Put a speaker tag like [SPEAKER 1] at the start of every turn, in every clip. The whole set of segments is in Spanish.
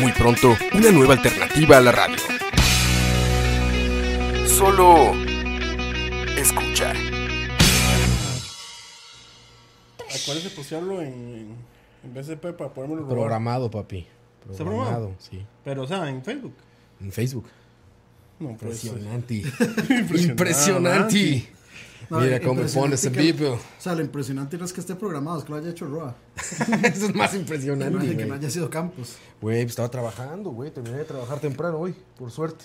[SPEAKER 1] Muy pronto, una nueva alternativa a la radio. Solo escucha.
[SPEAKER 2] Acuérdese postearlo en, en BCP para podérmelo robar.
[SPEAKER 3] Programado, papi.
[SPEAKER 2] ¿Está programado?
[SPEAKER 3] Programado, sí.
[SPEAKER 2] Pero, o sea, en Facebook.
[SPEAKER 3] En Facebook.
[SPEAKER 2] No, pues.
[SPEAKER 3] Impresionante.
[SPEAKER 2] Impresionante.
[SPEAKER 3] Impresionante.
[SPEAKER 4] No,
[SPEAKER 3] Mira cómo me
[SPEAKER 4] impresionante
[SPEAKER 3] pones en
[SPEAKER 4] que-
[SPEAKER 3] vivo.
[SPEAKER 4] O sea, lo impresionante no es que esté programado, es que lo haya hecho Roa.
[SPEAKER 3] Eso es más
[SPEAKER 4] No
[SPEAKER 3] impresionante,
[SPEAKER 4] es que no
[SPEAKER 3] güey.
[SPEAKER 4] haya sido Campos.
[SPEAKER 3] Güey, pues, estaba trabajando, güey. Terminé de trabajar temprano hoy, por suerte.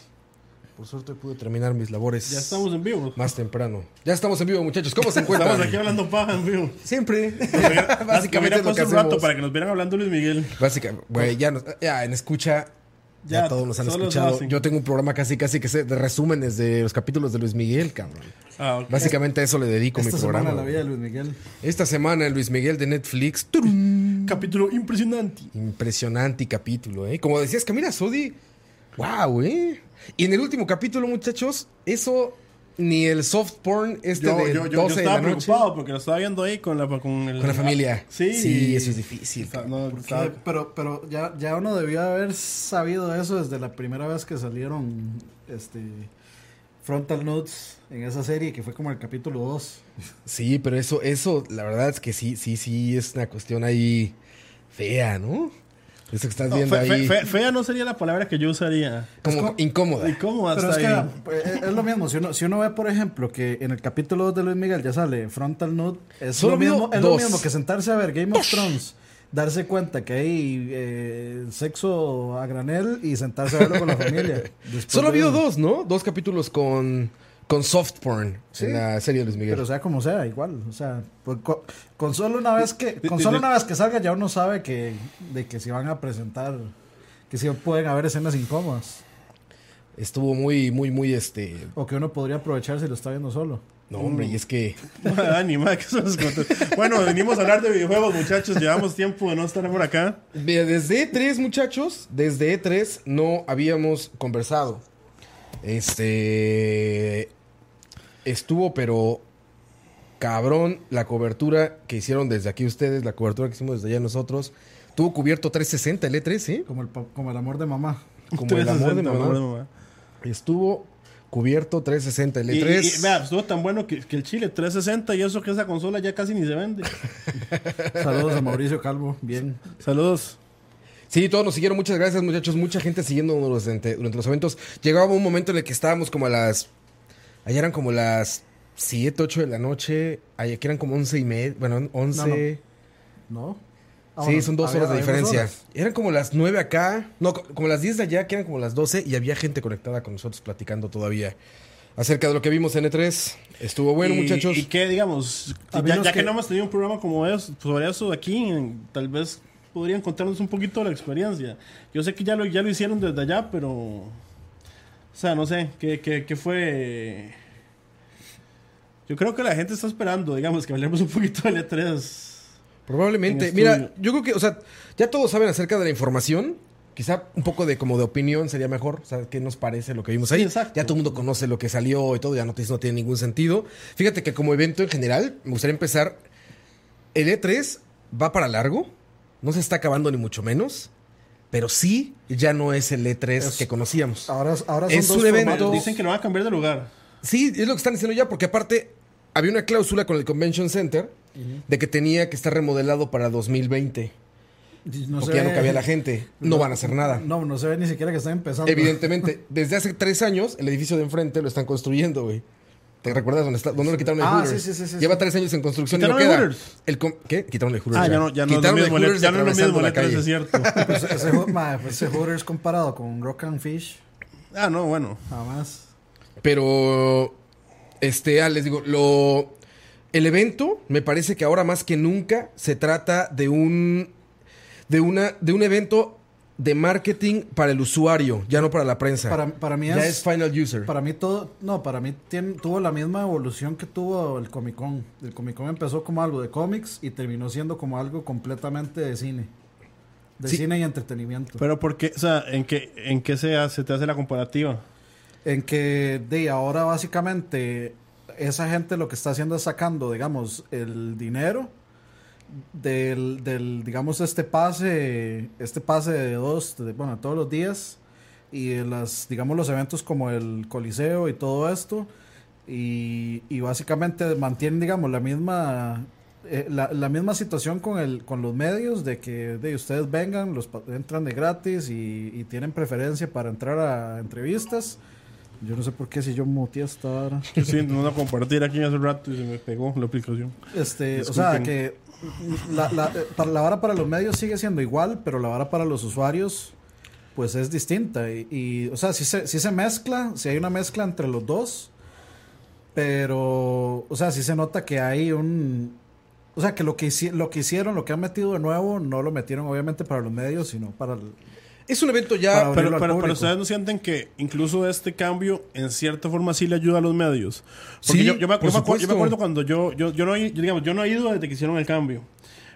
[SPEAKER 3] Por suerte pude terminar mis labores.
[SPEAKER 2] Ya estamos en vivo.
[SPEAKER 3] Más temprano. Ya estamos en vivo, muchachos. ¿Cómo se encuentran?
[SPEAKER 2] Estamos aquí Pues hablando paja en vivo.
[SPEAKER 3] Siempre.
[SPEAKER 2] Básicamente
[SPEAKER 3] Básicamente es lo que
[SPEAKER 2] un rato
[SPEAKER 3] hacemos.
[SPEAKER 2] para que nos vieran hablando Luis Miguel.
[SPEAKER 3] Básicamente, güey, ya, nos- ya en escucha. Ya,
[SPEAKER 2] Ya,
[SPEAKER 3] todos nos han
[SPEAKER 2] solo lo
[SPEAKER 3] escuchado.
[SPEAKER 2] hacen.
[SPEAKER 3] Yo tengo un programa casi, casi que sé de resúmenes de los capítulos de Luis Miguel, cabrón.
[SPEAKER 2] Ah, ok.
[SPEAKER 3] Básicamente a eso le dedico
[SPEAKER 4] Esta
[SPEAKER 3] mi
[SPEAKER 4] semana
[SPEAKER 3] programa.
[SPEAKER 4] la vida
[SPEAKER 3] güey.
[SPEAKER 4] de Luis Miguel.
[SPEAKER 3] Esta semana en Luis Miguel de Netflix. ¡turum!
[SPEAKER 2] Capítulo impresionante.
[SPEAKER 3] Impresionante capítulo, ¿eh? Como decías, Camila Sodi. ¡Wow, eh! Y en el último capítulo, muchachos, eso ni el soft porn este
[SPEAKER 2] Yo,
[SPEAKER 3] de
[SPEAKER 2] yo, yo,
[SPEAKER 3] 12
[SPEAKER 2] yo
[SPEAKER 3] de
[SPEAKER 2] estaba
[SPEAKER 3] la noche.
[SPEAKER 2] preocupado porque lo estaba viendo ahí con la, con el- Ah,
[SPEAKER 3] Con la familia.
[SPEAKER 2] Sí.
[SPEAKER 3] Sí, eso es difícil.
[SPEAKER 2] Está-
[SPEAKER 3] cabrón.
[SPEAKER 2] no, está-
[SPEAKER 4] Eh, pero pero ya, ya uno debió haber sabido eso desde la primera vez que salieron este, Frontal Notes en esa serie, que fue como el capítulo 2.
[SPEAKER 3] Sí, pero eso, eso, la verdad es que sí, sí, sí, es una cuestión ahí fea, ¿no? Eso que estás
[SPEAKER 2] no,
[SPEAKER 3] viendo
[SPEAKER 2] fe- fe-
[SPEAKER 3] ahí,
[SPEAKER 2] fe- fea no sería la palabra que yo usaría.
[SPEAKER 3] como incómoda.
[SPEAKER 2] ¿Y cómo
[SPEAKER 4] Pero
[SPEAKER 2] hasta
[SPEAKER 4] es que
[SPEAKER 2] ahí?
[SPEAKER 4] eh, es, lo mismo. Si uno, si uno ve, por ejemplo, que en el capítulo 2 de Luis Miguel ya sale Frontal Nude, es,
[SPEAKER 3] Solo
[SPEAKER 4] lo mismo,
[SPEAKER 3] vio
[SPEAKER 4] es lo
[SPEAKER 3] dos.
[SPEAKER 4] mismo que sentarse a ver Game of Thrones, darse cuenta que hay eh, sexo a granel y sentarse a verlo con la familia. Después
[SPEAKER 3] Solo
[SPEAKER 4] de-
[SPEAKER 3] vio dos, ¿no? Dos capítulos con, con soft porn
[SPEAKER 4] Sí.
[SPEAKER 3] en la serie de Luis Miguel.
[SPEAKER 4] Pero sea como sea, igual. O sea, por- co- con, solo una vez que
[SPEAKER 2] de-
[SPEAKER 4] con
[SPEAKER 2] de- de-
[SPEAKER 4] solo una vez que salga ya uno sabe que, de que se van a presentar, que sí pueden haber escenas incómodas.
[SPEAKER 3] Estuvo muy, muy, muy, este...
[SPEAKER 4] O que uno podría aprovechar si lo está viendo solo.
[SPEAKER 3] No, hombre, y es que...
[SPEAKER 2] Dani, madre, ¿qué son los contenidos? Bueno, venimos a hablar de videojuegos, muchachos. Llevamos tiempo de no estar por acá.
[SPEAKER 3] Mira, Desde E3, muchachos, desde E3 no habíamos conversado. Este. Estuvo, pero. Cabrón, la cobertura que hicieron desde aquí ustedes, la cobertura que hicimos desde allá nosotros. Tuvo cubierto 360 el E3, ¿eh?
[SPEAKER 4] Como el, pa- como el amor de mamá.
[SPEAKER 3] Como el amor de
[SPEAKER 2] 360, amor de
[SPEAKER 3] mamá.
[SPEAKER 2] mamá.
[SPEAKER 3] Estuvo cubierto 360 el E
[SPEAKER 2] Y, y-
[SPEAKER 3] E3.
[SPEAKER 2] y, vea, estuvo tan bueno que, que el Chile 360 y eso que esa consola ya casi ni se vende.
[SPEAKER 4] Saludos a Mauricio Calvo. Bien.
[SPEAKER 2] Saludos.
[SPEAKER 3] Sí, todos nos siguieron. Muchas gracias, muchachos. Mucha gente siguiéndonos durante, durante los eventos. Llegaba un momento en el que estábamos como a las. Allá eran como las 7, 8 de la noche. Allá que eran como 11 y media. Bueno, 11.
[SPEAKER 4] No, no. ¿No? Ah,
[SPEAKER 3] Sí,
[SPEAKER 4] bueno,
[SPEAKER 3] son dos
[SPEAKER 4] había-
[SPEAKER 3] horas de
[SPEAKER 4] había dos
[SPEAKER 3] diferencia.
[SPEAKER 4] horas.
[SPEAKER 3] Eran como las 9 acá. No, co- como las 10 de allá, que eran como las 12. Y había gente conectada con nosotros platicando todavía acerca de lo que vimos en E3. Estuvo bueno,
[SPEAKER 2] Y-
[SPEAKER 3] muchachos.
[SPEAKER 2] Y que, digamos,
[SPEAKER 4] A
[SPEAKER 2] ya,
[SPEAKER 4] menos
[SPEAKER 2] ya que...
[SPEAKER 4] que-
[SPEAKER 2] no hemos tenido un programa como eso, sobre eso aquí, en- tal vez podrían contarnos un poquito de la experiencia. Yo sé que ya lo, ya lo hicieron desde allá, pero. O sea, no sé, ¿qué, qué, qué fue? Yo creo que la gente está esperando, digamos, que hablemos un poquito del E3.
[SPEAKER 3] Probablemente.
[SPEAKER 2] En
[SPEAKER 3] Mira,
[SPEAKER 2] estudio.
[SPEAKER 3] yo creo que, o sea, ya todos saben acerca de la información. Quizá un poco de como de opinión sería mejor. O sea, qué nos parece lo que vimos ahí.
[SPEAKER 2] Sí, exacto.
[SPEAKER 3] Ya todo el mundo conoce lo que salió y todo, ya noticias no tiene ningún sentido. Fíjate que como evento en general, me gustaría empezar. El E3 va para largo. No se está acabando ni mucho menos. Pero sí, ya no es el E3 que conocíamos.
[SPEAKER 2] ah.
[SPEAKER 4] Ahora, ahora son
[SPEAKER 3] Es
[SPEAKER 4] dos
[SPEAKER 3] un evento.
[SPEAKER 4] formatos.
[SPEAKER 2] Dicen que no van a cambiar de lugar.
[SPEAKER 3] Sí, es lo que están diciendo ya, porque aparte había una cláusula con el Convention Center de que tenía que estar remodelado para 2020.
[SPEAKER 4] No
[SPEAKER 3] porque
[SPEAKER 4] se
[SPEAKER 3] ya
[SPEAKER 4] ve-
[SPEAKER 3] no cabía la gente. No, van a hacer nada.
[SPEAKER 4] No, no se ve ni siquiera que están empezando.
[SPEAKER 3] Evidentemente, desde hace tres años, el edificio de enfrente lo están construyendo, güey. ¿Te recuerdas dónde, está, dónde le quitaron el
[SPEAKER 4] Ah,
[SPEAKER 3] Hooters?
[SPEAKER 4] sí, sí, sí, sí,
[SPEAKER 3] Lleva
[SPEAKER 4] sí.
[SPEAKER 3] tres años en construcción y no
[SPEAKER 2] ¿Quitaron el
[SPEAKER 3] queda.
[SPEAKER 2] Hooters?
[SPEAKER 3] El com- ¿Qué? Quitaron el Hooters.
[SPEAKER 2] Ah, ya no, ya no es lo
[SPEAKER 3] Quitaron el
[SPEAKER 2] mismo, el-
[SPEAKER 3] Hooters
[SPEAKER 2] ya no es lo
[SPEAKER 3] atravesando
[SPEAKER 2] mismo el
[SPEAKER 3] la
[SPEAKER 2] E3,
[SPEAKER 3] calle.
[SPEAKER 2] es cierto.
[SPEAKER 4] Pues ese, jo- ma, pues ese Hooters comparado con Rock and Fish,
[SPEAKER 2] ah, no, bueno.
[SPEAKER 4] nada más.
[SPEAKER 3] Pero, este, ah, les digo, lo, el evento me parece que ahora más que nunca se trata de un, de una, de un evento de marketing para el usuario, ya no para la prensa.
[SPEAKER 4] Para, para mí
[SPEAKER 3] ya
[SPEAKER 4] es-
[SPEAKER 3] es final user.
[SPEAKER 4] Para mí todo, no, para mí tiene- tuvo la misma evolución que tuvo el Comic Con. El Comic Con empezó como algo de cómics y terminó siendo como algo completamente de cine. De
[SPEAKER 3] Sí.
[SPEAKER 4] cine y entretenimiento.
[SPEAKER 2] Pero porque, o sea, ¿en qué, en qué se, hace, te hace la comparativa?
[SPEAKER 4] En que de ahora básicamente esa gente lo que está haciendo es sacando, digamos, el dinero del, del, digamos, este pase, este pase de dos, de, bueno, todos los días y de las, digamos, los eventos como el Coliseo y todo esto y, y básicamente mantienen, digamos, la misma... eh, la, la misma situación con el con los medios de que de ustedes vengan los pa- entran de gratis y, y tienen preferencia para entrar a entrevistas yo no sé por qué si yo muteé esta vara.
[SPEAKER 2] Yo sí, no la compartir aquí hace rato y se me pegó la aplicación.
[SPEAKER 4] Este, o
[SPEAKER 2] Disculpen.
[SPEAKER 4] sea, que la, la- eh, para la vara para los medios sigue siendo igual, pero la vara para los usuarios pues es distinta. Y, y, o sea, si se, sí se mezcla, si hay una mezcla entre los dos, pero, o sea, sí se nota que hay un... O sea, que lo que, hici- lo que hicieron, lo que han metido de nuevo, no lo metieron obviamente para los medios, sino para... el-
[SPEAKER 3] es un evento ya
[SPEAKER 4] Para-
[SPEAKER 2] Pero,
[SPEAKER 4] abrirlo
[SPEAKER 2] pero,
[SPEAKER 4] al
[SPEAKER 2] pero
[SPEAKER 4] público.
[SPEAKER 2] ustedes no sienten que incluso este cambio en cierta forma sí le ayuda a los medios. Porque
[SPEAKER 3] Sí,
[SPEAKER 2] yo, yo me,
[SPEAKER 3] por
[SPEAKER 2] yo me acuer- yo me
[SPEAKER 3] supuesto.
[SPEAKER 2] acuerdo cuando yo, yo, yo no, he- yo, digamos, yo no he ido desde que hicieron el cambio.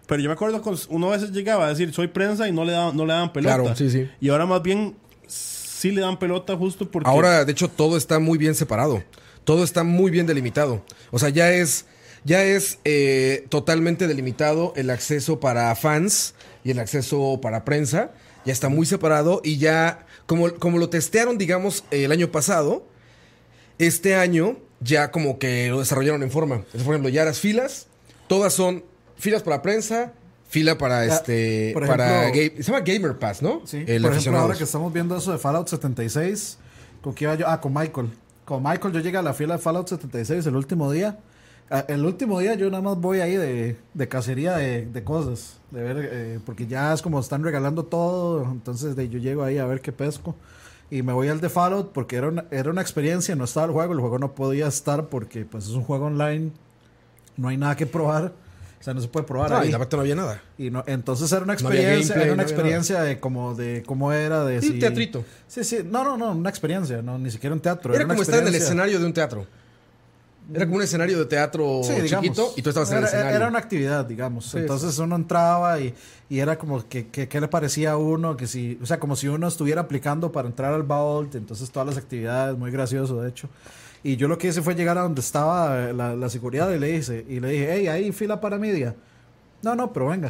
[SPEAKER 2] Pero yo me acuerdo que uno a veces llegaba a decir, soy prensa y no le, daban- no le daban pelota.
[SPEAKER 3] Claro, sí, sí.
[SPEAKER 2] Y ahora más bien sí le dan pelota justo porque...
[SPEAKER 3] Ahora, de hecho, todo está muy bien separado. Todo está muy bien delimitado. O sea, ya es, ya es eh, totalmente delimitado el acceso para fans y el acceso para prensa. Ya está muy separado y ya, como, como lo testearon, digamos, el año pasado, este año ya como que lo desarrollaron en forma. Entonces, por ejemplo, ya las filas, todas son filas para prensa, fila para este,
[SPEAKER 4] por
[SPEAKER 3] para
[SPEAKER 4] ejemplo-
[SPEAKER 3] ga- se llama Gamer Pass, ¿no?
[SPEAKER 4] Sí,
[SPEAKER 3] El
[SPEAKER 4] por ejemplo,
[SPEAKER 3] aficionados.
[SPEAKER 4] ahora que estamos viendo eso de Fallout 76, ¿con quién iba yo? Ah, con Michael. Con Michael yo llegué a la fila de Fallout 76 el último día. Ah, El último día yo nada más voy ahí de, de cacería de, de cosas, de ver, eh, porque ya es como están regalando todo, entonces de, yo llego ahí a ver qué pesco. Y me voy al de Fallout porque era una, era una experiencia, no estaba el juego, el juego no podía estar porque pues es un juego online, no hay nada que probar, o sea, no se puede probar.
[SPEAKER 3] No,
[SPEAKER 4] ahí.
[SPEAKER 3] y la parte no había nada.
[SPEAKER 4] Y no, entonces era una
[SPEAKER 3] No había
[SPEAKER 4] experiencia,
[SPEAKER 3] gameplay,
[SPEAKER 4] era una
[SPEAKER 3] no había
[SPEAKER 4] experiencia de como de cómo era de
[SPEAKER 3] Sí,
[SPEAKER 4] si-
[SPEAKER 3] teatrito.
[SPEAKER 4] Sí, sí, no, no, no, una experiencia, no ni siquiera un teatro,
[SPEAKER 3] Era
[SPEAKER 4] una
[SPEAKER 3] como estar en el
[SPEAKER 4] experiencia.
[SPEAKER 3] escenario de un teatro. Era como un escenario de teatro
[SPEAKER 4] Sí,
[SPEAKER 3] chiquito
[SPEAKER 4] digamos.
[SPEAKER 3] y tú estabas en el
[SPEAKER 4] Era-
[SPEAKER 3] escenario.
[SPEAKER 4] Era una actividad, digamos. Entonces uno entraba y, y era como que, que- qué le parecía a uno, que si, o sea, como si uno estuviera aplicando para entrar al Vault, entonces todas las actividades, muy gracioso de hecho. Y yo lo que hice fue llegar a donde estaba la, la seguridad y le dije, y le dije, hey, hay fila para media. No, no, pero venga.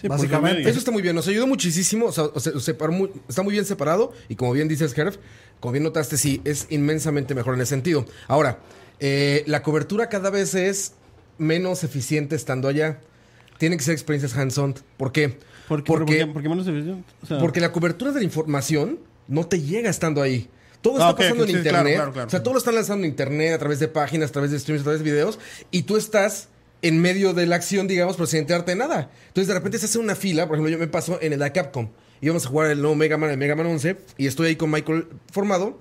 [SPEAKER 2] Sí, porque
[SPEAKER 4] básicamente,
[SPEAKER 2] medio.
[SPEAKER 3] Eso está muy bien, nos ayudó muchísimo, o sea, o sea, separó mu- está muy bien separado y como bien dices, Herf, como bien notaste, sí, es inmensamente mejor en ese sentido. Ahora, eh, la cobertura cada vez es menos eficiente estando allá. Tienen que ser experiencias hands-on. ¿Por qué?
[SPEAKER 2] ¿Por
[SPEAKER 3] Porque-
[SPEAKER 2] qué, ¿por qué- por qué menos eficiente? O sea,
[SPEAKER 3] Porque la cobertura de la información no te llega estando ahí. Todo está
[SPEAKER 2] Ah, ok,
[SPEAKER 3] pasando
[SPEAKER 2] ok,
[SPEAKER 3] en
[SPEAKER 2] sí,
[SPEAKER 3] internet.
[SPEAKER 2] claro, claro, claro.
[SPEAKER 3] O sea, todo lo están lanzando en internet, a través de páginas, a través de streams, a través de videos. Y tú estás en medio de la acción, digamos, pero sin enterarte de nada. Entonces, de repente se hace una fila. Por ejemplo, yo me paso en el de Capcom. Íbamos a jugar el nuevo Mega Man, el Mega Man 11. Y estoy ahí con Michael formado.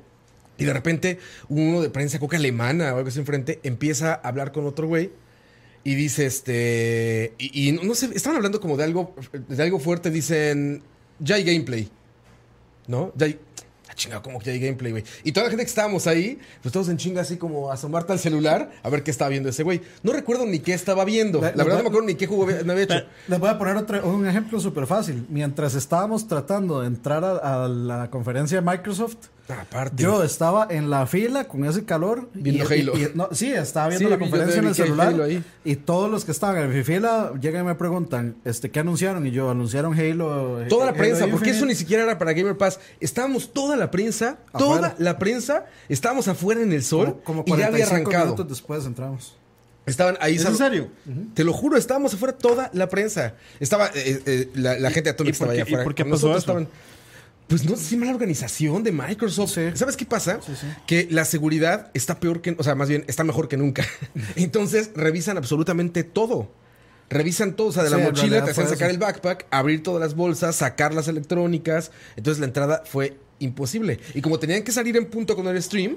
[SPEAKER 3] Y de repente, uno de prensa, coca alemana o algo así enfrente, empieza a hablar con otro güey. Y dice, este. Y, y no, no sé, estaban hablando como de algo, de algo fuerte. Dicen, ya hay gameplay. ¿No? Ya hay. Ah, chingado, como que ya hay gameplay, güey. Y toda la gente que estábamos ahí, pues todos en chinga, así como asomarte al celular a ver qué estaba viendo ese güey. No recuerdo ni qué estaba viendo. La,
[SPEAKER 4] La-
[SPEAKER 3] verdad
[SPEAKER 4] la-
[SPEAKER 3] no me acuerdo ni qué juego había- no había hecho.
[SPEAKER 4] Les voy a poner otro- un ejemplo súper fácil. Mientras estábamos tratando de entrar a, a la conferencia de Microsoft,
[SPEAKER 3] Ah, Aparte.
[SPEAKER 4] yo estaba en la fila con ese calor.
[SPEAKER 3] Viendo
[SPEAKER 4] y- y-
[SPEAKER 3] Halo.
[SPEAKER 4] y- no, sí, estaba viendo
[SPEAKER 3] Sí,
[SPEAKER 4] la
[SPEAKER 3] vi- yo
[SPEAKER 4] conferencia en
[SPEAKER 3] vi
[SPEAKER 4] el
[SPEAKER 3] que hay
[SPEAKER 4] celular.
[SPEAKER 3] Halo ahí.
[SPEAKER 4] Y todos los que estaban en mi fila llegan y me preguntan, este, ¿qué anunciaron? Y yo, anunciaron Halo. eh,
[SPEAKER 3] Toda la
[SPEAKER 4] Halo
[SPEAKER 3] prensa, porque
[SPEAKER 4] Infinite".
[SPEAKER 3] eso ni siquiera era para Gamer Pass. Estábamos toda la prensa, toda
[SPEAKER 4] Afuera.
[SPEAKER 3] la prensa, estábamos afuera en el sol
[SPEAKER 4] Como, como
[SPEAKER 3] y ya había
[SPEAKER 4] 45
[SPEAKER 3] arrancado.
[SPEAKER 4] minutos después entramos.
[SPEAKER 3] Estaban ahí.
[SPEAKER 2] ¿Es
[SPEAKER 3] sal-
[SPEAKER 2] en serio?
[SPEAKER 3] Te lo juro, estábamos afuera toda la prensa. Estaba eh, eh, la, la gente de Atomic
[SPEAKER 2] y por
[SPEAKER 3] estaba allá
[SPEAKER 2] qué- y
[SPEAKER 3] afuera.
[SPEAKER 2] por qué
[SPEAKER 3] Con
[SPEAKER 2] pasó
[SPEAKER 3] nosotros
[SPEAKER 2] eso?
[SPEAKER 3] pues no sé si mala organización de Microsoft.
[SPEAKER 4] Sí.
[SPEAKER 3] ¿Sabes qué pasa? Que la seguridad está peor que, o sea, más bien está mejor que nunca. Entonces revisan absolutamente todo. Revisan todo, o sea, de
[SPEAKER 4] Sí,
[SPEAKER 3] la
[SPEAKER 4] en
[SPEAKER 3] mochila
[SPEAKER 4] realidad
[SPEAKER 3] te hacen
[SPEAKER 4] fue
[SPEAKER 3] sacar
[SPEAKER 4] eso.
[SPEAKER 3] el backpack, abrir todas las bolsas, sacar las electrónicas. Entonces la entrada fue imposible. Y como tenían que salir en punto con el stream,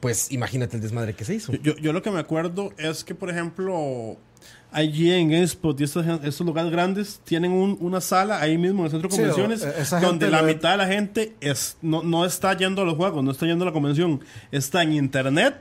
[SPEAKER 3] pues imagínate el desmadre que se hizo.
[SPEAKER 2] Yo, yo, yo lo que me acuerdo es que, por ejemplo, allí en Expo y estos, estos lugares grandes tienen un- una sala ahí mismo en el centro de
[SPEAKER 4] Sí, o-
[SPEAKER 2] convenciones
[SPEAKER 4] e- esa
[SPEAKER 2] donde
[SPEAKER 4] gente
[SPEAKER 2] la
[SPEAKER 4] lo-
[SPEAKER 2] mitad de la gente es, no, no está yendo a los juegos, no está yendo a la convención, está en internet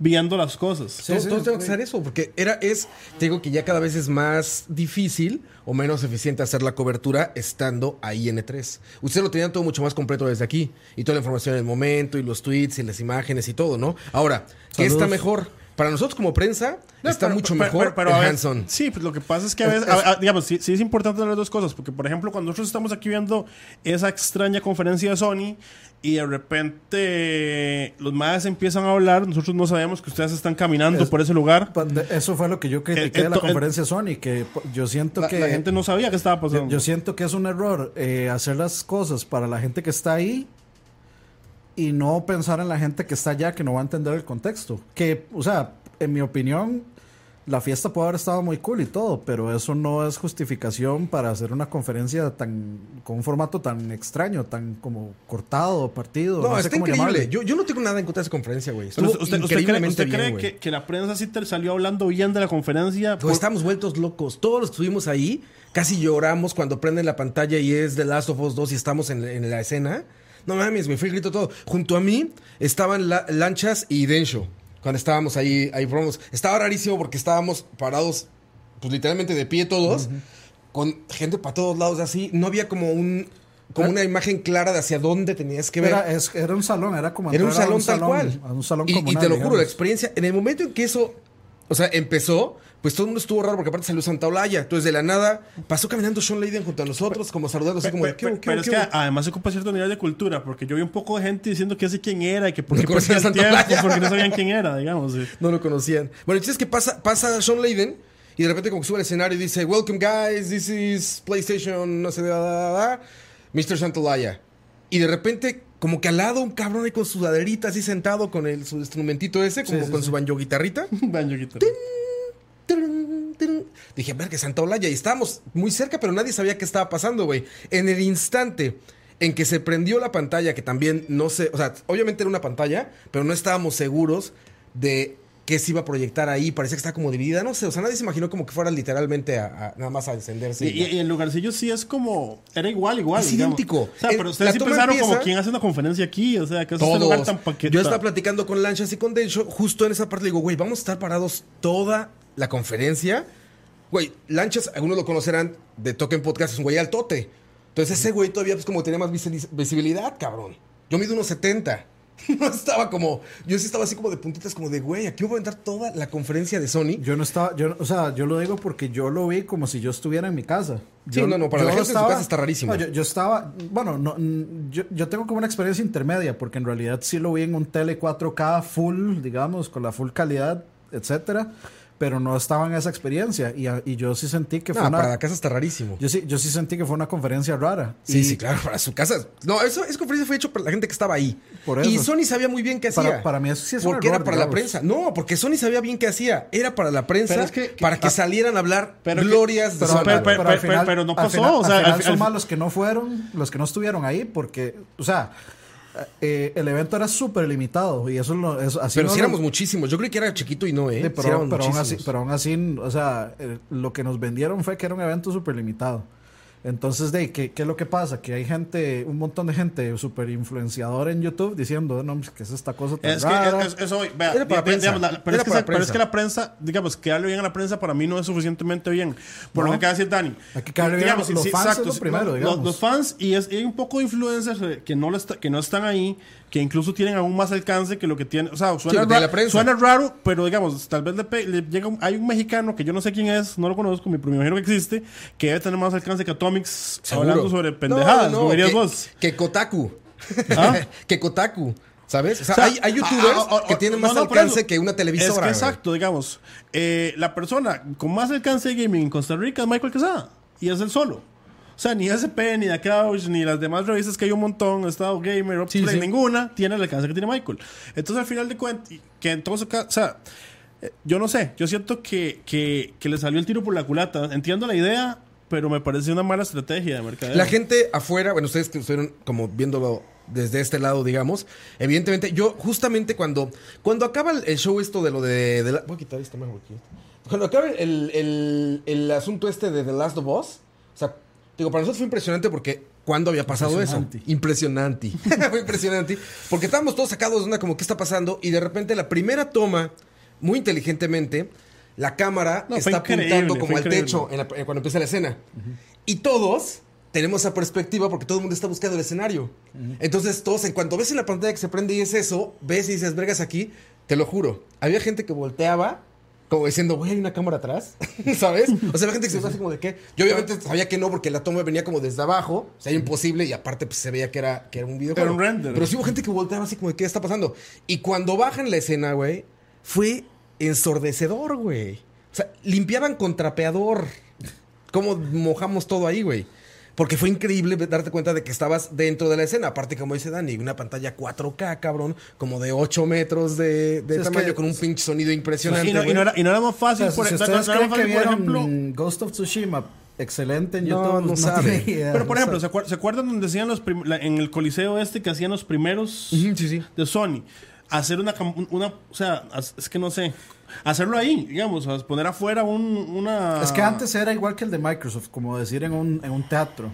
[SPEAKER 2] viendo las cosas.
[SPEAKER 4] Sí,
[SPEAKER 3] todos,
[SPEAKER 4] sí,
[SPEAKER 3] todos tengo que
[SPEAKER 4] sí.
[SPEAKER 3] hacer eso, porque era, es, te digo que ya cada vez es más difícil o menos eficiente hacer la cobertura estando ahí en E3. Ustedes lo tenían todo mucho más completo desde aquí, y toda la información en el momento, y los tweets, y las imágenes, y todo, ¿no? Ahora, ¿qué
[SPEAKER 4] Saludos.
[SPEAKER 3] está mejor? Para nosotros como prensa,
[SPEAKER 2] No,
[SPEAKER 3] está
[SPEAKER 2] pero-
[SPEAKER 3] mucho
[SPEAKER 2] pero-
[SPEAKER 3] mejor
[SPEAKER 2] pero- pero
[SPEAKER 3] el
[SPEAKER 2] a ver,
[SPEAKER 3] hands-on.
[SPEAKER 2] Sí, pues lo que pasa es que a veces, a- a- digamos, sí, sí es importante las dos cosas, porque por ejemplo, cuando nosotros estamos aquí viendo esa extraña conferencia de Sony y de repente los madres empiezan a hablar, nosotros no sabemos que ustedes están caminando
[SPEAKER 4] Es-
[SPEAKER 2] por ese lugar.
[SPEAKER 4] Pa- Pues, de- Eso fue lo que yo critiqué
[SPEAKER 2] Eh,
[SPEAKER 4] de la
[SPEAKER 2] ento-
[SPEAKER 4] conferencia Sony, que po- yo siento
[SPEAKER 2] La,
[SPEAKER 4] que
[SPEAKER 2] la gente no sabía qué estaba
[SPEAKER 4] yo,
[SPEAKER 2] pasando.
[SPEAKER 4] yo siento que es un error eh, hacer las cosas para la gente que está ahí y no pensar en la gente que está allá que no va a entender el contexto. Que, o sea, en mi opinión, la fiesta puede haber estado muy cool y todo, pero eso no es justificación para hacer una conferencia tan con un formato tan extraño, tan como cortado, partido.
[SPEAKER 3] No,
[SPEAKER 4] No, sé
[SPEAKER 3] está
[SPEAKER 4] cómo
[SPEAKER 3] increíble.
[SPEAKER 4] llamarle.
[SPEAKER 3] Yo, yo no tengo nada en contra de esa conferencia, güey. Estuvo
[SPEAKER 2] Pero usted, usted- usted cree,
[SPEAKER 3] increíblemente
[SPEAKER 2] usted cree
[SPEAKER 3] bien,
[SPEAKER 2] que,
[SPEAKER 3] güey.
[SPEAKER 2] que la prensa sí te salió hablando bien de la conferencia?
[SPEAKER 3] Pues estamos vueltos locos. Todos los que estuvimos ahí casi lloramos cuando prenden la pantalla y es The Last of Us 2 y estamos en, en la escena. No mames, me fui el grito todo. Junto a mí estaban La- Lanchas y Densho. Cuando estábamos ahí, ahí probamos. Estaba rarísimo porque estábamos parados, pues literalmente de pie todos, con gente para todos lados así. No había como un como una imagen clara de hacia dónde tenías que ver.
[SPEAKER 4] Era, es- era un salón, era como
[SPEAKER 3] Era un
[SPEAKER 4] entrar a
[SPEAKER 3] salón tal cual.
[SPEAKER 4] a un salón
[SPEAKER 3] Y- y,
[SPEAKER 4] comunal,
[SPEAKER 3] te lo juro, la
[SPEAKER 4] digamos.
[SPEAKER 3] experiencia, en el momento en que eso, o sea, empezó, pues todo el mundo estuvo raro porque aparte salió Santa Olaya. Entonces, de la nada, pasó caminando Sean Layden junto a nosotros, como saludando así
[SPEAKER 2] Pe-
[SPEAKER 3] como,
[SPEAKER 2] pe-
[SPEAKER 3] de, ¿qué hubo,
[SPEAKER 2] pe-
[SPEAKER 3] qué hubo,
[SPEAKER 2] Pero es
[SPEAKER 3] qué
[SPEAKER 2] que
[SPEAKER 3] hubo?
[SPEAKER 2] además ocupa cierto nivel de cultura, porque yo vi un poco de gente diciendo que sé quién era y que por
[SPEAKER 3] No
[SPEAKER 2] qué
[SPEAKER 3] conocían
[SPEAKER 2] perdían
[SPEAKER 3] Santa Olaya.
[SPEAKER 2] tiempo, porque no sabían quién era, digamos. sí.
[SPEAKER 3] No lo conocían. Bueno, el chiste es que pasa, pasa Sean Layden y de repente como que sube al escenario y dice, Welcome guys, this is PlayStation, no sé, da, da, da, da, Mr. Santolaya. Y de repente, como que al lado un cabrón ahí con su sudaderita así sentado con el, su instrumentito ese, como
[SPEAKER 4] sí,
[SPEAKER 3] con
[SPEAKER 4] sí.
[SPEAKER 3] su banjo guitarrita.
[SPEAKER 2] Banjo guitarra.
[SPEAKER 3] Tirun, tirun. Dije, ver que Santa Olaya. Y estábamos muy cerca, pero nadie sabía qué estaba pasando, güey. En el instante en que se prendió la pantalla, que también no sé, o sea, obviamente era una pantalla, pero no estábamos seguros de qué se iba a proyectar ahí. Parecía que estaba como dividida, no sé, o sea, nadie se imaginó como que fuera literalmente a, a- nada más a encenderse.
[SPEAKER 2] Y,
[SPEAKER 3] y ya.
[SPEAKER 2] y- y el lugarcillo sí es como. Era igual, igual.
[SPEAKER 3] Es
[SPEAKER 2] digamos.
[SPEAKER 3] idéntico.
[SPEAKER 2] O sea,
[SPEAKER 3] El-
[SPEAKER 2] pero
[SPEAKER 3] la
[SPEAKER 2] ustedes sí
[SPEAKER 3] toma
[SPEAKER 2] pensaron como
[SPEAKER 3] empieza-
[SPEAKER 2] quién hace una conferencia aquí. O sea, que es este lugar
[SPEAKER 3] Todos.
[SPEAKER 2] tan paqueta.
[SPEAKER 3] Yo estaba platicando con Lanchas y con Dencho, justo en esa parte le digo, güey, vamos a estar parados toda la conferencia. Güey, Lanchas, algunos lo conocerán de Token Podcast, es un güey altote. Entonces ese güey todavía pues como tenía más visi- visibilidad, cabrón. Yo mido unos 70. No estaba como, yo sí estaba así como de puntitas, como de, güey, aquí voy a entrar toda la conferencia de Sony.
[SPEAKER 4] Yo no estaba, yo, no- o sea, yo lo digo porque yo lo vi como si yo estuviera en mi casa.
[SPEAKER 3] Sí,
[SPEAKER 4] Yo-
[SPEAKER 3] no, no, para
[SPEAKER 4] yo
[SPEAKER 3] la gente en su casa está rarísimo.
[SPEAKER 4] no, yo, yo estaba, bueno, no, mm, yo, yo tengo como una experiencia intermedia porque en realidad sí lo vi en un tele 4K full, digamos, con la full calidad, etcétera, pero no estaba en esa experiencia y, a- y yo sí sentí que fue
[SPEAKER 3] Nah,
[SPEAKER 4] una,
[SPEAKER 3] Ah, para la casa está rarísimo.
[SPEAKER 4] yo sí, yo sí sentí que fue una conferencia rara.
[SPEAKER 3] Sí,
[SPEAKER 4] Y
[SPEAKER 3] sí, claro, para su casa. No, eso, esa conferencia fue hecho para la gente que estaba ahí.
[SPEAKER 4] Por eso.
[SPEAKER 3] Y Sony sabía muy bien qué hacía.
[SPEAKER 4] Para- para mí eso sí es un
[SPEAKER 3] Porque era
[SPEAKER 4] error,
[SPEAKER 3] para la
[SPEAKER 4] digamos.
[SPEAKER 3] prensa. No, porque Sony sabía bien qué hacía. Era para la prensa,
[SPEAKER 2] Pero es que- que-
[SPEAKER 3] para que
[SPEAKER 2] ah,
[SPEAKER 3] salieran a hablar
[SPEAKER 2] pero que-
[SPEAKER 3] glorias de
[SPEAKER 4] Pero,
[SPEAKER 3] Sony.
[SPEAKER 4] pero-
[SPEAKER 2] pero-
[SPEAKER 4] pero al
[SPEAKER 2] pero-
[SPEAKER 4] final-
[SPEAKER 2] pero no
[SPEAKER 4] al
[SPEAKER 2] pasó,
[SPEAKER 4] final-
[SPEAKER 2] o sea,
[SPEAKER 4] al final
[SPEAKER 2] al-
[SPEAKER 4] son
[SPEAKER 2] al-
[SPEAKER 4] más los que no fueron, los que no estuvieron ahí, porque, o sea, eh, el evento era súper limitado y eso, lo, eso así
[SPEAKER 3] Pero
[SPEAKER 4] no
[SPEAKER 3] si
[SPEAKER 4] lo-
[SPEAKER 3] éramos muchísimos. Yo creí que era chiquito y no, ¿eh?
[SPEAKER 4] Sí,
[SPEAKER 3] Sí
[SPEAKER 4] pero,
[SPEAKER 3] éramos
[SPEAKER 4] pero aún así,
[SPEAKER 3] muchísimos.
[SPEAKER 4] pero aún así, o sea, eh, lo que nos vendieron fue que era un evento súper limitado. Entonces, de, ¿qué, ¿qué es lo que pasa? Que hay gente, un montón de gente súper influenciadora en YouTube diciendo, no, pues, ¿qué es esta cosa tan
[SPEAKER 2] Es que
[SPEAKER 4] rara?
[SPEAKER 2] es- es- eso, hoy, vea,
[SPEAKER 3] Era para
[SPEAKER 2] di- di-
[SPEAKER 3] prensa.
[SPEAKER 2] digamos, la- pero
[SPEAKER 3] Era
[SPEAKER 2] es que
[SPEAKER 3] para
[SPEAKER 2] se- pero es
[SPEAKER 3] prensa.
[SPEAKER 2] que la prensa, digamos, quedarle bien a la prensa para mí no es suficientemente bien. Por lo
[SPEAKER 4] No.
[SPEAKER 2] que acaba de decir Dani.
[SPEAKER 4] Hay que quedarle bien a los fans, es lo
[SPEAKER 2] sí,
[SPEAKER 4] primero,
[SPEAKER 2] no,
[SPEAKER 4] digamos.
[SPEAKER 2] Los, los fans y, es, y hay un poco de influencers eh, que no, lo está- que no están ahí, que incluso tienen aún más alcance que lo que tienen. O sea, suena,
[SPEAKER 3] que tiene
[SPEAKER 2] ra-
[SPEAKER 3] la prensa.
[SPEAKER 2] suena raro, pero digamos, tal vez le, pe- le llega un- hay un mexicano que yo no sé quién es, no lo conozco, me me imagino que existe, que debe tener más alcance que Atomics
[SPEAKER 3] Seguro.
[SPEAKER 2] hablando sobre pendejadas,
[SPEAKER 3] No, no,
[SPEAKER 2] como dirías
[SPEAKER 3] que,
[SPEAKER 2] vos.
[SPEAKER 3] Que Kotaku.
[SPEAKER 2] ¿Ah?
[SPEAKER 3] que Kotaku. ¿Sabes? O sea,
[SPEAKER 2] O sea,
[SPEAKER 3] hay, hay youtubers
[SPEAKER 2] ah, ah, ah,
[SPEAKER 3] que tienen
[SPEAKER 2] no,
[SPEAKER 3] más
[SPEAKER 2] no, por
[SPEAKER 3] alcance
[SPEAKER 2] eso.
[SPEAKER 3] que una televisora.
[SPEAKER 2] Es que
[SPEAKER 3] güey.
[SPEAKER 2] exacto, digamos. eh, la persona con más alcance de gaming en Costa Rica es Michael Quesada. Y es el solo. O sea, ni SP, ni The Couch, ni las demás revistas que hay un montón, Estado Gamer, Upplay,
[SPEAKER 3] sí.
[SPEAKER 2] ninguna tiene el alcance que tiene Michael. Entonces, al final de cuentas, que en todo su ca- o sea, eh, yo no sé, yo siento que, que, que le salió el tiro por la culata. Entiendo la idea, pero me parece una mala estrategia de mercadeo.
[SPEAKER 3] La gente afuera, bueno, ustedes que estuvieron como viéndolo desde este lado, digamos. Evidentemente, yo justamente cuando, cuando acaba el- el show esto de lo de... de la- voy a quitar este mago aquí. Cuando acaba el, el- el asunto este de The Last of Us, o sea, digo, para nosotros fue impresionante porque ¿cuándo había pasado eso? Impresionante. fue impresionante. Porque estábamos todos sacados de una como, ¿qué está pasando? Y de repente la primera toma, muy inteligentemente, la cámara
[SPEAKER 2] No, fue
[SPEAKER 3] está
[SPEAKER 2] increíble,
[SPEAKER 3] apuntando como
[SPEAKER 2] fue
[SPEAKER 3] al
[SPEAKER 2] increíble.
[SPEAKER 3] techo en la- eh, cuando empieza la escena. Y todos tenemos esa perspectiva porque todo el mundo está buscando el escenario. Entonces, todos, en cuanto ves en la pantalla que se prende y es eso, ves y dices, vergas aquí, te lo juro. Había gente que volteaba. Como diciendo, güey, hay una cámara atrás, ¿sabes? O sea, había gente que se fue así como de qué. Yo obviamente sabía que no, porque la toma venía como desde abajo, o sea, era imposible, y aparte pues, se veía que era, que era un videojuego.
[SPEAKER 2] Era un render.
[SPEAKER 3] Pero sí hubo gente que volteaba así como de qué está pasando. Y cuando bajan la escena, güey, fue ensordecedor, güey. O sea, limpiaban con trapeador cómo mojamos todo ahí, güey. Porque fue increíble darte cuenta de que estabas dentro de la escena. Aparte, como dice Dani, una pantalla 4K, cabrón, como de 8 metros de, de
[SPEAKER 4] Sí, es
[SPEAKER 3] tamaño,
[SPEAKER 4] que-
[SPEAKER 3] con un pinche sonido impresionante.
[SPEAKER 2] Y no, y no
[SPEAKER 3] güey.
[SPEAKER 2] era, y no era más
[SPEAKER 4] O
[SPEAKER 2] fácil,
[SPEAKER 4] sea,
[SPEAKER 2] por,
[SPEAKER 4] si
[SPEAKER 2] no- no
[SPEAKER 4] ustedes
[SPEAKER 2] era
[SPEAKER 4] creen
[SPEAKER 2] fácil,
[SPEAKER 4] que
[SPEAKER 2] por
[SPEAKER 4] vieron
[SPEAKER 2] ejemplo.
[SPEAKER 4] Ghost of Tsushima, excelente en
[SPEAKER 3] No,
[SPEAKER 4] YouTube.
[SPEAKER 3] no
[SPEAKER 4] pues
[SPEAKER 3] saben.
[SPEAKER 4] tienen idea,
[SPEAKER 2] Pero por
[SPEAKER 4] no
[SPEAKER 2] ejemplo, ¿se
[SPEAKER 4] saben.
[SPEAKER 2] acuer- ¿se acuerdan donde hacían los prim- la- en el coliseo este que hacían los primeros
[SPEAKER 3] Ujú, sí, sí.
[SPEAKER 2] de Sony? Hacer una, cam- un- una, o sea, as- es que no sé, hacerlo ahí, digamos, as- poner afuera un, una...
[SPEAKER 4] Es que
[SPEAKER 3] Ah.
[SPEAKER 4] antes era igual que el de Microsoft, como decir en un, en un teatro.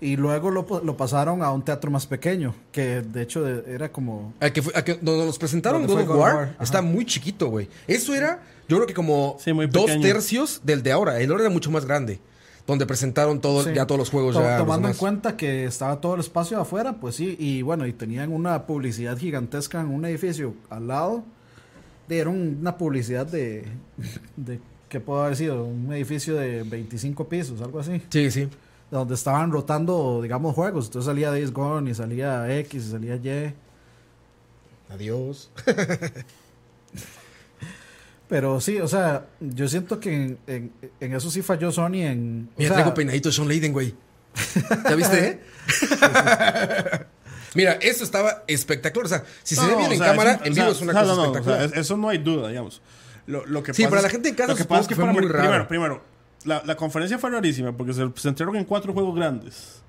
[SPEAKER 4] Y luego lo, po- lo pasaron a un teatro más pequeño, que de hecho de- era como...
[SPEAKER 3] Al que fue- al que- donde nos presentaron God
[SPEAKER 4] Donde fue
[SPEAKER 3] of
[SPEAKER 4] God of
[SPEAKER 3] War,
[SPEAKER 4] War, ajá.
[SPEAKER 3] está muy chiquito, güey. Eso era, yo creo que como
[SPEAKER 2] Sí, muy
[SPEAKER 3] dos
[SPEAKER 2] pequeño.
[SPEAKER 3] tercios del de ahora. El ahora era mucho más grande. Donde presentaron todo,
[SPEAKER 4] sí.
[SPEAKER 3] ya todos los juegos.
[SPEAKER 4] To-
[SPEAKER 3] ya los
[SPEAKER 4] tomando en
[SPEAKER 3] demás.
[SPEAKER 4] cuenta que estaba todo el espacio afuera, pues sí. Y bueno, y tenían una publicidad gigantesca en un edificio al lado. Dieron una publicidad de... de ¿Qué puede haber sido? Un edificio de 25 pisos, algo así.
[SPEAKER 3] Sí, sí.
[SPEAKER 4] donde estaban rotando, digamos, juegos. Entonces salía Days Gone y salía X y salía Y.
[SPEAKER 3] Adiós.
[SPEAKER 4] Pero sí, o sea, yo siento que en, en- en eso sí falló Sony en... o
[SPEAKER 3] Mira,
[SPEAKER 4] sea,
[SPEAKER 3] traigo peinadito de Sean Layden, güey. ¿Ya viste? eh? Mira, eso estaba espectacular. O sea, si se ve
[SPEAKER 2] No,
[SPEAKER 3] bien
[SPEAKER 2] o
[SPEAKER 3] en
[SPEAKER 2] sea,
[SPEAKER 3] cámara,
[SPEAKER 2] es-
[SPEAKER 3] en
[SPEAKER 2] o
[SPEAKER 3] vivo
[SPEAKER 2] sea,
[SPEAKER 3] es una
[SPEAKER 2] no,
[SPEAKER 3] cosa
[SPEAKER 2] no, no, o sea,
[SPEAKER 3] espectacular.
[SPEAKER 2] es- eso no hay duda, digamos. Lo, lo que
[SPEAKER 3] Sí,
[SPEAKER 2] pasa
[SPEAKER 3] para la
[SPEAKER 2] es-
[SPEAKER 3] gente en casa
[SPEAKER 2] lo que
[SPEAKER 3] supongo
[SPEAKER 2] pasa es que
[SPEAKER 3] que fue
[SPEAKER 2] para-
[SPEAKER 3] muy raro.
[SPEAKER 2] Primero, primero, la, la conferencia fue rarísima porque se centraron en cuatro juegos grandes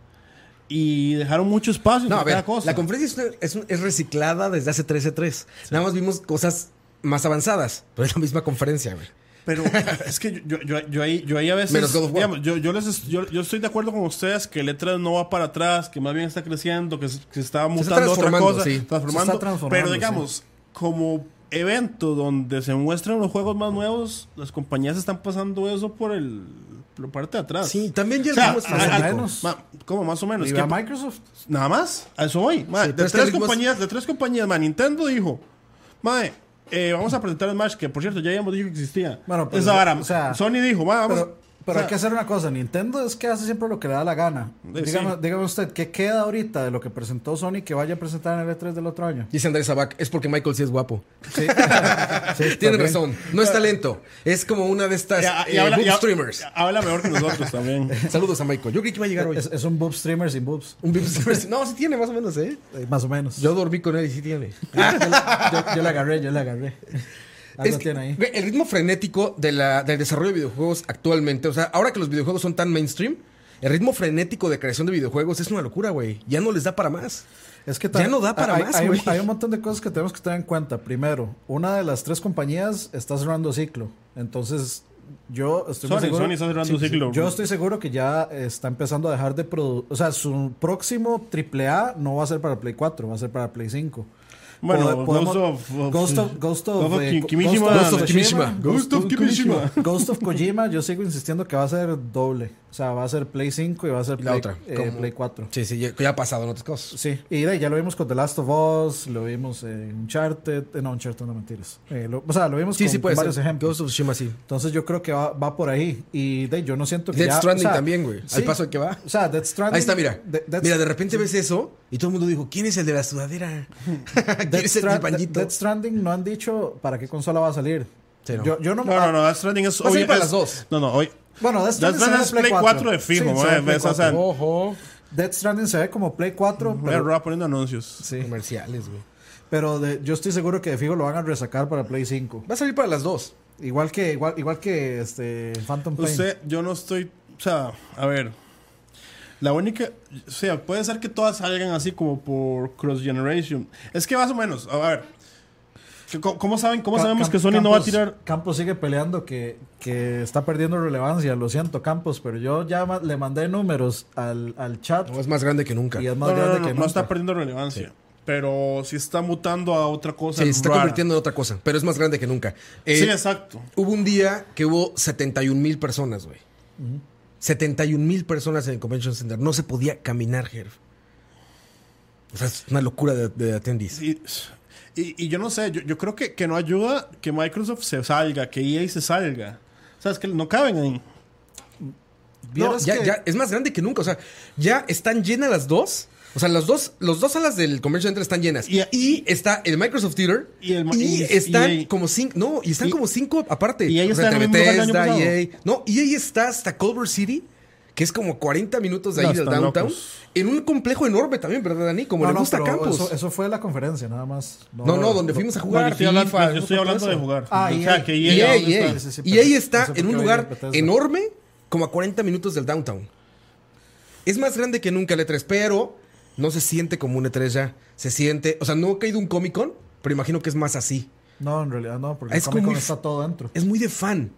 [SPEAKER 2] y dejaron mucho espacio
[SPEAKER 3] No, a
[SPEAKER 2] para
[SPEAKER 3] ver,
[SPEAKER 2] cada cosa.
[SPEAKER 3] la conferencia es, una- es un- es reciclada desde hace 13-3. Nada más vimos cosas más avanzadas, pero es la misma conferencia, güey.
[SPEAKER 2] Pero es que yo, yo, yo ahí, yo ahí a veces.
[SPEAKER 3] Menos God of War.
[SPEAKER 2] digamos, yo, yo, les, es- yo, yo estoy de acuerdo con ustedes que el E3 no va para atrás, que más bien está creciendo, que se, que se está mutando a otra
[SPEAKER 3] transformando,
[SPEAKER 2] cosa.
[SPEAKER 3] sí.
[SPEAKER 2] Transformando.
[SPEAKER 4] Se está transformando,
[SPEAKER 2] Pero digamos, como evento donde se muestran los juegos más nuevos, las compañías están pasando eso por el por parte de atrás.
[SPEAKER 3] Sí, también ya
[SPEAKER 2] O
[SPEAKER 3] lo vimos
[SPEAKER 2] sea, a-
[SPEAKER 4] más o
[SPEAKER 2] a-
[SPEAKER 4] menos.
[SPEAKER 2] ma- ¿Cómo más o menos?
[SPEAKER 4] ¿y
[SPEAKER 2] ¿Qué-
[SPEAKER 4] a Microsoft.
[SPEAKER 2] Nada más, a eso voy. ma,
[SPEAKER 3] Sí, pero
[SPEAKER 2] de,
[SPEAKER 3] es que
[SPEAKER 2] tres
[SPEAKER 3] ritmos-
[SPEAKER 2] compañías, de tres compañías, ma, Nintendo dijo: Mae, eh, vamos a presentar Smash, que por cierto ya habíamos dicho que existía.
[SPEAKER 4] Bueno, pero-
[SPEAKER 2] Esa vara.
[SPEAKER 4] o sea,
[SPEAKER 2] Sony dijo: "Ma, vamos.
[SPEAKER 4] Pero, pero
[SPEAKER 2] o sea,
[SPEAKER 4] hay que hacer una cosa, Nintendo es que hace siempre lo que le da la gana.
[SPEAKER 2] Eh,
[SPEAKER 4] Dígame,
[SPEAKER 2] sí.
[SPEAKER 4] dígame usted, ¿qué queda ahorita de lo que presentó Sony que vaya a presentar en el E3 del otro año?
[SPEAKER 3] Dice Andrés Abac, es porque Michael sí es guapo.
[SPEAKER 4] Sí.
[SPEAKER 3] Tiene
[SPEAKER 4] también.
[SPEAKER 3] razón, no es talento. Es como una de estas
[SPEAKER 2] ya- ya
[SPEAKER 3] eh,
[SPEAKER 2] habla,
[SPEAKER 3] boob
[SPEAKER 2] ya-
[SPEAKER 3] streamers.
[SPEAKER 2] ya habla mejor que nosotros también.
[SPEAKER 3] Saludos a Michael. Yo creí que iba a llegar hoy.
[SPEAKER 4] es, es un boob streamer sin boobs,
[SPEAKER 3] Un boob streamer. No, sí tiene más o menos, ¿eh?
[SPEAKER 4] eh, más o menos.
[SPEAKER 3] Yo dormí con él y sí tiene.
[SPEAKER 4] yo, yo la agarré, yo la agarré. Algo
[SPEAKER 3] Es que,
[SPEAKER 4] tiene ahí.
[SPEAKER 3] güey, El ritmo frenético de la- del desarrollo de videojuegos actualmente, o sea, ahora que los videojuegos son tan mainstream, el ritmo frenético de creación de videojuegos es una locura, güey. Ya no les da para más.
[SPEAKER 4] Es que
[SPEAKER 3] Ya
[SPEAKER 4] tam-
[SPEAKER 3] no da para
[SPEAKER 4] hay,
[SPEAKER 3] más,
[SPEAKER 4] hay-
[SPEAKER 3] güey.
[SPEAKER 4] hay un montón de cosas que tenemos que tener en cuenta. Primero, una de las tres compañías está cerrando ciclo. Entonces, yo estoy muy
[SPEAKER 2] Sony,
[SPEAKER 4] seguro.
[SPEAKER 2] Sony está cerrando un ciclo.
[SPEAKER 4] Yo estoy seguro que ya está empezando a dejar de producir. O sea, su próximo AAA no va a ser para Play 4, va a ser para Play 5.
[SPEAKER 2] Bueno,
[SPEAKER 4] Pod- podemos-
[SPEAKER 2] Ghost of-
[SPEAKER 4] Ghost of Ghost
[SPEAKER 2] Ghost of
[SPEAKER 4] of eh,
[SPEAKER 2] Ki- Kimishima.
[SPEAKER 3] Ghost of Kimishima.
[SPEAKER 2] Ghost of Kimishima.
[SPEAKER 4] Ghost of Kojima, yo sigo insistiendo que va a ser doble. O sea, va a ser Play 5 y va a ser
[SPEAKER 3] Y la
[SPEAKER 4] Play,
[SPEAKER 3] otra,
[SPEAKER 4] eh,
[SPEAKER 3] como-
[SPEAKER 4] Play 4.
[SPEAKER 3] Sí, sí, ya, ya ha pasado en otras cosas.
[SPEAKER 4] Sí, y de ahí ya lo vimos con The Last of Us, lo vimos en Uncharted, eh, no, Uncharted no mentiras. Eh, lo- o sea, lo vimos
[SPEAKER 3] Sí,
[SPEAKER 4] con,
[SPEAKER 3] sí,
[SPEAKER 4] con
[SPEAKER 3] puede
[SPEAKER 4] varios
[SPEAKER 3] ser.
[SPEAKER 4] ejemplos.
[SPEAKER 3] Ghost of Tsushima, sí.
[SPEAKER 4] Entonces yo creo que va, va por ahí. Y de ahí yo no siento que
[SPEAKER 3] Death
[SPEAKER 4] ya...
[SPEAKER 3] Stranding
[SPEAKER 4] o sea,
[SPEAKER 3] también, güey. Al
[SPEAKER 4] sí.
[SPEAKER 3] paso al que va.
[SPEAKER 4] O sea, Death Stranding...
[SPEAKER 3] Ahí está, mira.
[SPEAKER 4] De- Death-
[SPEAKER 3] mira, de repente ves eso y todo el mundo dijo, ¿quién es el de la sudadera? ¿Quién
[SPEAKER 4] Death,
[SPEAKER 3] es el
[SPEAKER 4] Stra-
[SPEAKER 3] del pañito?
[SPEAKER 4] Death Stranding no han dicho para qué consola va a salir.
[SPEAKER 3] Sí, no.
[SPEAKER 4] Yo, yo no...
[SPEAKER 2] No, no, no, Death Stranding es
[SPEAKER 3] Va a salir
[SPEAKER 2] hoy-
[SPEAKER 3] para
[SPEAKER 2] es-
[SPEAKER 3] las dos.
[SPEAKER 2] No, no, hoy.
[SPEAKER 4] Bueno,
[SPEAKER 2] Death
[SPEAKER 4] Death Stranding,
[SPEAKER 2] Stranding es
[SPEAKER 4] será
[SPEAKER 2] Play 4 de
[SPEAKER 4] Sí,
[SPEAKER 2] fijo,
[SPEAKER 4] será
[SPEAKER 2] mae,
[SPEAKER 4] Play
[SPEAKER 2] ves, o
[SPEAKER 4] 4.
[SPEAKER 2] sea,
[SPEAKER 3] Ojo.
[SPEAKER 4] Death Stranding se ve como Play 4,
[SPEAKER 2] voy a
[SPEAKER 4] pero,
[SPEAKER 2] robar poniendo anuncios.
[SPEAKER 4] sí,
[SPEAKER 3] Comerciales, güey.
[SPEAKER 4] pero de- yo estoy seguro que de fijo lo van a resacar para Play 5.
[SPEAKER 3] Va a salir para las dos.
[SPEAKER 4] Igual que, igual, igual que este Phantom Pain.
[SPEAKER 2] Usted, yo no estoy. O sea, a ver. La única, o sea, puede ser que todas salgan así como por cross generation. Es que más o menos, a ver. que co- ¿Cómo saben, cómo
[SPEAKER 4] Ca-
[SPEAKER 2] sabemos
[SPEAKER 4] Cam-
[SPEAKER 2] que Sony no va a
[SPEAKER 4] Campos-
[SPEAKER 2] tirar?
[SPEAKER 4] Campos sigue peleando que, que está perdiendo relevancia. Lo siento, Campos, pero yo ya ma- le mandé números al, al chat
[SPEAKER 3] No, es más grande que nunca.
[SPEAKER 4] y es
[SPEAKER 2] No,
[SPEAKER 4] más
[SPEAKER 2] no, no,
[SPEAKER 4] grande
[SPEAKER 2] no,
[SPEAKER 4] que
[SPEAKER 2] no está
[SPEAKER 4] nunca.
[SPEAKER 2] perdiendo relevancia. Pero si está mutando a otra cosa.
[SPEAKER 3] Se está
[SPEAKER 2] rara.
[SPEAKER 3] convirtiendo en otra cosa, pero es más grande que nunca. Eh,
[SPEAKER 2] Sí, exacto.
[SPEAKER 3] Hubo un día que hubo 71 mil personas, güey. 71 mil personas en el Convention Center. No se podía caminar, Gerf. O sea, es una locura de, de attendees.
[SPEAKER 2] Sí, Y, y yo no sé, yo, yo creo que, que no ayuda que Microsoft se salga, que EA se salga. O sea, es que no caben ahí.
[SPEAKER 3] No,
[SPEAKER 4] Vieras
[SPEAKER 3] ya,
[SPEAKER 4] que-
[SPEAKER 3] ya es más grande que nunca. O sea, ya están llenas las dos. O sea, las dos, los dos salas del Convention Center están llenas. Y,
[SPEAKER 2] Y-
[SPEAKER 3] está el Microsoft Theater. Y,
[SPEAKER 2] Y el- y-
[SPEAKER 3] están
[SPEAKER 2] y-
[SPEAKER 3] como cinco. No, y están
[SPEAKER 2] y-
[SPEAKER 3] como cinco aparte.
[SPEAKER 2] y ahí
[SPEAKER 3] O sea,
[SPEAKER 2] está en el mismo lugar del año pasado.
[SPEAKER 3] EA. E No, y ahí está hasta Culver City, que es como 40 minutos de ahí
[SPEAKER 2] No,
[SPEAKER 3] del
[SPEAKER 2] están
[SPEAKER 3] downtown.
[SPEAKER 2] locos.
[SPEAKER 3] En un complejo enorme también, ¿verdad, Dani? Como
[SPEAKER 4] No,
[SPEAKER 3] le
[SPEAKER 4] no,
[SPEAKER 3] gusta a
[SPEAKER 4] pero
[SPEAKER 3] Campos.
[SPEAKER 4] Eso, eso fue la conferencia, nada más.
[SPEAKER 3] no, no, donde fuimos a jugar.
[SPEAKER 2] No, yo estoy hablando,
[SPEAKER 3] FIFA,
[SPEAKER 2] yo estoy
[SPEAKER 3] todo
[SPEAKER 2] hablando de
[SPEAKER 3] eso.
[SPEAKER 2] jugar.
[SPEAKER 4] Ah,
[SPEAKER 2] o sea,
[SPEAKER 4] EA.
[SPEAKER 2] que
[SPEAKER 3] Y EA,
[SPEAKER 2] EA, ¿dónde
[SPEAKER 3] EA.
[SPEAKER 2] está?
[SPEAKER 4] Sí, sí, sí,
[SPEAKER 3] Y ahí
[SPEAKER 4] pero-
[SPEAKER 3] está
[SPEAKER 4] no sé
[SPEAKER 3] en
[SPEAKER 4] por
[SPEAKER 3] un
[SPEAKER 4] qué
[SPEAKER 3] lugar
[SPEAKER 4] veía Bethesda.
[SPEAKER 3] enorme, como a 40 minutos del downtown. Es más grande que nunca el E3, pero no se siente como un E3 ya. Se siente, o sea, no ha caído un Comic Con, pero imagino que es más así.
[SPEAKER 4] No, en realidad no, porque
[SPEAKER 3] Es
[SPEAKER 4] es
[SPEAKER 3] como
[SPEAKER 4] Comic Con
[SPEAKER 3] muy-
[SPEAKER 4] está todo dentro.
[SPEAKER 3] Es muy de fan.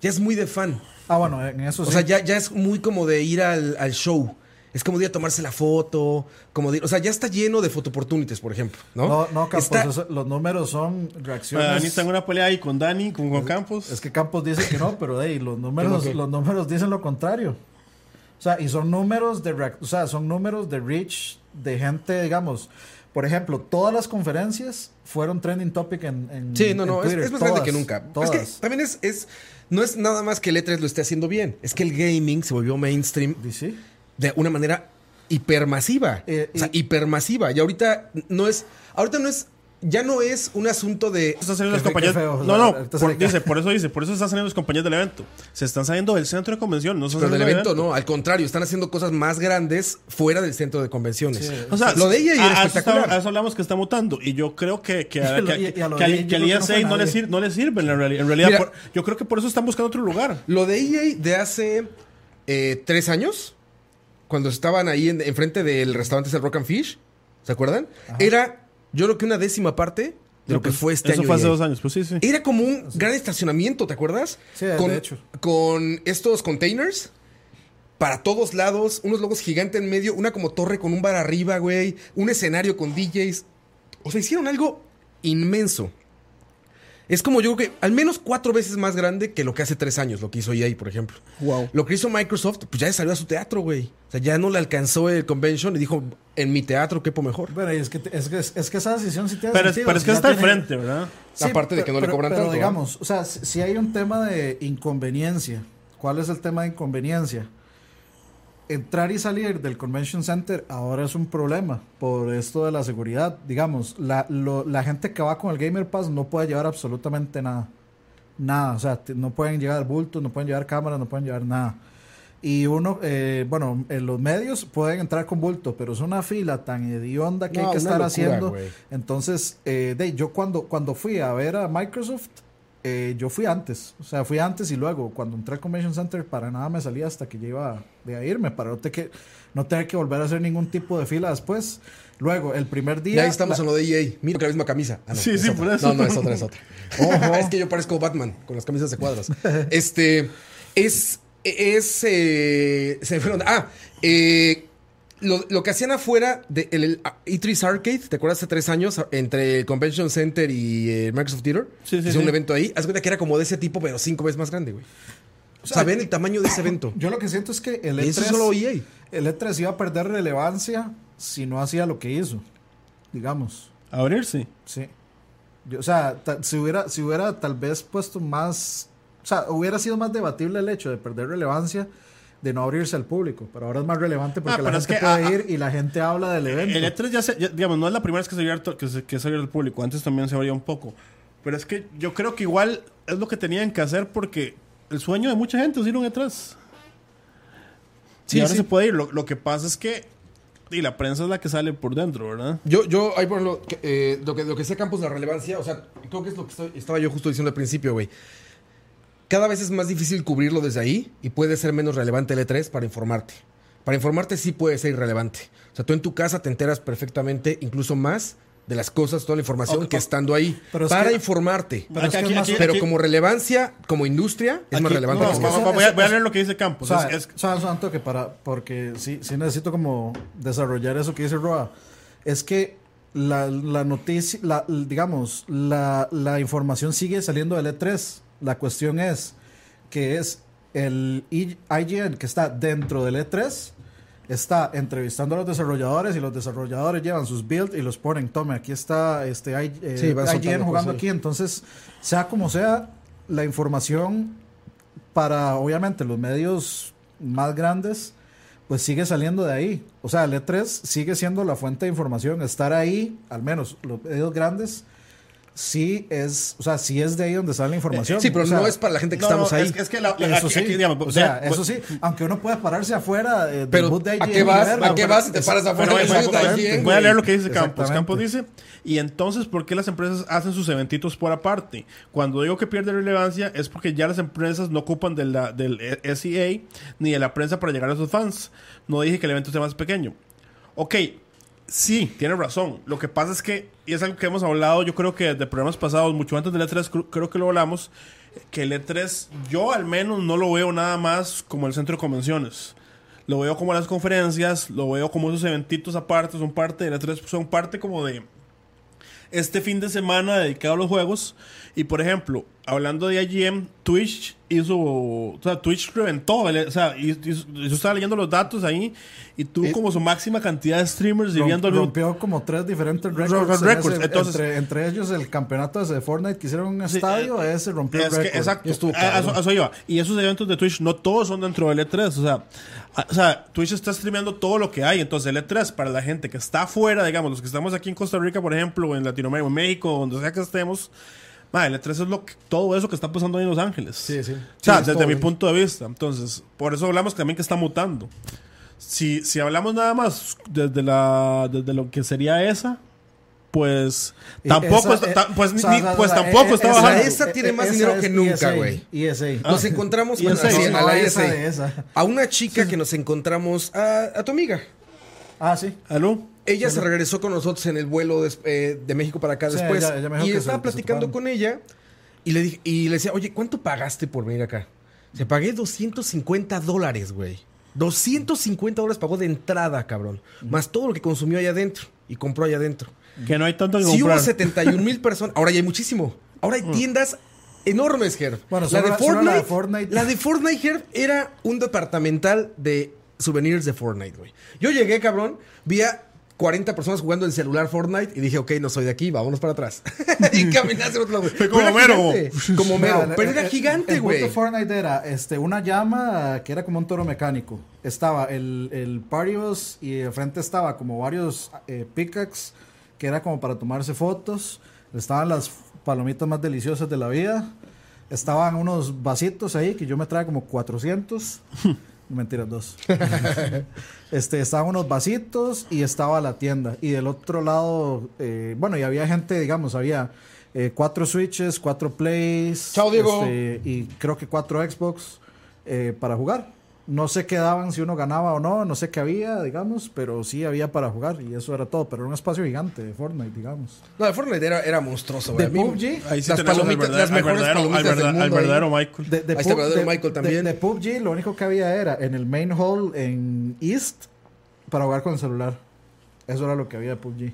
[SPEAKER 3] Ya es muy de fan.
[SPEAKER 4] Ah, bueno, en eso
[SPEAKER 3] O
[SPEAKER 4] sí.
[SPEAKER 3] sea, ya, ya es muy como de ir al, al show. Es como de ir a tomarse la foto, como de ir- o sea, ya está lleno de photo opportunities, por ejemplo, ¿no?
[SPEAKER 4] No, no, pues, Campos,
[SPEAKER 3] Está-
[SPEAKER 4] eso- los números son
[SPEAKER 2] Bueno, Dani
[SPEAKER 4] reacciones.
[SPEAKER 2] está en Ah, una pelea ahí con Dani, con Juan Campos.
[SPEAKER 4] Es que Campos dice que no, pero hey, los números,
[SPEAKER 3] ¿Cómo que?
[SPEAKER 4] los números dicen lo contrario. O sea, y son números de reac- o sea, son números de reach de gente, digamos. Por ejemplo, todas las conferencias fueron trending topic en, en
[SPEAKER 3] Sí, no,
[SPEAKER 4] en
[SPEAKER 3] no, es-
[SPEAKER 4] Twitter,
[SPEAKER 3] es, más
[SPEAKER 4] todas,
[SPEAKER 3] grande que nunca.
[SPEAKER 4] Todas.
[SPEAKER 3] Es que también es, es- no es nada más que el E3 lo esté haciendo bien, es que el gaming se volvió mainstream
[SPEAKER 4] Y sí.
[SPEAKER 3] de una manera hipermasiva.
[SPEAKER 4] Eh,
[SPEAKER 3] o sea,
[SPEAKER 4] y-
[SPEAKER 3] hipermasiva. Y ahorita no es, ahorita no es, ya no es un asunto de...
[SPEAKER 2] Está saliendo las
[SPEAKER 4] Qué fe- qué
[SPEAKER 2] compañías.
[SPEAKER 4] feo,
[SPEAKER 2] no,
[SPEAKER 4] la-
[SPEAKER 2] no,
[SPEAKER 4] ahorita
[SPEAKER 2] por-
[SPEAKER 4] sale-
[SPEAKER 2] dice, por eso dice, por eso están saliendo las compañías del evento. Se están saliendo del centro de convención, no se
[SPEAKER 3] Pero
[SPEAKER 2] están
[SPEAKER 3] del
[SPEAKER 2] saliendo
[SPEAKER 3] evento, no, al contrario, están haciendo cosas más grandes fuera del centro de convenciones.
[SPEAKER 2] O sea,
[SPEAKER 3] lo de ella
[SPEAKER 2] a-
[SPEAKER 3] era
[SPEAKER 2] a eso está-
[SPEAKER 3] espectacular.
[SPEAKER 2] a eso hablamos que está mutando. Y yo creo que, que, a-
[SPEAKER 4] Y a lo-
[SPEAKER 2] que,
[SPEAKER 4] y a lo
[SPEAKER 2] que al-
[SPEAKER 4] de
[SPEAKER 2] que
[SPEAKER 4] ella
[SPEAKER 2] al
[SPEAKER 4] yo creo que
[SPEAKER 2] ESA
[SPEAKER 4] no
[SPEAKER 2] no, le
[SPEAKER 4] nadie.
[SPEAKER 2] sir- no le sirve en, la reali- en realidad.
[SPEAKER 3] Mira.
[SPEAKER 2] por- yo creo que por eso están buscando otro lugar.
[SPEAKER 3] Lo de EA de hace eh, tres años, cuando estaban ahí en- enfrente del restaurante del Rock and Fish, ¿se acuerdan? Era, yo creo que una décima parte de lo que fue este
[SPEAKER 2] Eso
[SPEAKER 3] año.
[SPEAKER 2] fue hace
[SPEAKER 3] EA.
[SPEAKER 2] dos años, pues sí, sí.
[SPEAKER 3] Era como un gran estacionamiento, ¿te acuerdas?
[SPEAKER 4] Sí, de
[SPEAKER 3] con,
[SPEAKER 4] hecho.
[SPEAKER 3] Con estos containers para todos lados, unos logos gigantes en medio, una como torre con un bar arriba, güey, un escenario con DJs. O sea, hicieron algo inmenso. Es como yo creo que al menos cuatro veces más grande que lo que hace tres años, lo que hizo EA, por ejemplo.
[SPEAKER 2] Wow.
[SPEAKER 3] Lo que hizo Microsoft, pues ya le salió a su teatro, güey. O sea, ya no le alcanzó el convention y dijo, en mi teatro quepo mejor.
[SPEAKER 4] Bueno, y es que, te- es, que, es que esa decisión sí tiene
[SPEAKER 2] Pero, es-
[SPEAKER 4] sentido,
[SPEAKER 2] pero es
[SPEAKER 4] si
[SPEAKER 2] que
[SPEAKER 4] ya
[SPEAKER 2] está al
[SPEAKER 4] tiene-
[SPEAKER 2] frente, ¿verdad?
[SPEAKER 3] Aparte de que no le cobran tanto, ¿va?
[SPEAKER 4] digamos, o sea, si si hay un tema de inconveniencia, ¿cuál es el tema de inconveniencia? Entrar y salir del Convention Center ahora es un problema por esto de la seguridad. Digamos, la, lo- la gente que va con el Gamer Pass no puede llevar absolutamente nada. Nada, o sea, te- no pueden llevar bultos, no pueden llevar cámaras, no pueden llevar nada. Y uno, eh, bueno, en los medios pueden entrar con bulto, pero es una fila tan hedionda
[SPEAKER 3] No,
[SPEAKER 4] que hay
[SPEAKER 3] una
[SPEAKER 4] que estar
[SPEAKER 3] locura,
[SPEAKER 4] haciendo.
[SPEAKER 3] güey.
[SPEAKER 4] Entonces, eh, de, yo cuando, cuando fui a ver a Microsoft, eh, yo fui antes. O sea, fui antes y luego, cuando entré al Convention Center, para nada me salía hasta que yo iba de a irme, para no, te que, no tener que volver a hacer ningún tipo de fila después. Luego, el primer
[SPEAKER 3] Y
[SPEAKER 4] día.
[SPEAKER 3] ahí estamos
[SPEAKER 4] la-
[SPEAKER 3] en lo de EA. Mira que la misma camisa. Ah, no,
[SPEAKER 2] Sí,
[SPEAKER 3] es
[SPEAKER 2] sí,
[SPEAKER 3] otra.
[SPEAKER 2] por eso.
[SPEAKER 3] No, no, es otra, es otra. Ah, es que yo parezco Batman con las camisas de cuadros. Este. Es. Es. eh, se me fueron. Ah, eh, Lo, lo que hacían afuera del de, el- el E3 Arcade, ¿te acuerdas hace tres años? Entre el Convention Center y eh, Microsoft Theater.
[SPEAKER 2] Sí, sí,
[SPEAKER 3] Hicieron un
[SPEAKER 2] sí.
[SPEAKER 3] evento ahí. Haz cuenta que era como de ese tipo, pero cinco veces más grande, güey. O sea,
[SPEAKER 2] eh,
[SPEAKER 3] ven el tamaño de ese evento.
[SPEAKER 4] Yo lo que siento es que el
[SPEAKER 2] E
[SPEAKER 3] Y eso
[SPEAKER 4] E3,
[SPEAKER 3] solo E EA.
[SPEAKER 4] el E3 iba a perder relevancia si no hacía lo que hizo, digamos.
[SPEAKER 2] Abrirse.
[SPEAKER 4] Sí. Yo, o sea, ta- si, hubiera, si hubiera tal vez puesto más. O sea, hubiera sido más debatible el hecho de perder relevancia de no abrirse al público. Pero ahora es más relevante porque la
[SPEAKER 2] pero es
[SPEAKER 4] gente
[SPEAKER 2] que,
[SPEAKER 4] puede
[SPEAKER 2] ah,
[SPEAKER 4] ir y la gente habla del evento.
[SPEAKER 2] El E3 E ya, se, ya- digamos, no es la primera vez que se abierto, que se, que se abierto al público. Antes también se abría un poco. Pero es que yo creo que igual es lo que tenían que hacer porque el sueño de mucha gente es ir a un E3.
[SPEAKER 3] Sí,
[SPEAKER 2] y ahora
[SPEAKER 3] sí.
[SPEAKER 2] se puede ir. Lo, lo que pasa es que. Y la prensa es la que sale por dentro, ¿verdad?
[SPEAKER 3] Yo, yo, ahí por ejemplo, que, eh, lo que, lo que sea Campos, la relevancia, o sea, creo que es lo que estoy- estaba yo justo diciendo al principio, güey. Cada vez es más difícil cubrirlo desde ahí y puede ser menos relevante el E3 E para informarte. Para informarte sí puede ser irrelevante. O sea, tú en tu casa te enteras perfectamente, incluso más, de las cosas, toda la información
[SPEAKER 4] Ok,
[SPEAKER 3] que
[SPEAKER 4] ok.
[SPEAKER 3] estando ahí.
[SPEAKER 4] Pero es
[SPEAKER 3] para
[SPEAKER 4] que-
[SPEAKER 3] informarte.
[SPEAKER 4] Pero es que
[SPEAKER 2] Aquí-
[SPEAKER 4] es más-
[SPEAKER 2] aquí-
[SPEAKER 3] Pero
[SPEAKER 2] aquí-
[SPEAKER 3] como relevancia, como industria, es más
[SPEAKER 2] aquí-
[SPEAKER 3] relevante.
[SPEAKER 2] no,
[SPEAKER 3] que
[SPEAKER 2] va-
[SPEAKER 3] eso.
[SPEAKER 2] va-
[SPEAKER 4] eso-
[SPEAKER 2] voy, a,
[SPEAKER 4] eso-
[SPEAKER 2] voy a leer lo que dice Campos.
[SPEAKER 4] O sea,
[SPEAKER 2] es- es-
[SPEAKER 4] ¿sabes, Santo? Que para, porque sí, sí necesito como desarrollar eso que dice Roa. Es que la, la noticia, la- digamos, la, la información sigue saliendo del E3. La cuestión es que es el I- IGN que está dentro del E3, está entrevistando a los desarrolladores y los desarrolladores llevan sus builds y los ponen. Tome, aquí está este I- eh,
[SPEAKER 3] Sí, van soltando
[SPEAKER 4] IGN jugando
[SPEAKER 3] cosas.
[SPEAKER 4] aquí. Entonces, sea como sea, la información para obviamente los medios más grandes, pues sigue saliendo de ahí. O sea, el E3 sigue siendo la fuente de información. Estar ahí, al menos los medios grandes, sí es, o sea, sí es de ahí donde sale la información.
[SPEAKER 3] Eh, Sí, pero
[SPEAKER 4] O sea,
[SPEAKER 3] no es para la gente que
[SPEAKER 2] no,
[SPEAKER 3] estamos
[SPEAKER 2] no,
[SPEAKER 3] ahí.
[SPEAKER 2] Es, es que la, la-
[SPEAKER 4] Eso
[SPEAKER 2] aquí-
[SPEAKER 4] sí,
[SPEAKER 2] aquí, digamos, pues,
[SPEAKER 4] o sea,
[SPEAKER 2] voy-
[SPEAKER 4] eso sí, aunque uno pueda pararse afuera eh, del
[SPEAKER 3] Pero,
[SPEAKER 4] booth de
[SPEAKER 3] ¿a
[SPEAKER 4] IGN
[SPEAKER 3] qué
[SPEAKER 4] y
[SPEAKER 3] vas?
[SPEAKER 4] verlo,
[SPEAKER 3] ¿A qué
[SPEAKER 4] pero-
[SPEAKER 3] vas y te paras afuera
[SPEAKER 2] Bueno,
[SPEAKER 3] del
[SPEAKER 2] voy,
[SPEAKER 3] booth
[SPEAKER 2] voy-
[SPEAKER 3] de
[SPEAKER 2] voy-
[SPEAKER 3] IGN,
[SPEAKER 2] voy a
[SPEAKER 3] güey?
[SPEAKER 2] leer lo que dice Campos.
[SPEAKER 4] Exactamente.
[SPEAKER 2] Campos dice, y entonces, ¿por qué las empresas hacen sus eventitos por aparte? Cuando digo que pierde relevancia es porque ya las empresas no ocupan de la, del E- SEA ni de la prensa para llegar a sus fans. No dije que el evento sea más pequeño. Ok, sí, tiene razón. Lo que pasa es que, y es algo que hemos hablado, yo creo que de programas pasados, mucho antes del E3, cru- creo que lo hablamos, que el E3, yo al menos no lo veo nada más como el centro de convenciones. Lo veo como las conferencias, lo veo como esos eventitos aparte, son parte del E3, son parte como de este fin de semana dedicado a los juegos. Y por ejemplo, hablando de IGM, Twitch hizo. O sea, Twitch reventó. ¿vale? O sea, hizo- hizo- yo estaba leyendo los datos ahí y tuvo como su máxima cantidad de streamers y
[SPEAKER 4] Rom-
[SPEAKER 2] viendo al mismo-
[SPEAKER 4] rompió como tres diferentes
[SPEAKER 2] Ro-
[SPEAKER 4] récords. en
[SPEAKER 2] récords,
[SPEAKER 4] ese-
[SPEAKER 2] entonces-
[SPEAKER 4] entre, entre ellos el campeonato ese de Fortnite que hicieron en un
[SPEAKER 2] Sí,
[SPEAKER 4] estadio,
[SPEAKER 2] eh,
[SPEAKER 4] ese rompió el
[SPEAKER 2] es que,
[SPEAKER 4] récord.
[SPEAKER 2] exacto.
[SPEAKER 3] Estuvo
[SPEAKER 2] A- a,
[SPEAKER 3] cabrón.
[SPEAKER 2] eso- a eso iba. Y esos eventos de Twitch no todos son dentro del E3. O sea, a- o sea, Twitch está streameando todo lo que hay. Entonces, el E3 para la gente que está afuera, digamos, los que estamos aquí en Costa Rica, por ejemplo, o en Latinoamérica, o en México, o donde sea que estemos. ma, el E3 es lo que- todo eso que está pasando ahí en Los Ángeles.
[SPEAKER 3] Sí, sí.
[SPEAKER 2] O sea,
[SPEAKER 3] Sí, es
[SPEAKER 2] desde
[SPEAKER 3] todo,
[SPEAKER 2] mi
[SPEAKER 3] ¿no?
[SPEAKER 2] punto de vista. Entonces, por eso hablamos también que está mutando. Si, si hablamos nada más desde, la, desde lo que sería esa, pues
[SPEAKER 4] Y
[SPEAKER 2] tampoco,
[SPEAKER 4] esa,
[SPEAKER 2] está,
[SPEAKER 4] eh,
[SPEAKER 2] ta- pues,
[SPEAKER 4] o
[SPEAKER 2] ni-
[SPEAKER 4] sea,
[SPEAKER 2] ni-
[SPEAKER 4] o sea,
[SPEAKER 2] pues
[SPEAKER 4] o sea,
[SPEAKER 2] tampoco Ah.
[SPEAKER 4] eh,
[SPEAKER 2] está
[SPEAKER 4] esa-
[SPEAKER 2] bajando.
[SPEAKER 3] Esa tiene más
[SPEAKER 4] esa
[SPEAKER 3] dinero
[SPEAKER 4] es E
[SPEAKER 3] que nunca,
[SPEAKER 4] ESA,
[SPEAKER 3] güey.
[SPEAKER 4] ESA.
[SPEAKER 3] Nos encontramos
[SPEAKER 2] Y
[SPEAKER 3] bueno,
[SPEAKER 2] esa,
[SPEAKER 3] sí,
[SPEAKER 2] esa,
[SPEAKER 3] en la
[SPEAKER 4] Ah. esa,
[SPEAKER 3] ISA.
[SPEAKER 4] esa.
[SPEAKER 3] a una chica que nos encontramos, a, a tu amiga.
[SPEAKER 4] Ah, sí.
[SPEAKER 2] ¿Aló?
[SPEAKER 3] Ella se regresó con nosotros en el vuelo des- eh, de México para acá
[SPEAKER 4] Sí,
[SPEAKER 3] después.
[SPEAKER 4] ella- ella me dijo
[SPEAKER 3] y
[SPEAKER 4] que
[SPEAKER 3] estaba
[SPEAKER 4] se- que se
[SPEAKER 3] platicando
[SPEAKER 4] toparon.
[SPEAKER 3] con ella y le, dije, y le decía, oye, ¿cuánto pagaste por venir acá? Se pagué 250 dólares, güey. 250 dólares pagó de entrada, cabrón. Más todo lo que consumió allá adentro y compró allá adentro.
[SPEAKER 2] Que no hay tanto que
[SPEAKER 3] Si hubo
[SPEAKER 2] comprar.
[SPEAKER 3] 71 mil personas, ahora ya hay muchísimo. Ahora hay tiendas enormes, Herb.
[SPEAKER 4] Mm. Bueno,
[SPEAKER 3] la,
[SPEAKER 4] solo
[SPEAKER 3] de
[SPEAKER 4] la-
[SPEAKER 3] Fortnite,
[SPEAKER 4] solo
[SPEAKER 3] la
[SPEAKER 4] la
[SPEAKER 3] de
[SPEAKER 4] de
[SPEAKER 3] Fortnite.
[SPEAKER 4] Fortnite.
[SPEAKER 3] Herb, era un departamental de souvenirs de Fortnite, güey. Yo llegué, cabrón, vi a 40 personas jugando el celular Fortnite y dije, ok, no soy de aquí, vámonos para atrás. y caminé hacia otro lado, güey.
[SPEAKER 2] Fue como
[SPEAKER 3] Pero era
[SPEAKER 2] Homero.
[SPEAKER 3] gigante,
[SPEAKER 4] Pues
[SPEAKER 3] Como mero.
[SPEAKER 4] Mira,
[SPEAKER 3] Pero
[SPEAKER 4] el-
[SPEAKER 3] era
[SPEAKER 4] el-
[SPEAKER 3] gigante,
[SPEAKER 4] eh, el punto
[SPEAKER 3] güey.
[SPEAKER 4] Fortnite era este, una llama que era como un toro mecánico. Estaba el, el party bus y de frente estaba como varios eh, pickaxe que era como para tomarse fotos. Estaban las palomitas más deliciosas de la vida. Estaban unos vasitos ahí que yo me trae como 400. No, Mentiras, dos. este, estaban unos vasitos y estaba la tienda. Y del otro lado, eh, bueno, y había gente, digamos, había eh, cuatro Switches, cuatro Plays.
[SPEAKER 3] Chao, Diego.
[SPEAKER 4] este, y creo que cuatro Xbox eh, para jugar. No sé qué daban, si uno ganaba o no, no sé qué había, digamos, pero sí había para jugar y eso era todo. Pero era un espacio gigante de Fortnite, digamos.
[SPEAKER 3] No, de Fortnite era, era monstruoso, güey.
[SPEAKER 4] De
[SPEAKER 3] A mí-
[SPEAKER 4] PUBG.
[SPEAKER 2] Ahí sí
[SPEAKER 3] las
[SPEAKER 2] tenemos al
[SPEAKER 3] palomitas,
[SPEAKER 2] verdadero-
[SPEAKER 3] las
[SPEAKER 2] al
[SPEAKER 3] mejores
[SPEAKER 2] verdadero-
[SPEAKER 3] palomitas
[SPEAKER 2] al
[SPEAKER 3] del
[SPEAKER 2] verdad-
[SPEAKER 3] mundo
[SPEAKER 2] al
[SPEAKER 3] ahí.
[SPEAKER 2] verdadero Michael.
[SPEAKER 4] De, de
[SPEAKER 3] Ahí está
[SPEAKER 4] pub-
[SPEAKER 3] verdadero
[SPEAKER 4] de-
[SPEAKER 3] Michael
[SPEAKER 4] de-
[SPEAKER 3] también.
[SPEAKER 4] de PUBG lo único que había era en el main hall en East para jugar con el celular. Eso era lo que había de PUBG.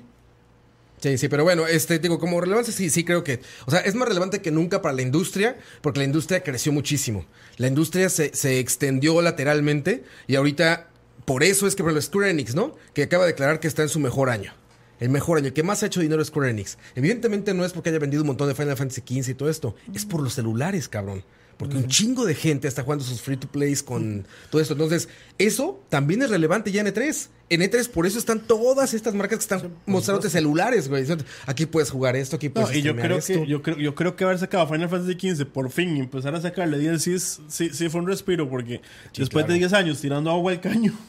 [SPEAKER 3] Sí, sí, pero bueno, este, digo, como relevancia sí, sí creo que, o sea, es más relevante que nunca para la industria, porque la industria creció muchísimo. La industria se, se extendió lateralmente y ahorita, por eso es que, por ejemplo, Square Enix, ¿no? Que acaba de declarar que está en su mejor año. El mejor año, el que más ha hecho dinero es Square Enix. Evidentemente no es porque haya vendido un montón de Final Fantasy XV y todo esto, es por los celulares, cabrón. Porque un chingo de gente está jugando sus free to plays con todo esto. Entonces, eso también es relevante ya en E3. En E3, por eso están todas estas marcas que están mostrándote celulares, güey. Diciéndote, Aquí puedes jugar esto, aquí
[SPEAKER 2] No,
[SPEAKER 3] puedes
[SPEAKER 2] y yo
[SPEAKER 3] streamear
[SPEAKER 2] creo,
[SPEAKER 3] esto.
[SPEAKER 2] que, yo, creo, yo creo que haber sacado Final Fantasy XV por fin y empezar a sacarle DLCs sí, sí fue un respiro porque después
[SPEAKER 3] claro.
[SPEAKER 2] de 10 años tirando agua al caño.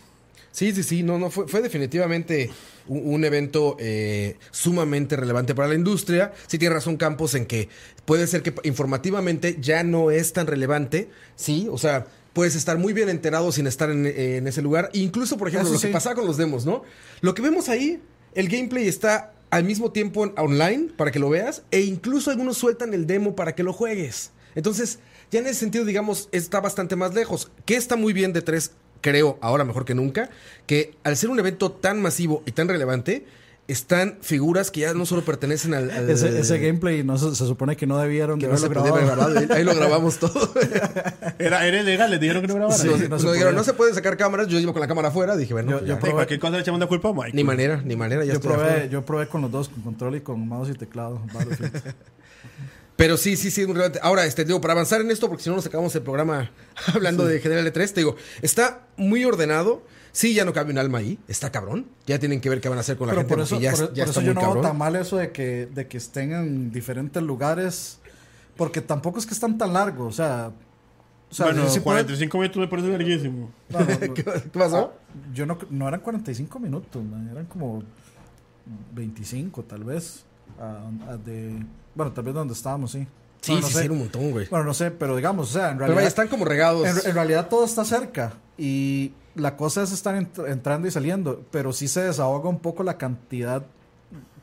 [SPEAKER 3] Sí, sí, sí. No, no, fue, fue definitivamente un, un evento eh, sumamente relevante para la industria. Sí tiene razón Campos en que puede ser que informativamente ya no es tan relevante. Sí, o sea, puedes estar muy bien enterado sin estar en, en ese lugar. Incluso, por ejemplo,
[SPEAKER 4] Eso
[SPEAKER 3] lo
[SPEAKER 4] sí.
[SPEAKER 3] que pasaba con los demos, ¿no? Lo que vemos ahí, el gameplay está al mismo tiempo en- online para que lo veas, e incluso algunos sueltan el demo para que lo juegues. Entonces, ya en ese sentido, digamos, está bastante más lejos. Que está muy bien de tres, creo, ahora mejor que nunca, que al ser un evento tan masivo y tan relevante, están figuras que ya no solo pertenecen al... al-
[SPEAKER 4] Ese, ese gameplay no se, se supone que no debieron
[SPEAKER 3] Eh, que
[SPEAKER 4] de
[SPEAKER 3] no se
[SPEAKER 4] haberlo
[SPEAKER 3] podía haber
[SPEAKER 4] grabado.
[SPEAKER 3] grabado. Ahí lo grabamos todo.
[SPEAKER 2] Era, era ilegal, les dijeron que no grabaran.
[SPEAKER 3] Sí,
[SPEAKER 4] no
[SPEAKER 3] sí,
[SPEAKER 4] se
[SPEAKER 3] nos
[SPEAKER 4] podía.
[SPEAKER 3] dijeron, no se pueden sacar cámaras. Yo llevo con la cámara afuera. Dije, bueno,
[SPEAKER 4] Yo-
[SPEAKER 3] pues
[SPEAKER 4] yo
[SPEAKER 3] ya.
[SPEAKER 2] Eh, cualquier cosa le echamos la culpa a Mike.
[SPEAKER 3] ni manera, ni manera. Ya
[SPEAKER 4] Yo
[SPEAKER 3] estoy
[SPEAKER 4] probé,
[SPEAKER 3] afuera.
[SPEAKER 4] yo probé con los dos, con control y con mouse y teclado. Battlefield.
[SPEAKER 3] Pero sí, sí, sí, es muy relevante. Ahora, este, digo, para avanzar en esto, porque si no nos acabamos el programa hablando de General E3, te digo, está muy ordenado. Sí, ya no cabe un alma ahí. Está cabrón. Ya tienen que ver qué van a hacer con la
[SPEAKER 4] Pero
[SPEAKER 3] gente
[SPEAKER 4] por eso,
[SPEAKER 3] porque ya,
[SPEAKER 4] por-
[SPEAKER 3] ya
[SPEAKER 4] por
[SPEAKER 3] está
[SPEAKER 4] eso
[SPEAKER 3] muy
[SPEAKER 4] yo no veo
[SPEAKER 3] cabrón.
[SPEAKER 4] tan mal eso de que, de que estén en diferentes lugares, porque tampoco es que están tan largos. O sea, o sea,
[SPEAKER 2] bueno,
[SPEAKER 4] sí puede-
[SPEAKER 2] 45 minutos me parece larguísimo.
[SPEAKER 4] No, no,
[SPEAKER 3] ¿Qué
[SPEAKER 4] no.
[SPEAKER 3] qué pasó?
[SPEAKER 4] Yo no, no eran 45 minutos, man, eran como 25 tal vez. a- a de, bueno, tal vez donde estábamos, sí.
[SPEAKER 3] Sí,
[SPEAKER 4] Bueno, no
[SPEAKER 3] sí,
[SPEAKER 4] sé.
[SPEAKER 3] sí, era un montón, güey.
[SPEAKER 4] Bueno, no sé, pero digamos, o sea, en
[SPEAKER 3] Pero vaya,
[SPEAKER 4] realidad,
[SPEAKER 3] están como regados.
[SPEAKER 4] en, en realidad todo está cerca y la cosa es estar entr- entrando y saliendo, pero sí se desahoga un poco la cantidad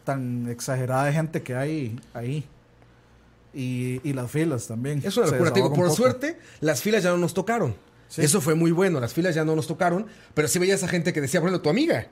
[SPEAKER 4] tan exagerada de gente que hay ahí. Y, y las filas también.
[SPEAKER 3] Es una
[SPEAKER 4] se
[SPEAKER 3] locura, te digo,
[SPEAKER 4] desahoga un
[SPEAKER 3] por
[SPEAKER 4] poco.
[SPEAKER 3] suerte las filas ya no nos tocaron.
[SPEAKER 4] Sí.
[SPEAKER 3] Eso fue muy bueno, las filas ya no nos tocaron, pero sí veía esa gente que decía, por ejemplo, tu amiga,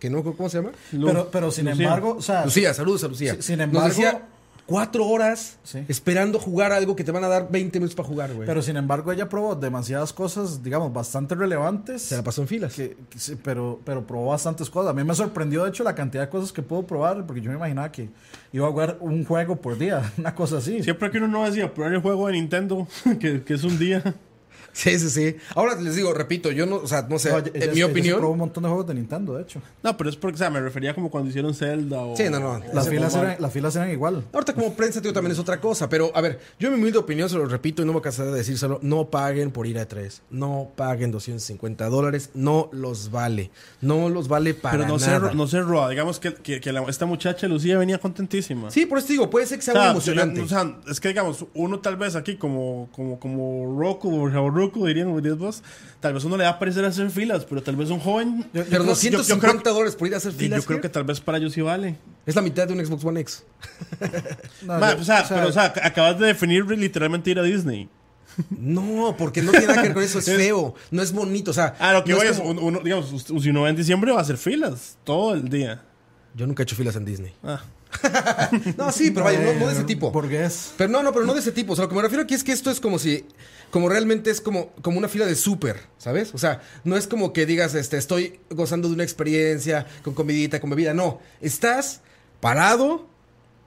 [SPEAKER 3] que no, ¿cómo se llama?
[SPEAKER 2] Lu-
[SPEAKER 4] Pero, pero sin
[SPEAKER 2] Lucía.
[SPEAKER 4] embargo, o sea,
[SPEAKER 3] Lucía, saludos a Lucía.
[SPEAKER 4] Sí, sin embargo-
[SPEAKER 3] nos decía cuatro horas
[SPEAKER 4] Sí.
[SPEAKER 3] esperando jugar algo que te van a dar 20 minutos para jugar, güey.
[SPEAKER 4] Pero sin embargo, ella probó demasiadas cosas, digamos, bastante relevantes.
[SPEAKER 3] se la pasó en filas.
[SPEAKER 4] que- que sí, pero, pero probó bastantes cosas. A mí me sorprendió, de hecho, la cantidad de cosas que pudo probar, porque yo me imaginaba que iba a jugar un juego por día, una cosa así.
[SPEAKER 2] Siempre que uno no decía probar el juego de Nintendo, que, que es un día.
[SPEAKER 3] Sí, sí, sí. Ahora les digo, repito, yo no, o sea, no sé,
[SPEAKER 4] No, ella- ella-
[SPEAKER 3] en mi
[SPEAKER 4] ella sí probó
[SPEAKER 3] opinión.
[SPEAKER 4] un montón de juegos de Nintendo, de hecho.
[SPEAKER 2] No, pero es porque, o sea, me refería como cuando hicieron Zelda o.
[SPEAKER 3] Sí, no, no.
[SPEAKER 2] o
[SPEAKER 4] Las
[SPEAKER 2] Bomba-
[SPEAKER 4] filas, eran, las filas eran igual.
[SPEAKER 3] Ahorita como prensa, tío, también es otra cosa. Pero, a ver, yo en mi humilde opinión, se lo repito y no me cansaré de decírselo, no paguen por ir a tres. No paguen 250 dólares. No los vale. No los vale para
[SPEAKER 2] Pero no se,
[SPEAKER 3] nada.
[SPEAKER 2] ro- no se roba. Digamos que, que, que la- esta muchacha Lucía venía contentísima.
[SPEAKER 3] Sí, por eso te digo, puede ser que sea
[SPEAKER 2] O sea,
[SPEAKER 3] algo emocionante.
[SPEAKER 2] yo- o sea, es que digamos, uno tal vez aquí como, como, como Roku o Roku dirían los diez vos, tal vez uno le va a parecer hacer filas, pero tal vez un joven. Yo,
[SPEAKER 3] pero
[SPEAKER 2] creo-
[SPEAKER 3] 250
[SPEAKER 2] yo- yo creo que-
[SPEAKER 3] dólares por ir a hacer
[SPEAKER 2] y
[SPEAKER 3] filas.
[SPEAKER 2] yo creo que tal vez para ellos sí vale.
[SPEAKER 3] Es la mitad de un Xbox One X. Ah,
[SPEAKER 4] No,
[SPEAKER 2] Ma,
[SPEAKER 4] yo-
[SPEAKER 2] o sea,
[SPEAKER 4] o sea,
[SPEAKER 2] pero, o sea, ac- acabas de definir literalmente ir a Disney.
[SPEAKER 3] No, porque no tiene nada que ver con eso. Es feo. No es bonito. O sea,
[SPEAKER 2] Ah, lo que
[SPEAKER 3] no
[SPEAKER 2] voy
[SPEAKER 3] es
[SPEAKER 2] es,
[SPEAKER 3] como-
[SPEAKER 2] uno, uno- digamos, us- si uno va en diciembre va a hacer filas todo el día.
[SPEAKER 3] Yo nunca he hecho filas en Disney.
[SPEAKER 2] Ah.
[SPEAKER 3] No, sí, pero vaya, no, no de ese
[SPEAKER 4] eh,
[SPEAKER 3] tipo.
[SPEAKER 4] Burgués.
[SPEAKER 3] Pero no, no, pero no de ese tipo. O sea, lo que me refiero aquí es que esto es como si. Como realmente es como, como una fila de súper, ¿sabes? O sea, no es como que digas, este, estoy gozando de una experiencia con comidita, con bebida. No. Estás parado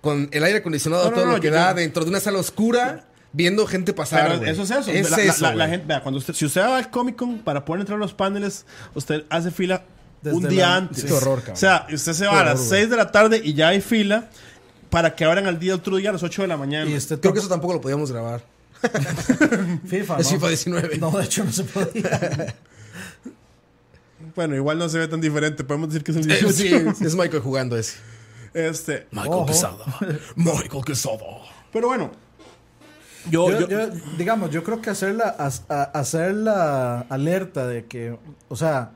[SPEAKER 3] con el aire acondicionado
[SPEAKER 2] No,
[SPEAKER 3] a
[SPEAKER 2] no,
[SPEAKER 3] todo
[SPEAKER 2] no,
[SPEAKER 3] lo que
[SPEAKER 2] yo-
[SPEAKER 3] da
[SPEAKER 2] yo-
[SPEAKER 3] dentro de una sala oscura, viendo gente pasar.
[SPEAKER 2] Pero
[SPEAKER 3] güey.
[SPEAKER 2] eso es eso.
[SPEAKER 3] Es
[SPEAKER 2] la, la-
[SPEAKER 3] eso,
[SPEAKER 2] la- la
[SPEAKER 3] güey.
[SPEAKER 2] gente, vea, cuando usted, si usted va al Comic Con para poder entrar a los paneles, usted hace fila
[SPEAKER 4] Desde
[SPEAKER 2] un día
[SPEAKER 4] la-
[SPEAKER 2] antes.
[SPEAKER 3] Qué horror, cabrón.
[SPEAKER 2] O sea, usted se va
[SPEAKER 3] Qué
[SPEAKER 2] a las
[SPEAKER 3] horror,
[SPEAKER 2] 6 de la tarde y ya hay fila para que abran al día otro día a las 8 de la mañana.
[SPEAKER 4] Y este
[SPEAKER 3] Creo que eso tampoco lo podíamos grabar.
[SPEAKER 4] FIFA.
[SPEAKER 3] Es
[SPEAKER 4] ¿no?
[SPEAKER 3] FIFA 19.
[SPEAKER 4] No, de hecho no se podía.
[SPEAKER 2] Bueno, igual no se ve tan diferente. Podemos decir que es el
[SPEAKER 3] Eh,
[SPEAKER 2] 18.
[SPEAKER 3] sí, es Michael jugando ese.
[SPEAKER 2] Este,
[SPEAKER 1] Michael
[SPEAKER 4] Ojo.
[SPEAKER 1] Quesada. Michael Quesada.
[SPEAKER 2] pero bueno. Yo,
[SPEAKER 4] yo,
[SPEAKER 2] Oh, yo-
[SPEAKER 4] yo, digamos, yo creo que hacer la, as- a- hacer la alerta de que, o sea,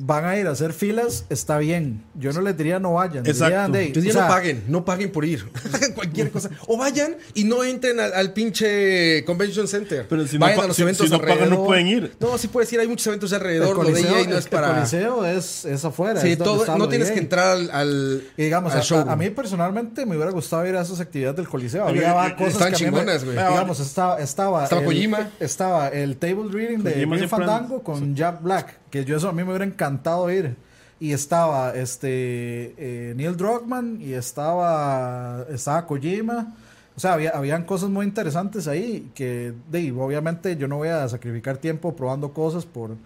[SPEAKER 4] van a ir a hacer filas, está bien. Yo no les diría no vayan.
[SPEAKER 2] Exacto.
[SPEAKER 4] dirían, "Dey,
[SPEAKER 3] Yo diría,
[SPEAKER 4] o sea,
[SPEAKER 3] no paguen, no paguen por ir. Cualquier cosa. O vayan y no entren al, al pinche convention center.
[SPEAKER 2] Pero si no
[SPEAKER 3] vayan
[SPEAKER 2] pa-
[SPEAKER 3] a los
[SPEAKER 2] si-
[SPEAKER 3] eventos
[SPEAKER 2] si no pagan, no
[SPEAKER 3] alrededor.
[SPEAKER 2] pueden ir.
[SPEAKER 3] No, sí puedes ir, hay muchos eventos
[SPEAKER 4] El
[SPEAKER 3] alrededor, lo de
[SPEAKER 4] coliseo,
[SPEAKER 3] EA no
[SPEAKER 4] el-
[SPEAKER 3] es
[SPEAKER 4] el
[SPEAKER 3] para.
[SPEAKER 4] coliseo es, es afuera.
[SPEAKER 3] Sí,
[SPEAKER 4] es donde
[SPEAKER 3] todo-
[SPEAKER 4] está
[SPEAKER 3] no
[SPEAKER 4] lo de
[SPEAKER 3] tienes
[SPEAKER 4] EA.
[SPEAKER 3] que entrar al, al-
[SPEAKER 4] Y digamos,
[SPEAKER 3] al
[SPEAKER 4] a-
[SPEAKER 3] showroom.
[SPEAKER 4] a, a mí personalmente me hubiera gustado ir a esas actividades del coliseo.
[SPEAKER 2] Oye,
[SPEAKER 4] Había
[SPEAKER 2] oye,
[SPEAKER 4] cosas
[SPEAKER 3] eh, están
[SPEAKER 4] que a mí me-
[SPEAKER 3] chingonas, güey.
[SPEAKER 4] Digamos, estaba, estaba,
[SPEAKER 3] Estaba
[SPEAKER 4] el-
[SPEAKER 3] Kojima.
[SPEAKER 4] Estaba el table reading de
[SPEAKER 2] Kojima siempre-
[SPEAKER 4] Green Fandango con Jack Black, que yo eso a mí me hubiera encantado ir. Y estaba este eh, Neil Druckmann y estaba estaba Kojima. O sea, había, habían cosas muy interesantes ahí que de, obviamente yo no voy a sacrificar tiempo probando cosas por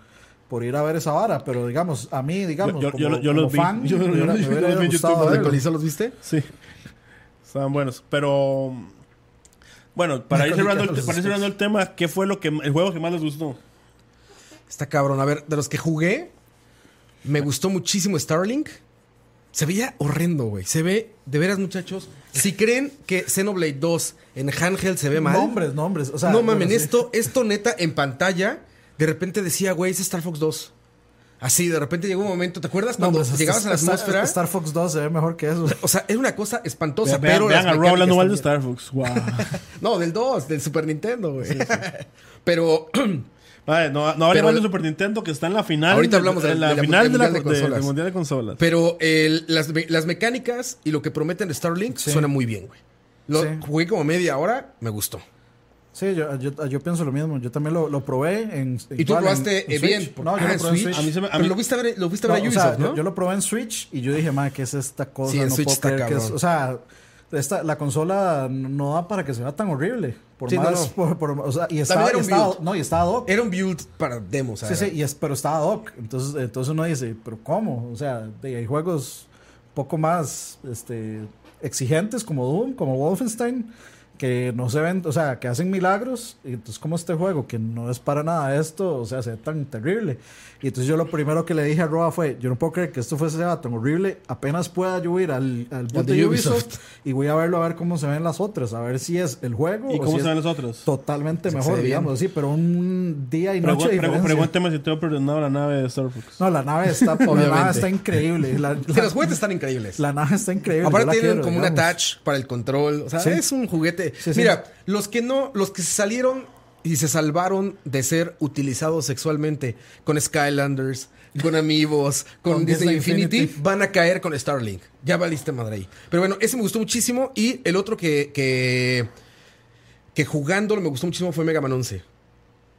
[SPEAKER 4] por ir a ver esa vara, pero digamos, a mí, digamos,
[SPEAKER 2] Yo- yo-
[SPEAKER 4] como,
[SPEAKER 2] yo
[SPEAKER 4] como
[SPEAKER 2] los vi.
[SPEAKER 4] fan,
[SPEAKER 2] Yo-
[SPEAKER 4] me
[SPEAKER 2] yo
[SPEAKER 4] hubiera-
[SPEAKER 2] los-
[SPEAKER 4] me
[SPEAKER 2] yo
[SPEAKER 4] hubiera
[SPEAKER 2] los vi en
[SPEAKER 4] gustado
[SPEAKER 2] YouTube,
[SPEAKER 3] ¿Los del
[SPEAKER 4] verlo.
[SPEAKER 3] coliseo los viste?
[SPEAKER 2] sí. Estaban buenos. Pero. Bueno, para ir
[SPEAKER 4] Michael
[SPEAKER 2] cerrando, el,
[SPEAKER 4] Jackson.
[SPEAKER 2] para ir cerrando el tema, ¿qué fue lo que el juego que más les gustó?
[SPEAKER 3] Está cabrón. A ver, de los que jugué, me gustó muchísimo Starlink. Se veía horrendo, güey. Se ve, de veras, muchachos. Si creen que Xenoblade 2 en handheld se ve mal.
[SPEAKER 4] Nombres, nombres. O sea,
[SPEAKER 3] no mamen,
[SPEAKER 4] bueno, sí.
[SPEAKER 3] esto, esto neta en pantalla, de repente decía, güey, es Star Fox 2. Así, de repente llegó un momento, ¿te acuerdas
[SPEAKER 4] No,
[SPEAKER 3] cuando
[SPEAKER 4] hombre,
[SPEAKER 3] llegabas a la
[SPEAKER 4] Star-
[SPEAKER 3] atmósfera?
[SPEAKER 4] Star Fox 2 se ve mejor que eso.
[SPEAKER 3] O sea, era una cosa espantosa,
[SPEAKER 2] Vean,
[SPEAKER 3] pero.
[SPEAKER 2] vean
[SPEAKER 3] las
[SPEAKER 2] a Rob hablando
[SPEAKER 3] mecánicas
[SPEAKER 2] mal de
[SPEAKER 3] también.
[SPEAKER 2] Star Fox. Wow.
[SPEAKER 3] No, del 2, del Super Nintendo, güey. pero
[SPEAKER 2] Madre, no, no hable
[SPEAKER 3] Pero-
[SPEAKER 2] mal de Super Nintendo que está en la final.
[SPEAKER 3] Ahorita
[SPEAKER 2] de-
[SPEAKER 3] hablamos de la-
[SPEAKER 2] en la,
[SPEAKER 3] de la
[SPEAKER 2] final de la,
[SPEAKER 3] Mundial de
[SPEAKER 2] de-
[SPEAKER 3] Consolas.
[SPEAKER 2] del Mundial de Consolas.
[SPEAKER 3] Pero el- las, me- las mecánicas y lo que prometen Starlink
[SPEAKER 4] Sí.
[SPEAKER 3] suena muy bien, güey. Lo
[SPEAKER 4] Sí.
[SPEAKER 3] jugué como media hora, me gustó.
[SPEAKER 4] Sí, yo, yo, yo pienso lo mismo. Yo también lo, lo probé en. en-
[SPEAKER 3] Y tú
[SPEAKER 4] igual,
[SPEAKER 3] probaste
[SPEAKER 4] en- en
[SPEAKER 3] eh, bien.
[SPEAKER 4] Switch.
[SPEAKER 3] por-
[SPEAKER 4] No, yo
[SPEAKER 3] ah,
[SPEAKER 4] lo
[SPEAKER 3] en
[SPEAKER 4] probé en Switch.
[SPEAKER 2] A mí se me- a
[SPEAKER 3] Pero
[SPEAKER 2] mí-
[SPEAKER 3] lo viste a ver, lo viste a
[SPEAKER 4] No,
[SPEAKER 3] ver a
[SPEAKER 4] o
[SPEAKER 3] Ubisoft,
[SPEAKER 4] sea,
[SPEAKER 3] ¿no?
[SPEAKER 4] Yo, yo lo probé en Switch y yo dije, madre, ¿qué es esta cosa?
[SPEAKER 3] Sí, en
[SPEAKER 4] no
[SPEAKER 3] Switch
[SPEAKER 4] puedo
[SPEAKER 3] está
[SPEAKER 4] creer que es.
[SPEAKER 3] cabrón.
[SPEAKER 4] O sea, esta, la consola no da para que se vea tan horrible. Por
[SPEAKER 3] Sí, no,
[SPEAKER 4] más.
[SPEAKER 3] no.
[SPEAKER 4] por- por- o sea, y
[SPEAKER 3] También
[SPEAKER 4] estaba,
[SPEAKER 3] era
[SPEAKER 4] y
[SPEAKER 3] un
[SPEAKER 4] estaba-
[SPEAKER 3] build.
[SPEAKER 4] no, y estaba doc.
[SPEAKER 3] Era un build para demos,
[SPEAKER 4] Sí, sí, y es, pero estaba doc. Entonces, entonces uno dice, ¿pero cómo? O sea, de- hay juegos poco más este, exigentes como Doom, como Wolfenstein, que no se ven, o sea, que hacen milagros. Y entonces, como este juego, que no es para nada esto, o sea, se ve tan terrible. Y entonces, yo lo primero que le dije a Roa fue: Yo no puedo creer que esto fuese tan horrible. Apenas pueda yo ir al, al boot
[SPEAKER 3] de
[SPEAKER 4] de
[SPEAKER 3] Ubisoft.
[SPEAKER 4] Ubisoft, y voy a verlo a ver cómo se ven las otras, a ver si es el juego
[SPEAKER 2] ¿Y
[SPEAKER 4] o
[SPEAKER 2] cómo
[SPEAKER 4] si
[SPEAKER 2] se ven
[SPEAKER 4] es
[SPEAKER 2] los otros?
[SPEAKER 4] totalmente
[SPEAKER 3] Se
[SPEAKER 4] mejor,
[SPEAKER 3] ve bien.
[SPEAKER 4] digamos así, pero un día y noche.
[SPEAKER 2] Pregu- pregu-
[SPEAKER 4] de diferencia.
[SPEAKER 2] Pregúntame si tengo perdonado la nave de Star Fox.
[SPEAKER 4] No, la nave está, la
[SPEAKER 3] Obviamente.
[SPEAKER 4] nave está increíble. La,
[SPEAKER 3] Sí,
[SPEAKER 4] la-
[SPEAKER 3] los juguetes están increíbles.
[SPEAKER 4] la nave está increíble. yo
[SPEAKER 3] Aparte
[SPEAKER 4] la
[SPEAKER 3] tienen
[SPEAKER 4] quiero,
[SPEAKER 3] como un
[SPEAKER 4] digamos.
[SPEAKER 3] attach para el control. O sea,
[SPEAKER 4] Sí.
[SPEAKER 3] es un juguete.
[SPEAKER 4] Sí, sí.
[SPEAKER 3] Mira, los que no, los que salieron y se salvaron de ser utilizados sexualmente con Skylanders, con Amigos, con,
[SPEAKER 4] Con
[SPEAKER 3] Disney,
[SPEAKER 4] Disney
[SPEAKER 3] Infinity,
[SPEAKER 4] Infinity.
[SPEAKER 3] van a caer con Starlink. Ya valiste madre ahí. Pero bueno, ese me gustó muchísimo. Y el otro que, que, que jugándolo me gustó muchísimo fue Mega Man 11.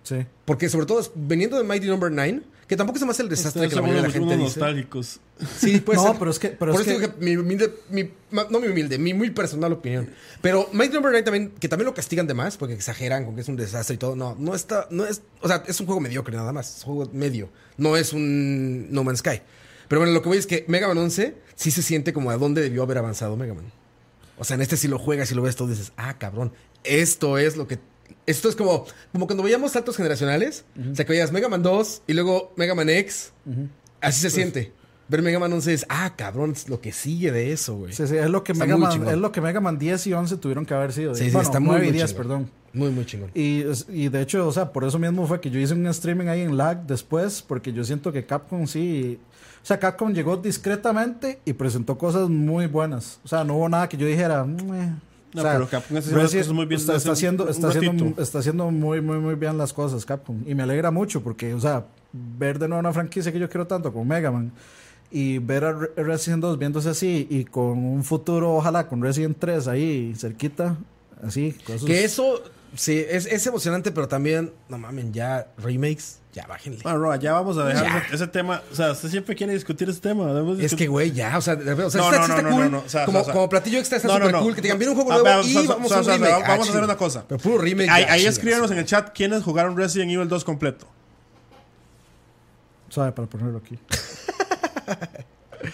[SPEAKER 4] Sí.
[SPEAKER 3] Porque sobre todo veniendo de Mighty Number 9, que tampoco se me hace el desastre
[SPEAKER 2] Ustedes
[SPEAKER 3] que la
[SPEAKER 2] son
[SPEAKER 3] mayoría de la
[SPEAKER 2] unos-
[SPEAKER 3] gente
[SPEAKER 2] unos
[SPEAKER 3] dice.
[SPEAKER 2] nostálgicos.
[SPEAKER 3] Sí, puede
[SPEAKER 4] No,
[SPEAKER 3] ser.
[SPEAKER 4] pero es que- pero
[SPEAKER 3] Por
[SPEAKER 4] es
[SPEAKER 3] eso
[SPEAKER 4] que-
[SPEAKER 3] digo que mi humilde, mi- ma- no mi humilde, mi muy personal opinión. Pero Mighty Number 9 también, que también lo castigan de más, porque exageran con que es un desastre y todo. No, no está, no es, o sea, es un juego mediocre nada más, es un juego medio. No es un No Man's Sky. Pero bueno, lo que voy es que Mega Man 11 sí se siente como a dónde debió haber avanzado Mega Man. O sea, en este si lo juegas y lo ves todo dices, ah, cabrón, esto es lo que... Esto es como, como cuando veíamos saltos generacionales, o sea, que veías Mega Man 2 y luego Mega Man X, así
[SPEAKER 4] Pues
[SPEAKER 3] se siente. Ver Mega Man 11 es, ah, cabrón, es lo que sigue de eso, güey.
[SPEAKER 4] Sí, sí, es lo que
[SPEAKER 3] Está
[SPEAKER 4] Mega
[SPEAKER 3] muy
[SPEAKER 4] Man,
[SPEAKER 3] chingón.
[SPEAKER 4] es lo que Mega Man 10 y 11 tuvieron que haber sido.
[SPEAKER 3] Sí, sí,
[SPEAKER 4] Bueno,
[SPEAKER 3] está muy,
[SPEAKER 4] 9 y
[SPEAKER 3] muy
[SPEAKER 4] 10,
[SPEAKER 3] chingón.
[SPEAKER 4] perdón.
[SPEAKER 3] Muy, muy chingón.
[SPEAKER 4] Y, es- y de hecho, o sea, por eso mismo fue que yo hice un streaming ahí en lag después, porque yo siento que Capcom sí. O sea, Capcom llegó discretamente y presentó cosas muy buenas. O sea, no hubo nada que yo dijera. "Meh".
[SPEAKER 2] No,
[SPEAKER 4] O sea,
[SPEAKER 2] pero Capcom está haciendo las
[SPEAKER 4] Resident-
[SPEAKER 2] cosas muy bien
[SPEAKER 4] Está,
[SPEAKER 2] desde
[SPEAKER 4] está haciendo,
[SPEAKER 2] un
[SPEAKER 4] está, haciendo,
[SPEAKER 2] ratito.
[SPEAKER 4] está haciendo muy, muy, muy bien las cosas, Capcom. Y me alegra mucho porque, o sea, ver de nuevo una franquicia que yo quiero tanto como Mega Man y ver a Re- Resident 2 viéndose así y con un futuro, ojalá, con Resident 3 ahí cerquita, así. con esos-
[SPEAKER 3] Que eso, sí, es, es emocionante, pero también, no mamen, ya remakes, ya bájenle.
[SPEAKER 2] Ah, Roa, ya vamos a dejar ese, ese tema. O sea, usted siempre quiere discutir ese tema. Debemos
[SPEAKER 3] Es que,
[SPEAKER 2] discutir-
[SPEAKER 3] güey, ya, o sea, de- o sea, está,
[SPEAKER 2] No, no,
[SPEAKER 3] sí está
[SPEAKER 2] no, no,
[SPEAKER 3] cool.
[SPEAKER 2] no, no, o sea,
[SPEAKER 3] como,
[SPEAKER 2] o sea,
[SPEAKER 3] como platillo extra está
[SPEAKER 2] No, no,
[SPEAKER 3] súper
[SPEAKER 2] no.
[SPEAKER 3] cool. Que digan, viene un juego
[SPEAKER 2] Ah,
[SPEAKER 3] nuevo
[SPEAKER 2] vea,
[SPEAKER 3] y
[SPEAKER 2] o sea,
[SPEAKER 3] vamos
[SPEAKER 2] o sea,
[SPEAKER 3] a un
[SPEAKER 2] o sea,
[SPEAKER 3] remake. Ah,
[SPEAKER 2] vamos a hacer
[SPEAKER 3] chinga.
[SPEAKER 2] una cosa.
[SPEAKER 3] Pero puro remake.
[SPEAKER 2] Ahí,
[SPEAKER 3] ya,
[SPEAKER 2] ahí
[SPEAKER 3] chinga,
[SPEAKER 2] escríbanos
[SPEAKER 3] sí.
[SPEAKER 2] en el chat quiénes jugaron Resident Evil 2 completo.
[SPEAKER 4] Sabe, para ponerlo aquí.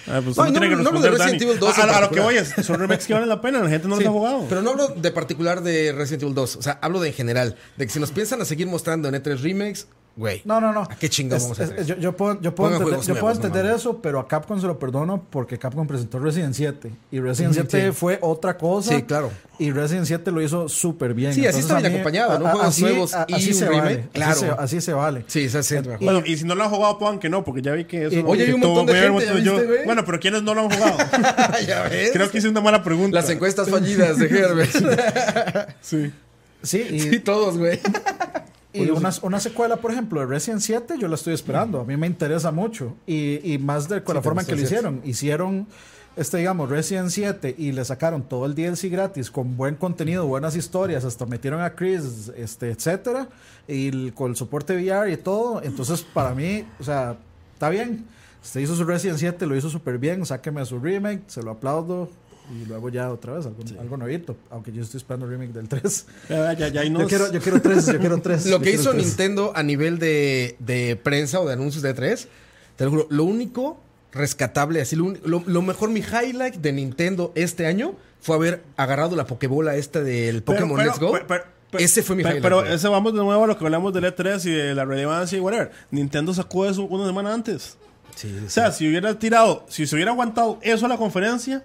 [SPEAKER 2] Ah, pues
[SPEAKER 3] No, no,
[SPEAKER 2] uno tiene que
[SPEAKER 3] no hablo
[SPEAKER 2] responder,
[SPEAKER 3] de
[SPEAKER 2] Dani.
[SPEAKER 3] Resident Evil 2
[SPEAKER 2] A, a- a
[SPEAKER 3] en
[SPEAKER 2] lo que voy es, son remakes que valen la pena, la gente no
[SPEAKER 3] Sí,
[SPEAKER 2] los ha jugado.
[SPEAKER 3] Pero no hablo de particular de Resident Evil 2. O sea, hablo de en general. De que si nos piensan a seguir mostrando en E3 remakes, güey.
[SPEAKER 4] No, no, no.
[SPEAKER 3] ¿A qué chingados
[SPEAKER 4] Es-
[SPEAKER 3] vamos a
[SPEAKER 4] es-
[SPEAKER 3] hacer?
[SPEAKER 4] Yo, yo puedo, yo puedo
[SPEAKER 3] Pongan
[SPEAKER 4] entender,
[SPEAKER 3] juegos
[SPEAKER 4] yo puedo
[SPEAKER 3] nuevos, no
[SPEAKER 4] entender
[SPEAKER 3] mames.
[SPEAKER 4] eso, pero a Capcom se lo perdono porque Capcom presentó Resident 7. Y Resident
[SPEAKER 3] Ujú,
[SPEAKER 4] 7
[SPEAKER 3] sí.
[SPEAKER 4] fue otra cosa.
[SPEAKER 3] Sí, claro.
[SPEAKER 4] Y Resident 7 lo hizo súper bien.
[SPEAKER 3] Sí, así está
[SPEAKER 4] a
[SPEAKER 3] bien
[SPEAKER 4] mí-
[SPEAKER 3] acompañado, ¿no?
[SPEAKER 4] a- a-
[SPEAKER 3] Juegos
[SPEAKER 4] así-
[SPEAKER 3] nuevos
[SPEAKER 4] a-
[SPEAKER 3] y
[SPEAKER 4] así
[SPEAKER 3] un
[SPEAKER 4] se
[SPEAKER 3] remake,
[SPEAKER 4] vale.
[SPEAKER 3] claro.
[SPEAKER 4] Así se, así se vale.
[SPEAKER 3] Sí, esa sí.
[SPEAKER 4] y-
[SPEAKER 2] bueno, y si no lo han jugado, pongan que no, porque ya vi que eso.
[SPEAKER 3] Oye, hay un
[SPEAKER 2] que
[SPEAKER 3] montón
[SPEAKER 2] todo-
[SPEAKER 3] de
[SPEAKER 2] voy a ver
[SPEAKER 3] gente,
[SPEAKER 2] un montón-
[SPEAKER 3] ¿viste, güey?
[SPEAKER 2] Bueno, pero ¿quiénes no lo han jugado?
[SPEAKER 3] ya ves.
[SPEAKER 2] Creo que hice una mala pregunta.
[SPEAKER 3] Las encuestas fallidas de Herbert.
[SPEAKER 2] Sí.
[SPEAKER 4] Sí, y,
[SPEAKER 3] sí, todos, güey.
[SPEAKER 4] y una, una secuela, por ejemplo, de Resident 7, yo la estoy esperando. A mí me interesa mucho. Y, y más de, con la
[SPEAKER 3] te
[SPEAKER 4] forma en
[SPEAKER 3] gusta
[SPEAKER 4] que lo
[SPEAKER 3] el 7.
[SPEAKER 4] hicieron. Hicieron, este, digamos, Resident 7 y le sacaron todo el DLC gratis con buen contenido, buenas historias. Hasta metieron a Chris, este, etcétera. Y el- con el soporte VR y todo. Entonces, para mí, o sea, está bien. Usted hizo su Resident 7, lo hizo súper bien. Sáqueme su remake, se lo aplaudo. Y luego ya otra vez, algo, algo nuevito. Aunque yo estoy esperando el remake del 3.
[SPEAKER 2] Ya, ya, ya, ahí nos-
[SPEAKER 4] Yo quiero, yo quiero tres, yo quiero tres.
[SPEAKER 3] Lo que
[SPEAKER 4] yo quiero
[SPEAKER 3] hizo
[SPEAKER 4] tres.
[SPEAKER 3] Nintendo a nivel de, de prensa o de anuncios de 3, te lo juro, lo único rescatable, así, lo, uni- lo- lo mejor, mi highlight de Nintendo este año fue haber agarrado la Pokébola esta del
[SPEAKER 2] Pero-
[SPEAKER 3] Pokémon
[SPEAKER 2] pero-
[SPEAKER 3] Let's Go.
[SPEAKER 2] pero- pero- pero-
[SPEAKER 3] ese fue mi
[SPEAKER 2] pero-
[SPEAKER 3] highlight.
[SPEAKER 2] Pero
[SPEAKER 3] güey.
[SPEAKER 2] eso E vamos de nuevo a lo que hablamos del E3 y de la relevancia y whatever. Nintendo sacó eso una semana antes.
[SPEAKER 3] Sí,
[SPEAKER 2] O sea, si hubiera tirado, si se hubiera aguantado eso a la conferencia,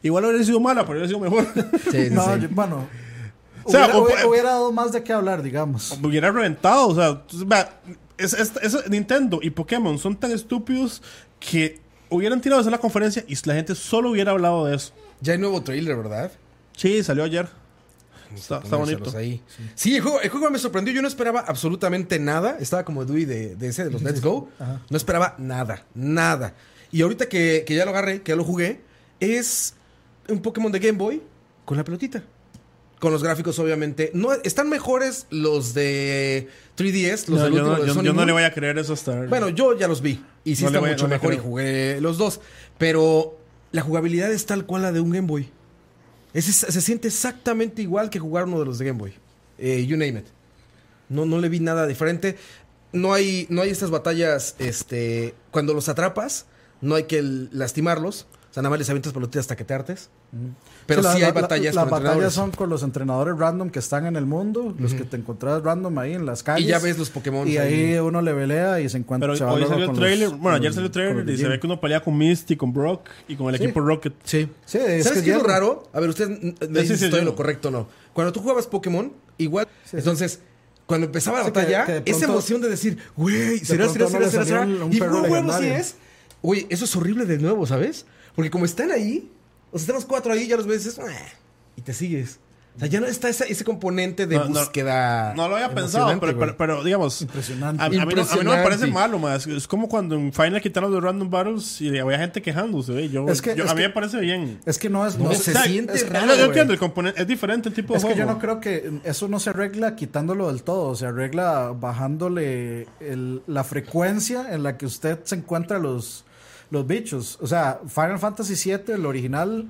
[SPEAKER 2] igual hubiera sido mala, pero hubiera sido mejor.
[SPEAKER 3] sí, sí,
[SPEAKER 4] No,
[SPEAKER 3] sí.
[SPEAKER 4] yo- bueno.
[SPEAKER 2] O sea,
[SPEAKER 4] hubiera,
[SPEAKER 2] o-
[SPEAKER 4] hubiera- hubiera dado más de qué hablar, digamos.
[SPEAKER 2] Me hubiera reventado. O sea, entonces, vea, es- es- es- Nintendo y Pokémon son tan estúpidos que hubieran tirado eso en la conferencia y la gente solo hubiera hablado de eso.
[SPEAKER 3] Ya hay nuevo trailer, ¿verdad?
[SPEAKER 2] Sí, salió ayer. Está, está
[SPEAKER 3] Pónganselos
[SPEAKER 2] bonito.
[SPEAKER 3] Ahí. Sí, el juego, el juego me sorprendió. Yo no esperaba absolutamente nada. Estaba como Dewey de, de ese, de los Let's Go. No esperaba nada, nada. Y ahorita que, que ya lo agarré, que ya lo jugué, es un Pokémon de Game Boy con la pelotita. Con los gráficos, obviamente. No, están mejores los de 3DS, los
[SPEAKER 2] No,
[SPEAKER 3] del
[SPEAKER 2] yo,
[SPEAKER 3] último,
[SPEAKER 2] no,
[SPEAKER 3] los de
[SPEAKER 2] yo-
[SPEAKER 3] Sonic
[SPEAKER 2] yo no
[SPEAKER 3] Boom.
[SPEAKER 2] le voy a creer eso hasta ahora.
[SPEAKER 3] Bueno, yo ya los vi. Y sí
[SPEAKER 2] No le
[SPEAKER 3] está
[SPEAKER 2] voy a-
[SPEAKER 3] mucho
[SPEAKER 2] no le
[SPEAKER 3] mejor y
[SPEAKER 2] creo.
[SPEAKER 3] jugué los dos. Pero la jugabilidad es tal cual la de un Game Boy. Es- es- se siente exactamente igual que jugar uno de los de Game Boy. Eh, you name it. No, no le vi nada diferente. No hay, no hay estas batallas, este, cuando los atrapas, no hay que l- lastimarlos. O sea, nada más les avientas pelotitas hasta que te hartes. Pero
[SPEAKER 4] O sea,
[SPEAKER 3] sí
[SPEAKER 4] la-
[SPEAKER 3] hay
[SPEAKER 4] la-
[SPEAKER 3] batallas
[SPEAKER 4] Las
[SPEAKER 3] con
[SPEAKER 4] batallas
[SPEAKER 3] entrenadores.
[SPEAKER 4] son con los entrenadores random que están en el mundo, los que te encontrás random ahí en las calles.
[SPEAKER 3] Y ya ves los Pokémon
[SPEAKER 4] Y ahí
[SPEAKER 3] ahí.
[SPEAKER 4] uno le velea y se encuentra.
[SPEAKER 2] Pero hoy
[SPEAKER 4] se va
[SPEAKER 2] salió
[SPEAKER 4] luego
[SPEAKER 2] el
[SPEAKER 4] con
[SPEAKER 2] trailer.
[SPEAKER 4] los-
[SPEAKER 2] bueno, ayer
[SPEAKER 4] con-
[SPEAKER 2] salió el
[SPEAKER 4] con
[SPEAKER 2] trailer
[SPEAKER 4] los
[SPEAKER 2] y se ve
[SPEAKER 4] Digimon.
[SPEAKER 2] que uno pelea con Misty, con Brock y con el equipo Rocket.
[SPEAKER 3] Sí.
[SPEAKER 4] Sí, es
[SPEAKER 3] ¿Sabes
[SPEAKER 4] que
[SPEAKER 3] qué es
[SPEAKER 4] ya-
[SPEAKER 3] lo raro? A ver, usted mm, me
[SPEAKER 2] Sí,
[SPEAKER 3] dice
[SPEAKER 2] sí,
[SPEAKER 3] si estoy
[SPEAKER 2] sí.
[SPEAKER 3] en lo correcto o no. Cuando tú jugabas Pokémon, igual. entonces, cuando empezaba la
[SPEAKER 4] Sí, que-
[SPEAKER 3] batalla,
[SPEAKER 4] que de
[SPEAKER 3] esa
[SPEAKER 4] pronto-
[SPEAKER 3] emoción de decir, güey, será, será,
[SPEAKER 4] pronto no
[SPEAKER 3] será,
[SPEAKER 4] le
[SPEAKER 3] será, será.
[SPEAKER 4] salió un- un
[SPEAKER 3] Y
[SPEAKER 4] perro
[SPEAKER 3] güey, huevo, sí
[SPEAKER 4] legendario.
[SPEAKER 3] es. Oye, eso es horrible de nuevo, ¿sabes? Porque como están ahí, o sea, están los cuatro ahí, ya los ves, dices, "Meh", y te sigues. O sea, ya no está esa- ese componente de
[SPEAKER 2] No, no.
[SPEAKER 3] búsqueda.
[SPEAKER 2] No lo había pensado,
[SPEAKER 3] emocionante,
[SPEAKER 2] pero, pero,
[SPEAKER 3] güey.
[SPEAKER 2] pero, digamos.
[SPEAKER 4] Impresionante.
[SPEAKER 2] A, a mí no, a mí no me
[SPEAKER 3] Impresionante.
[SPEAKER 2] parece malo, más. Es como cuando en Final quitaron los Random Battles y había gente quejándose. ¿eh? Yo,
[SPEAKER 4] Es que-
[SPEAKER 2] yo-
[SPEAKER 4] es
[SPEAKER 2] a mí
[SPEAKER 4] que-
[SPEAKER 2] me parece bien.
[SPEAKER 4] Es que no es.
[SPEAKER 3] No,
[SPEAKER 4] no-
[SPEAKER 3] se
[SPEAKER 4] o sea,
[SPEAKER 3] siente
[SPEAKER 4] es-
[SPEAKER 3] raro,
[SPEAKER 2] No, yo
[SPEAKER 3] güey.
[SPEAKER 2] entiendo, el componente es diferente el tipo de
[SPEAKER 4] Es que yo
[SPEAKER 2] juego.
[SPEAKER 4] no creo que eso no se arregla quitándolo del todo, se arregla bajándole el- la frecuencia en la que usted se encuentra los, los bichos. O sea, Final Fantasy VII, el original,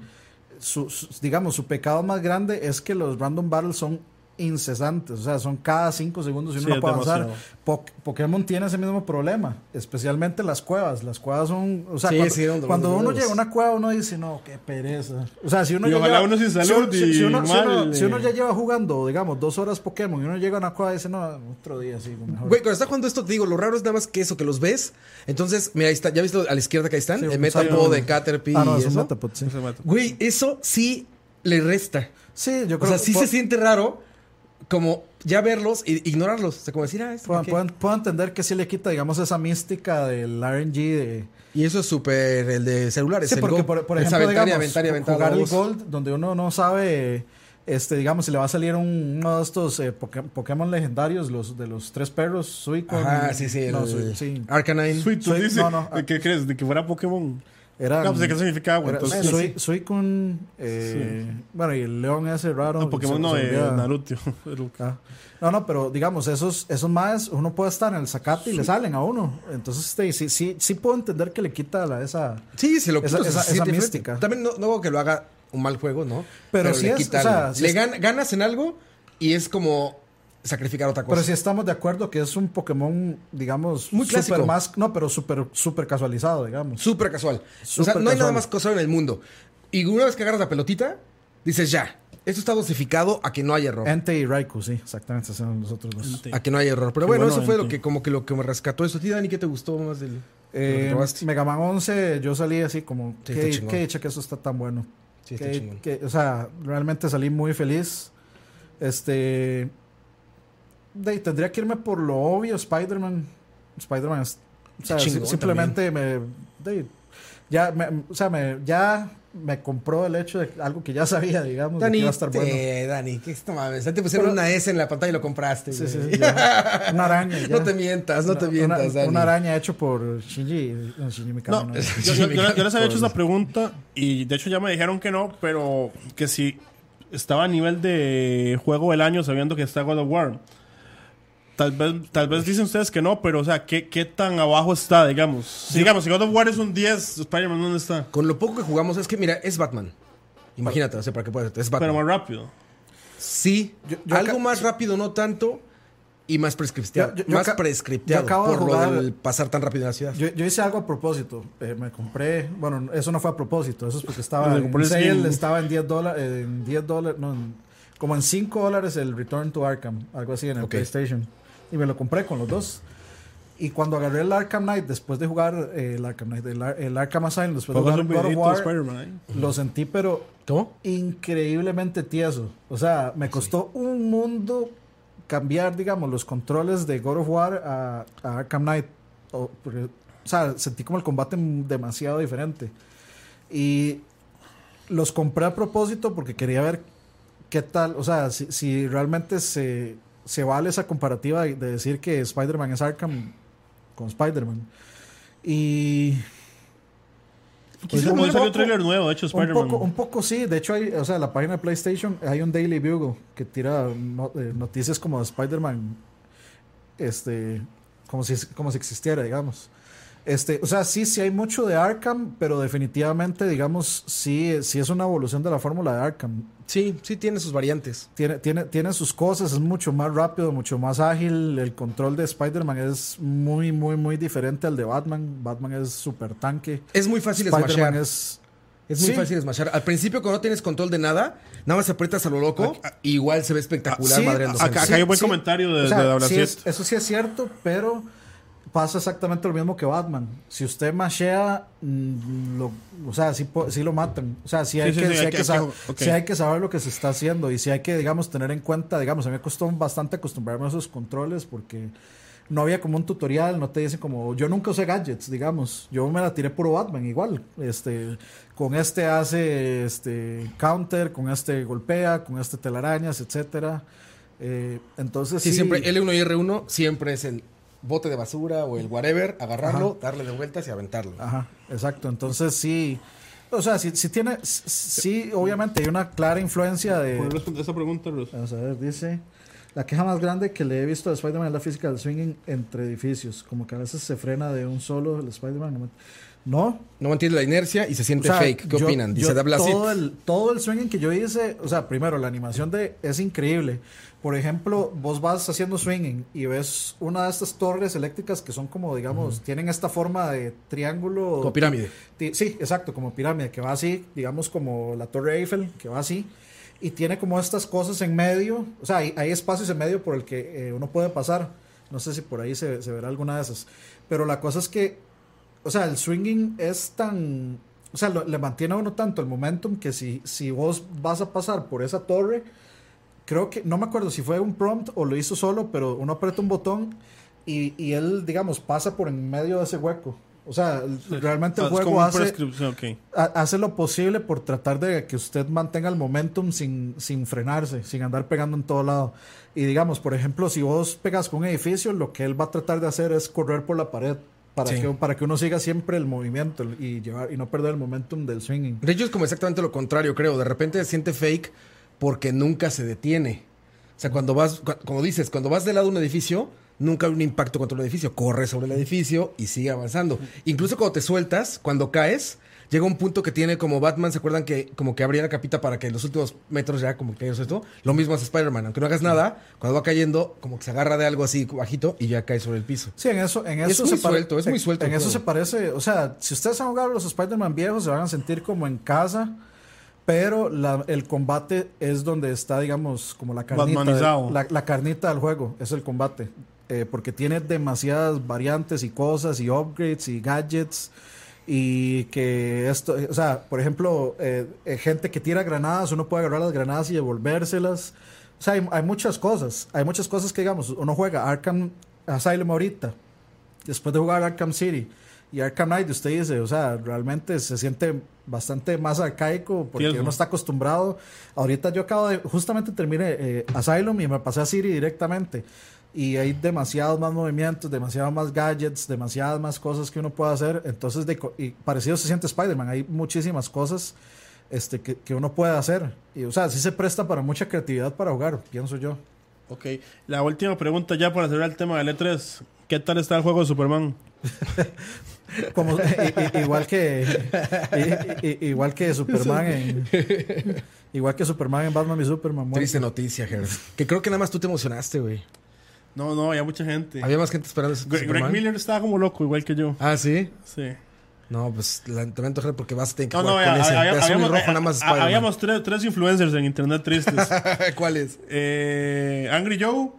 [SPEAKER 4] su, su- digamos, su pecado más grande es que los random battles son incesantes, o sea, son cada cinco segundos y uno
[SPEAKER 2] Sí,
[SPEAKER 4] no
[SPEAKER 2] es
[SPEAKER 4] puede avanzar.
[SPEAKER 2] demasiado.
[SPEAKER 4] Po- Pokémon tiene ese mismo problema, especialmente las cuevas. Las cuevas son, o sea,
[SPEAKER 3] Sí,
[SPEAKER 4] cuando,
[SPEAKER 3] sí, donde-
[SPEAKER 4] cuando
[SPEAKER 3] donde
[SPEAKER 4] uno
[SPEAKER 3] los-
[SPEAKER 4] llega a una cueva uno dice, no, qué pereza. O sea, si uno
[SPEAKER 2] Y
[SPEAKER 4] ya
[SPEAKER 2] ojalá
[SPEAKER 4] lleva-
[SPEAKER 2] uno sin salud
[SPEAKER 4] si, si- si
[SPEAKER 2] y
[SPEAKER 4] uno, si uno-
[SPEAKER 2] mal,
[SPEAKER 4] si uno
[SPEAKER 2] eh.
[SPEAKER 4] ya lleva jugando, digamos, dos horas Pokémon y uno llega a una cueva y dice, no, otro día sí, mejor.
[SPEAKER 3] Güey, cuando estás jugando esto, te digo, lo raro es nada más que eso, que los ves. Entonces, mira, ahí está, ya viste a la izquierda que ahí están,
[SPEAKER 4] Sí,
[SPEAKER 3] el
[SPEAKER 4] un
[SPEAKER 3] Metapod,
[SPEAKER 4] Psyduck.
[SPEAKER 3] de Caterpie
[SPEAKER 4] ah, no,
[SPEAKER 3] y
[SPEAKER 4] es un
[SPEAKER 3] eso.
[SPEAKER 4] Metapod, sí.
[SPEAKER 3] Güey, eso sí le resta.
[SPEAKER 4] Sí, yo
[SPEAKER 3] O
[SPEAKER 4] creo
[SPEAKER 3] sea, sí
[SPEAKER 4] puedo-
[SPEAKER 3] se siente raro como ya verlos e ignorarlos. O sea, como decir, ah, esto.
[SPEAKER 4] puedo,
[SPEAKER 3] ¿qué?
[SPEAKER 4] puedo- puedo entender que sí le quita, digamos, esa mística del RNG de...
[SPEAKER 3] Y eso es súper el de celulares.
[SPEAKER 4] Sí,
[SPEAKER 3] el
[SPEAKER 4] porque
[SPEAKER 3] Go.
[SPEAKER 4] por, por
[SPEAKER 3] Es
[SPEAKER 4] ejemplo,
[SPEAKER 3] aventar y
[SPEAKER 4] digamos,
[SPEAKER 3] aventar y aventar
[SPEAKER 4] jugar el
[SPEAKER 3] dados.
[SPEAKER 4] Gold, donde uno no sabe, este, digamos, si le va a salir un- uno de estos eh, Poké- Pokémon legendarios, los de los tres perros, Suicune.
[SPEAKER 3] Ajá, sí, sí. El, Ah,
[SPEAKER 4] No, Sui- sí.
[SPEAKER 3] Arcanine.
[SPEAKER 2] Sweet,
[SPEAKER 4] Soy-
[SPEAKER 2] dice,
[SPEAKER 4] no, no.
[SPEAKER 2] ¿de ¿Qué crees? ¿De que fuera Pokémon?
[SPEAKER 4] Eran-
[SPEAKER 2] No, pues, ¿de qué significaba, güey?
[SPEAKER 4] Era-
[SPEAKER 2] Entonces,
[SPEAKER 4] Sui- Suicune, eh, bueno, y el león ese raro.
[SPEAKER 3] Ah,
[SPEAKER 2] No, Pokémon
[SPEAKER 4] se-
[SPEAKER 2] no,
[SPEAKER 4] se
[SPEAKER 2] de
[SPEAKER 3] eh,
[SPEAKER 4] olvida.
[SPEAKER 2] Naruto.
[SPEAKER 4] Ah. No, no, pero digamos, esos, esos más, uno puede estar en el zacate y le salen a uno. Entonces, este, sí, sí, sí puedo entender que le quita la, esa...
[SPEAKER 3] Sí, se lo
[SPEAKER 4] Esa-
[SPEAKER 3] quito, se
[SPEAKER 4] esa-
[SPEAKER 3] siente
[SPEAKER 4] esa
[SPEAKER 3] diferente.
[SPEAKER 4] mística.
[SPEAKER 3] También no, no hago que lo haga un mal juego, ¿no?
[SPEAKER 4] Pero sí
[SPEAKER 3] le
[SPEAKER 4] es,
[SPEAKER 3] quita
[SPEAKER 4] o sea,
[SPEAKER 3] el-
[SPEAKER 4] sí
[SPEAKER 3] le
[SPEAKER 4] es-
[SPEAKER 3] gan- ganas en algo y es como sacrificar otra cosa.
[SPEAKER 4] Pero si estamos de acuerdo que es un Pokémon, digamos,
[SPEAKER 3] Muy clásico.
[SPEAKER 4] super más, no, pero súper super casualizado, digamos.
[SPEAKER 3] Súper casual. o
[SPEAKER 4] Súper
[SPEAKER 3] sea, no hay nada
[SPEAKER 4] casual.
[SPEAKER 3] más casual en el mundo. Y una vez que agarras la pelotita, dices ya. Esto está dosificado a que no haya error.
[SPEAKER 4] Ente y Raikou, sí, exactamente, esos son los otros dos.
[SPEAKER 3] A que no haya error. Pero bueno,
[SPEAKER 2] bueno,
[SPEAKER 3] eso fue lo
[SPEAKER 2] gente.
[SPEAKER 3] que como que lo que me rescató eso. ¿A ti, Dani, qué te gustó más del de lo que
[SPEAKER 4] Eh,
[SPEAKER 3] probaste?
[SPEAKER 4] Mega Man 11, yo salí así como,
[SPEAKER 3] Sí, está
[SPEAKER 4] qué,
[SPEAKER 3] chingón.
[SPEAKER 4] qué dicha que eso está tan bueno.
[SPEAKER 3] Sí, está
[SPEAKER 4] que,
[SPEAKER 3] chingón.
[SPEAKER 4] que- o sea, realmente salí muy feliz. Este. De, tendría que irme por lo obvio, Spider-Man. Spider-Man es. o sea,
[SPEAKER 3] chingón
[SPEAKER 4] si- simplemente me. de- ya, me, o sea, me, ya me compró el hecho de algo que ya sabía, digamos, de que
[SPEAKER 3] Dani,
[SPEAKER 4] iba a estar
[SPEAKER 3] te-
[SPEAKER 4] bueno.
[SPEAKER 3] Dani, ¿qué esto mames? Ya te pusieron
[SPEAKER 4] Pero-
[SPEAKER 3] una S en la pantalla y lo compraste.
[SPEAKER 4] Sí, sí,
[SPEAKER 3] güey.
[SPEAKER 4] sí, ya. Una araña. ya.
[SPEAKER 3] No te mientas, no te
[SPEAKER 4] Una-
[SPEAKER 3] mientas,
[SPEAKER 4] una,
[SPEAKER 3] Dani.
[SPEAKER 4] una araña hecho por Shinji. no, Shinji Mikami,
[SPEAKER 2] No,
[SPEAKER 4] no.
[SPEAKER 2] yo, yo- yo- yo- yo les había hecho esa pregunta y de hecho ya me dijeron que no, pero que si estaba a nivel de juego del año sabiendo que está God of War. Tal vez, tal vez dicen ustedes que no, pero o sea, ¿qué, qué tan abajo está, digamos? Si, digamos, si God of War es un 10, Spider-Man ¿dónde está?
[SPEAKER 3] Con lo poco que jugamos, es que mira, es Batman. Imagínate, o sea, para qué puedes. Es Batman.
[SPEAKER 2] Pero más rápido.
[SPEAKER 3] sí,
[SPEAKER 4] Yo- yo
[SPEAKER 3] algo
[SPEAKER 4] acá-
[SPEAKER 3] más rápido, no tanto. Y más prescripteado.
[SPEAKER 4] Yo- yo- yo
[SPEAKER 3] más
[SPEAKER 4] acá-
[SPEAKER 3] prescripteado
[SPEAKER 4] yo acabo de
[SPEAKER 3] por
[SPEAKER 4] jugar-
[SPEAKER 3] lo del pasar tan rápido en la ciudad.
[SPEAKER 4] Yo, yo hice algo a propósito. eh, me compré. Bueno, eso no fue a propósito. Eso es porque
[SPEAKER 2] Me
[SPEAKER 4] estaba en
[SPEAKER 2] compré el
[SPEAKER 4] sale,
[SPEAKER 2] skin.
[SPEAKER 4] Estaba en 10 dólares. En 10 dólares. No, en- como en 5 dólares el Return to Arkham. Algo así en el
[SPEAKER 3] Ok.
[SPEAKER 4] PlayStation. Y me lo compré con los dos. Y cuando agarré el Arkham Knight, después de jugar eh, el Arkham Knight, el, Ar- el Arkham Asylum,
[SPEAKER 3] Pues
[SPEAKER 4] después de
[SPEAKER 2] Pongas
[SPEAKER 4] jugar
[SPEAKER 2] un
[SPEAKER 4] God of
[SPEAKER 2] videito de
[SPEAKER 4] War,
[SPEAKER 2] Spider-Man ¿eh? ahí.
[SPEAKER 4] lo sentí, pero
[SPEAKER 3] ¿Cómo?
[SPEAKER 4] increíblemente tieso. O sea, me costó un mundo cambiar, digamos, los controles de God of War a, a Arkham Knight. O, porque- o sea, sentí como el combate m- demasiado diferente. Y los compré a propósito porque quería ver qué tal, o sea, si, si realmente se, se vale esa comparativa de de decir que Spider-Man es Arkham con Spider-Man. Y
[SPEAKER 2] Quizás
[SPEAKER 4] un
[SPEAKER 2] no le salió
[SPEAKER 4] poco-
[SPEAKER 2] trailer nuevo, de hecho,
[SPEAKER 4] un
[SPEAKER 2] Spider-Man.
[SPEAKER 4] poco, un poco sí, de hecho hay, o sea, la página de PlayStation hay un Daily Bugle que tira no- eh, noticias como de Spider-Man, este, como si, como si existiera, digamos. Este, o sea, sí, sí hay mucho de Arkham, pero definitivamente, digamos, sí, sí es una evolución de la fórmula de Arkham.
[SPEAKER 3] Sí, sí tiene sus variantes.
[SPEAKER 4] Tiene, tiene, tiene sus cosas, es mucho más rápido, mucho más ágil. El control de Spider-Man es muy, muy, muy diferente al de Batman. Batman es súper tanque.
[SPEAKER 3] Es muy fácil
[SPEAKER 4] Spider-Man
[SPEAKER 3] smashar.
[SPEAKER 4] es...
[SPEAKER 3] Es muy
[SPEAKER 4] Sí.
[SPEAKER 3] fácil smashar. Al principio, cuando no tienes control de nada, nada más aprietas a lo loco, igual se ve espectacular,
[SPEAKER 4] Sí,
[SPEAKER 3] madre.
[SPEAKER 2] Ah, acá- acá hay un buen comentario de-
[SPEAKER 4] O sea,
[SPEAKER 2] de Habla
[SPEAKER 4] sí
[SPEAKER 2] Siete.
[SPEAKER 4] es- Eso sí es cierto, pero pasa exactamente lo mismo que Batman. Si usted mashea, mm, lo, o sea, sí, po- sí lo matan. O sea, sí hay,
[SPEAKER 2] Sí, sí,
[SPEAKER 4] que,
[SPEAKER 2] sí,
[SPEAKER 4] sí
[SPEAKER 2] hay que-
[SPEAKER 4] hay que
[SPEAKER 2] hay que-
[SPEAKER 4] sa-
[SPEAKER 2] ok.
[SPEAKER 4] sí hay que saber lo que se está haciendo y sí hay que, digamos, tener en cuenta, digamos, a mí me costó bastante acostumbrarme a esos controles porque no había como un tutorial, no te dicen como, yo nunca usé gadgets, digamos, yo me la tiré puro Batman igual, este, con este hace este counter, con este golpea, con este telarañas, etcétera. Eh, entonces
[SPEAKER 3] Sí, siempre L1 y R1 siempre es el bote de basura o el whatever, agarrarlo, darle de vueltas y aventarlo.
[SPEAKER 4] Ajá, exacto. Entonces sí. O sea, sí, sí tiene. s- Sí, obviamente hay una clara influencia
[SPEAKER 2] Poder
[SPEAKER 4] de.
[SPEAKER 2] responder esa pregunta, Rus.
[SPEAKER 4] Vamos a ver, dice. La queja más grande que le he visto a Spider-Man es la física del swinging entre edificios. Como que a veces se frena de un solo el Spider-Man. no me- No,
[SPEAKER 3] No mantiene la inercia y se siente
[SPEAKER 4] o sea,
[SPEAKER 3] fake. ¿Qué
[SPEAKER 4] yo-
[SPEAKER 3] opinan?
[SPEAKER 4] yo
[SPEAKER 3] Dice Dabla
[SPEAKER 4] todo el, todo el swinging que yo hice, o sea, primero, la animación de es increíble. Por ejemplo, vos vas haciendo swinging y ves una de estas torres eléctricas que son como, digamos, tienen esta forma de triángulo.
[SPEAKER 3] Como pirámide.
[SPEAKER 4] Ti- Sí, exacto, como pirámide, que va así, digamos como la Torre Eiffel, que va así, y tiene como estas cosas en medio, o sea, hay, hay espacios en medio por el que eh, uno puede pasar, no sé si por ahí se, se verá alguna de esas, pero la cosa es que, o sea, el swinging es tan, o sea, lo- le mantiene a uno tanto el momentum que si, si vos vas a pasar por esa torre, creo que, no me acuerdo si fue un prompt o lo hizo solo, pero uno aprieta un botón y, y él, digamos, pasa por en medio de ese hueco. O sea, realmente el
[SPEAKER 2] Ah, es como
[SPEAKER 4] juego
[SPEAKER 2] una
[SPEAKER 4] hace,
[SPEAKER 2] prescripción, ok.
[SPEAKER 4] ha- hace lo posible por tratar de que usted mantenga el momentum sin, sin frenarse, sin andar pegando en todo lado. Y digamos, por ejemplo, si vos pegas con un edificio, lo que él va a tratar de hacer es correr por la pared para,
[SPEAKER 3] Sí.
[SPEAKER 4] que, para que uno siga siempre el movimiento y, llevar, y no perder el momentum del swinging.
[SPEAKER 3] De hecho, es como exactamente lo contrario, creo. De repente se siente fake porque nunca se detiene. O sea, cuando vas, cu- como dices, cuando vas de lado de un edificio, nunca hay un impacto contra un edificio. Corres sobre el edificio y sigue avanzando. Incluso cuando te sueltas, cuando caes, llega un punto que tiene como Batman, ¿se acuerdan que como que abría la capita para que los últimos metros ya como que hayas esto? Lo mismo hace Spider-Man. Aunque no hagas nada, cuando va cayendo, como que se agarra de algo así bajito y ya cae sobre el piso.
[SPEAKER 4] Sí, en eso, en
[SPEAKER 3] Es
[SPEAKER 4] eso
[SPEAKER 3] muy
[SPEAKER 4] se pare-
[SPEAKER 3] suelto, es muy
[SPEAKER 4] en-
[SPEAKER 3] suelto
[SPEAKER 4] En
[SPEAKER 3] el
[SPEAKER 4] eso
[SPEAKER 3] juego.
[SPEAKER 4] se parece, o sea, si ustedes han jugado los Spider-Man viejos, se van a sentir como en casa, pero la- el combate es donde está, digamos, como la carnita,
[SPEAKER 2] Batmanizado.
[SPEAKER 4] del- la, la carnita del juego, es el combate, eh, porque tiene demasiadas variantes y cosas y upgrades y gadgets. Y que esto, o sea, por ejemplo, eh, eh, gente que tira granadas, uno puede agarrar las granadas y devolvérselas. O sea, hay, hay muchas cosas. Hay muchas cosas que, digamos, uno juega Arkham Asylum ahorita, después de jugar Arkham City y Arkham Knight, usted dice, o sea, realmente se siente bastante más arcaico porque
[SPEAKER 2] Tieso.
[SPEAKER 4] uno está acostumbrado. Ahorita yo acabo de, justamente terminé eh, Asylum y me pasé a City directamente. Y hay demasiados más movimientos, demasiados más gadgets, demasiadas más cosas que uno puede hacer. Entonces, de, co- y parecido se siente Spider-Man. Hay muchísimas cosas este, que, que uno puede hacer. Y, o sea, sí se presta para mucha creatividad para jugar, pienso yo.
[SPEAKER 2] Ok, la última pregunta ya para cerrar el tema del E3. ¿Qué tal está el juego de Superman?
[SPEAKER 4] Como, i- i- igual que i- i- igual que Superman en igual que Superman en Batman y Superman muerto.
[SPEAKER 3] Triste noticia, Herb. Que creo que nada más tú te emocionaste, güey.
[SPEAKER 2] No, no, había mucha gente.
[SPEAKER 3] Había más gente esperando. ese
[SPEAKER 2] Gre- Greg
[SPEAKER 3] Superman.
[SPEAKER 2] Miller estaba como loco, igual que yo.
[SPEAKER 3] Ah, sí.
[SPEAKER 2] Sí.
[SPEAKER 3] No, pues la- te voy a antojar porque vas a tener que
[SPEAKER 2] No, no,
[SPEAKER 3] jugar con
[SPEAKER 2] había-
[SPEAKER 3] ese.
[SPEAKER 2] había-
[SPEAKER 3] de azul y
[SPEAKER 2] habíamos,
[SPEAKER 3] rojo, nada más
[SPEAKER 2] a-
[SPEAKER 3] Spider-Man.
[SPEAKER 2] habíamos tres, tres influencers en internet tristes.
[SPEAKER 3] ¿Cuál es?
[SPEAKER 2] Eh, Angry Joe,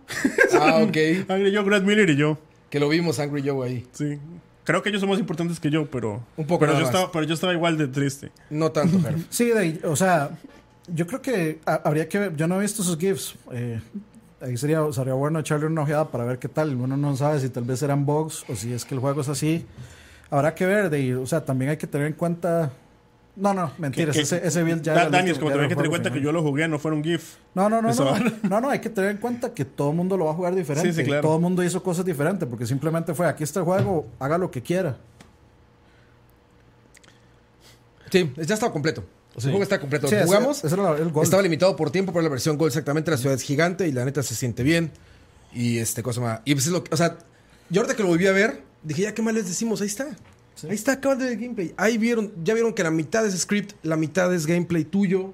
[SPEAKER 3] Ah, ok.
[SPEAKER 2] Angry Joe, Greg Miller y yo.
[SPEAKER 3] Que lo vimos, Angry Joe, ahí.
[SPEAKER 2] Sí. Creo que ellos son más importantes que yo, pero.
[SPEAKER 3] Un poco
[SPEAKER 2] pero
[SPEAKER 3] nada
[SPEAKER 2] yo,
[SPEAKER 3] más.
[SPEAKER 2] estaba, pero yo estaba igual de triste.
[SPEAKER 3] No tanto, Harf.
[SPEAKER 4] Sí, de ahí, o sea, yo creo que ha- habría que ver, yo no he visto sus GIFs. eh, ahí sería, sería bueno echarle una ojeada para ver qué tal. Uno no sabe si tal vez eran bugs o si es que el juego es así. Habrá que ver, de ahí, o sea, también hay que tener en cuenta... No, no, mentiras,
[SPEAKER 2] Que-
[SPEAKER 4] ese, ese build ya...
[SPEAKER 2] Da-
[SPEAKER 4] era el
[SPEAKER 2] Dani, es
[SPEAKER 4] último,
[SPEAKER 2] como
[SPEAKER 4] ya
[SPEAKER 2] también
[SPEAKER 4] era
[SPEAKER 2] que tener en
[SPEAKER 4] el
[SPEAKER 2] cuenta
[SPEAKER 4] juego
[SPEAKER 2] que
[SPEAKER 4] final.
[SPEAKER 2] yo lo jugué, no fue un GIF.
[SPEAKER 4] No, no, no,
[SPEAKER 2] Esa
[SPEAKER 4] no.
[SPEAKER 2] vara.
[SPEAKER 4] No, no, hay que tener en cuenta que todo el mundo lo va a jugar diferente.
[SPEAKER 2] Sí, sí, claro.
[SPEAKER 4] Todo el mundo hizo cosas diferentes porque simplemente fue, aquí está el juego, haga lo que quiera.
[SPEAKER 3] Sí, ya estaba completo.
[SPEAKER 2] Sí.
[SPEAKER 3] Supongo que está completo.
[SPEAKER 4] Sí, ese-
[SPEAKER 3] Jugamos.
[SPEAKER 4] ese era el gol.
[SPEAKER 3] Estaba limitado por tiempo, pero la versión Gold exactamente, la ciudad es gigante y la neta se siente bien. Y este cosa más. Y pues es lo que- o sea, yo ahorita que lo volví a ver, dije, ya qué mal les decimos, ahí está. Ahí está, acaban de ver el gameplay. Ahí vieron, ya vieron que la mitad es script, la mitad es gameplay tuyo.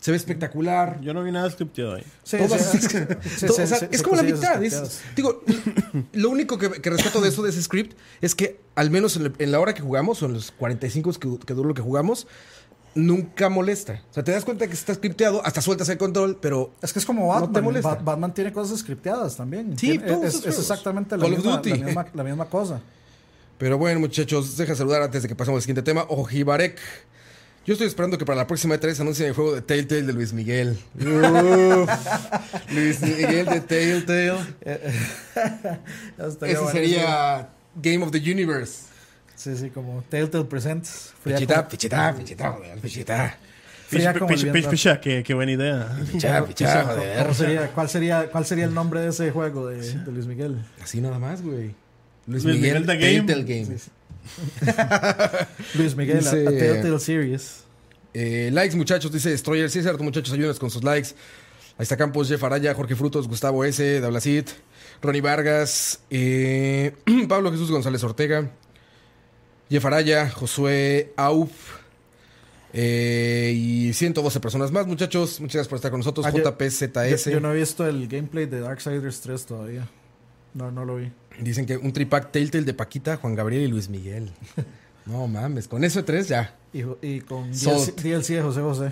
[SPEAKER 3] Se ve espectacular.
[SPEAKER 2] Yo no vi nada scripteado ahí.
[SPEAKER 4] Sí,
[SPEAKER 3] Todo
[SPEAKER 4] sí,
[SPEAKER 3] es-
[SPEAKER 4] sí, sí,
[SPEAKER 3] todo- o
[SPEAKER 4] sí,
[SPEAKER 3] sea,
[SPEAKER 4] sí,
[SPEAKER 3] es
[SPEAKER 4] sí,
[SPEAKER 3] como la
[SPEAKER 4] cosillas
[SPEAKER 3] mitad. es-
[SPEAKER 4] escapeadas.
[SPEAKER 3] digo, lo único que, que rescato de eso, de ese script, es que al menos en, la- en la hora que jugamos, o en los 45 que, que duró lo que jugamos, nunca molesta. O sea, te das cuenta que está scripteado, hasta sueltas el control, pero
[SPEAKER 4] Es que es como
[SPEAKER 3] No te
[SPEAKER 4] Batman.
[SPEAKER 3] molesta.
[SPEAKER 4] Ba- Batman tiene cosas scripteadas también.
[SPEAKER 3] Sí,
[SPEAKER 4] Tiene-
[SPEAKER 3] todos
[SPEAKER 4] es,
[SPEAKER 3] esos
[SPEAKER 4] es
[SPEAKER 3] juegos.
[SPEAKER 4] exactamente la
[SPEAKER 3] Call of
[SPEAKER 4] misma,
[SPEAKER 3] Duty.
[SPEAKER 4] la, misma, la misma cosa.
[SPEAKER 3] Pero bueno, muchachos, deja saludar antes de que pasemos al siguiente tema. Ojibarek. Yo estoy esperando que para la próxima E3 anuncien el juego de Telltale de Luis Miguel. Uf. Luis Miguel de Telltale. Ese sería Game of the Universe.
[SPEAKER 4] Sí, sí, como Telltale Presents. Fría
[SPEAKER 3] Pichita,
[SPEAKER 4] como- Ah,
[SPEAKER 3] pichita, pichita, joder, pichita.
[SPEAKER 4] Fría como el
[SPEAKER 2] Picha,
[SPEAKER 4] viento.
[SPEAKER 2] picha, qué, qué buena idea.
[SPEAKER 3] Pichita, pichita,
[SPEAKER 4] ¿Cómo
[SPEAKER 3] joder.
[SPEAKER 4] sería, cuál, sería, ¿Cuál sería el nombre de ese juego de, de Luis Miguel?
[SPEAKER 3] Así nada más, güey. Luis
[SPEAKER 2] Luis Miguel
[SPEAKER 3] Miguel,
[SPEAKER 2] the Game.
[SPEAKER 3] Telltale Game.
[SPEAKER 4] Luis Miguel, a-
[SPEAKER 3] Dice-
[SPEAKER 4] a Telltale Series.
[SPEAKER 3] Eh, likes, muchachos, dice Destroyer. Sí, es cierto, muchachos, ayúdenos con sus likes. Ahí está Campos, Jeff Araya, Jorge Frutos, Gustavo S., Dablacit, Ronnie Vargas, eh, Pablo Jesús González Ortega, Jeff Araya, Josué Auf. eh, y 112 personas más, muchachos. Muchas gracias por estar con nosotros.
[SPEAKER 4] Ah, yo-
[SPEAKER 3] JPZS.
[SPEAKER 4] Yo, yo no he visto el gameplay de Darksiders 3 todavía. No, no lo vi.
[SPEAKER 3] Dicen que un tripack Telltale de Paquita, Juan Gabriel y Luis Miguel. No mames, con eso de tres ya.
[SPEAKER 4] Y, jo- y con DLC,
[SPEAKER 3] Salt.
[SPEAKER 4] DLC de José José.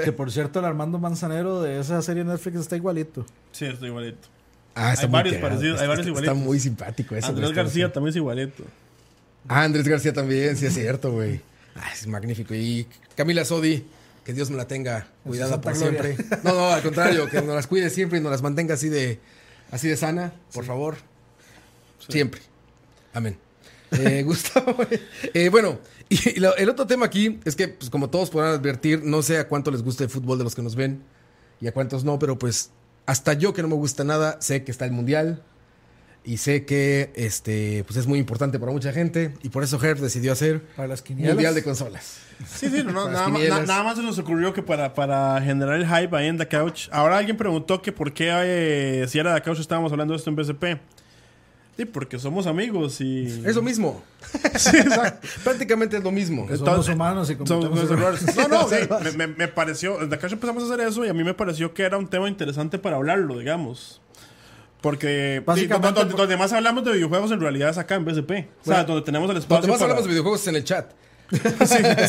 [SPEAKER 4] que por cierto, el Armando Manzanero de esa serie Netflix está igualito.
[SPEAKER 2] Sí, estoy igualito.
[SPEAKER 3] Ah, está
[SPEAKER 2] Hay
[SPEAKER 3] muy
[SPEAKER 2] varios
[SPEAKER 3] cagado.
[SPEAKER 2] parecidos, hay
[SPEAKER 3] Está-
[SPEAKER 2] varios
[SPEAKER 3] está- Está
[SPEAKER 2] igualitos.
[SPEAKER 3] muy simpático eso. güey,
[SPEAKER 2] Andrés
[SPEAKER 3] está
[SPEAKER 2] García también es igualito.
[SPEAKER 3] Ah, Andrés García también, sí es cierto, güey. Ah, es magnífico. Y Camila Sodi, que Dios me la tenga cuidada
[SPEAKER 4] santa
[SPEAKER 3] por
[SPEAKER 4] gloria.
[SPEAKER 3] siempre. No, no, al contrario, que nos las cuide siempre y nos las mantenga así de, así de sana, por favor. Siempre. Amén. Eh, Gustavo, güey. Eh, bueno, y, y lo- el otro tema aquí es que, pues, como todos podrán advertir, no sé a cuánto les gusta el fútbol de los que nos ven y a cuántos no, pero pues hasta yo que no me gusta nada, sé que está el Mundial, y sé que este pues es muy importante para mucha gente y por eso Herb decidió hacer
[SPEAKER 4] Para las quinielas.
[SPEAKER 3] Mundial de consolas.
[SPEAKER 2] Sí, sí, no, no,
[SPEAKER 3] Las
[SPEAKER 2] nada, más,
[SPEAKER 3] quinielas.
[SPEAKER 2] na- nada más se nos ocurrió que para, para generar el hype ahí en The Couch. Ahora alguien preguntó que por qué eh, si era The Couch estábamos hablando de esto en BCP. Sí, porque somos amigos y.
[SPEAKER 3] Es lo mismo.
[SPEAKER 2] Sí, exacto.
[SPEAKER 3] Prácticamente es lo mismo.
[SPEAKER 4] Que somos
[SPEAKER 2] Entonces,
[SPEAKER 4] humanos y
[SPEAKER 2] Son
[SPEAKER 4] cometemos
[SPEAKER 2] los
[SPEAKER 4] errores.
[SPEAKER 2] errores. No, no, güey, me, me- me pareció, desde acá ya empezamos a hacer eso y a mí me pareció que era un tema interesante para hablarlo, digamos. Porque
[SPEAKER 4] Básicamente,
[SPEAKER 2] sí, donde,
[SPEAKER 4] por-
[SPEAKER 2] donde más hablamos de videojuegos en realidad es acá en BSP. O sea,
[SPEAKER 3] Bueno,
[SPEAKER 2] donde tenemos el espacio.
[SPEAKER 3] Donde más
[SPEAKER 2] para-
[SPEAKER 3] hablamos de videojuegos es en el chat.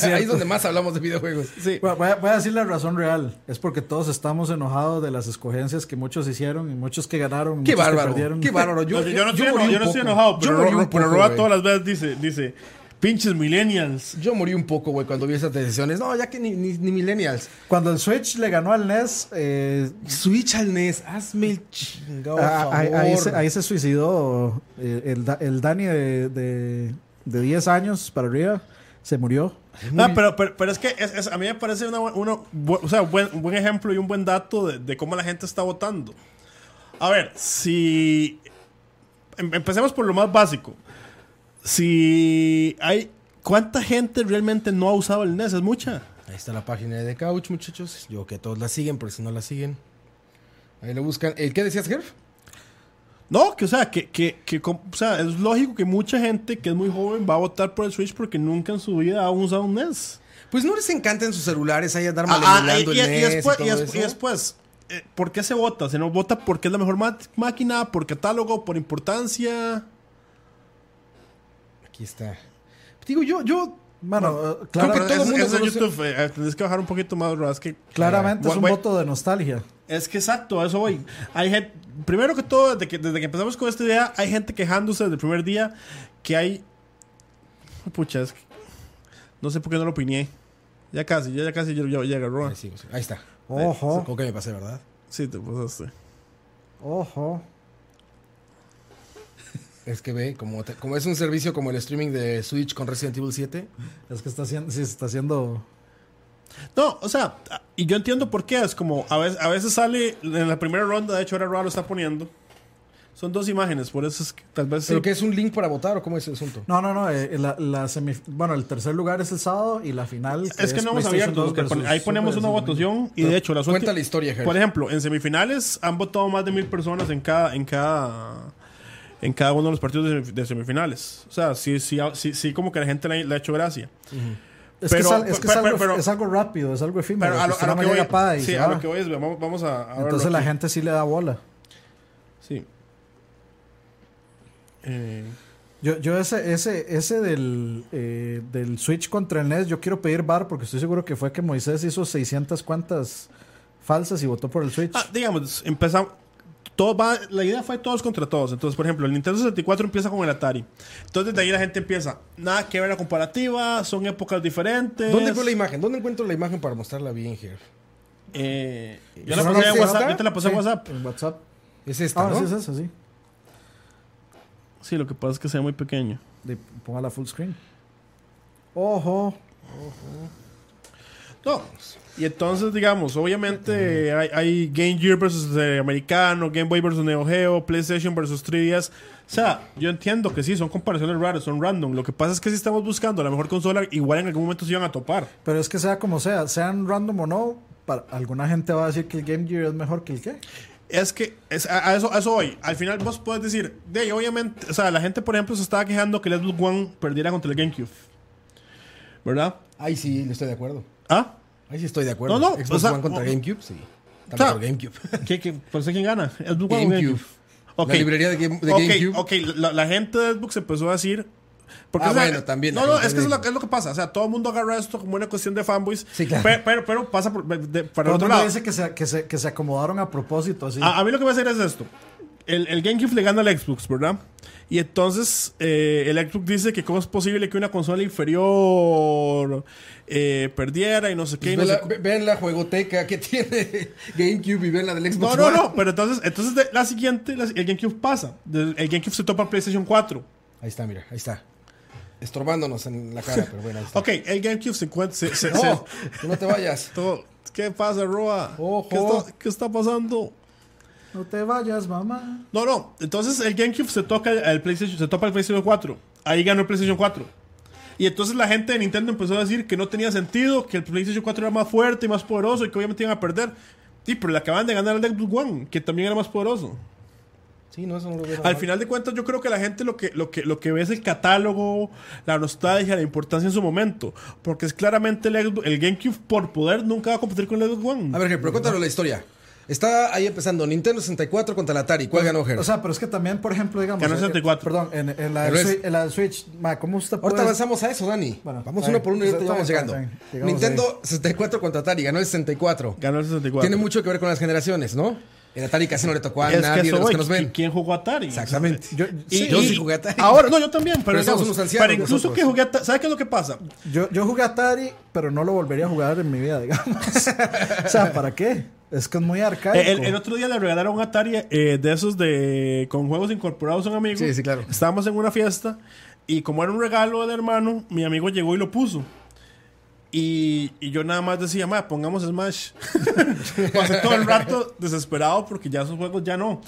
[SPEAKER 3] Ahí es donde más hablamos de videojuegos.
[SPEAKER 2] Sí.
[SPEAKER 4] Voy a, voy a decir la razón real. Es porque todos estamos enojados de las escogencias que muchos hicieron y muchos que ganaron. y
[SPEAKER 3] Qué
[SPEAKER 4] muchos que
[SPEAKER 3] bárbaro.
[SPEAKER 4] perdieron.
[SPEAKER 3] Qué bárbaro.
[SPEAKER 2] No,
[SPEAKER 3] Yo,
[SPEAKER 2] Yo, yo no, estoy,
[SPEAKER 3] morí
[SPEAKER 2] eno-
[SPEAKER 3] un
[SPEAKER 2] yo no estoy
[SPEAKER 3] poco.
[SPEAKER 2] enojado, pero,
[SPEAKER 3] yo morí
[SPEAKER 2] Ro-
[SPEAKER 3] un
[SPEAKER 2] pero
[SPEAKER 3] poco,
[SPEAKER 2] Roa
[SPEAKER 3] güey.
[SPEAKER 2] todas las veces dice, dice, pinches millennials.
[SPEAKER 3] Yo morí un poco, güey, cuando vi esas decisiones. No, ya que ni, ni, ni millennials.
[SPEAKER 4] Cuando el Switch le ganó al NES, eh,
[SPEAKER 3] Switch al NES. Hazme el chingado
[SPEAKER 4] ah, ahí, ahí
[SPEAKER 3] favor.
[SPEAKER 4] se, ahí se suicidó eh, el, Da- el Dani de, de, de 10 años para arriba. Se murió.
[SPEAKER 2] Ah, pero, pero, pero es que es- es- a mí me parece una, bu- uno, bu- o sea, buen, un buen ejemplo y un buen dato de, de cómo la gente está votando. A ver, si. em- empecemos por lo más básico. Si hay. ¿Cuánta gente realmente no ha usado el NES? Es mucha.
[SPEAKER 3] Ahí está la página de The Couch, muchachos. Yo que todos la siguen, porque si no la siguen. Ahí lo buscan. ¿El qué decías, Gerf?
[SPEAKER 2] No, que o sea, que, que, que com- o sea, es lógico que mucha gente que es muy joven va a votar por el Switch porque nunca en su vida ha usado un E NES.
[SPEAKER 3] Pues no les encanta en sus celulares ahí andar
[SPEAKER 2] Ah, ah, y,
[SPEAKER 3] malengando
[SPEAKER 2] y- y
[SPEAKER 3] el NES y
[SPEAKER 2] después,
[SPEAKER 3] todo
[SPEAKER 2] y después-
[SPEAKER 3] eso.
[SPEAKER 2] y después, eh, ¿por qué se vota? Se nos vota porque es la mejor ma- máquina, por catálogo, por importancia.
[SPEAKER 3] Aquí está. Digo, yo, yo.
[SPEAKER 4] Bueno, eh,
[SPEAKER 3] Creo
[SPEAKER 4] clara-
[SPEAKER 3] que todo
[SPEAKER 2] es,
[SPEAKER 3] mundo
[SPEAKER 2] es de
[SPEAKER 3] conoce-
[SPEAKER 2] YouTube, eh, eh, tenés que bajar un poquito más, Roa, es que
[SPEAKER 4] claramente
[SPEAKER 2] Bueno,
[SPEAKER 4] es un
[SPEAKER 2] bueno.
[SPEAKER 4] voto de nostalgia.
[SPEAKER 2] Es que exacto, a eso voy. Hay gente, primero que todo, desde que, desde que empezamos con esta idea, hay gente quejándose desde el primer día que hay... oh, Pucha, es que- no sé por qué no lo opiné. Ya casi, ya, ya casi yo, yo- ya agarró.
[SPEAKER 3] Ahí, sí, sí. Ahí está.
[SPEAKER 4] Ojo.
[SPEAKER 3] Con que me pasé, ¿verdad?
[SPEAKER 2] Sí, te pasaste.
[SPEAKER 4] Ojo.
[SPEAKER 3] Es que ve, como, te- como es un servicio como el streaming de Switch con Resident Evil 7,
[SPEAKER 4] Es que está haciendo. Sí, se está haciendo.
[SPEAKER 2] No, o sea, y yo entiendo por qué. Es como, a veces, a veces sale en la primera ronda, de hecho ahora Roa lo está poniendo. Son dos imágenes, por eso es que tal vez... sí.
[SPEAKER 3] ¿pero que es un link para votar o cómo es el asunto?
[SPEAKER 4] No, no, no. eh, la, la semif- bueno, el tercer lugar es el sábado y la final.
[SPEAKER 2] Es que no hemos
[SPEAKER 4] PlayStation
[SPEAKER 2] abierto.
[SPEAKER 4] 2
[SPEAKER 2] porque pon-
[SPEAKER 4] versus
[SPEAKER 2] ahí ponemos
[SPEAKER 4] Super
[SPEAKER 2] una
[SPEAKER 4] versus Nintendo.
[SPEAKER 2] votación y de hecho las
[SPEAKER 3] Cuenta
[SPEAKER 2] ulti-
[SPEAKER 3] la historia, Ger.
[SPEAKER 2] Por ejemplo, en semifinales han votado más de mil personas en cada, en cada, en cada uno de los partidos de, semif- de semifinales. O sea, sí, sí, sí, sí, como que a la gente le, le ha hecho gracia.
[SPEAKER 4] Es que, es, al-
[SPEAKER 2] Pero-
[SPEAKER 4] es que es
[SPEAKER 2] pero-
[SPEAKER 4] algo,
[SPEAKER 2] pero-
[SPEAKER 4] es algo rápido, es algo efímero.
[SPEAKER 2] Pero a lo,
[SPEAKER 4] usted
[SPEAKER 2] a lo
[SPEAKER 4] nada
[SPEAKER 2] que
[SPEAKER 4] más
[SPEAKER 2] voy,
[SPEAKER 4] llega pa y
[SPEAKER 2] sí,
[SPEAKER 4] se
[SPEAKER 2] a
[SPEAKER 4] va.
[SPEAKER 2] lo que voy es, vamos, vamos a, a verlo
[SPEAKER 4] Entonces la
[SPEAKER 2] aquí.
[SPEAKER 4] gente sí le da bola.
[SPEAKER 2] Sí. Eh,
[SPEAKER 4] Yo, yo ese, ese, ese del, eh, del Switch contra el NES, yo quiero pedir bar porque estoy seguro que fue que Moisés hizo 600 cuentas falsas y votó por el Switch.
[SPEAKER 2] Ah, digamos, empezamos. Todo va, la idea fue todos contra todos. Entonces, por ejemplo, el Nintendo 64 empieza con el Atari. Entonces, de ahí la gente empieza. Nada que ver la comparativa, son épocas diferentes.
[SPEAKER 3] ¿Dónde veo la imagen? ¿Dónde encuentro la imagen para mostrarla bien, Ger?
[SPEAKER 2] Eh, yo,
[SPEAKER 4] ¿Es
[SPEAKER 2] la
[SPEAKER 4] una
[SPEAKER 2] pasé en
[SPEAKER 4] lista?
[SPEAKER 2] WhatsApp, yo te la pasé en
[SPEAKER 4] Sí,
[SPEAKER 2] WhatsApp.
[SPEAKER 4] En WhatsApp.
[SPEAKER 3] Es esta,
[SPEAKER 4] Ah,
[SPEAKER 3] ¿no?
[SPEAKER 4] sí, es esa, sí.
[SPEAKER 2] Sí, lo que pasa es que se ve muy pequeño.
[SPEAKER 4] De, póngala full screen. Ojo.
[SPEAKER 2] No. Y entonces, digamos, obviamente hay, hay Game Gear versus eh, americano, Game Boy versus Neo Geo, PlayStation versus 3DS. O sea, yo entiendo que sí, son comparaciones raras, son random. Lo que pasa es que si estamos buscando la mejor consola, igual en algún momento se iban a topar.
[SPEAKER 4] Pero es que sea como sea, sean random o no, para, alguna gente va a decir que el Game Gear es mejor que el qué.
[SPEAKER 2] Es que es, a, a eso, a eso voy. Al final vos puedes decir, de ahí, obviamente, o sea, la gente, por ejemplo, se estaba quejando que el Xbox One perdiera contra el GameCube. ¿Verdad?
[SPEAKER 3] Ahí sí, estoy de acuerdo.
[SPEAKER 2] ¿Ah?
[SPEAKER 3] Ahí sí estoy de acuerdo.
[SPEAKER 2] No, no,
[SPEAKER 3] Xbox
[SPEAKER 2] o sea,
[SPEAKER 3] One contra
[SPEAKER 2] o-
[SPEAKER 3] GameCube, sí.
[SPEAKER 2] o
[SPEAKER 3] También
[SPEAKER 2] sea,
[SPEAKER 3] por GameCube.
[SPEAKER 2] ¿Qué, qué, por eso quién gana? ¿Xbox One o
[SPEAKER 3] GameCube.
[SPEAKER 2] Ok.
[SPEAKER 3] La librería de, Game- de
[SPEAKER 2] Ok,
[SPEAKER 3] GameCube.
[SPEAKER 2] ok, la, la gente de Xbox empezó a decir. Porque,
[SPEAKER 3] Ah,
[SPEAKER 2] o sea,
[SPEAKER 3] bueno, también la
[SPEAKER 2] No, no,
[SPEAKER 3] gente
[SPEAKER 2] es que
[SPEAKER 3] de
[SPEAKER 2] es lo,
[SPEAKER 3] Xbox.
[SPEAKER 2] es lo que pasa. O sea, todo el mundo agarra esto como una cuestión de fanboys.
[SPEAKER 3] Sí, claro.
[SPEAKER 2] Pero, pero, pero pasa por, de- para el
[SPEAKER 4] Todo el
[SPEAKER 2] otro
[SPEAKER 4] mundo
[SPEAKER 2] lado. Ah,
[SPEAKER 4] dice que se, que, se, que se acomodaron a propósito, así.
[SPEAKER 2] A, a mí lo que me hace es esto. El, el GameCube le gana al Xbox, ¿verdad? Y entonces eh, el Xbox dice que cómo es posible que una consola inferior eh, perdiera y no sé qué. y
[SPEAKER 3] Pues
[SPEAKER 2] no
[SPEAKER 3] ve la-
[SPEAKER 2] sé
[SPEAKER 3] ve- vean la juegoteca que tiene GameCube y vean la del
[SPEAKER 2] No,
[SPEAKER 3] Xbox
[SPEAKER 2] no,
[SPEAKER 3] One.
[SPEAKER 2] no, pero entonces, entonces de- la siguiente, la- el GameCube pasa. Del- El GameCube se topa al PlayStation 4.
[SPEAKER 3] Ahí está, mira, ahí está. Estorbándonos en la cara, pero bueno, ahí está.
[SPEAKER 2] Ok, el GameCube se encuentra. Se, se-
[SPEAKER 3] No,
[SPEAKER 2] se-
[SPEAKER 3] tú no te vayas.
[SPEAKER 2] todo- ¿Qué pasa, Roa?
[SPEAKER 3] Ojo.
[SPEAKER 2] ¿Qué está, qué está pasando?
[SPEAKER 4] No te vayas, mamá.
[SPEAKER 2] No, no. Entonces el GameCube se toca al PlayStation, se topa el PlayStation 4. Ahí ganó el PlayStation 4. Y entonces la gente de Nintendo empezó a decir que no tenía sentido, que el PlayStation 4 era más fuerte y más poderoso y que obviamente iban a perder. Sí, pero le acaban de ganar al Xbox One, que también era más poderoso.
[SPEAKER 3] Sí, no, eso no lo veo.
[SPEAKER 2] Al final de cuentas, yo creo que la gente lo que, lo que, lo que ve es el catálogo, la nostalgia, la importancia en su momento. Porque es claramente el, Xbox- el GameCube por poder nunca va a competir con el Xbox One.
[SPEAKER 3] A ver, Ger, pero cuéntanos la historia. Está ahí empezando Nintendo 64 contra la Atari.
[SPEAKER 2] Pues,
[SPEAKER 3] ¿Cuál ganó, Ger?
[SPEAKER 4] O sea, pero es que también, por ejemplo, digamos.
[SPEAKER 2] Ganó
[SPEAKER 4] eh,
[SPEAKER 2] 64.
[SPEAKER 4] perdón, en, en la,
[SPEAKER 3] Pero
[SPEAKER 4] del
[SPEAKER 3] es-
[SPEAKER 4] Switch- en la del Switch, ma, ¿cómo usted puede.?
[SPEAKER 3] Ahorita avanzamos a eso, Dani.
[SPEAKER 4] Pues, Bueno,
[SPEAKER 3] Vamos
[SPEAKER 4] está
[SPEAKER 3] uno
[SPEAKER 4] bien.
[SPEAKER 3] por uno y ahorita
[SPEAKER 4] Está
[SPEAKER 3] vamos
[SPEAKER 4] bien,
[SPEAKER 3] llegando.
[SPEAKER 4] está bien. Llegamos
[SPEAKER 3] Nintendo 64 contra Atari, ganó el 64.
[SPEAKER 2] Ganó el 64.
[SPEAKER 3] Tiene mucho que ver con las generaciones, ¿no? El Atari casi no le tocó a
[SPEAKER 2] Es
[SPEAKER 3] nadie
[SPEAKER 2] que
[SPEAKER 3] de
[SPEAKER 2] eso
[SPEAKER 3] los
[SPEAKER 2] voy,
[SPEAKER 3] que nos ven.
[SPEAKER 2] ¿Quién jugó Atari?
[SPEAKER 3] Exactamente.
[SPEAKER 4] Yo,
[SPEAKER 2] Y-
[SPEAKER 4] sí,
[SPEAKER 3] yo
[SPEAKER 2] y-
[SPEAKER 3] sí jugué Atari.
[SPEAKER 2] Ahora, no, yo también, pero,
[SPEAKER 3] Pero somos
[SPEAKER 2] digamos,
[SPEAKER 3] unos ancianos
[SPEAKER 2] pero incluso
[SPEAKER 3] nosotros.
[SPEAKER 2] que jugué Atari, ¿sabes qué es lo que pasa?
[SPEAKER 4] yo, yo jugué Atari, pero no lo volvería a jugar en mi vida, digamos. o sea, ¿para qué? Es que es muy arcaico.
[SPEAKER 2] Eh, El, el otro día le regalaron un Atari eh, de esos de con juegos incorporados a un amigo.
[SPEAKER 3] Sí, sí, claro.
[SPEAKER 2] Estábamos en una fiesta y como era un regalo del hermano, mi amigo llegó y lo puso. Y, y yo nada más decía, ma, pongamos Smash. Pasé todo el rato desesperado porque ya esos juegos ya no.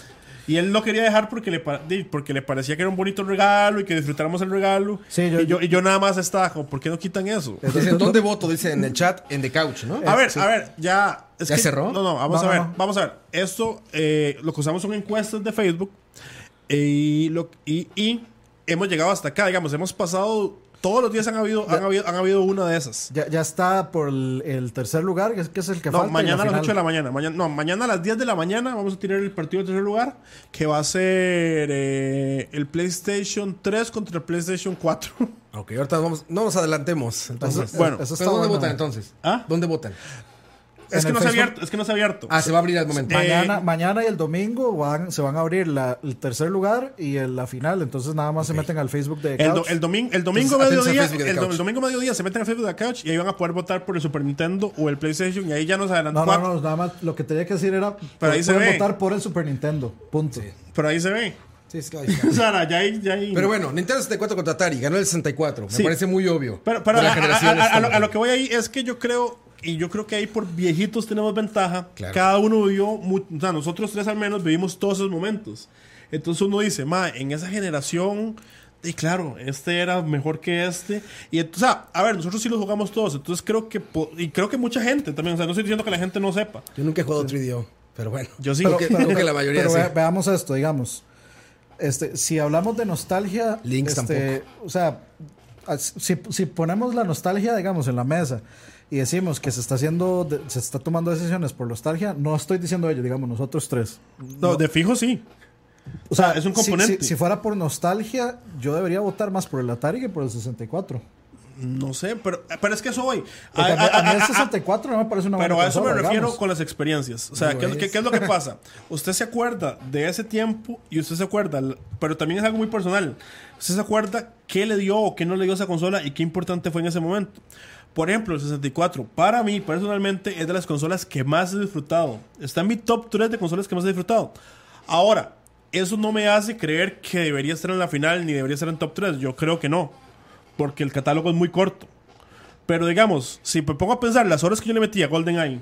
[SPEAKER 2] Y él lo quería dejar porque le, pa- di- porque le parecía que era un bonito regalo y que disfrutáramos el regalo.
[SPEAKER 4] Sí, yo-
[SPEAKER 2] y, yo, y yo nada más estaba como, ¿por qué no quitan eso?
[SPEAKER 3] Dicen, ¿dónde voto? Dicen en el chat, en The Couch, ¿no?
[SPEAKER 2] A ver, a ver, ya. es
[SPEAKER 3] ¿Ya cerró?
[SPEAKER 2] No, no, vamos
[SPEAKER 4] Este, No,
[SPEAKER 2] a
[SPEAKER 4] no,
[SPEAKER 2] ver.
[SPEAKER 4] no.
[SPEAKER 2] Vamos a ver. Esto, eh, lo que usamos son encuestas de Facebook. eh, Y, lo, y, y hemos llegado hasta acá, digamos. Hemos pasado. Todos los días han habido, han habido, han habido una de esas.
[SPEAKER 4] Ya, ya está por el, el tercer lugar, que es, que es el que
[SPEAKER 2] No,
[SPEAKER 4] falta. y
[SPEAKER 2] mañana a las
[SPEAKER 4] final.
[SPEAKER 2] 8 de la mañana. Mañana, no, mañana a las 10 de la mañana vamos a tirar el partido de tercer lugar. Que va a ser eh, el PlayStation 3 contra el PlayStation 4.
[SPEAKER 3] Ok, ahorita vamos, no nos adelantemos. Entonces,
[SPEAKER 4] Eso-
[SPEAKER 2] Bueno,
[SPEAKER 3] ¿pero
[SPEAKER 4] eso está
[SPEAKER 3] ¿dónde
[SPEAKER 4] bueno.
[SPEAKER 3] votan entonces?
[SPEAKER 2] ¿Ah?
[SPEAKER 3] ¿Dónde votan?
[SPEAKER 2] Es
[SPEAKER 4] en
[SPEAKER 2] que,
[SPEAKER 4] el
[SPEAKER 2] no se ha
[SPEAKER 4] Facebook.
[SPEAKER 2] abierto, es que no se ha abierto.
[SPEAKER 3] Ah, se va a abrir al momento.
[SPEAKER 2] Eh,
[SPEAKER 4] Mañana, mañana y el domingo van, se van a abrir la- el tercer lugar y el- la final. Entonces nada más se meten al Facebook de
[SPEAKER 2] El, do-
[SPEAKER 4] Couch.
[SPEAKER 2] el domingo, el domingo
[SPEAKER 3] Entonces, atentos
[SPEAKER 2] mediodía,
[SPEAKER 3] al Facebook de
[SPEAKER 2] el, do-
[SPEAKER 3] Couch.
[SPEAKER 2] el domingo mediodía se meten al Facebook de Couch y ahí van a poder votar por el Super Nintendo o el PlayStation y ahí ya nos adelantan
[SPEAKER 4] No, no,
[SPEAKER 2] cuatro.
[SPEAKER 4] no, nada más lo que tenía que decir era
[SPEAKER 2] Pero ahí se
[SPEAKER 4] pueden
[SPEAKER 2] ve.
[SPEAKER 4] votar por el Super Nintendo. Punto.
[SPEAKER 2] Pero ahí se ve.
[SPEAKER 3] Sí, es que ahí está.
[SPEAKER 2] O sea, ya ahí, ya ahí.
[SPEAKER 3] Pero bueno, Nintendo 64 contra Atari, ganó el 64. Me
[SPEAKER 2] Sí.
[SPEAKER 3] parece muy obvio.
[SPEAKER 2] Pero, pero
[SPEAKER 3] Por la
[SPEAKER 2] a, a-
[SPEAKER 3] generación
[SPEAKER 2] a- a- a lo,
[SPEAKER 3] estándar.
[SPEAKER 2] a lo que voy ahí es que yo creo, y yo creo que ahí por viejitos tenemos ventaja,
[SPEAKER 3] Claro.
[SPEAKER 2] cada uno vivió, mu- o sea, nosotros tres al menos vivimos todos esos momentos. Entonces uno dice, ma, en esa generación, y claro, este era mejor que este. Y ent- o sea, a ver, nosotros sí lo jugamos todos, entonces creo que, po- y creo que mucha gente también, o sea, no estoy diciendo que la gente no sepa.
[SPEAKER 3] Yo nunca he jugado 3DO, pero bueno.
[SPEAKER 2] Yo sí.
[SPEAKER 3] Creo que, creo que la mayoría
[SPEAKER 4] Pero
[SPEAKER 3] sí.
[SPEAKER 4] vea- veamos esto, digamos. Este, si hablamos de nostalgia,
[SPEAKER 3] Links
[SPEAKER 4] este, o sea, as- si, si ponemos la nostalgia, digamos, en la mesa y decimos que se está haciendo, de- se está tomando decisiones por nostalgia, no estoy diciendo ello, digamos, nosotros tres.
[SPEAKER 2] No, de fijo sí.
[SPEAKER 4] O
[SPEAKER 2] sea, Ah, es un
[SPEAKER 4] si-
[SPEAKER 2] componente.
[SPEAKER 4] Si, si fuera por nostalgia, yo debería votar más por el Atari que por el 64.
[SPEAKER 2] Ah, No sé, pero, pero es que eso voy. A-
[SPEAKER 4] Porque a, mí-
[SPEAKER 2] a-
[SPEAKER 4] a mí el
[SPEAKER 2] a- a-
[SPEAKER 4] 64 no me parece una buena
[SPEAKER 2] ah, Pero a eso me
[SPEAKER 4] consola,
[SPEAKER 2] refiero
[SPEAKER 4] digamos.
[SPEAKER 2] con las experiencias. O sea,
[SPEAKER 3] No
[SPEAKER 2] ¿qué, es-
[SPEAKER 3] es.
[SPEAKER 2] qué- qué es lo que pasa? Usted se acuerda de ese tiempo y usted se acuerda, l- pero también es algo muy personal. Usted se acuerda qué le dio o qué no le dio esa consola y qué importante fue en ese momento. Por ejemplo, el 64, para mí personalmente es de las consolas que más he disfrutado. Está en mi top 3 de consolas que más he disfrutado. Ahora, eso no me hace creer que debería estar en la final ni debería estar en top 3. Yo creo que no, porque el catálogo es muy corto. Pero digamos, si me pongo a pensar las horas que yo le metí a GoldenEye,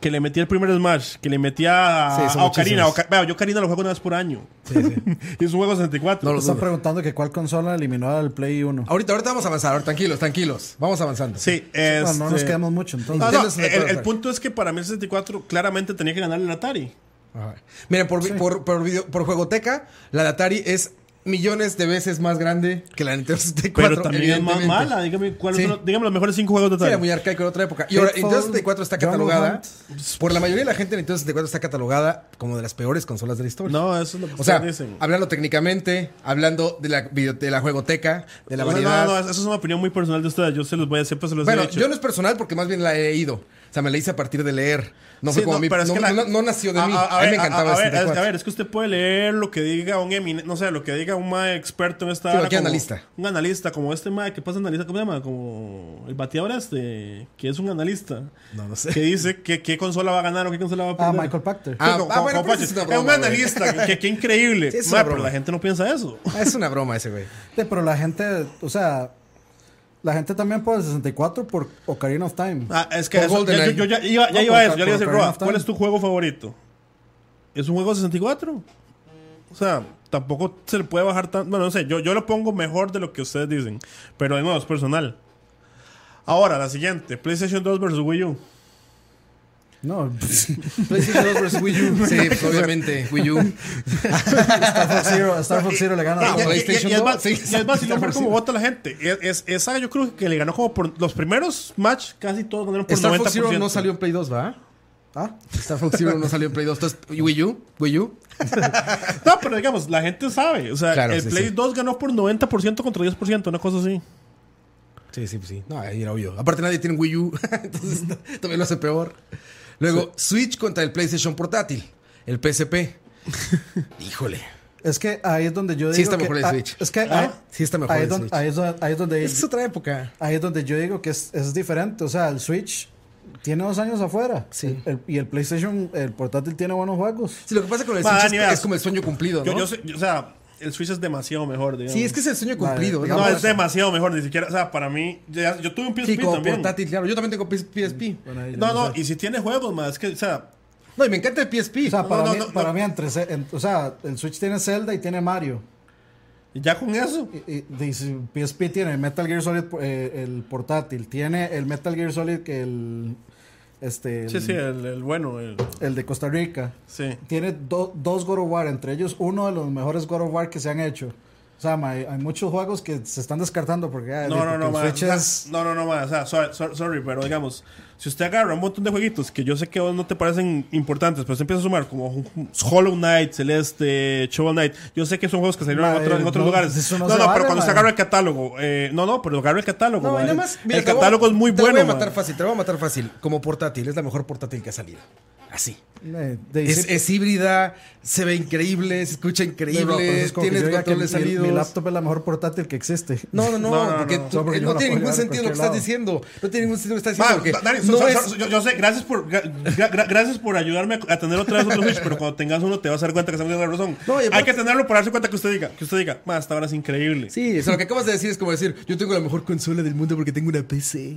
[SPEAKER 2] que le metí el primer Smash, que le metí a,
[SPEAKER 3] Sí, son
[SPEAKER 2] a Ocarina.
[SPEAKER 3] muchísimas.
[SPEAKER 2] Oca- vea, yo Ocarina lo juego una vez por año. y es un juego 64.
[SPEAKER 3] No lo
[SPEAKER 4] Están
[SPEAKER 3] dudo.
[SPEAKER 4] preguntando que cuál consola eliminó al Play 1.
[SPEAKER 2] Ah,
[SPEAKER 3] Ahorita, ahorita vamos a avanzar. ahora, tranquilos, tranquilos. Vamos avanzando.
[SPEAKER 2] Sí,
[SPEAKER 4] Bueno, no nos
[SPEAKER 2] este-
[SPEAKER 4] quedamos mucho, entonces.
[SPEAKER 2] No, no,
[SPEAKER 3] Nintendo 64,
[SPEAKER 2] el, el
[SPEAKER 3] sorry.
[SPEAKER 2] punto es que para mí el 64 claramente tenía que ganar el Atari.
[SPEAKER 3] Ajá. Miren, por, vi- por, por, video- por juegoteca, la de Atari es millones de veces más grande que la de Nintendo 64.
[SPEAKER 2] Pero también es más
[SPEAKER 3] evidentemente.
[SPEAKER 2] mala. Dígame, ¿cuáles
[SPEAKER 3] Sí.
[SPEAKER 2] son los- dígame los mejores 5 juegos de
[SPEAKER 3] Sí,
[SPEAKER 2] Atari.
[SPEAKER 3] era muy arcaico en otra época. Y ahora,
[SPEAKER 4] Pitfall,
[SPEAKER 3] Nintendo 64 está catalogada.
[SPEAKER 4] Jungle
[SPEAKER 3] Por la mayoría de la gente, Nintendo 64 está catalogada como de las peores consolas de la historia.
[SPEAKER 2] no, eso es lo que
[SPEAKER 3] O sea,
[SPEAKER 2] ustedes dicen.
[SPEAKER 3] hablando técnicamente, hablando de la, video- de la juegoteca, de la
[SPEAKER 2] No, no,
[SPEAKER 3] variedad.
[SPEAKER 2] no, eso es una opinión muy personal de ustedes. Yo se los voy a siempre se los he
[SPEAKER 3] bueno,
[SPEAKER 2] dicho.
[SPEAKER 3] yo no es personal porque más bien la he leído. O sea, me la hice a partir de leer. No fue
[SPEAKER 2] Sí,
[SPEAKER 3] como
[SPEAKER 2] no,
[SPEAKER 3] mi.
[SPEAKER 2] pero es
[SPEAKER 3] no,
[SPEAKER 2] que la-
[SPEAKER 3] no- no nació de
[SPEAKER 2] a-
[SPEAKER 3] mí.
[SPEAKER 2] A,
[SPEAKER 3] a mí me
[SPEAKER 2] ver,
[SPEAKER 3] encantaba este el
[SPEAKER 2] a- a ver, es-
[SPEAKER 3] 64.
[SPEAKER 2] a ver, es que usted puede leer lo que diga un eminente, no sé, lo que diga un mae experto en esta
[SPEAKER 3] Sí,
[SPEAKER 2] área
[SPEAKER 3] cualquier
[SPEAKER 2] como-
[SPEAKER 3] analista.
[SPEAKER 2] Un analista como este mae que pasa analista, ¿cómo se llama? Como el bateador este, que es un analista.
[SPEAKER 3] No, no sé.
[SPEAKER 2] Que dice que qué consola va a ganar o qué consola va a
[SPEAKER 4] Ah,
[SPEAKER 2] perder.
[SPEAKER 4] Michael Pacter.
[SPEAKER 3] Ah,
[SPEAKER 2] como-
[SPEAKER 3] ah,
[SPEAKER 2] como-
[SPEAKER 3] bueno,
[SPEAKER 2] como
[SPEAKER 3] pero eso es
[SPEAKER 2] Pache.
[SPEAKER 3] una
[SPEAKER 2] es,
[SPEAKER 3] broma,
[SPEAKER 2] un
[SPEAKER 3] güey.
[SPEAKER 2] analista, que, que increíble.
[SPEAKER 3] Sí, es
[SPEAKER 2] Mae,
[SPEAKER 3] una
[SPEAKER 2] pero
[SPEAKER 3] broma.
[SPEAKER 2] la gente no piensa eso.
[SPEAKER 3] Ah, Es una broma ese güey.
[SPEAKER 4] Sí, pero la gente, o sea, la gente también por el 64 por Ocarina of Time.
[SPEAKER 2] Ah, es que
[SPEAKER 3] Por
[SPEAKER 2] eso- ya, yo,
[SPEAKER 3] GoldenEye.
[SPEAKER 2] yo ya iba, ya
[SPEAKER 4] No,
[SPEAKER 2] iba
[SPEAKER 4] por
[SPEAKER 2] a eso, ya le iba a
[SPEAKER 4] Car- por
[SPEAKER 2] decir,
[SPEAKER 4] Ocarina
[SPEAKER 2] Roa,
[SPEAKER 4] of
[SPEAKER 2] ¿cuál
[SPEAKER 4] Time.
[SPEAKER 2] es tu juego favorito? ¿Es un juego de 64? O sea, tampoco se le puede bajar tanto. Bueno, no sé, yo, yo lo pongo mejor de lo que ustedes dicen, pero de nuevo, es personal. Ahora, la siguiente, PlayStation 2 versus Wii U.
[SPEAKER 4] No,
[SPEAKER 3] PlayStation 2 versus Wii U. Sí, pues, obviamente, Wii U.
[SPEAKER 4] Star Fox Zero, Star Fox Zero le gana
[SPEAKER 2] Y-
[SPEAKER 4] a
[SPEAKER 2] y- y-
[SPEAKER 4] Play.
[SPEAKER 3] Ah, PlayStation
[SPEAKER 2] y es
[SPEAKER 3] 2,
[SPEAKER 2] más-
[SPEAKER 3] sí,
[SPEAKER 2] y es más, si no
[SPEAKER 3] está
[SPEAKER 2] ver cómo
[SPEAKER 3] por
[SPEAKER 2] vota la gente. Es, es- esa yo creo que le ganó como por los primeros match, casi todos ganaron por
[SPEAKER 3] Star
[SPEAKER 2] 90%.
[SPEAKER 3] Fox Zero no salió en Play 2, ¿va?
[SPEAKER 4] Ah,
[SPEAKER 3] Star Fox Zero no salió en Play 2. Entonces, Wii U, Wii U.
[SPEAKER 2] No, pero digamos, la gente sabe. O sea,
[SPEAKER 3] Claro,
[SPEAKER 2] el
[SPEAKER 3] sí,
[SPEAKER 2] Play
[SPEAKER 3] sí.
[SPEAKER 2] 2 ganó por 90% contra 10%, una cosa así.
[SPEAKER 3] Sí, sí, sí. No, ahí era obvio. Aparte nadie tiene Wii U, entonces también lo hace peor. Luego, Switch contra el PlayStation portátil, el PSP. Híjole.
[SPEAKER 4] es que ahí es donde yo digo
[SPEAKER 3] Sí está
[SPEAKER 4] que-
[SPEAKER 3] mejor el
[SPEAKER 4] ah,
[SPEAKER 3] Switch.
[SPEAKER 4] Es que
[SPEAKER 3] Ah,
[SPEAKER 4] ahí-
[SPEAKER 3] sí está mejor
[SPEAKER 4] ahí
[SPEAKER 3] el
[SPEAKER 4] es donde-
[SPEAKER 3] Switch.
[SPEAKER 4] ahí es donde- ahí es donde
[SPEAKER 3] Esta es otra época.
[SPEAKER 4] ahí es donde yo digo que es, es diferente, o sea, el Switch tiene dos años afuera
[SPEAKER 3] Sí.
[SPEAKER 4] El- el- y el PlayStation, el portátil tiene buenos juegos.
[SPEAKER 3] Sí, lo que pasa con el
[SPEAKER 2] Va,
[SPEAKER 3] Switch es
[SPEAKER 2] Dani,
[SPEAKER 3] que es,
[SPEAKER 2] veas.
[SPEAKER 3] como el sueño cumplido, ¿no?
[SPEAKER 2] Yo, yo sé- yo- o sea, el Switch es demasiado mejor, digamos.
[SPEAKER 3] sí, es que es el sueño cumplido.
[SPEAKER 4] Vale,
[SPEAKER 2] No,
[SPEAKER 3] digamos.
[SPEAKER 2] es demasiado mejor, ni siquiera. O sea, para mí, ya- yo tuve un PSP
[SPEAKER 3] Sí, como
[SPEAKER 2] también.
[SPEAKER 3] portátil, claro. Yo también tengo PS- PSP.
[SPEAKER 4] Bueno, ahí yo
[SPEAKER 2] No, no,
[SPEAKER 4] sé.
[SPEAKER 2] y si tiene juegos, más, es que, o sea,
[SPEAKER 3] No, y me encanta el PSP.
[SPEAKER 4] O sea,
[SPEAKER 2] no,
[SPEAKER 4] para,
[SPEAKER 2] no,
[SPEAKER 4] mí,
[SPEAKER 2] no,
[SPEAKER 4] para
[SPEAKER 2] no.
[SPEAKER 4] mí entre, se- en- o sea, el Switch tiene Zelda y tiene Mario.
[SPEAKER 2] ya con eso.
[SPEAKER 4] Y- y dice, PSP tiene Metal Gear Solid eh, el portátil, tiene el Metal Gear Solid que el este el,
[SPEAKER 2] Sí, sí, el, el bueno, el-
[SPEAKER 4] el de Costa Rica.
[SPEAKER 2] sí.
[SPEAKER 4] Tiene do- dos God of War, entre ellos uno de los mejores God of War que se han hecho. O sea, ma, hay, hay muchos juegos que se están descartando porque
[SPEAKER 2] No,
[SPEAKER 4] ah, de-
[SPEAKER 2] no,
[SPEAKER 4] porque
[SPEAKER 2] no,
[SPEAKER 4] el
[SPEAKER 2] ma,
[SPEAKER 4] Switch
[SPEAKER 2] o sea,
[SPEAKER 4] es-
[SPEAKER 2] no, no, no, ma, o sea, sorry, sorry, sorry, pero digamos, si usted agarra un montón de jueguitos que yo sé que a vos no te parecen importantes, pero se empieza a sumar como Hollow Knight, Celeste, Shovel Knight, yo sé que son juegos que salieron en,
[SPEAKER 4] Ma,
[SPEAKER 2] otro- en
[SPEAKER 4] eh,
[SPEAKER 2] otros
[SPEAKER 4] no,
[SPEAKER 2] lugares.
[SPEAKER 4] eso
[SPEAKER 2] No,
[SPEAKER 4] no
[SPEAKER 2] no,
[SPEAKER 4] se
[SPEAKER 2] pero
[SPEAKER 4] vale,
[SPEAKER 2] cuando
[SPEAKER 4] ma.
[SPEAKER 2] usted agarra el catálogo, eh, no, no, pero agarra el catálogo,
[SPEAKER 3] No,
[SPEAKER 2] ma,
[SPEAKER 3] y nada
[SPEAKER 2] el-
[SPEAKER 3] más, mira,
[SPEAKER 2] el
[SPEAKER 3] te voy-
[SPEAKER 2] catálogo es muy
[SPEAKER 3] te
[SPEAKER 2] bueno,
[SPEAKER 3] voy a matar
[SPEAKER 2] ma.
[SPEAKER 3] fácil, te voy a matar fácil. Como portátil, es la mejor portátil que ha salido. Así.
[SPEAKER 4] eh, de-
[SPEAKER 3] Es,
[SPEAKER 4] sí,
[SPEAKER 3] es híbrida, se ve increíble, se escucha
[SPEAKER 4] pero- pero eso
[SPEAKER 3] increíble,
[SPEAKER 4] es como que
[SPEAKER 3] tiene
[SPEAKER 4] yo diga que
[SPEAKER 3] controles
[SPEAKER 4] mi-
[SPEAKER 3] salidos.
[SPEAKER 4] Mi, laptop es la mejor portátil que existe.
[SPEAKER 3] No, no, no,
[SPEAKER 2] No, no,
[SPEAKER 3] porque
[SPEAKER 2] no.
[SPEAKER 3] tú- eh,
[SPEAKER 4] No, porque yo
[SPEAKER 3] no
[SPEAKER 4] la
[SPEAKER 3] tiene
[SPEAKER 4] puedo
[SPEAKER 3] ningún
[SPEAKER 4] ver en
[SPEAKER 3] sentido lo que
[SPEAKER 4] cualquier
[SPEAKER 3] estás
[SPEAKER 4] lado.
[SPEAKER 3] diciendo. No tiene ningún sentido lo que estás
[SPEAKER 2] Ma,
[SPEAKER 3] diciendo. porque
[SPEAKER 2] Dani, so-
[SPEAKER 3] no
[SPEAKER 2] so-
[SPEAKER 3] es-
[SPEAKER 2] so- yo, yo sé, gracias por, gra- gra- gra- gracias por ayudarme a tener otra vez otro Switch, pero cuando tengas uno te vas a dar cuenta que estamos la razón.
[SPEAKER 3] No, y aparte-
[SPEAKER 2] Hay que tenerlo para darse cuenta que usted diga, que usted diga, más, hasta ahora es increíble.
[SPEAKER 3] Sí, o sea, lo que acabas de decir es como decir, yo tengo la mejor consola del mundo porque tengo una PC.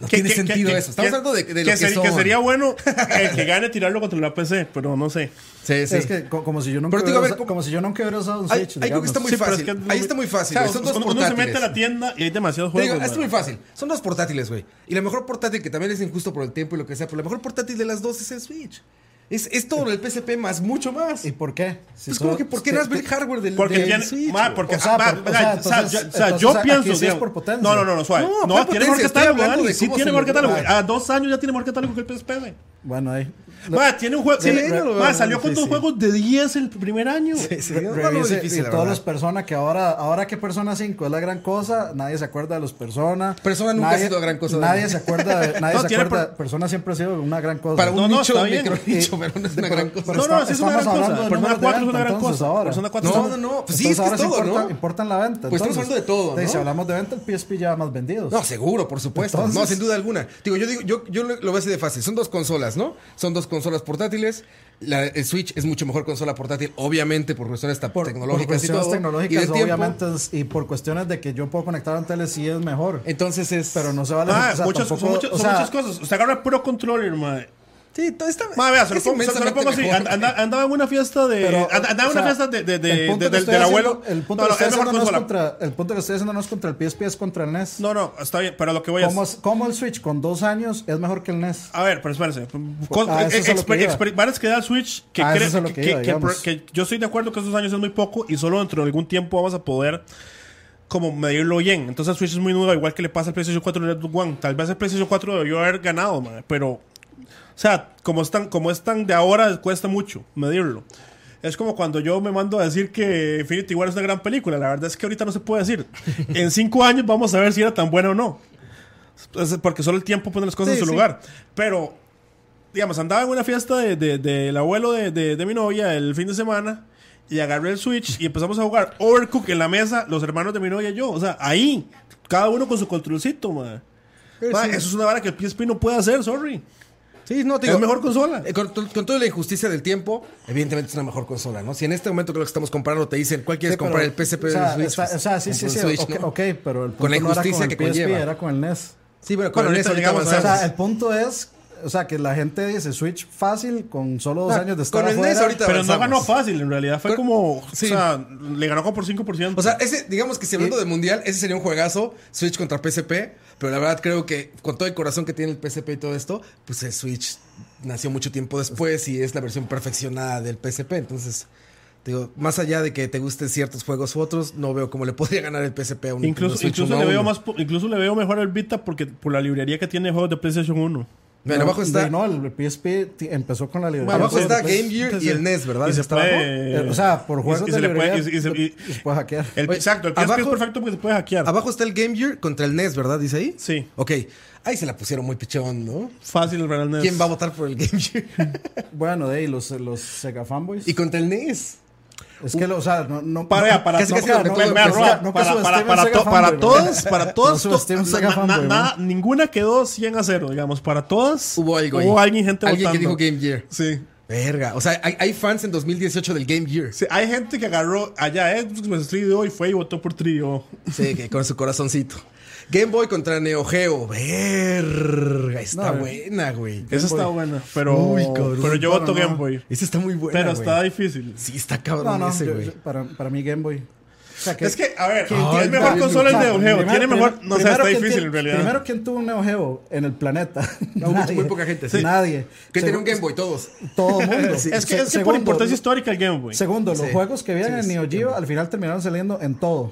[SPEAKER 3] No
[SPEAKER 2] ¿Qué-
[SPEAKER 3] tiene
[SPEAKER 2] qué-
[SPEAKER 3] sentido
[SPEAKER 2] qué-
[SPEAKER 3] eso. Estamos
[SPEAKER 2] qué-
[SPEAKER 3] hablando de, de lo que,
[SPEAKER 2] ser-
[SPEAKER 3] son.
[SPEAKER 2] sería bueno el que gane tirarlo contra la PC, pero no sé.
[SPEAKER 3] Sí, sí.
[SPEAKER 4] Es que co- como si yo nunca
[SPEAKER 3] Pero te digo,
[SPEAKER 4] hubiera
[SPEAKER 3] a ver,
[SPEAKER 4] usa-
[SPEAKER 3] ¿cómo-
[SPEAKER 4] como si yo nunca hubiera usado un
[SPEAKER 3] Hay-
[SPEAKER 4] Switch.
[SPEAKER 3] hay algo que está
[SPEAKER 4] digamos.
[SPEAKER 3] muy
[SPEAKER 2] Sí, pero
[SPEAKER 3] fácil.
[SPEAKER 2] es que-
[SPEAKER 3] Ahí está muy fácil.
[SPEAKER 2] O sea,
[SPEAKER 3] güey. Son dos
[SPEAKER 2] uno, uno
[SPEAKER 3] portátiles.
[SPEAKER 2] se mete a la tienda y hay demasiados
[SPEAKER 3] Te digo,
[SPEAKER 2] juegos.
[SPEAKER 3] esto es
[SPEAKER 2] man.
[SPEAKER 3] muy fácil. Son dos portátiles, güey. Y la mejor portátil, que también es injusto por el tiempo y lo que sea, pero la mejor portátil de las dos es el Switch. Es, es todo el PSP más, mucho más.
[SPEAKER 4] ¿Y por qué? Si
[SPEAKER 3] es
[SPEAKER 4] solo-
[SPEAKER 3] Pues como que, ¿por qué no has el hardware del,
[SPEAKER 2] Porque
[SPEAKER 3] del
[SPEAKER 2] tiene.
[SPEAKER 3] Switch?
[SPEAKER 2] ma,
[SPEAKER 3] güey?
[SPEAKER 2] porque,
[SPEAKER 4] O sea,
[SPEAKER 2] ah, ma,
[SPEAKER 4] por- o sea,
[SPEAKER 2] o sea, yo-
[SPEAKER 4] entonces-
[SPEAKER 2] o sea,
[SPEAKER 4] entonces
[SPEAKER 2] yo
[SPEAKER 4] aquí
[SPEAKER 2] pienso.
[SPEAKER 4] sí es
[SPEAKER 2] digamos-
[SPEAKER 4] por potencia.
[SPEAKER 2] No, no, no, no, suave.
[SPEAKER 3] No,
[SPEAKER 2] No,
[SPEAKER 3] por
[SPEAKER 2] tiene mejor
[SPEAKER 3] potencia, estoy
[SPEAKER 2] catálogo,
[SPEAKER 3] hablando
[SPEAKER 2] Dani,
[SPEAKER 3] de
[SPEAKER 2] Sí,
[SPEAKER 3] cómo
[SPEAKER 2] tiene
[SPEAKER 3] se
[SPEAKER 2] mejor
[SPEAKER 3] lo-
[SPEAKER 2] catálogo.
[SPEAKER 3] Ah.
[SPEAKER 2] A dos años ya tiene mejor catálogo que el PSP, güey.
[SPEAKER 4] Bueno, ahí.
[SPEAKER 2] Ma, tiene un juego.
[SPEAKER 3] Sí,
[SPEAKER 2] tiene-
[SPEAKER 3] no,
[SPEAKER 2] ma,
[SPEAKER 3] no,
[SPEAKER 2] salió
[SPEAKER 3] no,
[SPEAKER 2] con
[SPEAKER 3] sí,
[SPEAKER 2] dos
[SPEAKER 3] sí.
[SPEAKER 2] juegos de 10 el primer año.
[SPEAKER 3] Sí,
[SPEAKER 4] Re-
[SPEAKER 3] no, no,
[SPEAKER 4] revise
[SPEAKER 3] difícil,
[SPEAKER 4] y
[SPEAKER 3] la
[SPEAKER 4] todos
[SPEAKER 3] verdad.
[SPEAKER 4] los Persona que ahora, ahora que Persona 5 es la gran cosa, nadie se acuerda de los Persona.
[SPEAKER 3] Persona nunca ha
[SPEAKER 4] Nadie-
[SPEAKER 3] sido gran cosa,
[SPEAKER 4] Nadie
[SPEAKER 3] Dani.
[SPEAKER 4] se acuerda, de, nadie
[SPEAKER 2] No,
[SPEAKER 4] se
[SPEAKER 2] tiene
[SPEAKER 4] acuerda.
[SPEAKER 2] por-
[SPEAKER 4] Persona siempre ha sido una gran cosa.
[SPEAKER 3] Para un
[SPEAKER 2] No, no,
[SPEAKER 3] nicho,
[SPEAKER 2] está
[SPEAKER 3] un
[SPEAKER 2] bien.
[SPEAKER 3] micro nicho,
[SPEAKER 4] Eh,
[SPEAKER 3] pero no es una
[SPEAKER 4] pero-
[SPEAKER 3] gran cosa.
[SPEAKER 4] pero
[SPEAKER 2] No, no, sí es una
[SPEAKER 4] estamos
[SPEAKER 2] gran
[SPEAKER 4] hablando
[SPEAKER 2] cosa.
[SPEAKER 4] de
[SPEAKER 2] Persona
[SPEAKER 4] números de
[SPEAKER 2] 4 es una
[SPEAKER 4] venta,
[SPEAKER 2] gran
[SPEAKER 4] entonces,
[SPEAKER 2] cosa.
[SPEAKER 4] ahora.
[SPEAKER 2] Persona 4
[SPEAKER 3] No,
[SPEAKER 2] es
[SPEAKER 3] no,
[SPEAKER 2] una-
[SPEAKER 3] no. Pues sí,
[SPEAKER 4] Entonces,
[SPEAKER 3] es que
[SPEAKER 4] ahora
[SPEAKER 3] es todo,
[SPEAKER 4] importa,
[SPEAKER 3] ¿no?
[SPEAKER 4] importan la venta.
[SPEAKER 3] Pues estamos
[SPEAKER 4] entonces.
[SPEAKER 3] hablando de todo,
[SPEAKER 4] Entonces,
[SPEAKER 3] ¿no?
[SPEAKER 4] Si hablamos de venta, el PSP lleva más vendidos.
[SPEAKER 3] No, seguro, por supuesto.
[SPEAKER 4] Entonces-
[SPEAKER 3] no, sin duda alguna. Digo, yo digo, yo, yo lo lo veo así de fácil. Son dos consolas, ¿no? Son dos consolas portátiles. La, el Switch es mucho mejor consola portátil, obviamente, por cuestiones esta-
[SPEAKER 4] por,
[SPEAKER 3] tecnológicas
[SPEAKER 4] por cuestiones
[SPEAKER 3] y todo.
[SPEAKER 4] tecnológicas,
[SPEAKER 3] y del tiempo.
[SPEAKER 4] obviamente, es- y por cuestiones de que yo puedo conectar a un tele, sí es mejor.
[SPEAKER 3] Entonces es. Ah,
[SPEAKER 4] Pero no se vale.
[SPEAKER 2] Ma,
[SPEAKER 4] o sea,
[SPEAKER 2] Ah, muchas-
[SPEAKER 4] tampoco-
[SPEAKER 2] Son muchas
[SPEAKER 4] o
[SPEAKER 2] son
[SPEAKER 4] sea,
[SPEAKER 2] muchas cosas. Usted agarra el Pro Controller, ma.
[SPEAKER 3] Sí, todo está.
[SPEAKER 2] Ma, vea, se lo
[SPEAKER 3] es
[SPEAKER 2] pongo, se- se lo
[SPEAKER 3] inmensamente
[SPEAKER 2] pongo así.
[SPEAKER 3] mejor.
[SPEAKER 2] And- anda- andaba en una fiesta de.
[SPEAKER 4] Pero,
[SPEAKER 2] and- andaba en una
[SPEAKER 4] o sea,
[SPEAKER 2] fiesta de, de- de-
[SPEAKER 4] el punto
[SPEAKER 2] de-
[SPEAKER 4] que
[SPEAKER 2] del,
[SPEAKER 4] estoy
[SPEAKER 2] del
[SPEAKER 4] haciendo-
[SPEAKER 2] abuelo.
[SPEAKER 4] El punto,
[SPEAKER 2] no,
[SPEAKER 4] que
[SPEAKER 2] no,
[SPEAKER 4] estoy
[SPEAKER 2] es mejor
[SPEAKER 4] haciendo no es
[SPEAKER 2] consola.
[SPEAKER 4] contra, el punto que estoy haciendo no es contra el PSP, es contra el NES.
[SPEAKER 2] No, pues. no, está bien, pero lo que voy a
[SPEAKER 4] ¿Cómo, es- cómo el Switch con dos años es mejor que el E NES?
[SPEAKER 2] A ver, pero espérense. Cos-
[SPEAKER 4] Ah, eso es a lo
[SPEAKER 2] exper-
[SPEAKER 4] que iba.
[SPEAKER 2] exper- Varias que da el Switch que
[SPEAKER 4] Ah, eso
[SPEAKER 2] creo-
[SPEAKER 4] es a lo que
[SPEAKER 2] que-
[SPEAKER 4] iba,
[SPEAKER 2] que-
[SPEAKER 4] digamos.
[SPEAKER 2] que yo estoy de acuerdo que esos años es muy poco y solo dentro de algún tiempo vamos a poder como medirlo bien. Entonces el Switch es muy nueva, igual que le pasa al PlayStation 4 y el Xbox One. Tal vez el PlayStation 4 debió haber ganado, madre, pero o sea, como están, como están de ahora, cuesta mucho medirlo. Es como cuando yo me mando a decir que Infinity War es una gran película. La verdad es que ahorita no se puede decir. en cinco años vamos a ver si era tan buena o no. Es Porque solo el tiempo pone las cosas
[SPEAKER 3] Sí,
[SPEAKER 2] en su
[SPEAKER 3] sí.
[SPEAKER 2] lugar. Pero, digamos, andaba en una fiesta de- de- del abuelo de, de- de mi novia el fin de semana. Y agarré el Switch y empezamos a jugar Overcook en la mesa, los hermanos de mi novia y yo. O sea, ahí, cada uno con su controlcito, madre. Ma, Eso es una vara que el PSP no puede hacer, sorry.
[SPEAKER 3] Sí, no, te digo,
[SPEAKER 2] Es mejor consola.
[SPEAKER 3] eh, Con, to- con toda la injusticia del tiempo, evidentemente es una mejor consola, ¿no? Si en este momento creo que estamos comprando, te dicen, ¿cuál quieres
[SPEAKER 4] Sí,
[SPEAKER 3] comprar?
[SPEAKER 4] pero-
[SPEAKER 3] el PSP
[SPEAKER 4] o sea,
[SPEAKER 3] del Switch.
[SPEAKER 4] está- o sea, sí,
[SPEAKER 3] Compra
[SPEAKER 4] sí,
[SPEAKER 3] un
[SPEAKER 4] sí.
[SPEAKER 3] Switch,
[SPEAKER 4] ok,
[SPEAKER 3] ¿no?
[SPEAKER 4] ok, pero el punto
[SPEAKER 3] Con la
[SPEAKER 4] no era
[SPEAKER 3] injusticia
[SPEAKER 4] el
[SPEAKER 3] que
[SPEAKER 4] PSP,
[SPEAKER 3] conlleva.
[SPEAKER 4] era con el NES.
[SPEAKER 3] Sí, pero con
[SPEAKER 2] Bueno,
[SPEAKER 3] eso
[SPEAKER 2] ahorita
[SPEAKER 3] ahorita
[SPEAKER 2] llegamos a
[SPEAKER 4] O
[SPEAKER 3] avanzamos.
[SPEAKER 4] sea, el punto es, o sea, que la gente dice Switch fácil con solo dos
[SPEAKER 3] Ah,
[SPEAKER 4] años de estar
[SPEAKER 3] con el
[SPEAKER 4] afuera.
[SPEAKER 3] NES ahorita
[SPEAKER 2] Pero no
[SPEAKER 3] avanzamos.
[SPEAKER 2] ganó fácil, en realidad fue
[SPEAKER 3] Pero-
[SPEAKER 2] como.
[SPEAKER 3] sí.
[SPEAKER 2] O sea, le ganó como por 5%.
[SPEAKER 3] O sea, ese, digamos que si hablando de mundial, ese sería un juegazo, Switch contra PSP, pero la verdad creo que con todo el corazón que tiene el PSP y todo esto, pues el Switch nació mucho tiempo después y es la versión perfeccionada del PSP, entonces... Digo, más allá de que te gusten ciertos juegos u otros, no veo cómo le podría ganar el PSP a un Nintendo
[SPEAKER 2] incluso,
[SPEAKER 3] Switch
[SPEAKER 2] incluso,
[SPEAKER 3] uno a
[SPEAKER 2] le veo
[SPEAKER 3] uno.
[SPEAKER 2] más, po- incluso le veo mejor al Vita porque, por la librería que tiene de juegos de PlayStation 1.
[SPEAKER 3] Bueno, abajo está,
[SPEAKER 4] No, el PSP ti- empezó con la libertad.
[SPEAKER 3] abajo
[SPEAKER 2] bueno,
[SPEAKER 3] está
[SPEAKER 2] pues,
[SPEAKER 3] Game Gear y
[SPEAKER 2] entonces,
[SPEAKER 3] el NES, ¿verdad?
[SPEAKER 2] y se
[SPEAKER 3] Está abajo.
[SPEAKER 2] puede-
[SPEAKER 4] Eh, o sea, por
[SPEAKER 2] y-
[SPEAKER 4] juegos
[SPEAKER 2] y
[SPEAKER 4] de
[SPEAKER 2] se le puede-
[SPEAKER 4] librería,
[SPEAKER 2] y- y se- Eh. y-
[SPEAKER 4] se puede hackear.
[SPEAKER 2] El-
[SPEAKER 3] Oye,
[SPEAKER 2] exacto, el PSP es
[SPEAKER 3] abajo-
[SPEAKER 2] perfecto porque se puede hackear.
[SPEAKER 3] Abajo está el Game Gear contra el NES, ¿verdad? Dice ahí.
[SPEAKER 2] Sí. E
[SPEAKER 3] Ok. Ahí se la pusieron muy pichón, ¿no?
[SPEAKER 2] Fácil para el NES.
[SPEAKER 3] ¿Quién va a votar por el Game Gear?
[SPEAKER 4] Bueno, de ahí los, los Sega Fanboys.
[SPEAKER 3] y contra el E NES.
[SPEAKER 4] es que, lo- o sea, no. no
[SPEAKER 2] Para,
[SPEAKER 4] no-
[SPEAKER 2] para,
[SPEAKER 3] Casi,
[SPEAKER 2] no,
[SPEAKER 3] casi
[SPEAKER 2] no,
[SPEAKER 3] lo
[SPEAKER 2] no,
[SPEAKER 3] recuerdo,
[SPEAKER 2] vea,
[SPEAKER 3] pero-
[SPEAKER 2] Roa,
[SPEAKER 4] no, no
[SPEAKER 2] para-
[SPEAKER 4] subestimen
[SPEAKER 2] para- para
[SPEAKER 4] Sega
[SPEAKER 2] to- para
[SPEAKER 4] Fanboy,
[SPEAKER 2] todos,
[SPEAKER 4] ¿verdad?
[SPEAKER 2] para
[SPEAKER 4] No
[SPEAKER 2] todos, to-
[SPEAKER 4] subestimen Sega
[SPEAKER 2] na- na-
[SPEAKER 4] Fanboy,
[SPEAKER 2] nada, ninguna quedó 100 a 0, digamos, para todas
[SPEAKER 3] Hubo algo ahí.
[SPEAKER 2] hubo alguien gente
[SPEAKER 3] Alguien que
[SPEAKER 2] votando.
[SPEAKER 3] dijo Game Gear.
[SPEAKER 2] Sí.
[SPEAKER 3] Verga. O sea, hay, hay fans en 2018 del Game Gear.
[SPEAKER 2] Sí, hay gente que agarró allá Xbox versus 3DO y fue y votó por 3DO.
[SPEAKER 3] Sí, que con su corazoncito. Game Boy contra Neo Geo. Verga. Está
[SPEAKER 4] No,
[SPEAKER 3] buena, güey.
[SPEAKER 2] Esa está buena, pero,
[SPEAKER 3] Uy, cabrón.
[SPEAKER 2] pero yo
[SPEAKER 4] Bueno,
[SPEAKER 2] voto Game
[SPEAKER 4] no.
[SPEAKER 2] Boy.
[SPEAKER 3] Ese está muy buena.
[SPEAKER 2] Pero
[SPEAKER 3] güey.
[SPEAKER 2] está difícil.
[SPEAKER 3] Sí, está cabrón
[SPEAKER 4] No, no,
[SPEAKER 3] ese,
[SPEAKER 4] yo-
[SPEAKER 3] güey.
[SPEAKER 4] yo- para, para mí Game Boy. sea,
[SPEAKER 2] Es que, a ver,
[SPEAKER 4] ¿quién
[SPEAKER 2] tiene mejor
[SPEAKER 4] también,
[SPEAKER 2] consola el
[SPEAKER 4] o sea,
[SPEAKER 2] Neo Geo?
[SPEAKER 4] primero-
[SPEAKER 2] Tiene mejor-
[SPEAKER 4] primero-
[SPEAKER 2] no sé, está
[SPEAKER 4] primero, ¿quién
[SPEAKER 2] difícil
[SPEAKER 4] tiene-
[SPEAKER 2] en realidad.
[SPEAKER 4] Primero, ¿quién tuvo un Neo Geo en el planeta?
[SPEAKER 3] No, muy-
[SPEAKER 4] Nadie.
[SPEAKER 3] muy poca gente, sí.
[SPEAKER 4] Nadie.
[SPEAKER 3] Que
[SPEAKER 4] Se-
[SPEAKER 3] tenía un Game Boy todos.
[SPEAKER 4] Todo el mundo.
[SPEAKER 2] Es que,
[SPEAKER 4] Se-
[SPEAKER 2] es que por
[SPEAKER 4] segundo,
[SPEAKER 2] importancia histórica el Game Boy.
[SPEAKER 4] Segundo, los
[SPEAKER 3] Sí.
[SPEAKER 4] juegos que
[SPEAKER 3] Sí,
[SPEAKER 4] vienen en
[SPEAKER 3] sí,
[SPEAKER 4] Neo Geo al final terminaron saliendo en todo.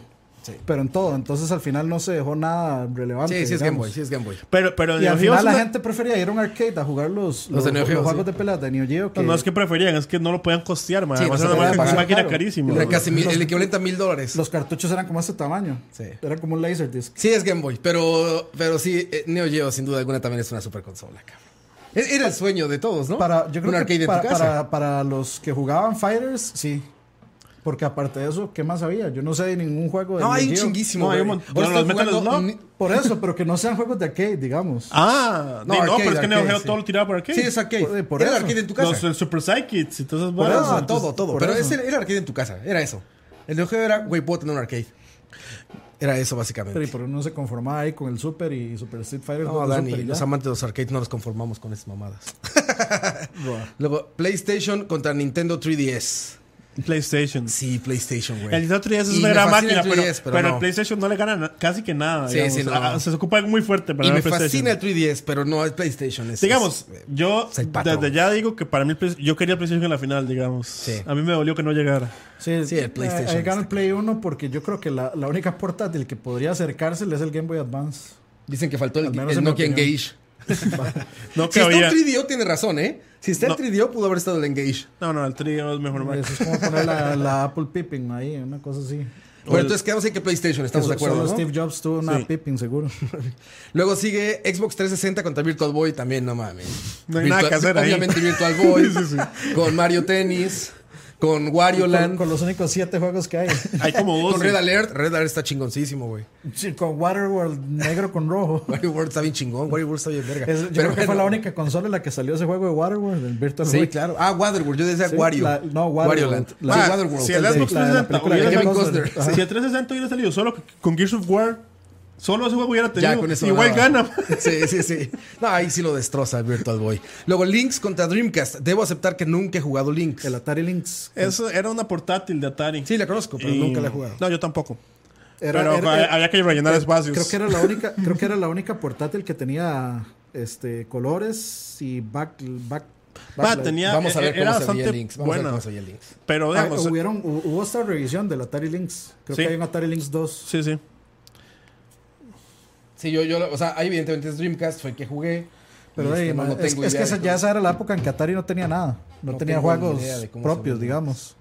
[SPEAKER 4] Pero en todo. Entonces al final no se dejó nada relevante.
[SPEAKER 3] Sí, sí es Game
[SPEAKER 4] digamos.
[SPEAKER 3] Boy, sí es Game Boy.
[SPEAKER 2] Pero, pero el
[SPEAKER 4] Y
[SPEAKER 2] Neo
[SPEAKER 4] al
[SPEAKER 2] Geo
[SPEAKER 4] final
[SPEAKER 2] es
[SPEAKER 4] la
[SPEAKER 2] una-
[SPEAKER 4] gente prefería ir a un arcade a jugar los,
[SPEAKER 3] Los de Neo Geo,
[SPEAKER 4] juegos
[SPEAKER 3] sí.
[SPEAKER 4] de pelas de Neo Geo. Que,
[SPEAKER 2] No es que preferían, es que no lo podían costear, man.
[SPEAKER 3] Sí,
[SPEAKER 2] Además,
[SPEAKER 3] no se
[SPEAKER 2] era una
[SPEAKER 3] podía
[SPEAKER 2] máquina-
[SPEAKER 3] pagar.
[SPEAKER 2] máquina
[SPEAKER 4] Claro.
[SPEAKER 2] carísima.
[SPEAKER 3] Era
[SPEAKER 2] man.
[SPEAKER 3] casi mil- el equivalente a mil dólares.
[SPEAKER 4] Los cartuchos eran como ese tamaño.
[SPEAKER 3] Sí.
[SPEAKER 4] Era como un Laserdisc.
[SPEAKER 3] Sí es Game Boy, pero, pero sí, eh, Neo Geo sin duda alguna también es una super consola, cabrón. E- Era el sueño de todos, ¿no?
[SPEAKER 4] Para, yo
[SPEAKER 3] un
[SPEAKER 4] creo
[SPEAKER 3] arcade
[SPEAKER 4] que
[SPEAKER 3] en
[SPEAKER 4] para,
[SPEAKER 3] tu casa.
[SPEAKER 4] para- para los que jugaban Fighters, sí. Porque aparte de eso, ¿qué más había? Yo no sé de ningún juego de
[SPEAKER 3] no, hay
[SPEAKER 4] Neo
[SPEAKER 3] un
[SPEAKER 4] Geo.
[SPEAKER 3] chinguísimo,
[SPEAKER 2] No, hay
[SPEAKER 3] güey.
[SPEAKER 2] un montón.
[SPEAKER 3] Ahora
[SPEAKER 2] Bueno,
[SPEAKER 3] estoy
[SPEAKER 2] los Metal
[SPEAKER 3] jugando
[SPEAKER 2] Slug.
[SPEAKER 3] ni-
[SPEAKER 4] Por eso, pero que no sean juegos de arcade, digamos.
[SPEAKER 2] Ah,
[SPEAKER 3] No,
[SPEAKER 2] di- no,
[SPEAKER 3] arcade,
[SPEAKER 2] pero es que Neo
[SPEAKER 3] arcade,
[SPEAKER 2] Geo
[SPEAKER 3] sí.
[SPEAKER 2] todo lo tiraba por aquí.
[SPEAKER 3] Sí, es arcade.
[SPEAKER 4] Por- por
[SPEAKER 3] era el
[SPEAKER 4] eso.
[SPEAKER 3] arcade en tu casa.
[SPEAKER 2] Los el Super Psychics y todas esas
[SPEAKER 3] Por
[SPEAKER 2] varas.
[SPEAKER 3] eso,
[SPEAKER 4] entonces,
[SPEAKER 3] todo, todo.
[SPEAKER 4] por
[SPEAKER 3] Pero
[SPEAKER 4] eso.
[SPEAKER 3] ese era el arcade en tu casa, era eso. El Neo Geo era, güey, puedo tener un arcade. Era eso, básicamente.
[SPEAKER 4] Pero y por eso no se conformaba ahí con el Super y Super Street Fighter.
[SPEAKER 3] No,
[SPEAKER 4] con el
[SPEAKER 3] Dani,
[SPEAKER 4] Super y ya.
[SPEAKER 3] los amantes de los arcades no nos conformamos con esas mamadas.
[SPEAKER 4] Buah.
[SPEAKER 3] Luego, PlayStation contra Nintendo 3DS.
[SPEAKER 2] PlayStation.
[SPEAKER 3] Sí, PlayStation, güey.
[SPEAKER 2] El Nintendo 3DS es
[SPEAKER 3] Y
[SPEAKER 2] una
[SPEAKER 3] me
[SPEAKER 2] gran
[SPEAKER 3] fascina el
[SPEAKER 2] máquina, pero,
[SPEAKER 3] 3DS, pero
[SPEAKER 2] pero,
[SPEAKER 3] no.
[SPEAKER 2] el PlayStation no le gana na- casi que nada.
[SPEAKER 3] Sí,
[SPEAKER 2] digamos.
[SPEAKER 3] sí, no.
[SPEAKER 2] Ah, Se ocupa muy fuerte para
[SPEAKER 3] Y me
[SPEAKER 2] ganar PlayStation.
[SPEAKER 3] fascina el 3DS, pero no es PlayStation. es-
[SPEAKER 2] Digamos,
[SPEAKER 3] es-
[SPEAKER 2] yo
[SPEAKER 3] es el patrón.
[SPEAKER 2] desde ya digo que para mí el Play- yo quería el PlayStation en la final, digamos.
[SPEAKER 3] Sí.
[SPEAKER 2] A mí me dolió que no llegara.
[SPEAKER 4] Sí, eh,
[SPEAKER 3] Sí, el PlayStation
[SPEAKER 4] Ahí
[SPEAKER 3] está
[SPEAKER 4] gana el Play 1 porque yo creo que la, la única portátil que podría acercársele es el Game Boy Advance.
[SPEAKER 3] Dicen que faltó el,
[SPEAKER 4] Al menos
[SPEAKER 3] el
[SPEAKER 4] en mi
[SPEAKER 3] Nokia
[SPEAKER 4] opinión.
[SPEAKER 3] Engage.
[SPEAKER 2] No que
[SPEAKER 3] Si está
[SPEAKER 2] había.
[SPEAKER 3] en 3DO, tiene razón, ¿eh? Si está en
[SPEAKER 2] No.
[SPEAKER 3] 3DO, pudo haber estado el Engage.
[SPEAKER 2] No, no, el trío es mejor. man.
[SPEAKER 4] Eso es como poner la, la Apple Pipping ahí, una cosa así.
[SPEAKER 3] Bueno, entonces quedamos en que PlayStation, estamos
[SPEAKER 4] Eso-
[SPEAKER 3] de acuerdo.
[SPEAKER 4] solo
[SPEAKER 3] ¿no?
[SPEAKER 4] Steve Jobs tuvo una
[SPEAKER 2] Sí.
[SPEAKER 4] Pipping, seguro.
[SPEAKER 3] Luego sigue Xbox 360 contra Virtual Boy también, no mames.
[SPEAKER 2] No hay nada que hacer ahí.
[SPEAKER 3] Obviamente Virtual Boy, con Mario Tennis, con Wario
[SPEAKER 4] con,
[SPEAKER 3] Land,
[SPEAKER 4] con los únicos siete juegos que hay.
[SPEAKER 2] Hay como dos.
[SPEAKER 3] con Red Alert. Red Alert está chingoncísimo, güey.
[SPEAKER 4] Sí, con Waterworld negro con rojo.
[SPEAKER 3] Wario World está bien chingón, Wario World está bien verga.
[SPEAKER 4] Es- yo creo que fue la única consola en la que salió ese juego de Waterworld, el Virtual
[SPEAKER 3] Sí,
[SPEAKER 4] Boy.
[SPEAKER 3] claro. Ah, Waterworld, yo decía
[SPEAKER 4] Sí,
[SPEAKER 3] Wario.
[SPEAKER 4] la- no, Wario
[SPEAKER 3] Wario
[SPEAKER 4] Land.
[SPEAKER 3] Land.
[SPEAKER 4] La-
[SPEAKER 3] sí,
[SPEAKER 2] Ah,
[SPEAKER 3] Waterworld.
[SPEAKER 2] Si el
[SPEAKER 4] de-
[SPEAKER 2] Xbox
[SPEAKER 4] la de la
[SPEAKER 2] 360
[SPEAKER 4] película de
[SPEAKER 2] hubiera
[SPEAKER 3] Kevin
[SPEAKER 2] salido-
[SPEAKER 3] Costner.
[SPEAKER 2] Ajá. Si el 360 hubiera salido solo con Gears of War, solo ese juego hubiera tenido.
[SPEAKER 3] Ya con eso
[SPEAKER 2] igual
[SPEAKER 3] ganaba.
[SPEAKER 2] gana.
[SPEAKER 3] Sí, sí, sí. No, ahí sí lo destroza el Virtual Boy. Luego Lynx contra Dreamcast. Debo aceptar que nunca he jugado Lynx.
[SPEAKER 4] El Atari Lynx.
[SPEAKER 2] Eso era una portátil de Atari.
[SPEAKER 3] Sí, la conozco, pero
[SPEAKER 2] Y-
[SPEAKER 3] nunca la he jugado.
[SPEAKER 2] No, yo tampoco.
[SPEAKER 4] Era-
[SPEAKER 2] pero
[SPEAKER 4] era-
[SPEAKER 2] había-
[SPEAKER 4] era-
[SPEAKER 2] había que rellenar espacios.
[SPEAKER 4] Creo que era la única, creo que era la única portátil que tenía este colores y back, back
[SPEAKER 3] Ah,
[SPEAKER 2] Va,
[SPEAKER 4] backlight.
[SPEAKER 2] tenía. e,
[SPEAKER 3] Vamos a ver
[SPEAKER 2] era
[SPEAKER 3] cómo se veía
[SPEAKER 2] bastante
[SPEAKER 3] Lynx. Vamos a ver
[SPEAKER 2] buena.
[SPEAKER 3] cómo se veía Lynx.
[SPEAKER 2] Pero
[SPEAKER 4] Ah,
[SPEAKER 2] digamos.
[SPEAKER 4] hubieron, hu- hubo esta revisión del Atari Lynx. Creo
[SPEAKER 2] Sí.
[SPEAKER 4] que hay un Atari Lynx 2.
[SPEAKER 2] Sí, sí.
[SPEAKER 3] Sí, yo, yo, o sea, ahí evidentemente es Dreamcast, fue el que jugué.
[SPEAKER 4] Pero
[SPEAKER 3] Y,
[SPEAKER 4] ey,
[SPEAKER 3] este,
[SPEAKER 4] ma,
[SPEAKER 3] no
[SPEAKER 4] es,
[SPEAKER 3] tengo
[SPEAKER 4] es que
[SPEAKER 3] idea
[SPEAKER 4] esa-
[SPEAKER 3] de
[SPEAKER 4] ya
[SPEAKER 3] cómo-
[SPEAKER 4] esa era la época en que Atari no tenía nada. No,
[SPEAKER 3] No
[SPEAKER 4] tenía
[SPEAKER 3] tengo ni
[SPEAKER 4] juegos
[SPEAKER 3] idea de cómo se
[SPEAKER 4] propios,
[SPEAKER 3] veía.
[SPEAKER 4] digamos.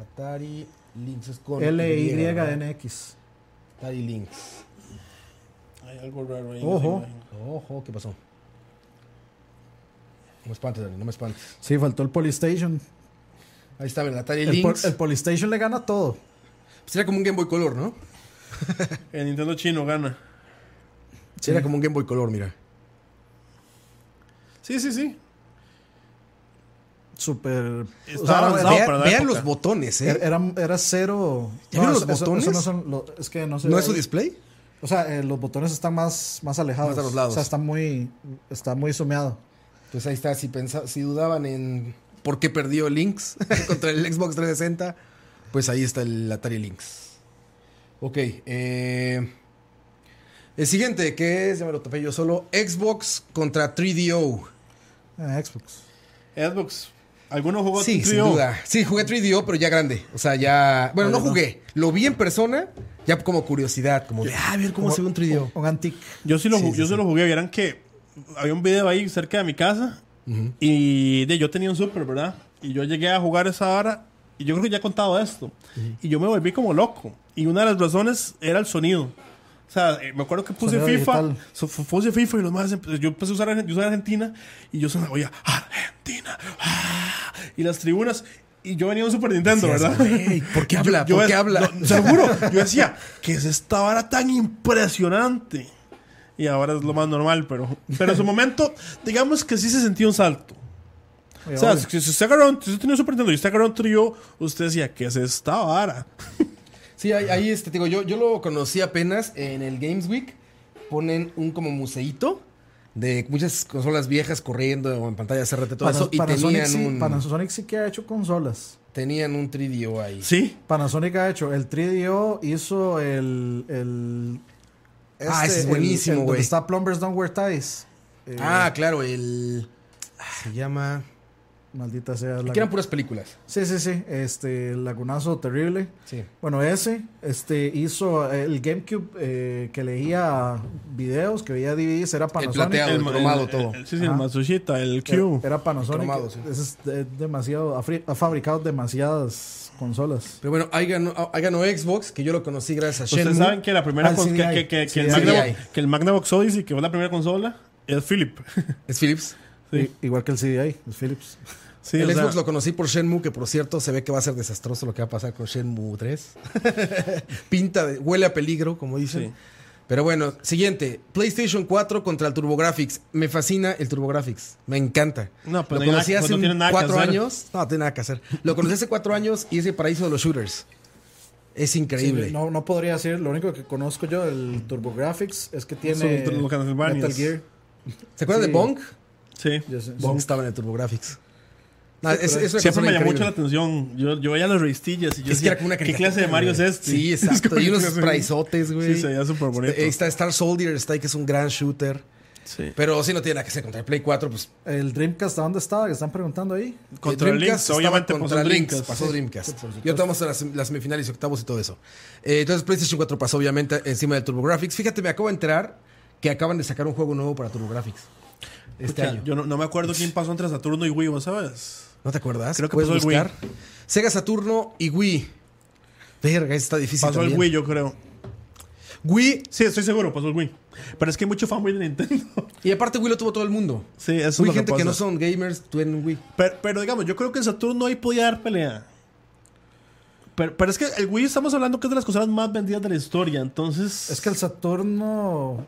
[SPEAKER 3] Atari Lynx es con ¿no?
[SPEAKER 4] LYNX.
[SPEAKER 3] Atari Lynx.
[SPEAKER 2] Hay algo raro ahí.
[SPEAKER 4] Ojo.
[SPEAKER 3] Ojo, ¿qué pasó? No me espantes, Dani, no me espantes.
[SPEAKER 4] Sí, faltó el Polystation.
[SPEAKER 3] Ahí está, el Atari
[SPEAKER 4] El,
[SPEAKER 3] Lynx.
[SPEAKER 4] Pol- el Polystation le gana todo.
[SPEAKER 3] Sería como un Game Boy Color, ¿no?
[SPEAKER 2] El Nintendo chino gana.
[SPEAKER 3] Sería como un Game Boy Color, mira.
[SPEAKER 2] Sí, sí, sí.
[SPEAKER 4] Super. o sea,
[SPEAKER 2] Estaba
[SPEAKER 4] era-
[SPEAKER 2] avanzado. No,
[SPEAKER 3] Vea-
[SPEAKER 2] pero la
[SPEAKER 3] vean
[SPEAKER 2] época.
[SPEAKER 3] los botones, ¿eh?
[SPEAKER 4] era, era- era cero.
[SPEAKER 3] ¿Ya vieron los
[SPEAKER 4] eso- eso-
[SPEAKER 3] botones?
[SPEAKER 4] eso no son lo- es que no se
[SPEAKER 3] ¿No
[SPEAKER 4] ve
[SPEAKER 3] es su
[SPEAKER 4] ahí.
[SPEAKER 3] display?
[SPEAKER 4] O sea, eh, los botones están más, más alejados.
[SPEAKER 3] Más a los lados.
[SPEAKER 4] O sea, está muy, está muy sumeado.
[SPEAKER 3] Pues ahí está, si, pensa- si dudaban en por qué perdió Lynx contra el Xbox 360, pues ahí está el Atari Lynx. Ok, eh, el siguiente que es, ya me lo topé yo solo, Xbox contra 3DO.
[SPEAKER 4] Eh, Xbox.
[SPEAKER 2] Xbox. ¿Alguno jugó
[SPEAKER 3] Sí, sin
[SPEAKER 2] 3DO?
[SPEAKER 3] duda. Sí, jugué 3DO, pero ya grande. O sea, ya... Bueno, no jugué, lo vi en persona, ya como curiosidad, como de, ah, a ver cómo se ve un 3DO.
[SPEAKER 4] Un Antique.
[SPEAKER 2] Yo sí lo,
[SPEAKER 3] Sí,
[SPEAKER 2] ju-
[SPEAKER 3] sí,
[SPEAKER 2] yo
[SPEAKER 3] sí.
[SPEAKER 2] sí lo jugué. Vieran que había un video ahí cerca de mi casa. Y de, yo tenía un Super, ¿verdad? Y yo llegué a jugar esa hora. Y yo creo que ya he contado esto. Y yo me volví como loco. Y una de las razones era el sonido. O sea, eh, me acuerdo que puse
[SPEAKER 4] Sonido
[SPEAKER 2] FIFA.
[SPEAKER 4] digital.
[SPEAKER 2] so- fu- puse FIFA y los más. em-, Yo empecé a usar, Argen- yo usaba Argentina. Y yo sonaba, oía, Argentina. ah", y las tribunas. Y yo venía de un Super Nintendo,
[SPEAKER 3] Decías,
[SPEAKER 2] ¿verdad?
[SPEAKER 3] "Güey, ¿por qué habla? ¿Por qué
[SPEAKER 2] es-
[SPEAKER 3] habla?"
[SPEAKER 2] no, seguro. Yo decía, ¿qué es esta vara tan impresionante? Y ahora es lo más normal, pero, pero en su momento, digamos que sí se sentía un salto.
[SPEAKER 4] Eh,
[SPEAKER 2] O sea,
[SPEAKER 4] obvio.
[SPEAKER 2] si si usted agarró, un- si usted tenía un Super Nintendo y usted agarró un trío, usted decía, ¿qué es esta vara?
[SPEAKER 3] Sí, ahí, ahí, este, te digo, yo, yo lo conocí apenas en el Games Week. Ponen un como museíto de muchas consolas viejas corriendo o en pantallas RT, todo eso, y
[SPEAKER 4] Panasonic,
[SPEAKER 3] tenían
[SPEAKER 4] sí,
[SPEAKER 3] un,
[SPEAKER 4] Panasonic sí que ha hecho consolas.
[SPEAKER 3] tenían un 3DO ahí.
[SPEAKER 2] Sí.
[SPEAKER 4] Panasonic ha hecho el 3DO, hizo el. el este,
[SPEAKER 3] Ah, ese es
[SPEAKER 4] el-
[SPEAKER 3] buenísimo,
[SPEAKER 4] el donde
[SPEAKER 3] güey.
[SPEAKER 4] está Plumbers Don't Wear Ties. Eh,
[SPEAKER 3] Ah, claro, el... Se llama...
[SPEAKER 4] Maldita sea. la-
[SPEAKER 3] Que eran puras películas.
[SPEAKER 4] Sí, sí, sí. Este, Lagunazo Terrible.
[SPEAKER 3] Sí.
[SPEAKER 4] Bueno, ese este, hizo el GameCube eh, que leía videos, que veía DVDs, era Panasonic.
[SPEAKER 3] plateado. El cromado todo.
[SPEAKER 2] el- sí, sí, el
[SPEAKER 4] Ajá.
[SPEAKER 2] Matsushita, el
[SPEAKER 4] Era,
[SPEAKER 2] Q.
[SPEAKER 4] era Panasonic.
[SPEAKER 3] Cromado, sí.
[SPEAKER 4] Es, es demasiado, ha, fri- ha fabricado demasiadas consolas.
[SPEAKER 3] Pero bueno, ahí ganó, ahí ganó Xbox, que yo lo conocí gracias a Shenmue.
[SPEAKER 2] Ustedes saben que la primera
[SPEAKER 4] Ah,
[SPEAKER 2] cons-
[SPEAKER 4] CDI.
[SPEAKER 2] que, que- que- que el
[SPEAKER 4] CDI.
[SPEAKER 2] Magnavox, que el Magnavox Odyssey, que fue la primera consola, es Philip.
[SPEAKER 3] Es Philips.
[SPEAKER 2] Sí.
[SPEAKER 4] I- igual que el CDI, es Philips.
[SPEAKER 2] Sí,
[SPEAKER 3] el
[SPEAKER 2] o sea,
[SPEAKER 3] Xbox lo conocí por Shenmue, que por cierto se ve que va a ser desastroso lo que va a pasar con Shenmue 3. Pinta, de, huele a peligro, como dicen.
[SPEAKER 2] Sí.
[SPEAKER 3] Pero bueno, siguiente. PlayStation 4 contra el TurboGrafx. Me fascina el TurboGrafx. Me encanta.
[SPEAKER 2] No,
[SPEAKER 3] lo
[SPEAKER 2] pero no hay
[SPEAKER 3] conocí
[SPEAKER 2] nada-
[SPEAKER 3] hace
[SPEAKER 2] no
[SPEAKER 3] un-
[SPEAKER 2] tiene nada que
[SPEAKER 3] cuatro
[SPEAKER 2] hacer.
[SPEAKER 3] años. No, tiene nada que hacer. Lo conocí hace cuatro años y es el paraíso de los shooters. Es increíble.
[SPEAKER 4] Sí, no, no podría decir, lo único que conozco yo del TurboGrafx es que tiene
[SPEAKER 2] Son los Castlevanias.
[SPEAKER 4] Metal Gear.
[SPEAKER 3] ¿Se acuerdan
[SPEAKER 4] Sí.
[SPEAKER 3] de Bonk?
[SPEAKER 2] sí.
[SPEAKER 4] Yo sé-
[SPEAKER 3] Bonk estaba en el TurboGrafx. No, es-
[SPEAKER 4] pero
[SPEAKER 3] es una
[SPEAKER 2] Siempre
[SPEAKER 3] consola
[SPEAKER 2] me llamó
[SPEAKER 3] increíble.
[SPEAKER 2] mucho la atención. Yo, yo veía las revistillas y yo
[SPEAKER 3] Es que
[SPEAKER 2] decía,
[SPEAKER 3] era como una
[SPEAKER 2] ¿qué
[SPEAKER 3] caricatura,
[SPEAKER 2] clase de Mario es
[SPEAKER 3] güey.
[SPEAKER 2] este?
[SPEAKER 3] Sí,
[SPEAKER 2] Es
[SPEAKER 3] exacto.
[SPEAKER 2] como
[SPEAKER 3] Y
[SPEAKER 2] que
[SPEAKER 3] unos
[SPEAKER 2] clase de-
[SPEAKER 3] spraizotes, güey.
[SPEAKER 2] Sí, se veía súper bonito.
[SPEAKER 3] Ahí está Star Soldier, está ahí que es un gran shooter.
[SPEAKER 2] Sí.
[SPEAKER 3] Pero sí no tiene nada que hacer contra el Play 4, pues.
[SPEAKER 4] El Dreamcast, ¿a dónde estaba? Que están preguntando ahí.
[SPEAKER 2] Contra
[SPEAKER 3] eh,
[SPEAKER 2] el Lynx,
[SPEAKER 3] estaba
[SPEAKER 2] obviamente
[SPEAKER 3] contra
[SPEAKER 2] contra
[SPEAKER 3] el
[SPEAKER 2] Lynx.
[SPEAKER 3] Lynx, pasó Dreamcast.
[SPEAKER 4] Sí, por supuesto.
[SPEAKER 3] y ahorita vamos a las, las semifinales y octavos y todo eso. Eh, entonces PlayStation 4 pasó obviamente encima del TurboGrafx. Fíjate, me acabo de enterar que acaban de sacar un juego nuevo para TurboGrafx. Este
[SPEAKER 2] Pucha,
[SPEAKER 3] año.
[SPEAKER 2] Yo no, no me acuerdo quién pasó entre Saturno y Wii, ¿vos sabes?
[SPEAKER 3] ¿No te acuerdas?
[SPEAKER 2] Creo que
[SPEAKER 3] Puedes
[SPEAKER 2] pasó el
[SPEAKER 3] buscar. Sega Saturno y Wii. Verga, está difícil.
[SPEAKER 2] pasó el
[SPEAKER 3] también.
[SPEAKER 2] Wii, yo creo.
[SPEAKER 3] Wii.
[SPEAKER 2] Sí, estoy seguro, pasó el Wii. Pero es que hay mucho fanboy de Nintendo.
[SPEAKER 3] Y aparte Wii lo tuvo todo el mundo.
[SPEAKER 2] Sí, eso es
[SPEAKER 3] Wii
[SPEAKER 2] lo
[SPEAKER 3] gente que
[SPEAKER 2] pasa.
[SPEAKER 3] no son gamers, tienen un Wii.
[SPEAKER 2] Pero, pero digamos, yo creo que en Saturno ahí podía dar pelea. Pero, pero es que el Wii estamos hablando que es de las consolas más vendidas de la historia, entonces...
[SPEAKER 4] Es que el Saturno.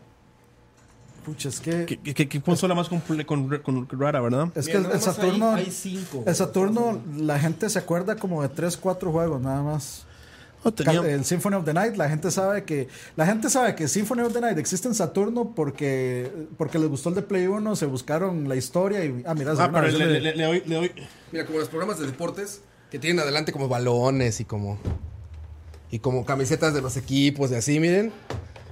[SPEAKER 4] Pucha, es que.
[SPEAKER 2] ¿Qué, qué- qué- qué consola más comple- con, con- con rara, verdad?
[SPEAKER 4] Es que el- el, Saturno. el Saturno, la gente se acuerda como de 3, 4 juegos nada más.
[SPEAKER 2] No, tenía-
[SPEAKER 4] El Symphony of the Night, la gente sabe que. La gente sabe que Symphony of the Night existe en Saturno porque, porque les gustó el de Play 1, se buscaron la historia y. Ah, mira,
[SPEAKER 2] ah,
[SPEAKER 4] salió una
[SPEAKER 2] pero le,
[SPEAKER 4] versión
[SPEAKER 2] le-
[SPEAKER 4] de-
[SPEAKER 2] le- le doy... le doy-
[SPEAKER 3] Mira, como los programas de deportes que tienen adelante como balones y como y como camisetas de los equipos y así, miren.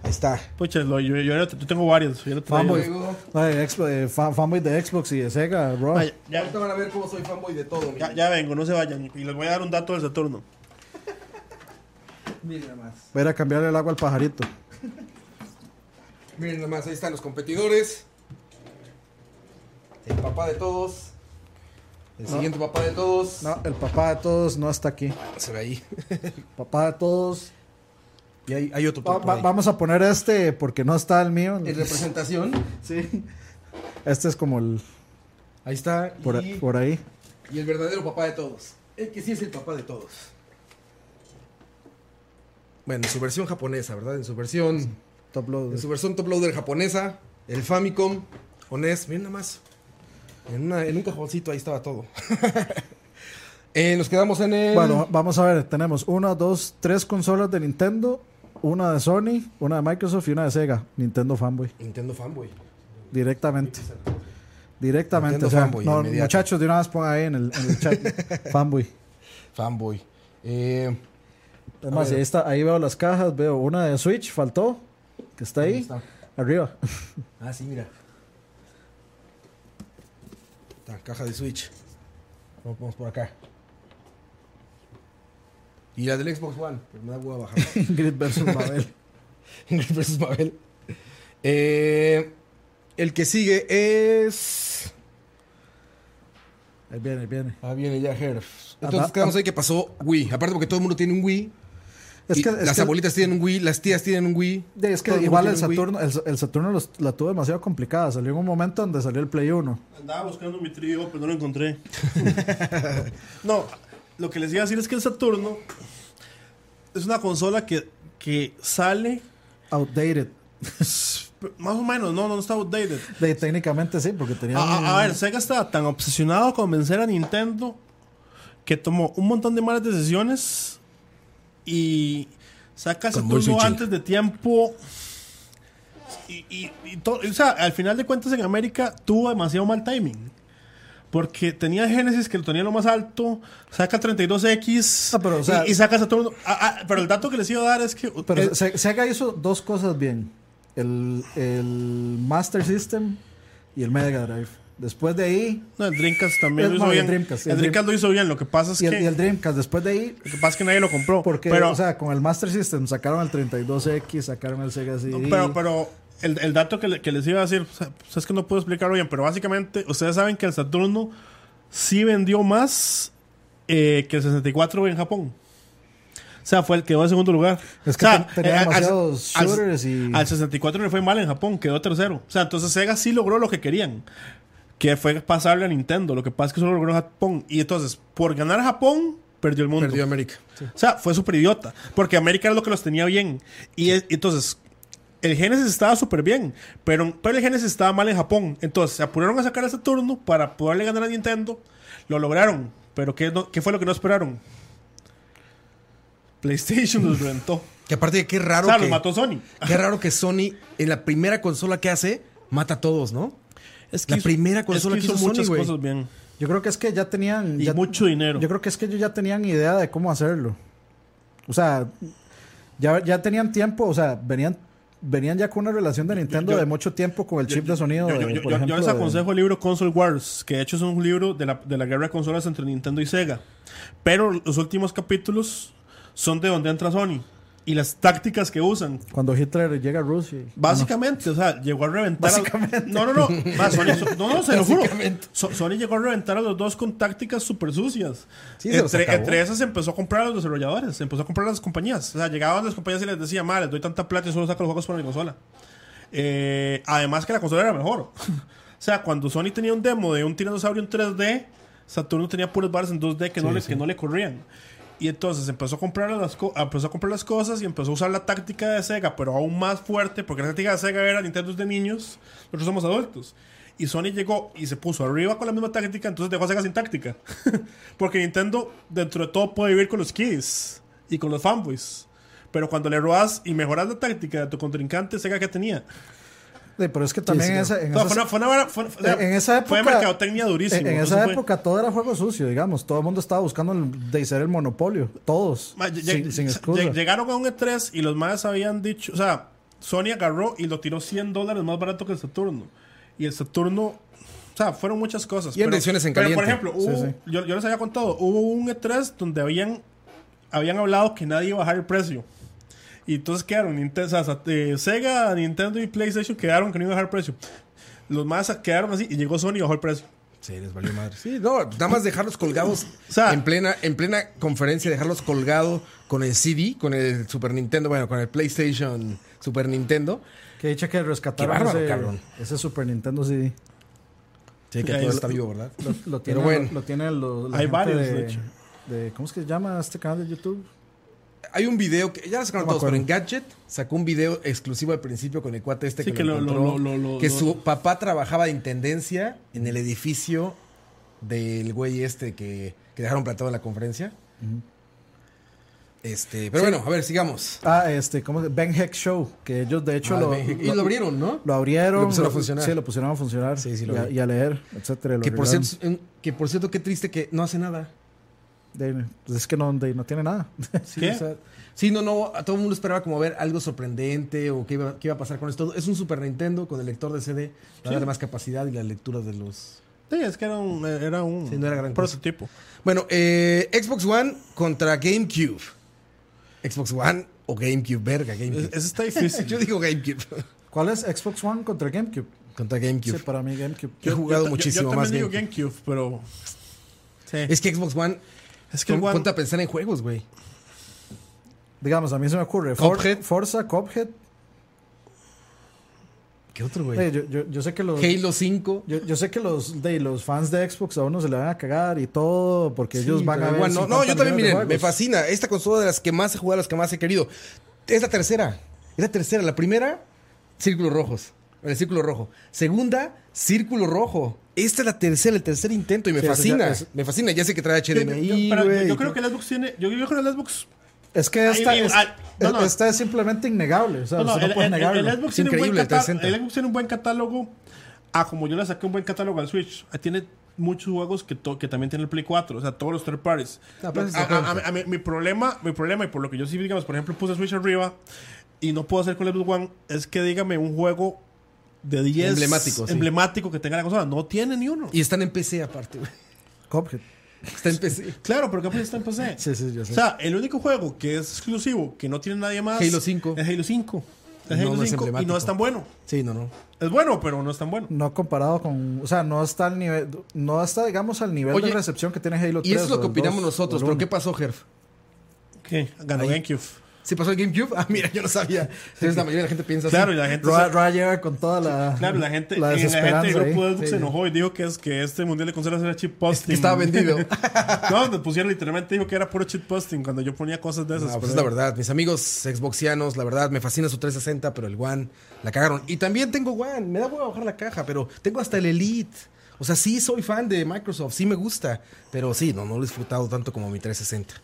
[SPEAKER 3] Ahí está.
[SPEAKER 2] Pucha, lo- yo, yo, yo tengo varios. yo lo traía.
[SPEAKER 4] Fanboy.
[SPEAKER 3] Luego,
[SPEAKER 4] No, de Xbox- de fa- fanboy de Xbox y de Sega, bro.
[SPEAKER 2] Ah, ya,
[SPEAKER 3] ahorita van a ver cómo soy fanboy de todo.
[SPEAKER 2] ya-
[SPEAKER 3] miren.
[SPEAKER 2] ya vengo, no se vayan. Y les voy a dar un dato del Saturno.
[SPEAKER 3] Miren nomás.
[SPEAKER 4] Voy a ir a cambiarle el agua al pajarito.
[SPEAKER 3] Miren nomás, ahí están los competidores. El papá de todos. El siguiente papá de todos.
[SPEAKER 4] No, el papá de todos no está aquí.
[SPEAKER 3] Se ve ahí.
[SPEAKER 4] Papá de todos.
[SPEAKER 3] Y hay, hay otro
[SPEAKER 4] Va-
[SPEAKER 3] papá
[SPEAKER 4] va-
[SPEAKER 3] ahí.
[SPEAKER 4] vamos a poner este porque no está el mío.
[SPEAKER 3] En representación.
[SPEAKER 4] Sí. Este es como el
[SPEAKER 3] Ahí está.
[SPEAKER 4] por,
[SPEAKER 3] y-
[SPEAKER 4] por ahí.
[SPEAKER 3] y el verdadero papá de todos. El que sí es el papá de todos. Bueno, en su versión japonesa, ¿verdad? En su versión,
[SPEAKER 4] Top load.
[SPEAKER 3] en su versión top loader japonesa, el Famicom, Ones, miren nada más. En, una- en un cajoncito ahí estaba todo. Eh, nos quedamos en el.
[SPEAKER 4] Bueno, vamos a ver. Tenemos una, dos, tres consolas de Nintendo, una de Sony, una de Microsoft y una de Sega. Nintendo Fanboy.
[SPEAKER 3] Nintendo Fanboy.
[SPEAKER 4] Directamente. Directamente.
[SPEAKER 3] Nintendo
[SPEAKER 4] o sea,
[SPEAKER 3] fanboy,
[SPEAKER 4] no,
[SPEAKER 3] inmediato.
[SPEAKER 4] muchachos, de una vez pongan ahí en el, en el chat. fanboy.
[SPEAKER 3] Fanboy. Eh,
[SPEAKER 4] Además,
[SPEAKER 3] ver.
[SPEAKER 4] ahí, está, ahí veo las cajas, veo una de Switch, faltó, que está ahí,
[SPEAKER 3] ¿dónde está?
[SPEAKER 4] arriba.
[SPEAKER 3] Ah, sí, mira. Está, caja de Switch. Vamos vamos por acá. Y la del Xbox One, pero me da hueva bajar.
[SPEAKER 4] Ingrid versus Mabel.
[SPEAKER 3] Ingrid versus Mabel. Eh, el que sigue es.
[SPEAKER 4] Ahí viene, ahí viene.
[SPEAKER 3] Ah, viene ya Herf. Entonces
[SPEAKER 4] Ajá.
[SPEAKER 3] quedamos ahí que pasó Wii. Aparte porque todo el mundo tiene un Wii. y las abuelitas tienen un Wii, las tías tienen un Wii.
[SPEAKER 4] de- es que
[SPEAKER 3] todo mundo
[SPEAKER 4] igual el
[SPEAKER 3] tiene un Wii.
[SPEAKER 4] Saturno, el, el Saturno los- la tuvo demasiado complicada. Salió en un momento donde salió el Play 1.
[SPEAKER 2] Andaba buscando mi trío, pero no lo encontré. no, lo que les iba a decir es que el Saturno es una consola que, que sale
[SPEAKER 4] Outdated.
[SPEAKER 2] más o menos, no, no está outdated.
[SPEAKER 4] De, técnicamente sí, porque tenía.
[SPEAKER 2] A,
[SPEAKER 4] un-
[SPEAKER 2] a- a ver, Sega estaba tan obsesionado con vencer a Nintendo que tomó un montón de malas decisiones y saca
[SPEAKER 3] Con
[SPEAKER 2] Saturno
[SPEAKER 3] Mulsuichi.
[SPEAKER 2] antes de tiempo. Y, y- y to- o sea, al final de cuentas en América tuvo demasiado mal timing. Porque tenía Genesis que lo tenía lo más alto, saca 32X
[SPEAKER 4] Ah, pero, o sea-
[SPEAKER 2] y, y sacas a todo el mundo. Ah, ah, pero el dato que les iba a dar es que.
[SPEAKER 4] Pero
[SPEAKER 2] eh,
[SPEAKER 4] Se- Sega hizo dos cosas bien: el, el Master System y el Mega Drive. Después de ahí,
[SPEAKER 2] no, el Dreamcast también
[SPEAKER 4] el-
[SPEAKER 2] lo hizo
[SPEAKER 4] no, el
[SPEAKER 2] bien. El
[SPEAKER 4] Dreamcast,
[SPEAKER 2] Dreamcast,
[SPEAKER 4] el
[SPEAKER 2] lo hizo bien, lo que pasa es
[SPEAKER 4] y el,
[SPEAKER 2] que.
[SPEAKER 4] y el Dreamcast, después de ahí.
[SPEAKER 2] lo que pasa es que nadie lo compró.
[SPEAKER 4] Porque,
[SPEAKER 2] pero,
[SPEAKER 4] o sea, con el Master System sacaron el 32X, sacaron el Sega CD.
[SPEAKER 2] Pero, pero el, el dato que, le- que les iba a decir, o sea, pues es que no puedo explicarlo bien, pero básicamente ustedes saben que el Saturno sí vendió más eh, que el 64 en Japón. O sea, fue el que quedó en segundo lugar.
[SPEAKER 4] Es que
[SPEAKER 2] O sea,
[SPEAKER 4] ten- tenía
[SPEAKER 2] eh, al-
[SPEAKER 4] demasiados
[SPEAKER 2] al,
[SPEAKER 4] shooters y-
[SPEAKER 2] al 64 le fue mal en Japón, quedó tercero. O sea, entonces Sega sí logró lo que querían. Que fue pasarle a Nintendo. Lo que pasa es que solo logró Japón. Y entonces, por ganar Japón, perdió el mundo.
[SPEAKER 3] Perdió América.
[SPEAKER 2] O sea, fue súper idiota. Porque América era lo que los tenía bien. Y es- entonces, el Genesis estaba súper bien. Pero, pero el Genesis estaba mal en Japón. Entonces, se apuraron a sacar a Saturno para poderle ganar a Nintendo. Lo lograron. Pero ¿qué, no- qué fue lo que no esperaron? PlayStation los reventó.
[SPEAKER 3] Que aparte de qué
[SPEAKER 2] O
[SPEAKER 3] raro
[SPEAKER 2] sea,
[SPEAKER 3] que...
[SPEAKER 2] los mató Sony.
[SPEAKER 3] Qué raro que Sony, en la primera consola que hace, mata a todos, ¿no?
[SPEAKER 2] Es
[SPEAKER 3] que La hizo- primera consola que hizo Sony,
[SPEAKER 2] muchas
[SPEAKER 3] güey.
[SPEAKER 2] cosas bien.
[SPEAKER 4] Yo creo que es que ya tenían.
[SPEAKER 2] Y
[SPEAKER 4] ya-
[SPEAKER 2] mucho dinero.
[SPEAKER 4] Yo creo que es que ellos ya tenían idea de cómo hacerlo. O sea, ya, ya tenían tiempo, o sea, venían, venían ya con una relación de Nintendo
[SPEAKER 2] yo-
[SPEAKER 4] de mucho tiempo con el chip de sonido.
[SPEAKER 2] Yo, yo-
[SPEAKER 4] de,
[SPEAKER 2] yo- yo-
[SPEAKER 4] por
[SPEAKER 2] yo
[SPEAKER 4] ejemplo,
[SPEAKER 2] les
[SPEAKER 4] de-
[SPEAKER 2] aconsejo el libro Console Wars, que de hecho es un libro de la, de la guerra de consolas entre Nintendo y Sega. Pero los últimos capítulos son de donde entra Sony y las tácticas que usan.
[SPEAKER 4] cuando Hitler llega a Rusia. y-
[SPEAKER 2] Básicamente, o sea, llegó a reventar. a- no, no, no. Va, Sony, so- no, no, se lo juro. So- Sony llegó a reventar a los dos con tácticas súper sucias.
[SPEAKER 3] Sí, se los
[SPEAKER 2] entre,
[SPEAKER 3] acabó.
[SPEAKER 2] entre esas empezó a comprar a los desarrolladores, empezó a comprar a las compañías. O sea, llegaban las compañías y les decía, mal, les doy tanta plata y solo saco los juegos para mi consola. Eh, además que la consola era mejor. o sea, cuando Sony tenía un demo de un tiranosaurio en 3D, Saturno tenía puros bares en 2D que, no, le, que no le corrían. Y entonces empezó a, comprar las co- empezó a comprar las cosas y empezó a usar la táctica de Sega, pero aún más fuerte, porque la táctica de Sega era Nintendo es de niños, nosotros somos adultos. Y Sony llegó y se puso arriba con la misma táctica, entonces dejó a Sega sin táctica. porque Nintendo, dentro de todo, puede vivir con los kids y con los fanboys. Pero cuando le robas y mejoras la táctica de tu contrincante, Sega que tenía.
[SPEAKER 4] Sí, pero es que también
[SPEAKER 3] sí,
[SPEAKER 4] en, esa, en,
[SPEAKER 2] No,
[SPEAKER 4] esas-
[SPEAKER 2] fue una, fue una vara- fue- o sea,
[SPEAKER 4] en- en esa época.
[SPEAKER 2] Fue mercadotecnia durísimo.
[SPEAKER 4] En, en
[SPEAKER 2] Eso
[SPEAKER 4] esa
[SPEAKER 2] fue-
[SPEAKER 4] época todo era juego sucio, digamos. Todo el mundo estaba buscando el, de ser el monopolio. Todos.
[SPEAKER 2] Ma, lle-
[SPEAKER 4] sin,
[SPEAKER 2] lle-
[SPEAKER 4] sin
[SPEAKER 2] lle-
[SPEAKER 4] excusa.
[SPEAKER 2] llegaron a un E3 y los más habían dicho. O sea, Sony agarró y lo tiró 100 dólares más barato que el Saturno. Y el Saturno. O sea, fueron muchas cosas.
[SPEAKER 3] Y invenciones en
[SPEAKER 2] pero, por
[SPEAKER 3] caliente.
[SPEAKER 2] ejemplo, hubo-
[SPEAKER 4] Sí,
[SPEAKER 2] Yo, yo les había contado, hubo un E3 donde habían, habían hablado que nadie iba a bajar el precio. Y entonces quedaron, Nintendo, o sea, sa- eh, Sega, Nintendo y PlayStation quedaron que no iba a bajar el precio. Los más quedaron así y llegó Sony y bajó el precio.
[SPEAKER 3] Sí, les valió madre. Sí, no, nada más dejarlos colgados
[SPEAKER 2] O sea-
[SPEAKER 3] en, plena, en plena conferencia, dejarlos colgados con el CD, con el Super Nintendo, bueno, con el PlayStation Super Nintendo.
[SPEAKER 4] Que dicha que rescataron
[SPEAKER 3] Qué bárbaro,
[SPEAKER 4] ese,
[SPEAKER 3] cabrón.
[SPEAKER 4] ese Super Nintendo CD.
[SPEAKER 3] Sí, que
[SPEAKER 2] Ahí
[SPEAKER 3] todo
[SPEAKER 2] lo-
[SPEAKER 3] está vivo, ¿verdad?
[SPEAKER 4] Lo, lo tiene,
[SPEAKER 3] Pero bueno.
[SPEAKER 4] lo, lo tiene lo- la
[SPEAKER 2] Hay
[SPEAKER 4] gente
[SPEAKER 2] varios,
[SPEAKER 4] de,
[SPEAKER 2] de hecho.
[SPEAKER 4] de- ¿Cómo es que se llama este canal de YouTube?
[SPEAKER 3] Hay un video que ya lo sacaron
[SPEAKER 4] No me
[SPEAKER 3] todos, pero en Gadget sacó un video exclusivo al principio con el cuate este
[SPEAKER 2] Sí,
[SPEAKER 3] que,
[SPEAKER 2] que
[SPEAKER 3] lo
[SPEAKER 2] lo- lo-
[SPEAKER 3] encontró,
[SPEAKER 2] lo- lo- lo-
[SPEAKER 3] que
[SPEAKER 2] lo-
[SPEAKER 3] su papá trabajaba de intendencia en el edificio del güey este que, que dejaron plantado en la conferencia. Este, pero bueno, a ver, sigamos.
[SPEAKER 4] Ah, este, ¿cómo se Ben Heck Show, que ellos de hecho
[SPEAKER 3] Ah,
[SPEAKER 4] lo,
[SPEAKER 3] ve, y lo abrieron, ¿no?
[SPEAKER 4] lo abrieron.
[SPEAKER 3] Lo pusieron a funcionar.
[SPEAKER 4] Sí, lo pusieron a funcionar.
[SPEAKER 3] Sí, sí, lo
[SPEAKER 4] y, a,
[SPEAKER 3] vi.
[SPEAKER 4] y a leer, etcétera. lo
[SPEAKER 3] Que por,
[SPEAKER 4] arreglaron.
[SPEAKER 3] cierto, en- que por cierto, qué triste que no hace nada.
[SPEAKER 4] De- pues es que no, de- no tiene nada.
[SPEAKER 3] Sí,
[SPEAKER 2] ¿Qué?
[SPEAKER 3] o sea, sí, no, no, a todo el mundo esperaba como ver algo sorprendente o qué iba, qué iba a pasar con esto. Es un Super Nintendo con el lector de CD, va a dar más capacidad y las lecturas de los...
[SPEAKER 2] Sí, es que era un, era un
[SPEAKER 3] Sí, no era gran cosa.
[SPEAKER 2] prototipo.
[SPEAKER 3] Bueno, eh, Xbox One contra GameCube. Xbox One o GameCube, verga,
[SPEAKER 2] Es-
[SPEAKER 3] GameCube.
[SPEAKER 2] Eso está difícil.
[SPEAKER 3] Yo digo GameCube.
[SPEAKER 4] ¿Cuál es Xbox One contra GameCube?
[SPEAKER 3] contra
[SPEAKER 4] Sí,
[SPEAKER 3] GameCube.
[SPEAKER 4] para mí GameCube.
[SPEAKER 3] Yo he jugado
[SPEAKER 2] ta-
[SPEAKER 3] muchísimo
[SPEAKER 2] yo, yo
[SPEAKER 3] más
[SPEAKER 2] también
[SPEAKER 3] GameCube.
[SPEAKER 2] digo GameCube, pero. Sí.
[SPEAKER 3] Es que Xbox One...
[SPEAKER 2] Es que el
[SPEAKER 3] pon-
[SPEAKER 2] One-
[SPEAKER 3] Ponte a pensar en juegos, güey.
[SPEAKER 4] Digamos, a mí se me ocurre. For-
[SPEAKER 3] Cuphead.
[SPEAKER 4] Forza, Cophead.
[SPEAKER 3] ¿Qué otro, güey?
[SPEAKER 4] yo, yo- yo sé que los.
[SPEAKER 3] Halo 5.
[SPEAKER 4] Yo, yo sé que los, de, los fans de Xbox a uno se le van a cagar y todo, porque ellos
[SPEAKER 3] Sí,
[SPEAKER 4] van a
[SPEAKER 3] pero
[SPEAKER 4] ver.
[SPEAKER 3] igual no, no,
[SPEAKER 4] 50
[SPEAKER 3] yo también,
[SPEAKER 4] millones de
[SPEAKER 3] miren, me
[SPEAKER 4] juegos.
[SPEAKER 3] fascina. Esta consola de las que más he jugado, las que más he querido. Es la tercera. Es la tercera. La primera, círculos rojos. El círculo rojo. Segunda, círculo rojo. Esta es la tercera, el tercer intento y me
[SPEAKER 4] Sí, esa ya
[SPEAKER 3] fascina.
[SPEAKER 4] es-
[SPEAKER 3] Me fascina. Ya sé que trae
[SPEAKER 2] Yo- yo-
[SPEAKER 3] HDMI.
[SPEAKER 2] pero yo-
[SPEAKER 3] güey.
[SPEAKER 2] yo creo que el Xbox tiene. Yo, yo creo que el Xbox.
[SPEAKER 4] Es que esta,
[SPEAKER 2] Ay,
[SPEAKER 4] es,
[SPEAKER 2] ay, no, no.
[SPEAKER 4] esta es simplemente innegable. O sea,
[SPEAKER 2] No, no,
[SPEAKER 4] usted no
[SPEAKER 2] el,
[SPEAKER 4] puede
[SPEAKER 2] el- el-
[SPEAKER 4] negarlo.
[SPEAKER 2] el Xbox tiene un buen
[SPEAKER 3] Increíble, el
[SPEAKER 2] catálogo.
[SPEAKER 3] 360.
[SPEAKER 2] El Xbox tiene un buen catálogo. Ah, como yo le saqué un buen catálogo al Switch. Ah, Tiene muchos juegos que, to- que también tiene el Play 4. O sea, todos los third parties.
[SPEAKER 3] Ah, pues, de
[SPEAKER 2] Lo- a-
[SPEAKER 3] acuerdo.
[SPEAKER 2] a- a- a mí- mi problema, mi problema, y por lo que yo sí, digamos, por ejemplo, puse Switch arriba y no puedo hacer con el Xbox One, es que dígame un juego de 10
[SPEAKER 3] Emblemático, sí.
[SPEAKER 2] emblemático que tenga la consola. No tiene ni uno.
[SPEAKER 3] Y están en PC aparte, güey.
[SPEAKER 4] Cuphead.
[SPEAKER 3] Está en PC.
[SPEAKER 2] Claro, pero capaz está en PC.
[SPEAKER 4] Sí, sí, yo sé.
[SPEAKER 2] O sea, el único juego que es exclusivo, que no tiene nadie más.
[SPEAKER 3] Halo 5.
[SPEAKER 2] Es Halo 5. Es
[SPEAKER 3] No,
[SPEAKER 2] Halo
[SPEAKER 3] no es
[SPEAKER 2] 5 y no
[SPEAKER 3] emblemático.
[SPEAKER 2] es tan bueno.
[SPEAKER 3] Sí, no, no.
[SPEAKER 2] Es bueno, pero no es tan bueno.
[SPEAKER 4] no comparado con. O sea, no está al nivel. No está, digamos, al nivel
[SPEAKER 3] Oye,
[SPEAKER 4] de recepción que tiene Halo 3.
[SPEAKER 3] Y eso es
[SPEAKER 4] o
[SPEAKER 3] lo que
[SPEAKER 4] el
[SPEAKER 3] opinamos
[SPEAKER 4] 2
[SPEAKER 3] nosotros.
[SPEAKER 4] o el
[SPEAKER 3] ¿Pero
[SPEAKER 4] 1.
[SPEAKER 3] qué pasó, Gerf?
[SPEAKER 2] ¿Qué? Ganó GameCube.
[SPEAKER 3] ¿Se pasó el GameCube? Ah, mira, yo no sabía. Entonces la mayoría de la gente piensa así.
[SPEAKER 2] Claro, y la gente.
[SPEAKER 4] Roa,
[SPEAKER 2] se-
[SPEAKER 4] Roa llega con toda la.
[SPEAKER 2] Claro, la gente,
[SPEAKER 4] La
[SPEAKER 2] y la gente del
[SPEAKER 4] desesperanza.
[SPEAKER 2] grupo
[SPEAKER 4] ahí.
[SPEAKER 2] de Xbox se enojó y dijo que, es, que este mundial de consolas era chip posting.
[SPEAKER 3] que estaba vendido.
[SPEAKER 2] no, nos pusieron literalmente, dijo que era puro chip posting cuando yo ponía cosas de esas.
[SPEAKER 3] No, pues
[SPEAKER 2] pero-
[SPEAKER 3] es la verdad, mis amigos Xboxianos, la verdad, me fascina su 360, pero el One la cagaron. Y también tengo One, me da hueva bajar la caja, pero tengo hasta el Elite. O sea, sí soy fan de Microsoft, sí me gusta, pero sí, no, no lo he disfrutado tanto como mi 360.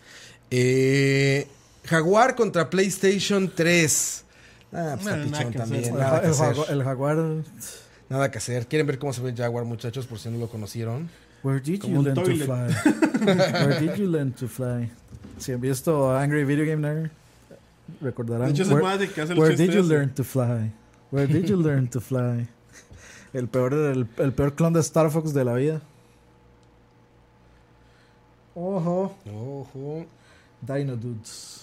[SPEAKER 3] Eh, Jaguar contra PlayStation 3. Ah, pues
[SPEAKER 2] Bueno,
[SPEAKER 3] está
[SPEAKER 2] nada
[SPEAKER 3] pichón
[SPEAKER 2] que
[SPEAKER 3] también,
[SPEAKER 2] hacer.
[SPEAKER 3] nada que
[SPEAKER 4] el,
[SPEAKER 3] hacer.
[SPEAKER 4] jagu- el Jaguar.
[SPEAKER 3] Nada que hacer. ¿Quieren ver cómo se ve el Jaguar, muchachos? Por si no lo conocieron.
[SPEAKER 4] Where did
[SPEAKER 2] Como
[SPEAKER 4] you
[SPEAKER 2] un
[SPEAKER 4] learn to
[SPEAKER 2] toilet.
[SPEAKER 4] fly? Where did you learn to fly? Si han visto Angry Video Game
[SPEAKER 2] De
[SPEAKER 4] Nerd, recordarán.
[SPEAKER 2] hecho, se
[SPEAKER 4] Where-
[SPEAKER 2] puede que hace el
[SPEAKER 4] Where
[SPEAKER 2] chiste
[SPEAKER 4] did you
[SPEAKER 2] ese.
[SPEAKER 4] learn to fly? Where did you learn to fly? El peor, el, el peor clon de Star Fox de la vida. Ojo.
[SPEAKER 3] Ojo.
[SPEAKER 4] Dino Dudes.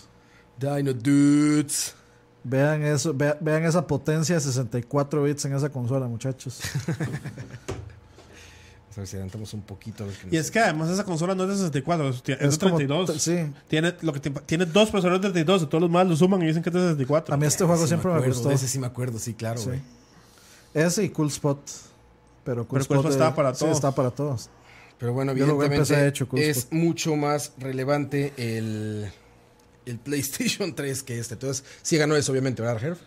[SPEAKER 3] Dino Dudes.
[SPEAKER 4] Vean eso, vea- vean esa potencia de 64 bits en esa consola, muchachos.
[SPEAKER 3] Vamos a ver si adelantamos un poquito. a ver qué
[SPEAKER 2] Y
[SPEAKER 3] nos-
[SPEAKER 2] es que además esa consola no es de 64, es, es de
[SPEAKER 4] como-
[SPEAKER 2] 32.
[SPEAKER 4] sí.
[SPEAKER 2] Tiene, lo que te- tiene dos procesadores de 32, y todos los más lo suman y dicen que es de 64.
[SPEAKER 4] A mí este juego
[SPEAKER 3] Sí
[SPEAKER 4] siempre me,
[SPEAKER 3] acuerdo,
[SPEAKER 4] gustó.
[SPEAKER 3] De ese sí me acuerdo, sí, claro,
[SPEAKER 4] Sí.
[SPEAKER 3] güey.
[SPEAKER 4] Ese y Cool Spot. Pero Cool
[SPEAKER 2] Pero Cool Spot
[SPEAKER 4] eh,
[SPEAKER 2] estaba para
[SPEAKER 4] sí,
[SPEAKER 2] todos.
[SPEAKER 4] estaba para todos.
[SPEAKER 3] Pero bueno,
[SPEAKER 4] Yo lo voy a
[SPEAKER 3] evidentemente
[SPEAKER 4] empezar de hecho, Cusco.
[SPEAKER 3] es mucho más relevante el, el PlayStation 3 que este. Entonces, sí ganó eso, obviamente, ¿verdad, Herb?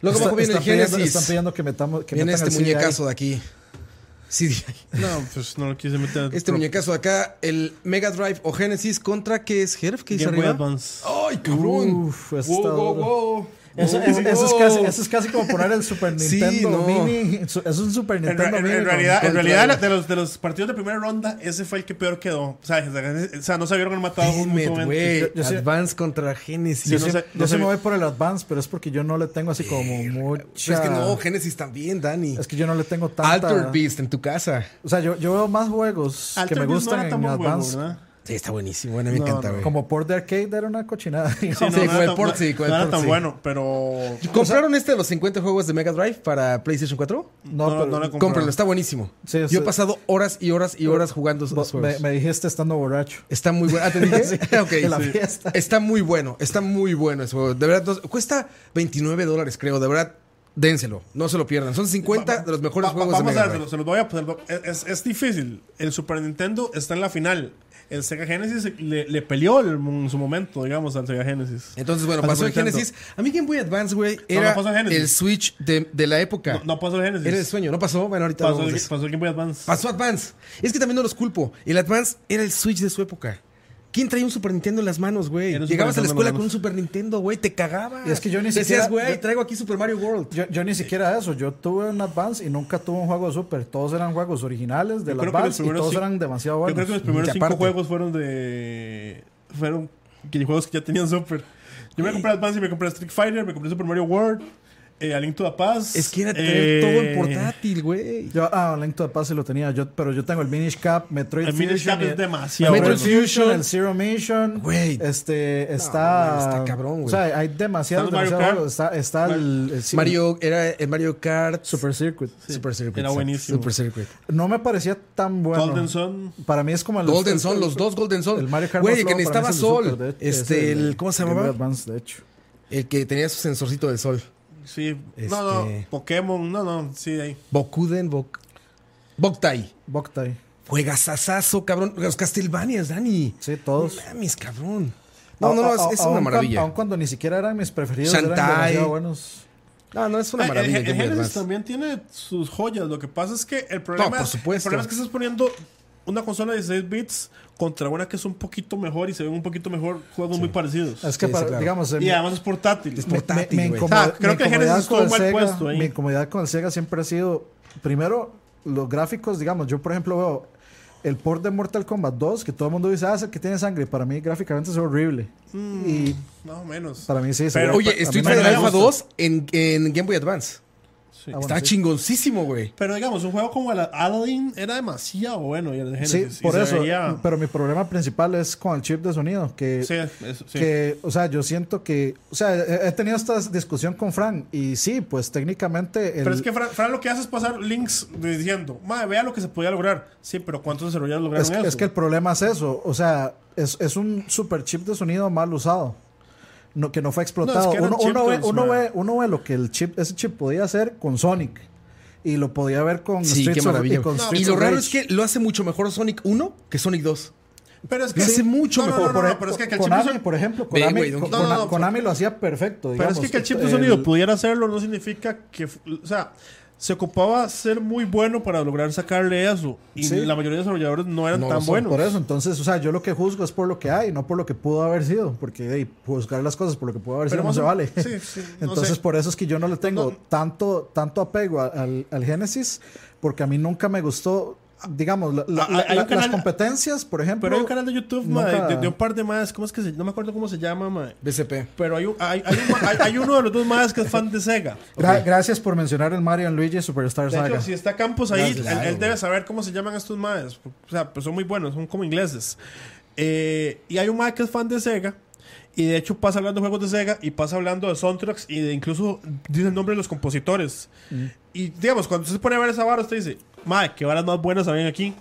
[SPEAKER 3] Luego
[SPEAKER 4] Está-
[SPEAKER 3] bajo viene el
[SPEAKER 4] están pidiendo-
[SPEAKER 3] Genesis.
[SPEAKER 4] Están pidiendo que metamos. Que
[SPEAKER 3] viene
[SPEAKER 4] metan
[SPEAKER 3] este
[SPEAKER 4] el CDI.
[SPEAKER 3] muñecazo de aquí. CDI.
[SPEAKER 2] No, pues no lo quise meter.
[SPEAKER 3] Este muñecazo de acá, el Mega Drive o Genesis, ¿contra qué es Herb? ¿Qué dice
[SPEAKER 2] Game Boy
[SPEAKER 3] arriba?
[SPEAKER 2] Advance.
[SPEAKER 3] ¡Ay, cabrón!
[SPEAKER 4] Uf, ese
[SPEAKER 3] wow,
[SPEAKER 4] Uh, está
[SPEAKER 3] wow,
[SPEAKER 4] duro.
[SPEAKER 3] wow.
[SPEAKER 4] Eso,
[SPEAKER 3] Wow,
[SPEAKER 4] es, eso es
[SPEAKER 3] wow.
[SPEAKER 4] casi, eso es casi como poner el Super
[SPEAKER 3] Sí,
[SPEAKER 4] Nintendo
[SPEAKER 3] no.
[SPEAKER 4] Mini. Su- Es un Super
[SPEAKER 2] En,
[SPEAKER 4] Nintendo
[SPEAKER 2] ra- en-
[SPEAKER 4] Mini.
[SPEAKER 2] en
[SPEAKER 4] con-
[SPEAKER 2] realidad, en
[SPEAKER 4] con-
[SPEAKER 2] realidad de, los, de los partidos de primera ronda, ese fue el que peor quedó. O sea, o sea, no se vieron matado
[SPEAKER 3] Damn it,
[SPEAKER 2] mutuamente.
[SPEAKER 3] güey.
[SPEAKER 4] Yo- yo sí-
[SPEAKER 3] Advance contra
[SPEAKER 2] Yo
[SPEAKER 3] Genesis.
[SPEAKER 2] no
[SPEAKER 4] Yo,
[SPEAKER 2] sé-
[SPEAKER 4] sí-
[SPEAKER 2] no
[SPEAKER 4] yo
[SPEAKER 2] sé
[SPEAKER 4] sí me
[SPEAKER 2] bien.
[SPEAKER 4] voy por el Advance, pero es porque yo no le tengo así como mucha.
[SPEAKER 3] Pero Pues es que no, Genesis también, Dani.
[SPEAKER 4] es que yo no le tengo tanta.
[SPEAKER 3] Altered Beast en tu casa.
[SPEAKER 4] O sea, yo, yo veo más juegos que
[SPEAKER 2] Altered
[SPEAKER 4] me
[SPEAKER 2] Beast no
[SPEAKER 4] gustan
[SPEAKER 2] era tan
[SPEAKER 4] en
[SPEAKER 2] buen juego,
[SPEAKER 4] Advance.
[SPEAKER 2] ¿verdad?
[SPEAKER 3] Sí, está buenísimo. Bueno, a mí me
[SPEAKER 2] No,
[SPEAKER 3] encanta,
[SPEAKER 2] no.
[SPEAKER 3] güey.
[SPEAKER 4] como Port de Arcade era una cochinada. digamos.
[SPEAKER 2] Sí, no,
[SPEAKER 3] Sí,
[SPEAKER 2] no
[SPEAKER 3] con
[SPEAKER 2] era
[SPEAKER 3] el
[SPEAKER 2] tan-
[SPEAKER 3] port, sí, con el
[SPEAKER 2] no era
[SPEAKER 3] port,
[SPEAKER 2] tan
[SPEAKER 3] sí.
[SPEAKER 2] bueno, pero.
[SPEAKER 3] ¿Compraron este de los 50 juegos de Mega Drive para PlayStation 4?
[SPEAKER 4] No,
[SPEAKER 2] No,
[SPEAKER 4] pero
[SPEAKER 2] no la compraron.
[SPEAKER 3] Cómpralo, está buenísimo.
[SPEAKER 4] Sí, sí.
[SPEAKER 3] Yo he pasado horas y horas y horas jugando esos
[SPEAKER 4] me,
[SPEAKER 3] juegos.
[SPEAKER 4] me dijiste estando borracho.
[SPEAKER 3] Está muy bueno. Ah, ¿te dije? Ok,
[SPEAKER 4] en la
[SPEAKER 3] sí.
[SPEAKER 4] fiesta.
[SPEAKER 3] Está muy bueno, está muy bueno ese juego. De verdad, no- cuesta 29 dólares, creo. De verdad, dénselo. No se lo pierdan. Son 50 de los mejores
[SPEAKER 2] Va- va-
[SPEAKER 3] juegos de
[SPEAKER 2] vamos
[SPEAKER 3] Mega
[SPEAKER 2] a ver,
[SPEAKER 3] Drive.
[SPEAKER 2] se los voy a poner. Es, es difícil. El Super Nintendo está en la final. El Sega Genesis le, le peleó el- en su momento, digamos, al Sega Genesis.
[SPEAKER 3] Entonces, bueno,
[SPEAKER 2] Al
[SPEAKER 3] pasó el
[SPEAKER 2] Super Nintendo.
[SPEAKER 3] Genesis. A mí Game Boy Advance, güey,
[SPEAKER 2] no
[SPEAKER 3] era
[SPEAKER 2] pasó el Genesis.
[SPEAKER 3] el Switch de, de la época.
[SPEAKER 2] No, no pasó el Genesis.
[SPEAKER 3] Era el sueño, no pasó. Bueno, ahorita
[SPEAKER 2] pasó,
[SPEAKER 3] hablamos
[SPEAKER 2] el,
[SPEAKER 3] de eso.
[SPEAKER 2] pasó el Game Boy Advance.
[SPEAKER 3] Pasó Advance. Es que también no los culpo. El Advance era el Switch de su época. ¿Quién traía un Super Nintendo en las manos, güey?
[SPEAKER 2] Era un Super
[SPEAKER 3] Llegabas a la
[SPEAKER 2] Nintendo en
[SPEAKER 3] escuela
[SPEAKER 2] las
[SPEAKER 3] con un
[SPEAKER 2] manos.
[SPEAKER 3] Super Nintendo, güey. Te cagabas.
[SPEAKER 4] Y es que yo ni siquiera-
[SPEAKER 3] Decías, güey,
[SPEAKER 4] yo-
[SPEAKER 3] traigo aquí Super Mario World.
[SPEAKER 4] Yo, yo ni siquiera eso. Yo tuve un Advance y nunca tuve un juego de Super. Todos eran juegos originales del
[SPEAKER 2] Yo creo que los
[SPEAKER 4] Advance y
[SPEAKER 2] primeros
[SPEAKER 4] todos
[SPEAKER 2] cinco-
[SPEAKER 4] eran demasiado
[SPEAKER 2] Yo creo
[SPEAKER 4] buenos.
[SPEAKER 2] que los primeros
[SPEAKER 3] Y
[SPEAKER 2] cinco
[SPEAKER 3] aparte-
[SPEAKER 2] juegos fueron de. Fueron que- juegos que ya tenían Super. Yo me compré Advance y me compré Street Fighter, me compré Super Mario World, eh, A Link to the Past.
[SPEAKER 3] Es que era
[SPEAKER 2] eh,
[SPEAKER 3] tener todo en portátil, güey.
[SPEAKER 4] Yo, ah, Link to the Past sí lo tenía. Yo, pero yo tengo el Minish Cap, Metroid
[SPEAKER 2] El Minish
[SPEAKER 4] Fusion
[SPEAKER 2] Cap
[SPEAKER 4] y-
[SPEAKER 2] es demasiado
[SPEAKER 4] Metroid
[SPEAKER 3] bueno.
[SPEAKER 4] Fusion, el Zero Mission.
[SPEAKER 3] Güey.
[SPEAKER 4] Este,
[SPEAKER 3] güey,
[SPEAKER 4] está.
[SPEAKER 3] está cabrón, güey.
[SPEAKER 4] O sea, hay demasiados.
[SPEAKER 2] Está el Mario
[SPEAKER 4] demasiados
[SPEAKER 2] Kart.
[SPEAKER 4] juegos. Está, está el, el- sí,
[SPEAKER 3] Mario, era el Mario Kart.
[SPEAKER 4] Super Circuit.
[SPEAKER 3] Super Circuit.
[SPEAKER 2] Era
[SPEAKER 3] exacto.
[SPEAKER 2] buenísimo.
[SPEAKER 3] Super Circuit.
[SPEAKER 4] No me parecía tan bueno.
[SPEAKER 2] Golden Sun.
[SPEAKER 4] Para mí es como el
[SPEAKER 3] Golden Sun, los dos Golden Sun.
[SPEAKER 4] El Mario Kart
[SPEAKER 3] Güey,
[SPEAKER 4] más
[SPEAKER 3] el que
[SPEAKER 4] flojo para mí
[SPEAKER 3] necesitaba
[SPEAKER 4] es el
[SPEAKER 3] sol.
[SPEAKER 4] Super, de hecho, es
[SPEAKER 3] este, el, ¿cómo se
[SPEAKER 4] el
[SPEAKER 3] llamaba?
[SPEAKER 4] Game Boy Advance, de hecho.
[SPEAKER 3] El que tenía su sensorcito del sol.
[SPEAKER 2] Sí.
[SPEAKER 3] Este-
[SPEAKER 2] No, no. Pokémon. No, no. Sí, de ahí.
[SPEAKER 3] Bokuden, Bok. Boktai.
[SPEAKER 4] Boktai.
[SPEAKER 3] Juegasasazo, cabrón. Los Castlevanias, Dani.
[SPEAKER 4] Sí, todos.
[SPEAKER 3] No mames, cabrón. No, no, no,
[SPEAKER 4] A- a-
[SPEAKER 3] es, es
[SPEAKER 4] aun
[SPEAKER 3] una
[SPEAKER 4] cuan-
[SPEAKER 3] maravilla.
[SPEAKER 4] Aun cuando ni siquiera eran mis preferidos, eran
[SPEAKER 3] Shantae.
[SPEAKER 4] demasiado buenos.
[SPEAKER 3] No, no, es una
[SPEAKER 2] Eh,
[SPEAKER 3] maravilla.
[SPEAKER 2] El,
[SPEAKER 3] Game
[SPEAKER 2] el
[SPEAKER 3] Boy
[SPEAKER 2] Genesis
[SPEAKER 3] Advance.
[SPEAKER 2] también tiene sus joyas. Lo que pasa es que el problema,
[SPEAKER 3] por supuesto.
[SPEAKER 2] El problema es que estás poniendo una consola de 16 bits contra una que es un poquito mejor y se ven un poquito mejor juegos muy parecidos.
[SPEAKER 4] Es que,
[SPEAKER 3] Sí, sí,
[SPEAKER 4] para-
[SPEAKER 3] claro.
[SPEAKER 4] digamos, eh,
[SPEAKER 2] Y además es portátil.
[SPEAKER 3] Es
[SPEAKER 4] me- me-
[SPEAKER 3] portátil,
[SPEAKER 4] me
[SPEAKER 3] güey.
[SPEAKER 4] incomoda-
[SPEAKER 2] Ah, creo
[SPEAKER 4] mi
[SPEAKER 2] que Genesis
[SPEAKER 4] incomodidad
[SPEAKER 2] estuvo
[SPEAKER 4] con el
[SPEAKER 2] mal
[SPEAKER 4] Sega-
[SPEAKER 2] puesto ahí.
[SPEAKER 4] Mi incomodidad con el Sega siempre ha sido, primero, los gráficos, digamos, yo por ejemplo veo el port de Mortal Kombat 2, que todo el mundo dice, ah, es el que tiene sangre, para mí gráficamente es horrible. Y
[SPEAKER 2] Mm, Más o menos.
[SPEAKER 4] para mí sí, se
[SPEAKER 2] Pero-
[SPEAKER 4] ve-
[SPEAKER 2] a
[SPEAKER 3] Oye,
[SPEAKER 2] mí
[SPEAKER 3] Street
[SPEAKER 2] me
[SPEAKER 3] Fighter
[SPEAKER 2] gusta.
[SPEAKER 3] Alpha 2 en, en Game Boy Advance.
[SPEAKER 2] Sí.
[SPEAKER 4] Ah, bueno,
[SPEAKER 3] Está
[SPEAKER 4] sí.
[SPEAKER 3] chingoncísimo, güey.
[SPEAKER 2] Pero digamos, un juego como el Aladdin era demasiado bueno. Y el de
[SPEAKER 4] Sí,
[SPEAKER 2] Genesis, y
[SPEAKER 4] por
[SPEAKER 2] se
[SPEAKER 4] eso. eh,
[SPEAKER 2] veía-
[SPEAKER 4] Pero mi problema principal es con el chip de sonido. Que,
[SPEAKER 2] Sí, eso, sí.
[SPEAKER 4] que, o sea, yo siento que. O sea, he he tenido esta discusión con Fran. Y sí, pues técnicamente. el-
[SPEAKER 2] Pero es que Fran, Fran lo que hace es pasar links diciendo, madre, vea lo que se podía lograr. Sí, pero ¿cuántos desarrolladores lograron
[SPEAKER 4] es,
[SPEAKER 2] eso?
[SPEAKER 4] es que el problema es eso. O sea, es, es un super chip de sonido mal usado. No, que no fue explotado.
[SPEAKER 2] No, es que eran
[SPEAKER 4] uno, uno ve,
[SPEAKER 2] chiptunes,
[SPEAKER 4] uno,
[SPEAKER 2] man.
[SPEAKER 4] ve, uno ve lo que el chip, ese chip podía hacer con Sonic. Y lo podía ver con
[SPEAKER 3] Sí, qué
[SPEAKER 4] Streets of-
[SPEAKER 3] maravilla.
[SPEAKER 4] y con
[SPEAKER 3] y
[SPEAKER 4] Streets
[SPEAKER 3] lo
[SPEAKER 4] of
[SPEAKER 3] raro
[SPEAKER 4] Rage.
[SPEAKER 3] es que lo hace mucho mejor Sonic 1 que Sonic 2.
[SPEAKER 2] pero es que
[SPEAKER 3] lo hace
[SPEAKER 2] sí.
[SPEAKER 3] mucho
[SPEAKER 2] No, no,
[SPEAKER 3] mejor.
[SPEAKER 2] no, no,
[SPEAKER 4] Por-
[SPEAKER 2] no, pero es que que el chip de
[SPEAKER 4] Konami,
[SPEAKER 2] sonido-
[SPEAKER 4] por ejemplo,
[SPEAKER 3] Ve,
[SPEAKER 4] Konami,
[SPEAKER 3] güey, Donkey
[SPEAKER 4] Kon-
[SPEAKER 2] Kong. No, no, no,
[SPEAKER 4] Konami lo hacía perfecto.
[SPEAKER 2] Pero es
[SPEAKER 4] digamos. eh, este,
[SPEAKER 2] que, que el chip de
[SPEAKER 4] El-
[SPEAKER 2] sonido pudiera hacerlo no significa que. f- O sea, se ocupaba ser muy bueno para lograr sacarle eso. Y
[SPEAKER 4] Sí.
[SPEAKER 2] la mayoría de desarrolladores no eran
[SPEAKER 3] No lo
[SPEAKER 2] tan
[SPEAKER 3] son,
[SPEAKER 2] buenos.
[SPEAKER 4] Por eso, entonces, o sea, yo lo que juzgo es por lo que hay, no por lo que pudo haber sido, porque hey, juzgar las cosas por lo que pudo haber
[SPEAKER 2] Pero
[SPEAKER 4] sido no
[SPEAKER 2] más
[SPEAKER 4] se
[SPEAKER 2] o-
[SPEAKER 4] vale.
[SPEAKER 2] sí, sí, no
[SPEAKER 4] entonces,
[SPEAKER 2] sé.
[SPEAKER 4] por eso es que yo no le tengo tanto, tanto apego a- al, al Genesis, porque a mí nunca me gustó, digamos, la- la-
[SPEAKER 2] Ah, hay
[SPEAKER 4] la-
[SPEAKER 2] un canal-
[SPEAKER 4] las competencias, por ejemplo.
[SPEAKER 2] Pero hay un canal de YouTube, ma,
[SPEAKER 4] nunca-
[SPEAKER 2] de, de un par de más. ¿Cómo es que se No me acuerdo cómo se llama, ma.
[SPEAKER 3] BCP.
[SPEAKER 2] Pero hay, un- hay, hay un ma- hay- hay uno de los dos más que es fan de Sega.
[SPEAKER 4] Gra- Gracias por mencionar el Mario and Luigi Superstar
[SPEAKER 2] De
[SPEAKER 4] Saga.
[SPEAKER 2] hecho, si está Campos ahí,
[SPEAKER 3] Claro,
[SPEAKER 2] él- él,
[SPEAKER 3] claro.
[SPEAKER 2] debe saber cómo se llaman estos madres. O sea, pues son muy buenos, son como ingleses. Eh, y hay un madre que es fan de Sega. Y de hecho pasa hablando de juegos de Sega y pasa hablando de soundtracks y de incluso dice el nombre de los compositores. Y digamos, cuando usted se pone a ver esa vara, usted dice, madre, qué varas más buenas habían aquí.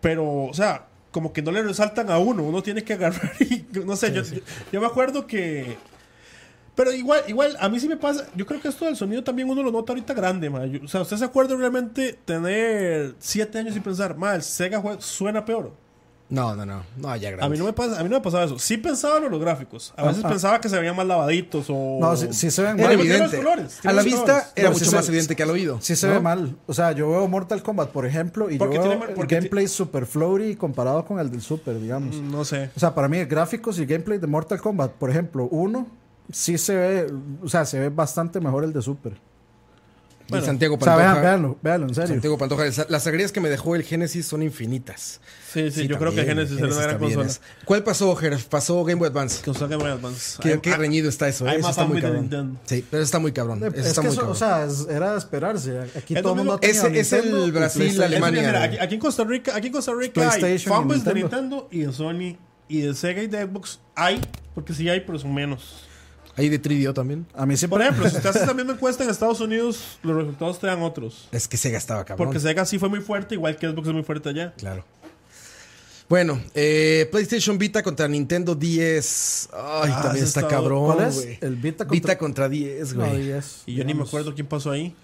[SPEAKER 2] Pero, o sea, como que no le resaltan a uno, uno tiene que agarrar y, no sé, yo, yo- yo me acuerdo que... Pero igual, igual, a mí sí me pasa, yo creo que esto del sonido también uno lo nota ahorita grande, ma. Yo- o sea, ¿usted se acuerda realmente tener siete años y pensar, ma, el Sega jue- suena peor?
[SPEAKER 3] No, no, no. No, ya grande.
[SPEAKER 2] A mí, no me pasa, a mí no me pasaba eso. Sí pensaba en los gráficos. A veces
[SPEAKER 4] Ah, ah.
[SPEAKER 2] pensaba que se veían más lavaditos o...
[SPEAKER 4] No, sí- sí se ven
[SPEAKER 3] Era
[SPEAKER 2] Tiene
[SPEAKER 4] mal.
[SPEAKER 2] los
[SPEAKER 3] evidente.
[SPEAKER 2] colores, tiene
[SPEAKER 3] A la
[SPEAKER 2] los
[SPEAKER 3] vista
[SPEAKER 2] colores.
[SPEAKER 3] era
[SPEAKER 4] No,
[SPEAKER 3] mucho
[SPEAKER 4] sí se-
[SPEAKER 3] más evidente que al oído.
[SPEAKER 4] Sí se
[SPEAKER 3] ¿no?
[SPEAKER 4] ve mal. O sea, yo veo Mortal Kombat, por ejemplo, y
[SPEAKER 2] Porque
[SPEAKER 4] yo veo
[SPEAKER 2] tiene ma-
[SPEAKER 4] el
[SPEAKER 2] porque ti- Mm.
[SPEAKER 4] gameplay super floaty comparado con el del Super, digamos.
[SPEAKER 2] No sé.
[SPEAKER 4] O sea, para mí, gráficos y gameplay de Mortal Kombat, por ejemplo, uno sí se ve, o sea, se ve bastante mejor el de Super.
[SPEAKER 3] Y
[SPEAKER 2] Bueno,
[SPEAKER 3] Santiago
[SPEAKER 4] O sea,
[SPEAKER 3] Pantoja.
[SPEAKER 4] vean, véanlo, véanlo, en serio.
[SPEAKER 3] Santiago Pantoja. las- Las alegrías que me dejó el Genesis son infinitas.
[SPEAKER 2] Sí, sí, yo creo que
[SPEAKER 3] también,
[SPEAKER 2] Genesis, era una gran
[SPEAKER 3] también
[SPEAKER 2] consola.
[SPEAKER 3] es. ¿Cuál pasó, Jerf? Pasó Game Boy Advance.
[SPEAKER 2] Que usa Game Boy Advance.
[SPEAKER 3] Qué,
[SPEAKER 2] Hay-
[SPEAKER 3] qué
[SPEAKER 2] hay-
[SPEAKER 3] reñido está eso. ¿eh?
[SPEAKER 2] hay
[SPEAKER 3] Eso
[SPEAKER 2] más
[SPEAKER 3] está muy
[SPEAKER 2] fanbase de
[SPEAKER 3] cabrón.
[SPEAKER 2] Nintendo.
[SPEAKER 3] Sí, pero está muy cabrón. Eso
[SPEAKER 4] es
[SPEAKER 3] está
[SPEAKER 4] que
[SPEAKER 3] muy
[SPEAKER 4] eso,
[SPEAKER 3] cabrón.
[SPEAKER 4] o sea, es- era de esperarse. Aquí
[SPEAKER 2] Es
[SPEAKER 4] todo
[SPEAKER 2] lo
[SPEAKER 4] el
[SPEAKER 2] mismo-
[SPEAKER 4] mundo tenía
[SPEAKER 3] Ese- es el
[SPEAKER 4] Nintendo y
[SPEAKER 3] Brasil,
[SPEAKER 4] PlayStation.
[SPEAKER 2] Es que,
[SPEAKER 3] Alemania.
[SPEAKER 2] mira, aquí, aquí en Costa Rica, aquí en Costa Rica hay
[SPEAKER 4] PlayStation y
[SPEAKER 2] fanboys de
[SPEAKER 4] Nintendo.
[SPEAKER 2] Nintendo y de Sony y de Sega y de Xbox hay, porque sí hay, pero son menos.
[SPEAKER 3] Ahí de Tridio también.
[SPEAKER 4] A mí siempre.
[SPEAKER 2] Por ejemplo, si usted hace esa misma encuesta en Estados Unidos, los resultados te dan otros.
[SPEAKER 3] Es que se gastaba cabrón.
[SPEAKER 2] Porque Sega sí fue muy fuerte, igual que Xbox es muy fuerte allá.
[SPEAKER 3] Claro. Bueno, eh, PlayStation Vita contra Nintendo 10. Ay,
[SPEAKER 2] Ah,
[SPEAKER 3] también
[SPEAKER 2] ese
[SPEAKER 3] está
[SPEAKER 2] está-
[SPEAKER 3] cabrón.
[SPEAKER 4] ¿Cuál es?
[SPEAKER 3] güey.
[SPEAKER 4] El Vita contra-
[SPEAKER 3] Vita contra 10,
[SPEAKER 4] no,
[SPEAKER 3] güey.
[SPEAKER 4] 10.
[SPEAKER 2] Y yo ni me acuerdo quién pasó ahí.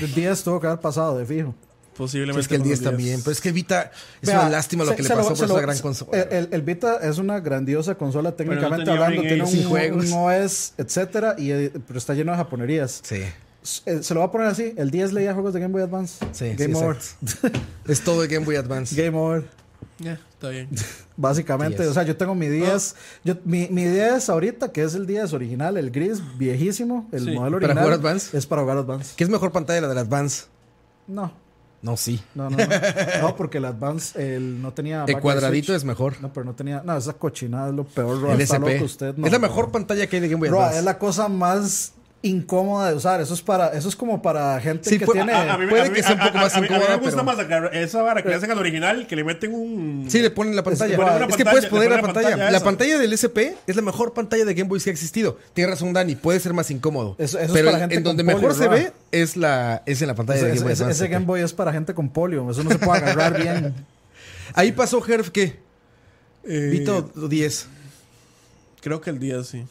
[SPEAKER 4] El 10 tuvo que haber pasado, de fijo.
[SPEAKER 2] Posiblemente.
[SPEAKER 3] Sí, es que el
[SPEAKER 2] con los
[SPEAKER 3] 10 también. pues. Pero es que Vita es
[SPEAKER 4] Vea,
[SPEAKER 3] una lástima lo
[SPEAKER 4] se-
[SPEAKER 3] que le
[SPEAKER 4] se
[SPEAKER 3] pasó
[SPEAKER 4] se eh,
[SPEAKER 3] por esa gran consola.
[SPEAKER 4] El, el- el Vita es una grandiosa consola técnicamente
[SPEAKER 2] tenía
[SPEAKER 4] hablando,
[SPEAKER 2] ring aid.
[SPEAKER 4] tiene un,
[SPEAKER 3] Sin juegos.
[SPEAKER 4] un OS, etcétera, y, eh, pero está lleno de japonerías.
[SPEAKER 3] sí,
[SPEAKER 4] S- eh, Se lo voy a poner así, el 10 leía juegos de Game Boy Advance.
[SPEAKER 3] sí.
[SPEAKER 4] Game
[SPEAKER 3] sí,
[SPEAKER 4] Over.
[SPEAKER 3] exacto. es todo el Game Boy Advance.
[SPEAKER 4] Game Over.
[SPEAKER 2] Ya, está bien.
[SPEAKER 4] Básicamente,
[SPEAKER 3] 10.
[SPEAKER 4] o sea, yo tengo mi 10,
[SPEAKER 2] Ah.
[SPEAKER 4] yo, mi, mi 10 ahorita, que es el 10 original, el gris, viejísimo, el
[SPEAKER 2] Sí.
[SPEAKER 3] ¿Para
[SPEAKER 4] modelo original.
[SPEAKER 3] jugar Advance?
[SPEAKER 4] Es para jugar Advance.
[SPEAKER 3] ¿Qué es mejor pantalla la del Advance?
[SPEAKER 4] No,
[SPEAKER 3] No, sí.
[SPEAKER 4] no, no. No, No, porque el Advance el, no tenía.
[SPEAKER 3] El
[SPEAKER 4] backlight
[SPEAKER 3] cuadradito
[SPEAKER 4] Ah, switch.
[SPEAKER 3] es mejor.
[SPEAKER 4] No, pero no tenía. No, esa cochinada es lo peor, Roa.
[SPEAKER 3] el
[SPEAKER 4] está
[SPEAKER 3] SP.
[SPEAKER 4] loco usted, no.
[SPEAKER 3] es la mejor pantalla que hay de Game Boy
[SPEAKER 4] Roa,
[SPEAKER 3] Advance.
[SPEAKER 4] es la cosa más incómoda de usar. Eso es para eso es como para gente
[SPEAKER 3] Sí,
[SPEAKER 4] que
[SPEAKER 3] pues,
[SPEAKER 4] tiene.
[SPEAKER 2] A- a- a mí-
[SPEAKER 3] Puede
[SPEAKER 2] a
[SPEAKER 3] que sea un
[SPEAKER 2] mí- a-
[SPEAKER 3] poco más
[SPEAKER 2] a- a mí- A mí
[SPEAKER 3] incómoda,
[SPEAKER 2] me gusta
[SPEAKER 3] pero-
[SPEAKER 2] más agarrar esa vara que le hacen al original, que le meten un.
[SPEAKER 3] Sí, le ponen la pantalla.
[SPEAKER 2] ponen una
[SPEAKER 3] es que
[SPEAKER 2] pantalla,
[SPEAKER 3] puedes
[SPEAKER 2] le
[SPEAKER 3] poner la
[SPEAKER 2] ponen la
[SPEAKER 3] pantalla.
[SPEAKER 2] pantalla
[SPEAKER 3] la
[SPEAKER 2] esa.
[SPEAKER 3] pantalla del SP es la mejor pantalla de Game Boy que ha existido. Tienes razón, Dani, puede ser más incómodo.
[SPEAKER 4] Eso- eso es
[SPEAKER 3] pero
[SPEAKER 4] para gente
[SPEAKER 3] en donde
[SPEAKER 4] con
[SPEAKER 3] mejor
[SPEAKER 4] polio,
[SPEAKER 3] se ve
[SPEAKER 4] ¿verdad?
[SPEAKER 3] es, la, es en la pantalla
[SPEAKER 4] ese,
[SPEAKER 3] de Game Boy
[SPEAKER 4] ese-
[SPEAKER 3] Advance.
[SPEAKER 4] ese Game Boy es para gente con polio. Eso no se puede agarrar bien.
[SPEAKER 3] Ahí pasó Herf, ¿qué?
[SPEAKER 2] Eh,
[SPEAKER 3] Vito 10.
[SPEAKER 2] Creo que el 10, sí.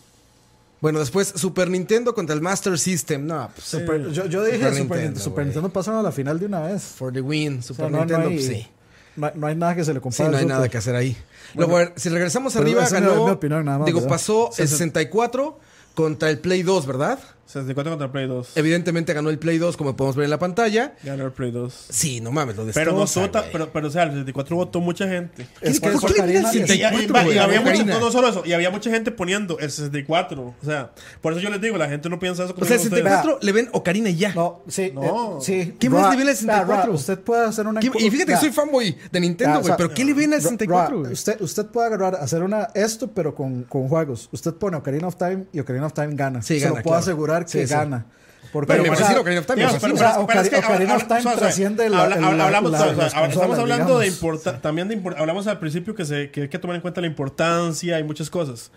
[SPEAKER 3] Bueno, después Super Nintendo contra el Master System. No, pues,
[SPEAKER 4] Super- yo, yo
[SPEAKER 3] Super
[SPEAKER 4] dije Super, Nintendo,
[SPEAKER 3] Nintendo,
[SPEAKER 4] Super
[SPEAKER 3] güey.
[SPEAKER 4] Nintendo pasaron a la final de una vez.
[SPEAKER 3] for the win.
[SPEAKER 4] O
[SPEAKER 3] Super
[SPEAKER 4] sea, no,
[SPEAKER 3] Nintendo,
[SPEAKER 4] no hay,
[SPEAKER 3] pues, sí.
[SPEAKER 4] no hay- no hay nada que se le
[SPEAKER 3] Sí,
[SPEAKER 4] compare.
[SPEAKER 3] no
[SPEAKER 4] al
[SPEAKER 3] hay nada
[SPEAKER 4] Super.
[SPEAKER 3] que hacer ahí. Luego, a ver, si regresamos
[SPEAKER 4] pero
[SPEAKER 3] arriba,
[SPEAKER 4] esa no es
[SPEAKER 3] ganó.
[SPEAKER 4] mi opinión, nada más,
[SPEAKER 3] digo,
[SPEAKER 4] ¿verdad?
[SPEAKER 3] pasó el 64 contra el Play 2, ¿verdad?
[SPEAKER 2] 64 contra Play 2.
[SPEAKER 3] Eh, Evidentemente ganó el Play 2, como podemos ver en la pantalla.
[SPEAKER 2] Ganó el Play 2.
[SPEAKER 3] Sí, no mames, lo
[SPEAKER 2] Pero, no
[SPEAKER 3] destroza,
[SPEAKER 2] vota,
[SPEAKER 3] güey.
[SPEAKER 2] pero, pero, o sea, el 64 votó mucha gente.
[SPEAKER 3] Es que
[SPEAKER 4] Esfuerzo
[SPEAKER 3] ¿por qué
[SPEAKER 4] Karina
[SPEAKER 3] miras
[SPEAKER 4] y-
[SPEAKER 2] Y, y- y- y- y-
[SPEAKER 3] 64, güey,
[SPEAKER 2] y había mucha,
[SPEAKER 3] Karina?
[SPEAKER 2] no solo eso, y había mucha gente poniendo el 64. O sea, por eso yo les digo, la gente no piensa eso como
[SPEAKER 3] O sea, el
[SPEAKER 2] dicen ustedes.
[SPEAKER 3] 64 le ven Ocarina y ya.
[SPEAKER 4] No, sí.
[SPEAKER 2] No.
[SPEAKER 4] eh, sí.
[SPEAKER 3] ¿Qué más
[SPEAKER 4] Ra-
[SPEAKER 3] le viene al
[SPEAKER 4] Ra- Ra,
[SPEAKER 3] 64?
[SPEAKER 4] usted puede hacer una
[SPEAKER 3] ¿Qué-
[SPEAKER 4] encu-
[SPEAKER 3] Y fíjate que
[SPEAKER 4] Ra-
[SPEAKER 3] soy fanboy de Nintendo,
[SPEAKER 4] Ra,
[SPEAKER 3] güey.
[SPEAKER 4] o sea,
[SPEAKER 3] pero ¿qué le ven al
[SPEAKER 4] Ra-
[SPEAKER 3] 64,
[SPEAKER 4] Ra,
[SPEAKER 3] güey?
[SPEAKER 4] Usted, usted puede agarrar, hacer una esto, pero con, con juegos. Usted pone Ocarina of Time y Ocarina of Time gana.
[SPEAKER 3] Sí,
[SPEAKER 4] Se
[SPEAKER 3] gana,
[SPEAKER 4] lo puedo
[SPEAKER 3] claro.
[SPEAKER 4] asegurar que
[SPEAKER 3] Sí, sí.
[SPEAKER 4] gana. Porque,
[SPEAKER 3] Pero me
[SPEAKER 4] o sea,
[SPEAKER 3] refiero a Ocarina of Time,
[SPEAKER 2] Digamos,
[SPEAKER 3] o sea,
[SPEAKER 2] pero-
[SPEAKER 3] sí.
[SPEAKER 2] pero-
[SPEAKER 4] O sea,
[SPEAKER 2] pero es que
[SPEAKER 4] Ocarina- Ocarina
[SPEAKER 2] habla-
[SPEAKER 4] of
[SPEAKER 2] suave,
[SPEAKER 4] Time
[SPEAKER 2] suave.
[SPEAKER 4] trasciende la-
[SPEAKER 2] Habla-
[SPEAKER 4] el-
[SPEAKER 2] habla- hablamos,
[SPEAKER 4] la-
[SPEAKER 2] suave, suave.
[SPEAKER 4] las
[SPEAKER 2] Ahora Estamos
[SPEAKER 4] consolas,
[SPEAKER 2] hablando de
[SPEAKER 4] digamos.
[SPEAKER 2] importa- también de impor- hablamos al principio que, se, que hay que tomar en cuenta la importancia y muchas cosas.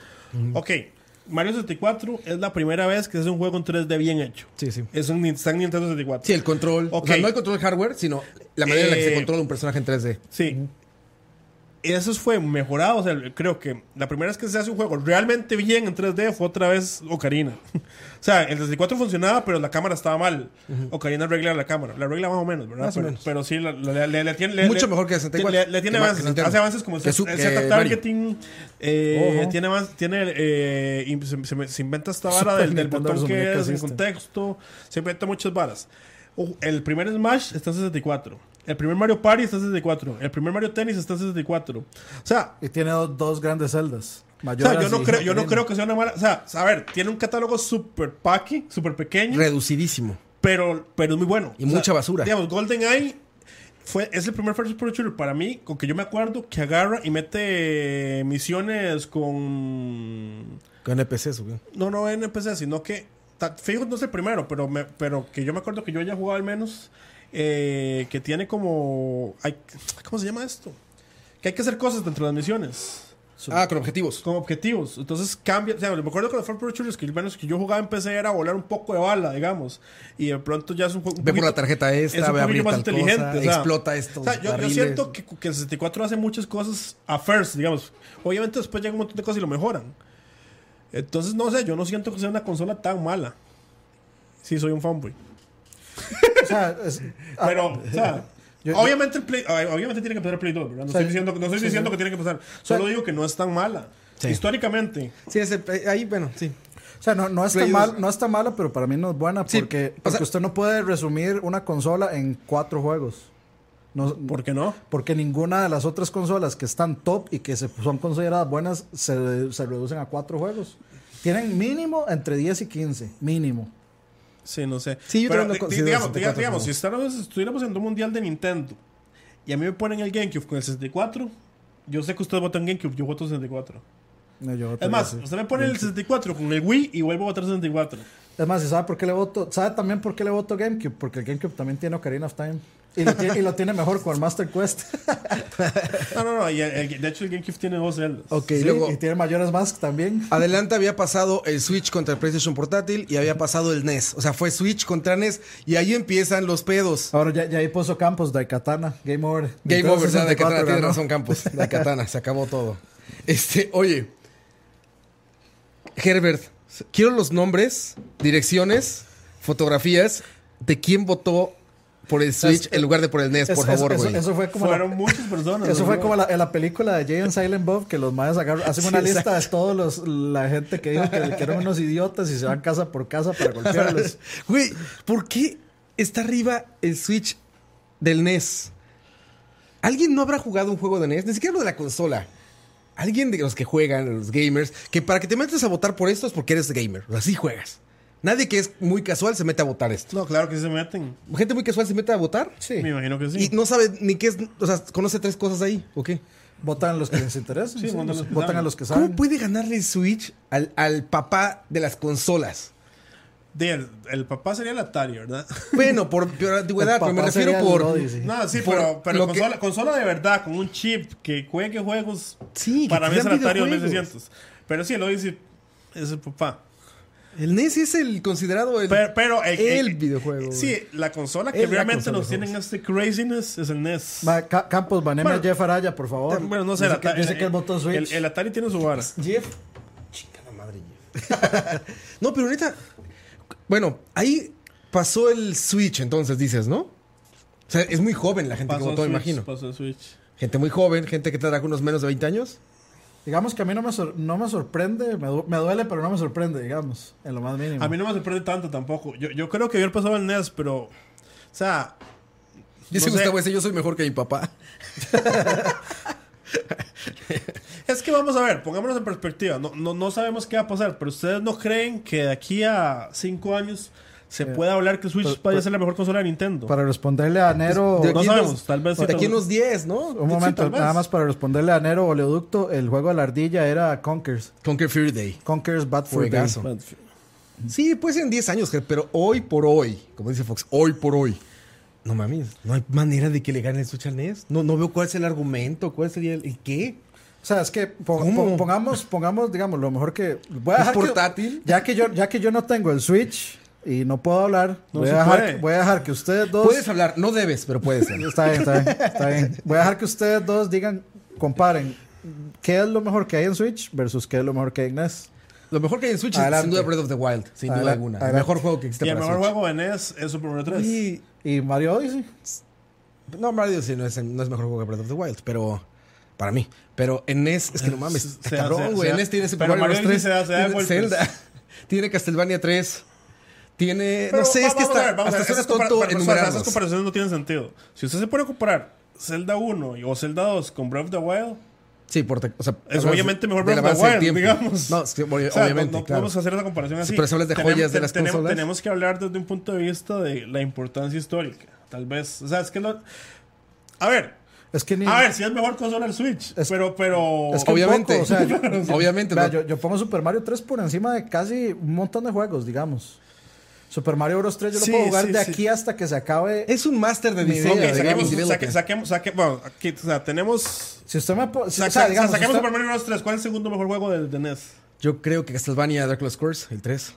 [SPEAKER 2] Ok, Mario 64 es la primera vez que es un juego en 3D bien hecho.
[SPEAKER 3] Sí, sí.
[SPEAKER 2] Es un está en Nintendo 64.
[SPEAKER 3] Sí, el control. O sea,
[SPEAKER 2] Ok.
[SPEAKER 3] no el control hardware, sino la manera en la que se
[SPEAKER 2] Eh,
[SPEAKER 3] controla un personaje en 3D.
[SPEAKER 2] Sí. Eso fue mejorado. O sea, creo que la primera vez que se hace un juego realmente bien en 3D fue otra vez Ocarina. o sea, el 64 funcionaba, pero la cámara estaba mal. Ocarina arregla la cámara. La arregla más o menos, ¿verdad?
[SPEAKER 3] Más o
[SPEAKER 2] pero,
[SPEAKER 3] menos.
[SPEAKER 2] pero sí, la- la- le, le tiene. le-
[SPEAKER 3] Mucho
[SPEAKER 2] le-
[SPEAKER 3] mejor que el 64.
[SPEAKER 2] Le, le tiene
[SPEAKER 3] Que
[SPEAKER 2] avances.
[SPEAKER 3] Nintendo.
[SPEAKER 2] Hace avances como
[SPEAKER 3] Que su-
[SPEAKER 2] el
[SPEAKER 3] que
[SPEAKER 2] setup
[SPEAKER 3] Mario.
[SPEAKER 2] targeting. eh,
[SPEAKER 4] Ojo.
[SPEAKER 2] tiene avance- tiene, eh, y se, se- se inventa esta vara
[SPEAKER 4] Super
[SPEAKER 2] del, del
[SPEAKER 4] Nintendo
[SPEAKER 2] botón
[SPEAKER 4] versus
[SPEAKER 2] que
[SPEAKER 4] muñecas
[SPEAKER 2] es en
[SPEAKER 4] existen.
[SPEAKER 2] contexto. Se inventa muchas varas. Uh, El primer Smash está en 64. El primer Mario Party está en 64. El primer Mario Tennis está en 64. O sea,
[SPEAKER 4] Y tiene dos, dos grandes celdas.
[SPEAKER 2] o sea, yo,
[SPEAKER 4] Mayoras
[SPEAKER 2] no
[SPEAKER 4] y
[SPEAKER 2] creo, yo no
[SPEAKER 4] Ocarina.
[SPEAKER 2] creo que sea una mala. O sea, a ver, tiene un catálogo súper paqui, súper pequeño,
[SPEAKER 3] Reducidísimo.
[SPEAKER 2] pero, pero es muy bueno.
[SPEAKER 3] Y
[SPEAKER 2] O sea,
[SPEAKER 3] mucha basura.
[SPEAKER 2] Digamos, Golden Eye fue, es el primer First Person Shooter para mí, con que yo me acuerdo, que agarra y mete misiones con.
[SPEAKER 3] Con NPCs, güey.
[SPEAKER 2] No, no NPC, sino que. ta- Fijo, no es el primero, pero, me- pero que yo me acuerdo que yo haya jugado al menos. eh, que tiene como. hay- ¿Cómo se llama esto? Que hay que hacer cosas dentro de las misiones.
[SPEAKER 3] Ah, con objetivos.
[SPEAKER 2] Como objetivos. Entonces cambia. O sea, me acuerdo que los Far Pro Shooters que, al menos que yo jugaba en PC era volar un poco de bala, digamos. Y de pronto ya es un juego. un
[SPEAKER 3] Ve por
[SPEAKER 2] poquito-
[SPEAKER 3] la tarjeta
[SPEAKER 2] es
[SPEAKER 3] esta,
[SPEAKER 2] un
[SPEAKER 3] ve a abrir
[SPEAKER 2] poquito más
[SPEAKER 3] tal
[SPEAKER 2] inteligente.
[SPEAKER 3] cosa,
[SPEAKER 2] o sea,
[SPEAKER 3] explota esto.
[SPEAKER 2] o sea, yo, yo siento que, que el 64 hace muchas cosas a first, digamos. Obviamente después llega un montón de cosas y lo mejoran. Entonces, no sé, yo no siento que sea una consola tan mala. Sí, soy un fanboy.
[SPEAKER 4] O sea, es- ah,
[SPEAKER 2] Pero, o sea.
[SPEAKER 4] Yo-
[SPEAKER 2] obviamente, el Play, ay, obviamente tiene que empezar el Play 2, ¿verdad? No
[SPEAKER 4] sea,
[SPEAKER 2] estoy diciendo, no estoy
[SPEAKER 4] sí,
[SPEAKER 2] diciendo
[SPEAKER 4] sí.
[SPEAKER 2] que tiene que pasar. Solo
[SPEAKER 4] sea,
[SPEAKER 2] digo que no es tan mala.
[SPEAKER 3] Sí.
[SPEAKER 2] Históricamente.
[SPEAKER 3] Sí, ese- eh, ahí, bueno, sí.
[SPEAKER 4] O sea, no, no, está
[SPEAKER 3] Players-
[SPEAKER 4] mal, no está mala, pero para mí no es buena
[SPEAKER 3] Sí,
[SPEAKER 4] porque,
[SPEAKER 3] o sea-
[SPEAKER 4] porque usted no puede resumir una consola en cuatro juegos. No,
[SPEAKER 2] ¿Por qué no?
[SPEAKER 4] porque ninguna de las otras consolas que están top y que se, son consideradas buenas se, se reducen a cuatro juegos. Tienen mínimo entre 10 y 15, mínimo.
[SPEAKER 2] Sí, no sé.
[SPEAKER 3] Sí, yo
[SPEAKER 2] Pero,
[SPEAKER 3] también lo
[SPEAKER 2] di-
[SPEAKER 3] considero
[SPEAKER 2] digamos,
[SPEAKER 3] 64
[SPEAKER 2] digamos,
[SPEAKER 3] como-
[SPEAKER 2] si estuviéramos, estuviéramos en un mundial de Nintendo y a mí me ponen el GameCube con el 64, yo sé que usted votó en GameCube, yo voto 64.
[SPEAKER 4] No, yo
[SPEAKER 2] Es
[SPEAKER 4] te-
[SPEAKER 2] más,
[SPEAKER 4] sí.
[SPEAKER 2] usted me pone el 64 con el Wii y vuelvo a votar 64.
[SPEAKER 4] Es más, ¿y sabe por qué le voto? ¿Sabe también por qué le voto GameCube? Porque el GameCube también tiene Ocarina of Time. Y lo tiene, y lo tiene mejor con el Master Quest.
[SPEAKER 2] No, no, no. y el- el- de hecho, el GameCube tiene dos celdas.
[SPEAKER 3] Ok,
[SPEAKER 4] Sí,
[SPEAKER 3] luego.
[SPEAKER 4] Y tiene mayores Mask también.
[SPEAKER 3] Adelante había pasado el Switch contra el PlayStation Portátil y había pasado el NES. O sea, fue Switch contra NES y ahí empiezan los pedos.
[SPEAKER 4] Ahora ya, ya ahí puso Campos, Daikatana, Game Over.
[SPEAKER 3] Game over, o sea, de
[SPEAKER 4] 64
[SPEAKER 3] Katana, tiene
[SPEAKER 4] ganó.
[SPEAKER 3] razón Campos. De Katana, se acabó todo. Este, oye. Herbert, quiero los nombres, direcciones, fotografías de quién votó por el Switch en lugar de por el NES,
[SPEAKER 4] Es-
[SPEAKER 3] por
[SPEAKER 4] es-
[SPEAKER 3] favor,
[SPEAKER 4] eso,
[SPEAKER 3] güey.
[SPEAKER 4] eso fue como, la,
[SPEAKER 2] Fueron muchas personas.
[SPEAKER 4] eso fue
[SPEAKER 2] ¿no?
[SPEAKER 4] como la, en la película de Jay and Silent Bob, que los madres agarran, hacen una
[SPEAKER 3] Sí,
[SPEAKER 4] lista de todos los la gente que dijo que, que eran unos idiotas y se van casa por casa para golpearlos.
[SPEAKER 3] Güey, ¿por qué está arriba el Switch del NES? ¿Alguien no habrá jugado un juego de NES? Ni siquiera lo de la consola. Alguien de los que juegan, los gamers, que para que te metas a votar por esto es porque eres gamer. Así juegas. Nadie que es muy casual se mete a votar esto.
[SPEAKER 2] No, claro que sí se meten.
[SPEAKER 3] Gente muy casual se mete a votar
[SPEAKER 4] Sí.
[SPEAKER 2] Me imagino que sí.
[SPEAKER 3] y no sabe ni qué es. O sea, conoce tres cosas ahí. ¿O qué?
[SPEAKER 4] Votan a los que les interesan.
[SPEAKER 2] Sí,
[SPEAKER 4] sí,
[SPEAKER 2] votan a los que
[SPEAKER 4] votan a
[SPEAKER 2] saben.
[SPEAKER 4] los que
[SPEAKER 3] ¿Cómo
[SPEAKER 4] saben.
[SPEAKER 3] puede ganarle el Switch al, al papá de las consolas?
[SPEAKER 2] De- el, el papá sería el Atari, ¿verdad?
[SPEAKER 3] Bueno, por, por antigüedad, pero me
[SPEAKER 4] Papá
[SPEAKER 3] refiero
[SPEAKER 4] sería el
[SPEAKER 3] por.
[SPEAKER 4] Odyssey.
[SPEAKER 2] No, sí,
[SPEAKER 3] Por
[SPEAKER 2] pero, pero
[SPEAKER 3] lo que-
[SPEAKER 2] consola, consola de verdad, con un chip que juegue juegos.
[SPEAKER 3] Sí, que
[SPEAKER 2] para mí es el
[SPEAKER 3] sean
[SPEAKER 2] Atari
[SPEAKER 3] videojuegos.
[SPEAKER 2] 2600. Pero sí, lo dice. Es el papá.
[SPEAKER 3] El NES es el considerado el.
[SPEAKER 2] Pero, pero el,
[SPEAKER 3] El videojuego,
[SPEAKER 2] Sí, la consola que
[SPEAKER 3] Es la
[SPEAKER 2] realmente
[SPEAKER 3] consola
[SPEAKER 2] nos
[SPEAKER 3] de
[SPEAKER 2] tienen este craziness es el NES.
[SPEAKER 4] Ma, Ca- Campos, baneme
[SPEAKER 2] Bueno.
[SPEAKER 4] a Jeff Araya, por favor.
[SPEAKER 2] Eh, bueno, no sé,
[SPEAKER 4] Yo
[SPEAKER 2] el
[SPEAKER 4] sé que,
[SPEAKER 2] Atari-
[SPEAKER 4] yo sé que él votó Switch.
[SPEAKER 2] el- el Atari tiene su vara.
[SPEAKER 3] Jeff. Chingada madre, Jeff. no, pero neta. Bueno, ahí pasó el Switch, entonces dices, ¿no? O sea, es muy joven la gente que
[SPEAKER 2] Pasó
[SPEAKER 3] votó,
[SPEAKER 2] Switch,
[SPEAKER 3] me imagino.
[SPEAKER 2] Pasó Switch.
[SPEAKER 3] Gente muy joven, gente que tendrá unos menos de 20 años.
[SPEAKER 4] Digamos que a mí no me, sor- no me sorprende, me, du- me duele, pero no me sorprende, digamos, en lo más mínimo.
[SPEAKER 2] A mí no me sorprende tanto tampoco. Yo, yo creo que había pasado el NES, pero. O sea,
[SPEAKER 3] Dice
[SPEAKER 2] No sé.
[SPEAKER 3] Gustavo ese, yo soy mejor que mi papá.
[SPEAKER 2] es que vamos a ver, pongámonos en perspectiva. No, no, no sabemos qué va a pasar, pero ustedes no creen que de aquí a cinco años
[SPEAKER 3] Eh,
[SPEAKER 2] se pueda hablar que el Switch
[SPEAKER 4] pero-
[SPEAKER 2] vaya a
[SPEAKER 4] pero-
[SPEAKER 2] ser la mejor consola de Nintendo.
[SPEAKER 4] Para responderle a Nero,
[SPEAKER 3] Pues, De
[SPEAKER 2] no
[SPEAKER 3] aquí
[SPEAKER 2] sabemos,
[SPEAKER 3] unos-
[SPEAKER 2] tal vez sí,
[SPEAKER 3] De
[SPEAKER 2] tal
[SPEAKER 3] aquí
[SPEAKER 2] vez.
[SPEAKER 3] unos 10, ¿no?
[SPEAKER 4] un momento,
[SPEAKER 2] tal vez.
[SPEAKER 4] nada más para responderle a Nero Oleoducto, el juego de la ardilla era Conkers.
[SPEAKER 3] Conquer Fury Day.
[SPEAKER 4] Conkers Bad for Day.
[SPEAKER 3] Juegazo. Sí, pues en 10 años, Ger, pero hoy por hoy, como dice Fox, hoy por hoy. No mames, no hay manera de que le gane el Switch al NES. No, no veo cuál es el argumento, cuál sería el, el qué.
[SPEAKER 4] O sea, es que po-
[SPEAKER 3] ¿Cómo?
[SPEAKER 4] po- pongamos, pongamos, digamos, lo mejor que. Voy
[SPEAKER 3] ¿Es
[SPEAKER 4] a dejar que-
[SPEAKER 3] portátil?
[SPEAKER 4] ya, que yo, ya que yo no tengo el Switch y no puedo hablar,
[SPEAKER 2] No
[SPEAKER 4] voy, a
[SPEAKER 2] se
[SPEAKER 4] dejar,
[SPEAKER 2] puede.
[SPEAKER 4] voy a dejar que ustedes dos.
[SPEAKER 3] Puedes hablar, no debes, pero puedes.
[SPEAKER 4] Está bien, está bien, está bien. Voy a dejar que ustedes dos digan, comparen qué es lo mejor que hay en Switch versus qué es lo mejor que hay en E NES.
[SPEAKER 3] Lo mejor que hay en Switch es
[SPEAKER 4] Adelante.
[SPEAKER 3] sin duda Breath of the Wild, sin duda
[SPEAKER 4] Adela-
[SPEAKER 3] alguna. El
[SPEAKER 4] adelante.
[SPEAKER 3] mejor juego que existe
[SPEAKER 2] Y el
[SPEAKER 3] para
[SPEAKER 2] mejor
[SPEAKER 3] Switch.
[SPEAKER 2] juego de NES es Super Mario 3.
[SPEAKER 3] Y-
[SPEAKER 4] Y Mario Odyssey.
[SPEAKER 3] No, Mario sí no es, no es mejor juego que Breath of the Wild, pero. Para mí. Pero en NES, es que no mames, está
[SPEAKER 2] Se da- se
[SPEAKER 3] cabrón,
[SPEAKER 2] da-
[SPEAKER 3] güey.
[SPEAKER 2] se
[SPEAKER 3] En
[SPEAKER 2] da-
[SPEAKER 3] NES tiene Super
[SPEAKER 2] pero
[SPEAKER 3] Mario Bros.
[SPEAKER 2] Mario
[SPEAKER 3] 3,
[SPEAKER 2] sí se pues. da- se da
[SPEAKER 3] tiene
[SPEAKER 2] golpes.
[SPEAKER 3] Zelda, tiene Castlevania 3, tiene...
[SPEAKER 2] Pero
[SPEAKER 3] no sé, es que
[SPEAKER 2] vamos a
[SPEAKER 3] está,
[SPEAKER 2] ver, vamos
[SPEAKER 3] hasta
[SPEAKER 2] a ver,
[SPEAKER 3] suena
[SPEAKER 2] esas
[SPEAKER 3] tonto
[SPEAKER 2] compara- pero, o sea, Esas
[SPEAKER 3] enumerarlos.
[SPEAKER 2] comparaciones no tienen sentido. Si usted se puede comparar Zelda 1 y- o Zelda 2 con Breath of the Wild,
[SPEAKER 3] Sí, por, te- o sea,
[SPEAKER 2] Es
[SPEAKER 3] hablas
[SPEAKER 2] obviamente mejor
[SPEAKER 3] del
[SPEAKER 2] Breath of the
[SPEAKER 3] avance del
[SPEAKER 2] Wild,
[SPEAKER 3] tiempo.
[SPEAKER 2] digamos.
[SPEAKER 3] No, es que, obvi-
[SPEAKER 2] o sea, no-
[SPEAKER 3] obviamente,
[SPEAKER 2] no,
[SPEAKER 3] claro.
[SPEAKER 2] podemos hacer esa comparación así.
[SPEAKER 3] pero si hablas de joyas de las
[SPEAKER 2] tenemos,
[SPEAKER 3] consolas.
[SPEAKER 2] Tenemos que hablar desde un punto de vista de la importancia histórica, tal vez. O sea, es que lo- A ver,
[SPEAKER 4] Es que ni.
[SPEAKER 2] a ver, si es mejor consola el Switch,
[SPEAKER 4] Es-
[SPEAKER 2] pero... pero
[SPEAKER 4] Es que un
[SPEAKER 3] Obviamente,
[SPEAKER 4] poco, o sea, yo-
[SPEAKER 3] obviamente.
[SPEAKER 4] Vea,
[SPEAKER 3] no.
[SPEAKER 4] yo, yo pongo Super Mario 3 por encima de casi un montón de juegos, digamos. Super Mario Bros. 3 yo lo
[SPEAKER 2] Sí,
[SPEAKER 4] puedo jugar
[SPEAKER 2] sí,
[SPEAKER 4] de
[SPEAKER 2] sí.
[SPEAKER 4] aquí hasta que se acabe.
[SPEAKER 3] Es un máster de
[SPEAKER 4] Mi
[SPEAKER 3] diseño.
[SPEAKER 4] idea,
[SPEAKER 2] ok,
[SPEAKER 3] de
[SPEAKER 2] saquemos...
[SPEAKER 3] game
[SPEAKER 2] saque-
[SPEAKER 3] developer.
[SPEAKER 2] saquemos, saque- bueno, aquí, o sea, tenemos...
[SPEAKER 4] Si usted me po- si-
[SPEAKER 2] sa-
[SPEAKER 4] o sea,
[SPEAKER 2] sa-
[SPEAKER 4] digamos,
[SPEAKER 2] saquemos
[SPEAKER 4] si usted-
[SPEAKER 2] Super Mario Bros. 3. ¿Cuál es el segundo mejor juego de, de NES?
[SPEAKER 3] Yo creo que Castlevania Dracula's Curse, el 3.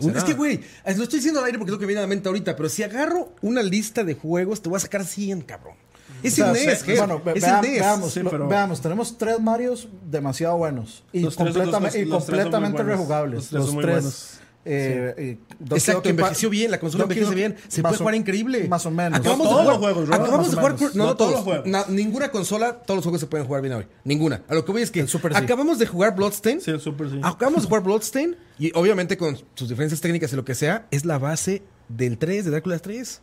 [SPEAKER 4] Mm,
[SPEAKER 2] ¿será?
[SPEAKER 3] Es que, güey, es- lo estoy diciendo al aire porque es lo que me viene a la mente ahorita, pero si agarro una lista de juegos, te voy a sacar 100, cabrón. Es
[SPEAKER 4] Mm. o sea,
[SPEAKER 3] el NES,
[SPEAKER 4] se-
[SPEAKER 3] Ger,
[SPEAKER 4] bueno, ve-
[SPEAKER 3] es
[SPEAKER 4] vea-
[SPEAKER 3] el E NES.
[SPEAKER 4] veamos,
[SPEAKER 2] Sí,
[SPEAKER 4] lo-
[SPEAKER 2] pero-
[SPEAKER 4] veamos, tenemos tres Marios demasiado buenos y,
[SPEAKER 2] Los tres- los-
[SPEAKER 4] completame-
[SPEAKER 2] los- los
[SPEAKER 4] y
[SPEAKER 2] tres son muy
[SPEAKER 4] completamente
[SPEAKER 2] buenos. Los
[SPEAKER 4] rejugables.
[SPEAKER 2] tres son
[SPEAKER 4] Los
[SPEAKER 2] muy
[SPEAKER 4] tres.
[SPEAKER 2] buenos.
[SPEAKER 4] eh, eh, Donkey
[SPEAKER 3] Exacto,
[SPEAKER 4] Donkey
[SPEAKER 3] envejeció
[SPEAKER 4] Pa-
[SPEAKER 3] bien, la consola
[SPEAKER 4] Donkey
[SPEAKER 3] envejece bien,
[SPEAKER 4] Donkey-
[SPEAKER 3] se
[SPEAKER 4] más
[SPEAKER 3] puede
[SPEAKER 4] o-
[SPEAKER 3] jugar increíble.
[SPEAKER 4] Más o menos.
[SPEAKER 3] Acabamos
[SPEAKER 2] No
[SPEAKER 3] de
[SPEAKER 2] todos
[SPEAKER 3] jugar,
[SPEAKER 2] los juegos, Robert,
[SPEAKER 3] acabamos
[SPEAKER 2] más
[SPEAKER 3] de
[SPEAKER 2] o
[SPEAKER 3] jugar,
[SPEAKER 2] menos.
[SPEAKER 3] no,
[SPEAKER 2] No
[SPEAKER 3] no todos,
[SPEAKER 2] todos los juegos.
[SPEAKER 3] na- ninguna consola, todos los juegos se pueden jugar bien hoy, ninguna. A lo que voy es que
[SPEAKER 4] El Super sí.
[SPEAKER 3] acabamos de jugar Bloodstain,
[SPEAKER 2] Sí, el Super, sí.
[SPEAKER 3] acabamos de jugar Bloodstain y obviamente con sus diferencias técnicas y lo que sea, es la base del 3, de Drácula 3.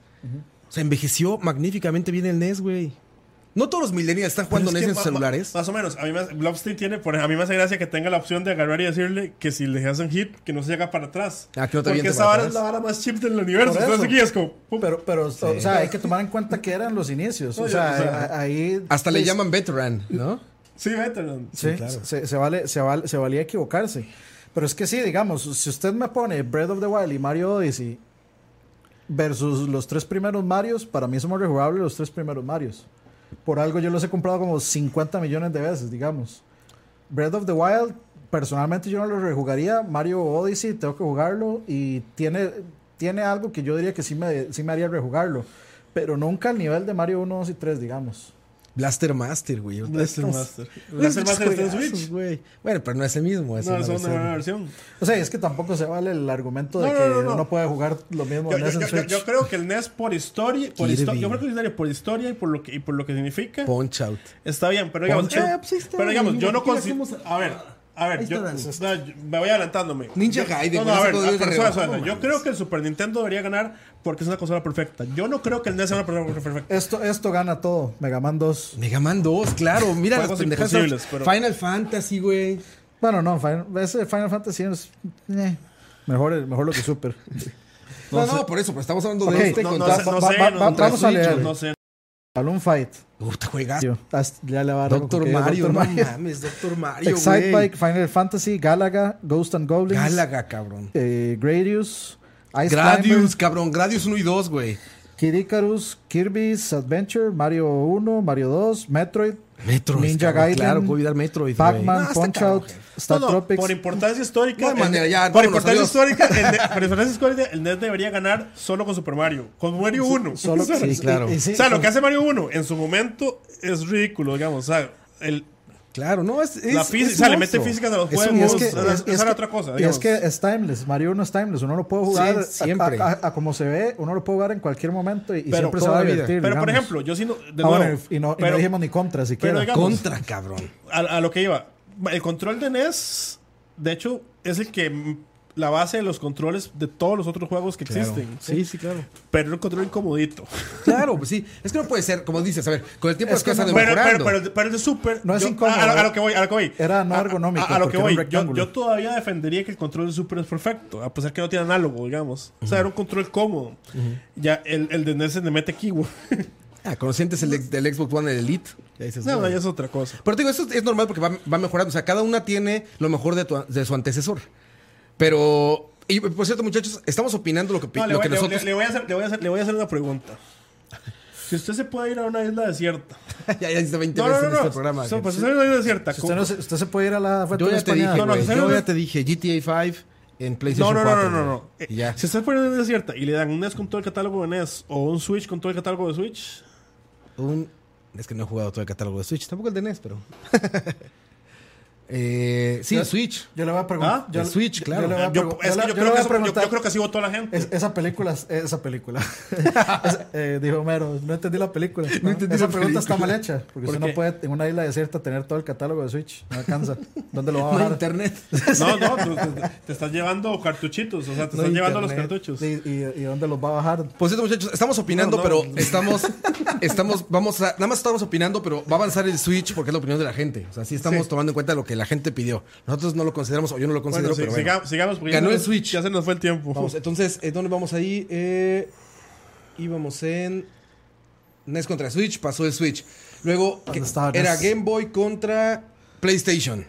[SPEAKER 3] O sea, envejeció magníficamente bien el NES, güey. No todos los millennials están jugando
[SPEAKER 2] Pues es
[SPEAKER 3] NES
[SPEAKER 2] que
[SPEAKER 3] en sus
[SPEAKER 2] ma- ma-
[SPEAKER 3] celulares.
[SPEAKER 2] Más o menos. A mí me, hace- Blobstein tiene, por ejemplo, a mí me hace gracia que tenga la opción de agarrar y decirle que si le hacen hit, que no se llega para atrás.
[SPEAKER 3] Ah, que no te
[SPEAKER 2] Porque
[SPEAKER 3] aviente
[SPEAKER 2] esa
[SPEAKER 3] para
[SPEAKER 2] vara es
[SPEAKER 3] atrás.
[SPEAKER 2] la vara más chip del universo.
[SPEAKER 4] Por
[SPEAKER 2] Entonces
[SPEAKER 4] eso.
[SPEAKER 2] aquí es como. pum.
[SPEAKER 4] Pero, pero o sea, hay que tomar en cuenta que eran los inicios.
[SPEAKER 2] No,
[SPEAKER 4] o
[SPEAKER 2] yo-
[SPEAKER 4] sea,
[SPEAKER 2] o sea,
[SPEAKER 4] ahí.
[SPEAKER 3] Hasta le
[SPEAKER 4] pues,
[SPEAKER 3] llaman veteran, ¿no?
[SPEAKER 2] sí, veteran.
[SPEAKER 4] Sí, se, se vale, se, vale, se valía equivocarse. Pero es que sí, digamos, si usted me pone Breath of the Wild y Mario Odyssey versus los tres primeros Marios, para mí son más rejugables los tres primeros Marios. Por algo yo los he comprado como 50 millones de veces, digamos. Breath of the Wild, personalmente yo no lo rejugaría. Mario Odyssey, tengo que jugarlo y tiene, tiene algo que yo diría que sí me, sí me haría rejugarlo. Pero nunca al nivel de Mario 1, 2 y 3, digamos.
[SPEAKER 3] Blaster Master, güey.
[SPEAKER 2] Blaster
[SPEAKER 3] Estás-
[SPEAKER 2] Master.
[SPEAKER 3] Güey,
[SPEAKER 2] Blaster
[SPEAKER 3] esos
[SPEAKER 2] Master está en
[SPEAKER 3] juegazos,
[SPEAKER 2] Switch.
[SPEAKER 3] güey. Bueno, pero no es el mismo. Es
[SPEAKER 2] No,
[SPEAKER 3] una
[SPEAKER 2] es una
[SPEAKER 3] versión.
[SPEAKER 2] nueva versión.
[SPEAKER 4] O sea, y es que tampoco se vale el argumento de
[SPEAKER 2] No, no,
[SPEAKER 4] que
[SPEAKER 2] no, no.
[SPEAKER 4] uno puede jugar lo mismo
[SPEAKER 2] Yo,
[SPEAKER 4] en
[SPEAKER 2] yo-
[SPEAKER 4] ese
[SPEAKER 2] yo-
[SPEAKER 4] Switch.
[SPEAKER 2] yo creo que el NES por historia, por
[SPEAKER 3] Kirby.
[SPEAKER 2] histo- yo creo que el historia por historia y por lo que, y por lo que significa,
[SPEAKER 3] Punch Out.
[SPEAKER 2] está bien. Pero digamos,
[SPEAKER 3] Poncho.
[SPEAKER 2] yo-
[SPEAKER 3] Eh, pues ahí está,
[SPEAKER 2] pero digamos,
[SPEAKER 3] mira,
[SPEAKER 2] yo no
[SPEAKER 3] aquí la
[SPEAKER 2] consigo.
[SPEAKER 3] hacemos-
[SPEAKER 2] A ver, a ver, yo,
[SPEAKER 3] Dani.
[SPEAKER 2] no, yo- me voy adelantándome.
[SPEAKER 3] Ninja
[SPEAKER 2] Yo-
[SPEAKER 3] Gaiden,
[SPEAKER 2] No, no,
[SPEAKER 3] güey,
[SPEAKER 2] a
[SPEAKER 3] ese
[SPEAKER 2] ver,
[SPEAKER 3] juego debe
[SPEAKER 2] ah, pero
[SPEAKER 3] de
[SPEAKER 2] suave,
[SPEAKER 3] rebajar,
[SPEAKER 2] suave.
[SPEAKER 3] no
[SPEAKER 2] Yo
[SPEAKER 3] mames.
[SPEAKER 2] creo que el Super Nintendo debería ganar porque es una consola perfecta. Yo no creo que el NES sea una consola perfecta.
[SPEAKER 4] Esto, esto gana todo. Mega Man 2.
[SPEAKER 3] Mega Man 2, claro. Mira las
[SPEAKER 2] Juegos
[SPEAKER 3] pendejadas.
[SPEAKER 2] imposibles, pero-
[SPEAKER 3] Final Fantasy, güey.
[SPEAKER 4] Bueno, no, Final, ese Final Fantasy es. eh, mejor, mejor lo que Super.
[SPEAKER 3] No, no, por eso, pero estamos hablando
[SPEAKER 4] Ok,
[SPEAKER 3] de este
[SPEAKER 2] No,
[SPEAKER 3] con
[SPEAKER 2] no
[SPEAKER 4] Va-
[SPEAKER 2] sé, no
[SPEAKER 4] va-
[SPEAKER 2] sé,
[SPEAKER 4] va-
[SPEAKER 2] no-
[SPEAKER 4] va-
[SPEAKER 2] no
[SPEAKER 4] vamos
[SPEAKER 2] sé,
[SPEAKER 4] a leer.
[SPEAKER 2] No sé.
[SPEAKER 4] Balloon Fight.
[SPEAKER 3] Puta,
[SPEAKER 2] Ah.
[SPEAKER 3] juegazo.
[SPEAKER 4] Yo, hasta- ya le va a dar
[SPEAKER 3] Doctor
[SPEAKER 4] algo que-
[SPEAKER 3] Mario,
[SPEAKER 4] Dr.
[SPEAKER 3] no
[SPEAKER 4] Mario.
[SPEAKER 3] mames, Doctor Mario,
[SPEAKER 4] Excite
[SPEAKER 3] güey.
[SPEAKER 4] Bike, Final Fantasy, Galaga, Ghost and Goblins.
[SPEAKER 3] Galaga, cabrón.
[SPEAKER 4] eh, Gradius. Ice
[SPEAKER 3] Gradius,
[SPEAKER 4] Gradius.
[SPEAKER 3] cabrón. Gradius 1 y 2, güey.
[SPEAKER 4] Kid Icarus, Kirby's Adventure, Mario 1, Mario 2, Metroid,
[SPEAKER 3] Metroid.
[SPEAKER 4] Ninja
[SPEAKER 3] cabrón,
[SPEAKER 4] Gaiden,
[SPEAKER 3] Claro, puedo olvidar Metroid. güey.
[SPEAKER 4] Pac-Man,
[SPEAKER 3] No, está
[SPEAKER 4] Punch
[SPEAKER 3] cabrón,
[SPEAKER 4] Out,
[SPEAKER 3] güey.
[SPEAKER 4] Star
[SPEAKER 2] No, no,
[SPEAKER 4] Tropics.
[SPEAKER 2] por importancia histórica.
[SPEAKER 3] No hay
[SPEAKER 2] el-
[SPEAKER 3] manera, ya,
[SPEAKER 2] Por
[SPEAKER 3] vámonos,
[SPEAKER 2] importancia
[SPEAKER 3] adiós.
[SPEAKER 2] histórica, el, ne- por importancia histórica, el NES debería ganar solo con Super Mario. Con Mario 1.
[SPEAKER 4] Solo,
[SPEAKER 2] O sea,
[SPEAKER 3] sí, claro.
[SPEAKER 2] o sea, lo que hace Mario 1 en su momento es ridículo, digamos. O sea, el,
[SPEAKER 3] Claro, no, es. es
[SPEAKER 2] La
[SPEAKER 3] es
[SPEAKER 2] física,
[SPEAKER 3] un
[SPEAKER 2] o sea, le mete
[SPEAKER 3] monstruo.
[SPEAKER 2] físicas a los
[SPEAKER 4] Es,
[SPEAKER 2] juegos.
[SPEAKER 4] un- y es que,
[SPEAKER 2] esa-
[SPEAKER 4] es,
[SPEAKER 2] esa
[SPEAKER 4] es
[SPEAKER 2] era
[SPEAKER 4] que-
[SPEAKER 2] otra cosa.
[SPEAKER 4] y es
[SPEAKER 2] digamos.
[SPEAKER 4] que es timeless. Mario 1 es timeless. Uno lo puede jugar
[SPEAKER 3] Sí, siempre.
[SPEAKER 4] A, a- a como se ve, uno lo puede jugar en cualquier momento y, y
[SPEAKER 2] Pero
[SPEAKER 4] siempre se
[SPEAKER 3] toda
[SPEAKER 4] va a
[SPEAKER 3] la vida.
[SPEAKER 4] divertir.
[SPEAKER 2] pero por
[SPEAKER 4] digamos.
[SPEAKER 2] ejemplo, yo sí no- de
[SPEAKER 4] Ah,
[SPEAKER 2] nuevo,
[SPEAKER 4] bueno, y, no, y no
[SPEAKER 2] pero
[SPEAKER 4] dijimos ni contra siquiera.
[SPEAKER 2] pero digamos-
[SPEAKER 3] Contra, cabrón.
[SPEAKER 2] a, a lo que iba, el control de NES, de hecho, es el que mm, la base de los controles de todos los otros juegos que existen.
[SPEAKER 3] Este, Sí, sí, claro.
[SPEAKER 2] Pero era un control incomodito.
[SPEAKER 3] Claro, pues sí. Es que no puede ser, como dices, a ver, con el tiempo
[SPEAKER 4] Es
[SPEAKER 3] las
[SPEAKER 4] que
[SPEAKER 3] cosas
[SPEAKER 4] no-
[SPEAKER 3] han ido
[SPEAKER 2] Pero, pero,
[SPEAKER 3] mejorando.
[SPEAKER 2] pero, pero el de Super.
[SPEAKER 4] No es
[SPEAKER 2] yo-
[SPEAKER 4] incómodo,
[SPEAKER 2] A, a- a
[SPEAKER 4] era-
[SPEAKER 2] lo que voy, a lo que voy.
[SPEAKER 4] era no
[SPEAKER 2] A- a-
[SPEAKER 4] ergonómico,
[SPEAKER 2] A, lo que
[SPEAKER 4] porque era un
[SPEAKER 2] voy. Yo,
[SPEAKER 4] rectángulo.
[SPEAKER 2] yo todavía defendería que el control de Super es perfecto, a pesar que no tiene análogo, digamos. O sea, era un control cómodo. Ya el, el de NES se le mete keyboard.
[SPEAKER 3] Ah, conocientes el ex- del Xbox One el Elite. Ya dices,
[SPEAKER 2] no,
[SPEAKER 3] bueno.
[SPEAKER 2] ya es otra cosa.
[SPEAKER 3] Pero te digo, eso es normal porque va, va mejorando. O sea, cada una tiene lo mejor de, tu- de su antecesor. Pero, y por cierto, muchachos, estamos opinando lo que, opi-
[SPEAKER 2] No, le,
[SPEAKER 3] lo
[SPEAKER 2] voy,
[SPEAKER 3] que
[SPEAKER 2] le-
[SPEAKER 3] nosotros.
[SPEAKER 2] le- le voy a hacer, le, voy a hacer, le voy a hacer una pregunta. Si usted se puede ir a una isla desierta.
[SPEAKER 3] ya, ya hice 20
[SPEAKER 2] No, no,
[SPEAKER 3] veces
[SPEAKER 2] no.
[SPEAKER 3] en
[SPEAKER 2] no.
[SPEAKER 3] este programa.
[SPEAKER 2] So, pues
[SPEAKER 3] gente.
[SPEAKER 2] eso es una isla desierta.
[SPEAKER 4] Si usted, no se- usted se puede ir a la fuente
[SPEAKER 5] Yo ya te
[SPEAKER 4] española.
[SPEAKER 5] dije,
[SPEAKER 2] No, no,
[SPEAKER 5] güey,
[SPEAKER 2] no,
[SPEAKER 5] yo
[SPEAKER 2] no.
[SPEAKER 5] ya te dije GTA 5 en
[SPEAKER 2] No,
[SPEAKER 5] PlayStation
[SPEAKER 2] no, no,
[SPEAKER 5] 4.
[SPEAKER 2] no, no, no.
[SPEAKER 4] pues,
[SPEAKER 5] güey.
[SPEAKER 2] Eh,
[SPEAKER 5] Y ya.
[SPEAKER 2] Si usted pone una desierta y le dan un NES con todo el catálogo de NES o un Switch con todo el catálogo de Switch,
[SPEAKER 3] Un- Es que no he jugado todo el catálogo de Switch, tampoco el de NES, pero. Eh, sí,
[SPEAKER 4] Ya-
[SPEAKER 3] el Switch.
[SPEAKER 4] Yo le voy a preguntar.
[SPEAKER 2] Ah,
[SPEAKER 4] yo
[SPEAKER 3] el
[SPEAKER 4] le-
[SPEAKER 3] Switch,
[SPEAKER 4] yo-
[SPEAKER 3] claro.
[SPEAKER 4] Yo, le voy a
[SPEAKER 2] yo,
[SPEAKER 4] pregun-
[SPEAKER 2] es que
[SPEAKER 4] yo le-
[SPEAKER 2] yo,
[SPEAKER 4] yo le
[SPEAKER 2] creo
[SPEAKER 4] voy
[SPEAKER 2] que
[SPEAKER 4] a
[SPEAKER 2] eso- yo- yo,
[SPEAKER 4] preguntar-
[SPEAKER 2] creo que así votó la gente.
[SPEAKER 4] es- esa película, es- esa película. Es- eh, dijo Homero, no entendí la película. No,
[SPEAKER 3] entendí
[SPEAKER 4] esa
[SPEAKER 3] la
[SPEAKER 4] pregunta está
[SPEAKER 3] película.
[SPEAKER 4] mal hecha. Porque
[SPEAKER 2] ¿Por
[SPEAKER 4] usted
[SPEAKER 2] qué?
[SPEAKER 4] no puede en una isla desierta tener todo el catálogo de Switch. No alcanza. ¿Dónde
[SPEAKER 2] Ah.
[SPEAKER 4] lo va a
[SPEAKER 3] No hay
[SPEAKER 4] bajar?
[SPEAKER 3] internet.
[SPEAKER 2] No, no, tú- te, te estás llevando cartuchitos, o sea, te
[SPEAKER 4] No
[SPEAKER 2] estás
[SPEAKER 4] hay
[SPEAKER 2] llevando los
[SPEAKER 4] internet.
[SPEAKER 2] cartuchos.
[SPEAKER 4] Sí, y, y dónde los va a bajar?
[SPEAKER 3] Por cierto, muchachos, estamos opinando,
[SPEAKER 2] No, no.
[SPEAKER 3] pero estamos, estamos, vamos a, nada más estamos opinando, pero va a avanzar el Switch porque es la opinión de la gente. O sea, sí estamos tomando en cuenta lo que la gente pidió. Nosotros no lo consideramos, o yo no lo
[SPEAKER 2] Bueno,
[SPEAKER 3] considero,
[SPEAKER 2] sí,
[SPEAKER 3] pero bueno.
[SPEAKER 2] siga- sigamos porque
[SPEAKER 3] Ganó
[SPEAKER 2] ya se
[SPEAKER 3] el
[SPEAKER 2] nos-
[SPEAKER 3] Switch.
[SPEAKER 2] Ya se nos fue el tiempo.
[SPEAKER 3] Vamos, entonces, eh, ¿dónde vamos ahí? Eh, íbamos en NES contra Switch, pasó el Switch. Luego
[SPEAKER 4] ¿Dónde
[SPEAKER 3] que-
[SPEAKER 4] estaba E
[SPEAKER 3] era
[SPEAKER 4] NES?
[SPEAKER 3] Game Boy contra PlayStation.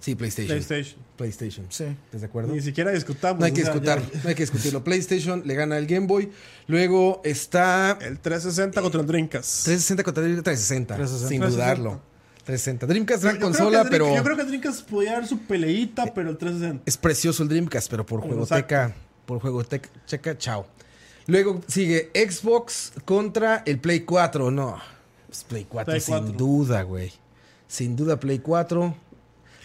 [SPEAKER 3] Sí, PlayStation. PlayStation.
[SPEAKER 2] PlayStation.
[SPEAKER 4] Sí.
[SPEAKER 3] ¿Estás de acuerdo?
[SPEAKER 2] Ni siquiera discutamos.
[SPEAKER 3] No hay que
[SPEAKER 2] o sea,
[SPEAKER 3] discutir,
[SPEAKER 2] ya-
[SPEAKER 3] no hay que discutirlo. PlayStation le gana al Game Boy. Luego está
[SPEAKER 2] El 360 contra el Dreamcast.
[SPEAKER 3] 360 contra 360,
[SPEAKER 4] 360.
[SPEAKER 3] sin
[SPEAKER 2] 360.
[SPEAKER 3] dudarlo. 360. Dreamcast
[SPEAKER 2] Yo-
[SPEAKER 3] gran
[SPEAKER 2] yo creo
[SPEAKER 3] consola,
[SPEAKER 2] que el Dream-
[SPEAKER 3] pero Eh,
[SPEAKER 2] Yo creo que el Dreamcast podía dar su peleita, pero el 360.
[SPEAKER 3] es precioso el Dreamcast, pero por
[SPEAKER 2] Exacto.
[SPEAKER 3] juegoteca, por juegoteca, checa, chao. Luego sigue Xbox contra el Play 4, no. pues Play 4
[SPEAKER 2] Play
[SPEAKER 3] sin
[SPEAKER 2] 4.
[SPEAKER 3] duda, güey. Sin duda Play 4.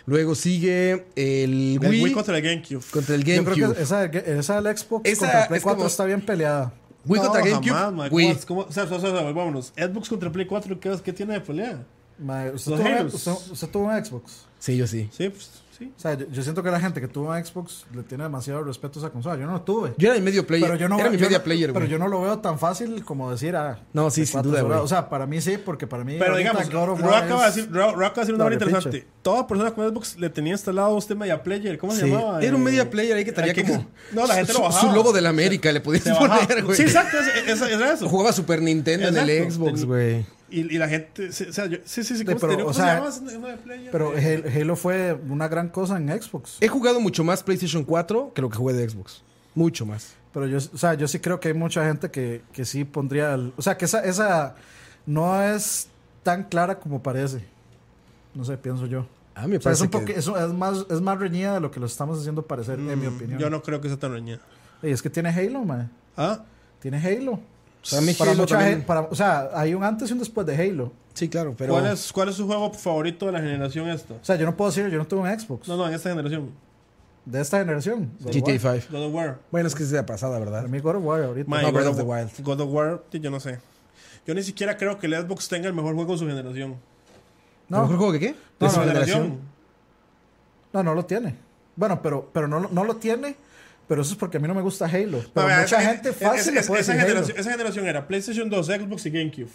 [SPEAKER 3] Luego sigue el
[SPEAKER 2] El
[SPEAKER 3] Wii,
[SPEAKER 2] Wii contra el GameCube.
[SPEAKER 3] contra el
[SPEAKER 4] Yo
[SPEAKER 3] GameCube.
[SPEAKER 4] creo que esa, esa del Xbox
[SPEAKER 3] Esa
[SPEAKER 4] contra el Play
[SPEAKER 3] es como-
[SPEAKER 4] 4 está bien peleada.
[SPEAKER 3] Wii
[SPEAKER 2] No,
[SPEAKER 3] contra GameCube.
[SPEAKER 2] jamás, mae,
[SPEAKER 3] Wii.
[SPEAKER 2] ¿cómo- cómo- o sea, o sea, o sea, vámonos. Xbox contra Play 4, ¿qué, qué tiene de pelea?
[SPEAKER 4] Ma, ¿usted,
[SPEAKER 2] Los
[SPEAKER 4] tuvo,
[SPEAKER 2] haters.
[SPEAKER 4] un- usted- usted tuvo un Xbox.
[SPEAKER 3] Sí, yo sí.
[SPEAKER 2] Sí, pues, sí.
[SPEAKER 4] O sea, yo, yo siento que la gente que tuvo un Xbox le tiene demasiado respeto a esa consola. Yo no lo tuve.
[SPEAKER 3] Yo era mi medio player.
[SPEAKER 4] pero yo no
[SPEAKER 3] era
[SPEAKER 4] veo-
[SPEAKER 3] mi
[SPEAKER 4] yo
[SPEAKER 3] media
[SPEAKER 4] no-
[SPEAKER 3] player,
[SPEAKER 4] Pero
[SPEAKER 3] güey.
[SPEAKER 4] yo no lo veo tan fácil como decir, ah,
[SPEAKER 3] No, sí,
[SPEAKER 4] de
[SPEAKER 3] sin
[SPEAKER 4] cuatro
[SPEAKER 3] duda,
[SPEAKER 4] horas.
[SPEAKER 3] güey.
[SPEAKER 4] O sea, para mí sí, porque para mí.
[SPEAKER 2] Pero
[SPEAKER 4] ahorita
[SPEAKER 2] digamos,
[SPEAKER 4] God of
[SPEAKER 2] Ro
[SPEAKER 4] War
[SPEAKER 2] acaba de
[SPEAKER 4] es-
[SPEAKER 2] decir, Ro- Ro acaba de decir una
[SPEAKER 4] la
[SPEAKER 2] hora interesante.
[SPEAKER 4] repinche.
[SPEAKER 2] Toda persona con Xbox le tenía instalado este media player. ¿Cómo se
[SPEAKER 3] Sí.
[SPEAKER 2] llamaba?
[SPEAKER 3] Era un
[SPEAKER 2] Eh,
[SPEAKER 3] media player ahí que traía
[SPEAKER 2] aquí-
[SPEAKER 3] como
[SPEAKER 2] No, la gente
[SPEAKER 3] su,
[SPEAKER 2] lo bajaba.
[SPEAKER 3] su logo de la América, le podías
[SPEAKER 2] Se bajaba.
[SPEAKER 3] poner, güey.
[SPEAKER 2] Sí, exacto, es, es- es- era eso.
[SPEAKER 3] Jugaba Super Nintendo en el
[SPEAKER 2] Exacto.
[SPEAKER 3] Xbox,
[SPEAKER 2] Ten-
[SPEAKER 3] güey.
[SPEAKER 2] Y, y la gente, sí, o sea, yo- sí, sí, sí, ¿cómo,
[SPEAKER 4] Sí, pero,
[SPEAKER 2] se, ¿cómo
[SPEAKER 4] o
[SPEAKER 2] se
[SPEAKER 4] sea,
[SPEAKER 2] llamaba ese media player?
[SPEAKER 4] Pero
[SPEAKER 2] Eh,
[SPEAKER 4] Halo Halo fue una gran cosa en Xbox.
[SPEAKER 3] He jugado mucho más PlayStation 4 que lo que jugué de Xbox. Mucho más.
[SPEAKER 4] Pero yo, o sea, yo sí creo que hay mucha gente que, que sí pondría. el- o sea, que esa, esa no es tan clara como parece. No sé, pienso yo.
[SPEAKER 3] A mí Ah, me
[SPEAKER 4] O sea, es,
[SPEAKER 3] parece
[SPEAKER 4] un
[SPEAKER 3] que-
[SPEAKER 4] poqui- es, un- es más, es más reñida de lo que lo estamos haciendo parecer, en mi opinión.
[SPEAKER 2] Mm, yo no creo que sea tan reñida.
[SPEAKER 4] Y es que tiene Halo, man.
[SPEAKER 2] ¿Ah?
[SPEAKER 4] Tiene Halo.
[SPEAKER 3] Para mí Halo
[SPEAKER 4] mucha
[SPEAKER 3] también-
[SPEAKER 4] gen- para- o sea, hay un antes y un después de Halo.
[SPEAKER 3] Sí, claro, pero...
[SPEAKER 2] ¿Cuál, es, ¿Cuál es su juego favorito de la generación esta?
[SPEAKER 4] O sea, yo no puedo decir, yo no tuve un Xbox
[SPEAKER 2] No, no, en esta generación.
[SPEAKER 4] de esta generación. God of War.
[SPEAKER 3] GTA V.
[SPEAKER 2] God of War.
[SPEAKER 3] Bueno, es que es de la pasada, ¿verdad?
[SPEAKER 4] Para mí God of War ahorita.
[SPEAKER 2] Mae,
[SPEAKER 3] No, Breath
[SPEAKER 2] God
[SPEAKER 3] of the
[SPEAKER 2] War-
[SPEAKER 3] Wild.
[SPEAKER 2] God of War, sí, yo no sé. Yo ni siquiera creo que el Xbox tenga el mejor juego de su generación.
[SPEAKER 3] ¿No? ¿El mejor juego que qué?
[SPEAKER 2] ¿De
[SPEAKER 3] ¿De su
[SPEAKER 2] su
[SPEAKER 3] generación?
[SPEAKER 4] No, no lo tiene. Bueno, pero, pero no, lo- no lo tiene. Pero eso es porque a mí no me gusta Halo.
[SPEAKER 2] No,
[SPEAKER 4] Pero
[SPEAKER 2] vea,
[SPEAKER 4] mucha
[SPEAKER 2] esa-
[SPEAKER 4] gente
[SPEAKER 2] es-
[SPEAKER 4] fácil
[SPEAKER 2] es-
[SPEAKER 4] le puede
[SPEAKER 2] esa,
[SPEAKER 4] decir Halo.
[SPEAKER 2] generación, esa generación era PlayStation 2, Xbox y GameCube.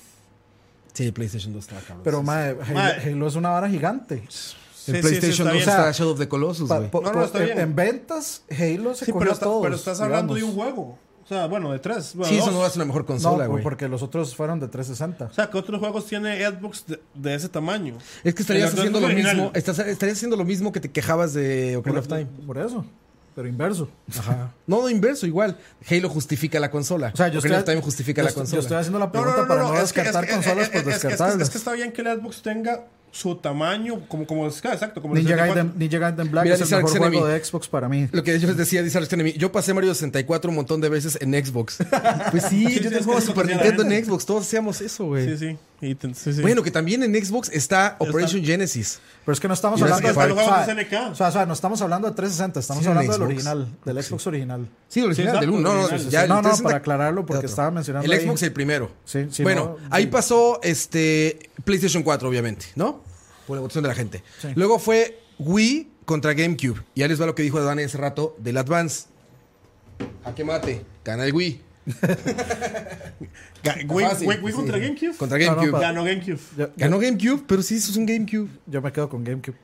[SPEAKER 3] Sí, PlayStation 2 estaba cabrón.
[SPEAKER 4] Pero mae, Halo,
[SPEAKER 2] Mae.
[SPEAKER 4] Halo es una vara gigante.
[SPEAKER 2] Sí,
[SPEAKER 3] En
[SPEAKER 2] sí,
[SPEAKER 3] PlayStation
[SPEAKER 2] sí, está
[SPEAKER 3] 2
[SPEAKER 2] bien.
[SPEAKER 3] estaba Shadow of the Colossus,
[SPEAKER 4] Pa-
[SPEAKER 3] güey.
[SPEAKER 4] po-
[SPEAKER 2] No, no,
[SPEAKER 4] po-
[SPEAKER 2] está
[SPEAKER 4] en,
[SPEAKER 2] bien.
[SPEAKER 4] en ventas, Halo se
[SPEAKER 2] Sí,
[SPEAKER 4] cogió
[SPEAKER 2] pero,
[SPEAKER 4] a
[SPEAKER 2] está-
[SPEAKER 4] todos.
[SPEAKER 2] pero estás hablando
[SPEAKER 4] digamos.
[SPEAKER 2] de un juego. O sea, bueno, de tres. bueno,
[SPEAKER 3] Sí, eso
[SPEAKER 2] dos.
[SPEAKER 3] no es una mejor consola,
[SPEAKER 4] No,
[SPEAKER 3] güey.
[SPEAKER 4] porque los otros fueron de 360.
[SPEAKER 2] O sea, ¿qué otros juegos tiene Xbox de, de ese tamaño?
[SPEAKER 3] Es que estarías
[SPEAKER 2] El
[SPEAKER 3] haciendo lo
[SPEAKER 2] Xbox original.
[SPEAKER 3] mismo, estás- estarías haciendo lo mismo que te quejabas de Ocarina of Time.
[SPEAKER 4] Por eso. Pero inverso.
[SPEAKER 3] Ajá. No, no, inverso, igual. Halo justifica la consola.
[SPEAKER 4] O sea, yo
[SPEAKER 3] Ocarina
[SPEAKER 4] estoy,
[SPEAKER 3] of Time justifica
[SPEAKER 4] yo
[SPEAKER 3] la
[SPEAKER 4] estoy-
[SPEAKER 3] consola.
[SPEAKER 4] Yo estoy haciendo la
[SPEAKER 2] No, no,
[SPEAKER 4] pregunta
[SPEAKER 2] no, no,
[SPEAKER 4] para
[SPEAKER 2] no,
[SPEAKER 4] no,
[SPEAKER 2] es que-
[SPEAKER 4] descartar
[SPEAKER 2] es que-
[SPEAKER 4] consolas pues,
[SPEAKER 2] es-
[SPEAKER 4] por
[SPEAKER 2] es- es- es-
[SPEAKER 4] descartarlas.
[SPEAKER 2] Es que está bien que el Xbox tenga su tamaño como, como es- exacto, como el
[SPEAKER 4] Ninja
[SPEAKER 2] 64.
[SPEAKER 4] Gaiden, Ninja Gaiden Black
[SPEAKER 3] Mira,
[SPEAKER 4] es el
[SPEAKER 3] dice
[SPEAKER 4] mejor
[SPEAKER 3] Arx
[SPEAKER 4] juego
[SPEAKER 3] Enemy.
[SPEAKER 4] de Xbox para mí.
[SPEAKER 3] Lo que yo les decía, dice Alex Enemy, yo pasé Mario 64 un montón de veces en Xbox. Pues sí,
[SPEAKER 2] Sí, sí,
[SPEAKER 3] yo
[SPEAKER 2] es
[SPEAKER 3] tengo
[SPEAKER 2] que
[SPEAKER 3] juegos
[SPEAKER 2] eso
[SPEAKER 3] Super
[SPEAKER 2] decía la
[SPEAKER 3] Nintendo
[SPEAKER 2] gente.
[SPEAKER 3] en Xbox, todos hacíamos eso, güey.
[SPEAKER 2] Sí, sí. Y te- sí, sí.
[SPEAKER 3] Bueno, que también en Xbox está Operation Genesis.
[SPEAKER 4] Pero es que no estamos
[SPEAKER 3] Y ahora
[SPEAKER 4] hablando
[SPEAKER 3] sí que
[SPEAKER 4] de.
[SPEAKER 2] están los
[SPEAKER 4] o sea,
[SPEAKER 2] juegos de SNK.
[SPEAKER 4] O sea, o sea, no estamos hablando de 360, estamos
[SPEAKER 3] Sí, del
[SPEAKER 4] hablando del
[SPEAKER 3] Xbox.
[SPEAKER 4] original, del Xbox original.
[SPEAKER 3] Sí, el original
[SPEAKER 2] Sí,
[SPEAKER 3] del
[SPEAKER 2] exacto,
[SPEAKER 3] 1. No, no,
[SPEAKER 2] original, sí,
[SPEAKER 3] ya
[SPEAKER 4] sí.
[SPEAKER 3] el
[SPEAKER 4] No, no,
[SPEAKER 3] 360
[SPEAKER 4] para aclararlo, porque
[SPEAKER 3] otro.
[SPEAKER 4] estaba mencionando
[SPEAKER 3] El
[SPEAKER 4] ahí.
[SPEAKER 3] Xbox el primero.
[SPEAKER 4] Sí, sí,
[SPEAKER 3] Bueno,
[SPEAKER 4] no,
[SPEAKER 3] ahí
[SPEAKER 4] sí.
[SPEAKER 3] pasó este PlayStation 4, obviamente, ¿no? Por la votación de la gente.
[SPEAKER 4] Sí.
[SPEAKER 3] Luego fue Wii contra GameCube. Y ya les va lo que dijo Dani hace rato del Advance. A que mate, gana el Wii.
[SPEAKER 2] Ga- Wii-
[SPEAKER 3] fácil,
[SPEAKER 2] Wii-
[SPEAKER 3] sí.
[SPEAKER 2] Wii contra GameCube.
[SPEAKER 3] Contra
[SPEAKER 4] No, no,
[SPEAKER 3] GameCube.
[SPEAKER 4] pa-
[SPEAKER 2] Ganó GameCube.
[SPEAKER 4] Yo,
[SPEAKER 3] Ganó GameCube, pero sí, eso es un GameCube.
[SPEAKER 4] yo me quedo con GameCube.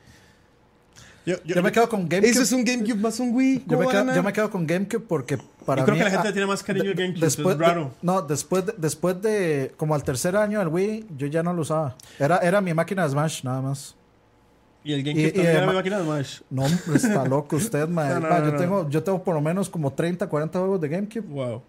[SPEAKER 2] Yo, yo-
[SPEAKER 4] Yo me quedo con GameCube.
[SPEAKER 3] Eso es un GameCube más un Wii.
[SPEAKER 4] Yo
[SPEAKER 3] ¿Cómo
[SPEAKER 4] me,
[SPEAKER 3] va a
[SPEAKER 4] quedo,
[SPEAKER 3] ganar?
[SPEAKER 4] yo me quedo con GameCube porque para
[SPEAKER 2] Y creo
[SPEAKER 4] mí-
[SPEAKER 2] que la gente
[SPEAKER 4] ah,
[SPEAKER 2] le tiene más cariño a GameCube, es
[SPEAKER 4] de-
[SPEAKER 2] raro.
[SPEAKER 4] no, después de, después de. Como al tercer año del Wii, yo ya no lo usaba. Era, era mi máquina de Smash, nada más.
[SPEAKER 2] Y el
[SPEAKER 4] y- eh,
[SPEAKER 2] GameCube
[SPEAKER 4] y
[SPEAKER 2] también era
[SPEAKER 4] además-
[SPEAKER 2] mi máquina de Smash.
[SPEAKER 4] No, hombre, está loco usted, mae.
[SPEAKER 2] No, no,
[SPEAKER 4] Ma,
[SPEAKER 2] no,
[SPEAKER 4] yo,
[SPEAKER 2] no.
[SPEAKER 4] Tengo, yo tengo por lo menos como 30, 40 juegos de GameCube.
[SPEAKER 2] Wow.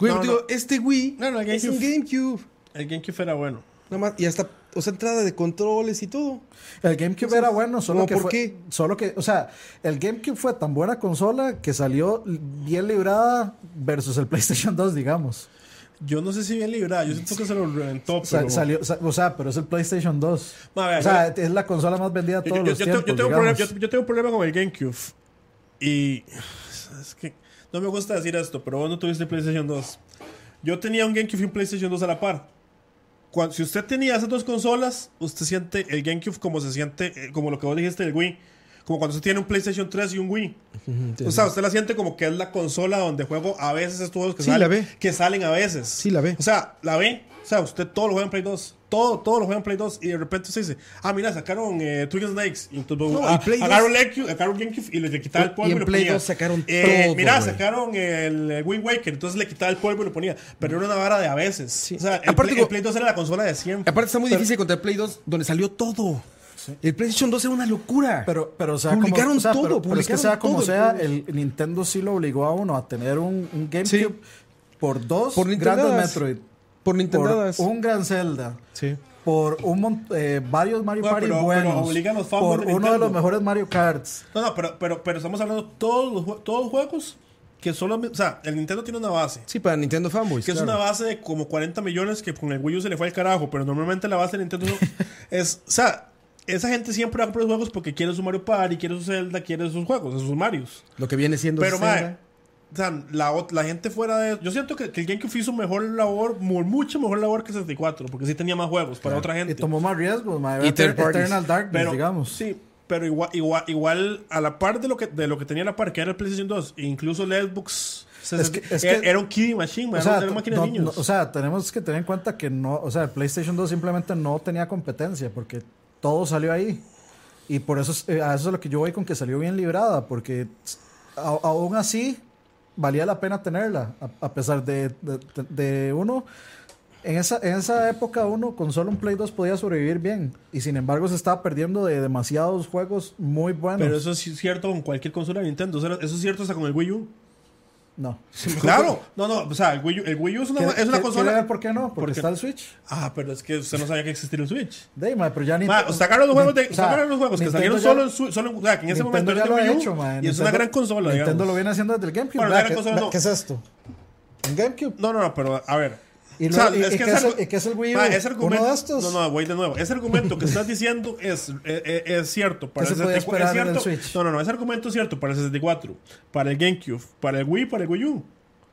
[SPEAKER 3] Güey, pero
[SPEAKER 2] No, no.
[SPEAKER 3] digo, este Wii
[SPEAKER 2] No, no, el
[SPEAKER 3] es un GameCube.
[SPEAKER 2] El GameCube era bueno.
[SPEAKER 3] Nada más, y hasta, o sea, entrada de controles y todo.
[SPEAKER 4] El GameCube era bueno, solo
[SPEAKER 3] ¿cómo
[SPEAKER 4] que
[SPEAKER 3] por
[SPEAKER 4] fue-
[SPEAKER 3] qué?
[SPEAKER 4] solo que, o sea, el GameCube fue tan buena consola que salió bien librada versus el PlayStation 2, digamos.
[SPEAKER 2] Yo no sé si bien librada, yo siento que se lo reventó, pero...
[SPEAKER 4] Sa- salió, sa- o sea, pero es el PlayStation 2.
[SPEAKER 2] Ma, vea,
[SPEAKER 4] o sea,
[SPEAKER 2] vea.
[SPEAKER 4] es la consola más vendida de
[SPEAKER 2] yo,
[SPEAKER 4] todos
[SPEAKER 2] yo-
[SPEAKER 4] los
[SPEAKER 2] yo tengo-
[SPEAKER 4] tiempos,
[SPEAKER 2] yo tengo un
[SPEAKER 4] digamos.
[SPEAKER 2] problema, yo- yo tengo un problema con el GameCube. Y... Es que no me gusta decir esto, pero vos no tuviste PlayStation 2. Yo tenía un GameCube y un PlayStation 2 a la par. Cuan- si usted tenía esas dos consolas, usted siente el GameCube como se siente, eh, como lo que vos dijiste del Wii. Como cuando usted tiene un PlayStation 3 y un Wii.
[SPEAKER 3] Mm,
[SPEAKER 2] O sea, usted la siente como que es la consola donde juego a veces estos juegos que,
[SPEAKER 5] Sí, la
[SPEAKER 2] salen,
[SPEAKER 5] ve.
[SPEAKER 2] que salen a veces. Sí,
[SPEAKER 5] la ve.
[SPEAKER 2] O sea, la ve. O sea, usted todo lo juega en Play 2. Todo, todo lo juega en Play 2. Y de repente usted dice, ah, mira, sacaron eh, Twig and Snakes. Y entonces,
[SPEAKER 3] No,
[SPEAKER 2] ah,
[SPEAKER 3] y Play 2.
[SPEAKER 2] agarraron, el Q- agarraron GameCube y le quitaba el polvo y,
[SPEAKER 3] en
[SPEAKER 2] lo
[SPEAKER 3] Play
[SPEAKER 2] ponía.
[SPEAKER 3] 2 sacaron
[SPEAKER 2] eh,
[SPEAKER 3] todo,
[SPEAKER 2] Mira,
[SPEAKER 3] güey.
[SPEAKER 2] sacaron el eh, Wind Waker. Entonces le quitaba el polvo y lo ponía. Pero era una vara de a veces. O sea, el,
[SPEAKER 3] Aparte,
[SPEAKER 2] Play,
[SPEAKER 3] digo-
[SPEAKER 2] el Play 2 era la consola de siempre.
[SPEAKER 3] Aparte está muy difícil contra el Play 2, donde salió todo. El PlayStation 2 era una locura.
[SPEAKER 4] Pero, pero sea
[SPEAKER 3] publicaron
[SPEAKER 4] como, o sea,
[SPEAKER 3] todo,
[SPEAKER 4] pero- pero es que
[SPEAKER 3] publicaron
[SPEAKER 4] sea como
[SPEAKER 3] todo. pues.
[SPEAKER 4] sea, el Nintendo sí lo obligó a uno a tener un, un GameCube
[SPEAKER 3] Sí.
[SPEAKER 4] por dos
[SPEAKER 3] Por
[SPEAKER 4] grandes
[SPEAKER 3] Nintendadas.
[SPEAKER 4] Metroid,
[SPEAKER 3] por
[SPEAKER 4] por
[SPEAKER 3] Nintendo.
[SPEAKER 4] un gran Zelda,
[SPEAKER 5] Sí.
[SPEAKER 4] por un mon- eh, varios Mario
[SPEAKER 2] Bueno,
[SPEAKER 4] Party
[SPEAKER 2] pero- pero
[SPEAKER 4] buenos,
[SPEAKER 2] obligan a los fanboys
[SPEAKER 4] por
[SPEAKER 2] de
[SPEAKER 4] uno de
[SPEAKER 2] Nintendo.
[SPEAKER 4] los mejores Mario Karts.
[SPEAKER 2] No, no, pero, pero, pero estamos hablando de todos los, jue- todos los juegos que solo... O sea, el Nintendo tiene una base.
[SPEAKER 3] Sí, para Nintendo Fanboys.
[SPEAKER 2] Que es
[SPEAKER 3] claro.
[SPEAKER 2] una base de como 40 millones que con el Wii U se le fue al carajo, pero normalmente la base de Nintendo son- es, o sea, esa gente siempre va a comprar los juegos porque quiere su Mario Party, quiere su Zelda, quiere sus juegos, sus Marios.
[SPEAKER 3] Lo que viene siendo
[SPEAKER 2] Pero,
[SPEAKER 3] Zelda.
[SPEAKER 2] mae, o sea, la, ot- la gente fuera de... Yo siento que, que el GameCube hizo mejor labor, mu- mucho mejor labor que 64, porque sí tenía más juegos para otra gente.
[SPEAKER 4] Y tomó más riesgos, ma,
[SPEAKER 3] Y third parties.
[SPEAKER 4] Eternal Darkness,
[SPEAKER 2] Pero,
[SPEAKER 4] digamos.
[SPEAKER 2] Sí, pero igual, igual, igual a la par de lo que, de lo que tenía a la par, que era el PlayStation 2, incluso el Xbox...
[SPEAKER 4] Es que- es
[SPEAKER 2] era,
[SPEAKER 4] que-
[SPEAKER 2] era un kiddie machine, mae,
[SPEAKER 4] O
[SPEAKER 2] era
[SPEAKER 4] sea,
[SPEAKER 2] una máquina de
[SPEAKER 4] no-
[SPEAKER 2] niños.
[SPEAKER 4] no- o sea, tenemos que tener en cuenta que no, o sea, el PlayStation 2 simplemente no tenía competencia porque todo salió ahí. Y por eso, es- eh, a eso es lo que yo voy con que salió bien librada, porque a- aún así valía la pena tenerla, a, a pesar de, de- de uno. En esa, en esa época uno con solo un Play 2 podía sobrevivir bien y sin embargo se estaba perdiendo de demasiados juegos muy buenos.
[SPEAKER 2] Pero eso es cierto con cualquier consola de Nintendo. o sea, Eso es cierto hasta con el Wii U.
[SPEAKER 4] no.
[SPEAKER 2] Claro. No, no, o sea, el Wii U, el Wii U es una,
[SPEAKER 4] ¿Quiere-
[SPEAKER 2] es una
[SPEAKER 4] quiere- quiere
[SPEAKER 2] consola.
[SPEAKER 4] ver por qué no? Porque
[SPEAKER 2] qué?
[SPEAKER 4] está el Switch.
[SPEAKER 2] Ah, pero es que usted no sabía que existía el Switch.
[SPEAKER 4] De, ma, pero ya ni-
[SPEAKER 2] Ma, sacaron los juegos, de,
[SPEAKER 4] o sea,
[SPEAKER 2] sacaron los juegos que
[SPEAKER 4] Nintendo
[SPEAKER 2] salieron
[SPEAKER 4] ya-
[SPEAKER 2] solo en, su- solo en- o sea, que en ese momento
[SPEAKER 4] Nintendo
[SPEAKER 2] era
[SPEAKER 4] ya lo
[SPEAKER 2] de
[SPEAKER 4] ha
[SPEAKER 2] Wii U.
[SPEAKER 4] hecho, ma.
[SPEAKER 2] y es
[SPEAKER 4] Nintendo-
[SPEAKER 2] una gran consola, digamos.
[SPEAKER 4] Nintendo lo viene haciendo desde el GameCube.
[SPEAKER 2] Bueno,
[SPEAKER 4] vea,
[SPEAKER 2] gran
[SPEAKER 4] que-
[SPEAKER 2] consola
[SPEAKER 4] vea,
[SPEAKER 2] no.
[SPEAKER 4] ¿Qué es esto? ¿Un GameCube?
[SPEAKER 2] No, no, no, pero a ver.
[SPEAKER 4] Y luego- y- y qué es el-
[SPEAKER 2] argu-
[SPEAKER 4] y qué es el Wii U,
[SPEAKER 2] Ma, ese
[SPEAKER 4] ¿uno
[SPEAKER 2] argumento,
[SPEAKER 4] de estos?
[SPEAKER 2] No, no, voy de nuevo. Ese argumento que estás diciendo es, eh, eh, es cierto. Para
[SPEAKER 4] ¿Qué
[SPEAKER 2] el
[SPEAKER 4] se podía
[SPEAKER 2] 64
[SPEAKER 4] esperar
[SPEAKER 2] es
[SPEAKER 4] en el
[SPEAKER 2] cierto.
[SPEAKER 4] Switch?
[SPEAKER 2] No, no, no. Ese argumento es cierto para el 64, para el GameCube, para el Wii, para el Wii U.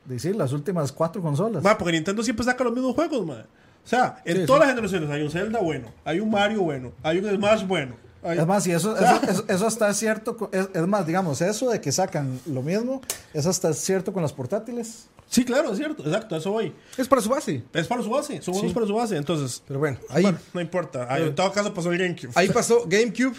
[SPEAKER 4] Decir, las últimas cuatro consolas.
[SPEAKER 2] Ma, porque Nintendo siempre saca los mismos juegos, ma. O sea, en todas las generaciones hay un Zelda bueno, hay un Mario bueno, hay un Smash bueno. hay-
[SPEAKER 4] Es más, y eso, eso, eso- eso hasta es cierto. co- Es, es más, digamos, eso de que sacan lo mismo, eso hasta es cierto con las portátiles.
[SPEAKER 2] Sí, claro, es cierto, exacto, eso voy.
[SPEAKER 3] Es para su base.
[SPEAKER 2] Es para su base, son juegos para su base, entonces,
[SPEAKER 3] Pero bueno, ahí,
[SPEAKER 2] no importa. Ah,
[SPEAKER 4] Eh.
[SPEAKER 2] En todo caso pasó el GameCube.
[SPEAKER 3] ahí pasó GameCube.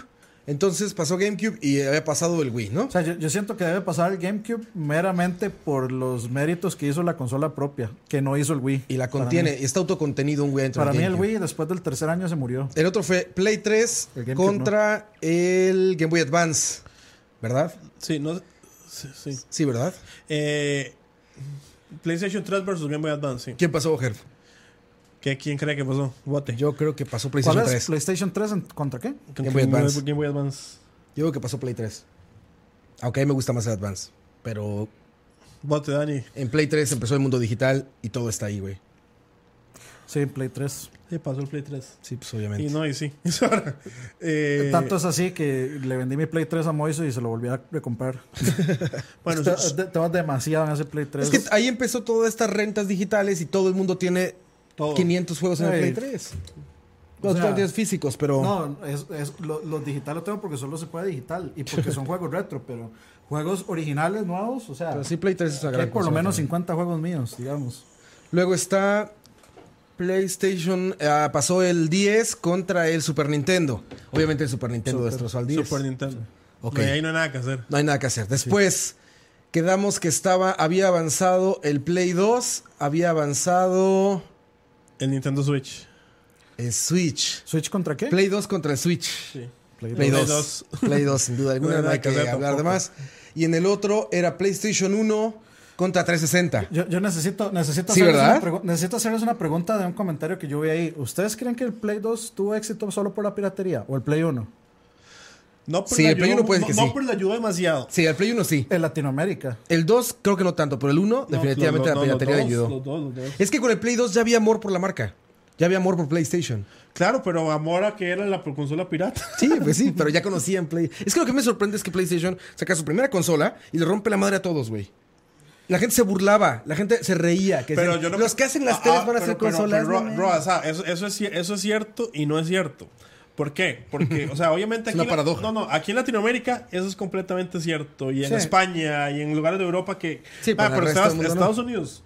[SPEAKER 3] Entonces pasó GameCube y había pasado el Wii, ¿no?
[SPEAKER 4] O sea, yo, yo siento que debe pasar el GameCube meramente por los méritos que hizo la consola propia, que no hizo el Wii.
[SPEAKER 3] Y la
[SPEAKER 4] Para
[SPEAKER 3] contiene.
[SPEAKER 4] mí.
[SPEAKER 3] y está autocontenido un Wii dentro
[SPEAKER 4] Para
[SPEAKER 3] del
[SPEAKER 4] mí, el
[SPEAKER 3] GameCube.
[SPEAKER 4] Wii, después del tercer año, se murió.
[SPEAKER 3] El otro fue Play 3
[SPEAKER 4] El GameCube,
[SPEAKER 3] contra el Game Boy Advance. ¿Verdad?
[SPEAKER 2] Sí, no sí, sí.
[SPEAKER 3] Sí, ¿verdad?
[SPEAKER 2] Eh, PlayStation 3 versus Game Boy Advance, sí.
[SPEAKER 3] ¿Quién pasó, Herb?
[SPEAKER 2] ¿Qué- ¿Quién cree que pasó? Bote.
[SPEAKER 3] Yo creo que pasó
[SPEAKER 4] ¿Cuál
[SPEAKER 3] PlayStation
[SPEAKER 4] es?
[SPEAKER 3] 3.
[SPEAKER 4] ¿PlayStation 3 en- contra qué?
[SPEAKER 3] Game Boy Advance.
[SPEAKER 2] Game Boy Advance.
[SPEAKER 3] Yo creo que pasó Play 3. Aunque a mí me gusta más el Advance. Pero
[SPEAKER 2] Bote, Dani.
[SPEAKER 3] en Play 3 empezó el mundo digital y todo está ahí, güey.
[SPEAKER 4] Sí, Play 3.
[SPEAKER 2] Sí, pasó el Play 3.
[SPEAKER 3] Sí, pues obviamente.
[SPEAKER 2] Y no, y sí. Es ahora. Eh,
[SPEAKER 4] Tanto es así que le vendí mi Play 3 a Moiso y se lo volví a recomprar.
[SPEAKER 2] Eh, bueno,
[SPEAKER 4] Está-
[SPEAKER 2] sí,
[SPEAKER 4] de- te vas demasiado en ese Play
[SPEAKER 3] Es
[SPEAKER 4] 3.
[SPEAKER 3] que ahí empezó todas estas rentas digitales y todo el mundo tiene
[SPEAKER 2] Todo.
[SPEAKER 3] 500 juegos en el
[SPEAKER 4] Sí.
[SPEAKER 3] Play 3.
[SPEAKER 4] O
[SPEAKER 3] Los
[SPEAKER 4] sea,
[SPEAKER 3] Play 3 físicos, pero...
[SPEAKER 4] No, es, es- lo- los digitales lo tengo porque solo se puede digital y porque son juegos retro, pero juegos originales nuevos, o sea,
[SPEAKER 3] pero sí, Play 3 es una
[SPEAKER 4] que
[SPEAKER 3] gran
[SPEAKER 4] hay por lo
[SPEAKER 3] consola
[SPEAKER 4] menos
[SPEAKER 3] también.
[SPEAKER 4] 50 juegos míos, digamos.
[SPEAKER 3] Luego está PlayStation. ah, pasó el 10 contra el Super Nintendo. Obviamente el Super Nintendo destrozó al 10.
[SPEAKER 2] Super Nintendo.
[SPEAKER 3] Ok.
[SPEAKER 2] No, y ahí no hay nada que hacer.
[SPEAKER 3] No hay nada que hacer. Después quedamos que estaba, había avanzado el Play 2, había avanzado
[SPEAKER 2] El Nintendo Switch.
[SPEAKER 3] el Switch.
[SPEAKER 4] ¿Switch contra qué?
[SPEAKER 3] Play 2 contra el Switch.
[SPEAKER 2] Sí.
[SPEAKER 4] Play
[SPEAKER 3] Play
[SPEAKER 2] dos.
[SPEAKER 3] 2. Play 2, sin duda
[SPEAKER 2] No
[SPEAKER 3] alguna,
[SPEAKER 2] hay
[SPEAKER 3] no
[SPEAKER 2] nada
[SPEAKER 3] hay que
[SPEAKER 2] que hacer
[SPEAKER 3] hablar de
[SPEAKER 2] tampoco.
[SPEAKER 3] más. Y en el otro era PlayStation 1 contra 360.
[SPEAKER 4] Yo, yo necesito, necesito,
[SPEAKER 3] Sí,
[SPEAKER 4] hacerles
[SPEAKER 3] ¿verdad?
[SPEAKER 4] una pregu- necesito hacerles una pregunta de un comentario que yo vi ahí. ¿Ustedes creen que el Play 2 tuvo éxito solo por la piratería o el Play 1?
[SPEAKER 2] No, pero
[SPEAKER 3] Sí,
[SPEAKER 2] le
[SPEAKER 3] el Play
[SPEAKER 2] ayudó-
[SPEAKER 3] uno puede
[SPEAKER 2] no,
[SPEAKER 3] que
[SPEAKER 2] no,
[SPEAKER 3] sí.
[SPEAKER 2] pero le ayudó demasiado.
[SPEAKER 3] Sí, el Play 1 sí.
[SPEAKER 4] En Latinoamérica.
[SPEAKER 3] El 2 creo que no tanto, pero el 1
[SPEAKER 2] No,
[SPEAKER 3] definitivamente
[SPEAKER 2] los-
[SPEAKER 3] la
[SPEAKER 2] no, los
[SPEAKER 3] piratería
[SPEAKER 2] dos,
[SPEAKER 3] ayudó.
[SPEAKER 2] los dos, los dos.
[SPEAKER 3] Es que con el Play 2 ya había amor por la marca. Ya había amor por PlayStation.
[SPEAKER 2] Claro, pero Amora que era la consola pirata.
[SPEAKER 3] Sí, pues sí, pero ya conocían Play. Es que lo que me sorprende es que PlayStation saca su primera consola y le rompe la madre a todos, güey. La gente se burlaba, la gente se reía. Que
[SPEAKER 2] Pero
[SPEAKER 3] decían,
[SPEAKER 2] yo no-
[SPEAKER 3] Los que hacen las
[SPEAKER 2] Ah,
[SPEAKER 3] teles
[SPEAKER 2] ah,
[SPEAKER 3] van a
[SPEAKER 2] pero-
[SPEAKER 3] hacer
[SPEAKER 2] pero-
[SPEAKER 3] consolas.
[SPEAKER 2] pero,
[SPEAKER 3] no
[SPEAKER 2] Ro-
[SPEAKER 3] mames.
[SPEAKER 2] Ro, o sea, eso, eso es, cier- eso es cierto y no es cierto. ¿Por qué? Porque, o sea, obviamente
[SPEAKER 3] Es
[SPEAKER 2] aquí,
[SPEAKER 3] una
[SPEAKER 2] en la-
[SPEAKER 3] paradoja.
[SPEAKER 2] no, no, aquí en Latinoamérica eso es completamente cierto. Y en
[SPEAKER 4] Sí.
[SPEAKER 2] España y en lugares de Europa que...
[SPEAKER 3] Sí, pero
[SPEAKER 2] Ah,
[SPEAKER 3] en el
[SPEAKER 2] pero
[SPEAKER 3] resto
[SPEAKER 2] Estados,
[SPEAKER 3] del mundo no.
[SPEAKER 2] Estados Unidos,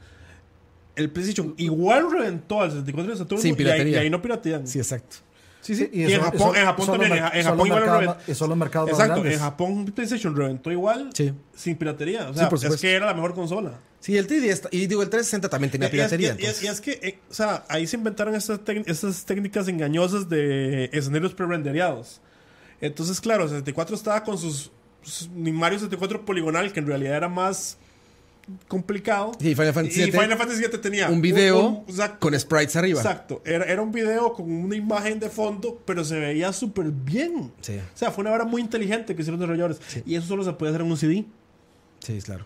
[SPEAKER 2] el PlayStation igual reventó al 64 de Saturno
[SPEAKER 3] Sin
[SPEAKER 2] y, ahí,
[SPEAKER 3] piratería.
[SPEAKER 2] y ahí no piratean.
[SPEAKER 3] Sí, exacto.
[SPEAKER 4] Sí, sí.
[SPEAKER 2] Y en Japón- en Japón también, en Ja- en Japón igual lo ven.
[SPEAKER 4] son los mercados más
[SPEAKER 2] Exacto,
[SPEAKER 4] grandes.
[SPEAKER 2] en Japón PlayStation reventó igual
[SPEAKER 3] Sí.
[SPEAKER 2] sin piratería. O sea,
[SPEAKER 3] Sí, por
[SPEAKER 2] es
[SPEAKER 3] supuesto.
[SPEAKER 2] que era la mejor consola.
[SPEAKER 3] Sí, el 3 y digo, el 360 también tenía
[SPEAKER 2] Y es que-
[SPEAKER 3] piratería.
[SPEAKER 2] Y es,
[SPEAKER 3] entonces.
[SPEAKER 2] y es que, eh, o sea, ahí se inventaron estas, tec- estas técnicas engañosas de escenarios prerendereados. Entonces, claro, 64 estaba con sus, sus- ni Mario 64 poligonal, que en realidad era más complicado.
[SPEAKER 3] Sí, Final Fantasy
[SPEAKER 2] Y
[SPEAKER 3] VII.
[SPEAKER 2] Final Fantasy VII tenía
[SPEAKER 3] un video
[SPEAKER 2] un- exacto,
[SPEAKER 3] con sprites arriba.
[SPEAKER 2] Exacto, era, era un video con una imagen de fondo, pero se veía súper bien.
[SPEAKER 3] Sí.
[SPEAKER 2] O sea, fue una obra muy inteligente que hicieron los desarrolladores. Y eso solo se puede hacer en un CD.
[SPEAKER 3] Sí, claro.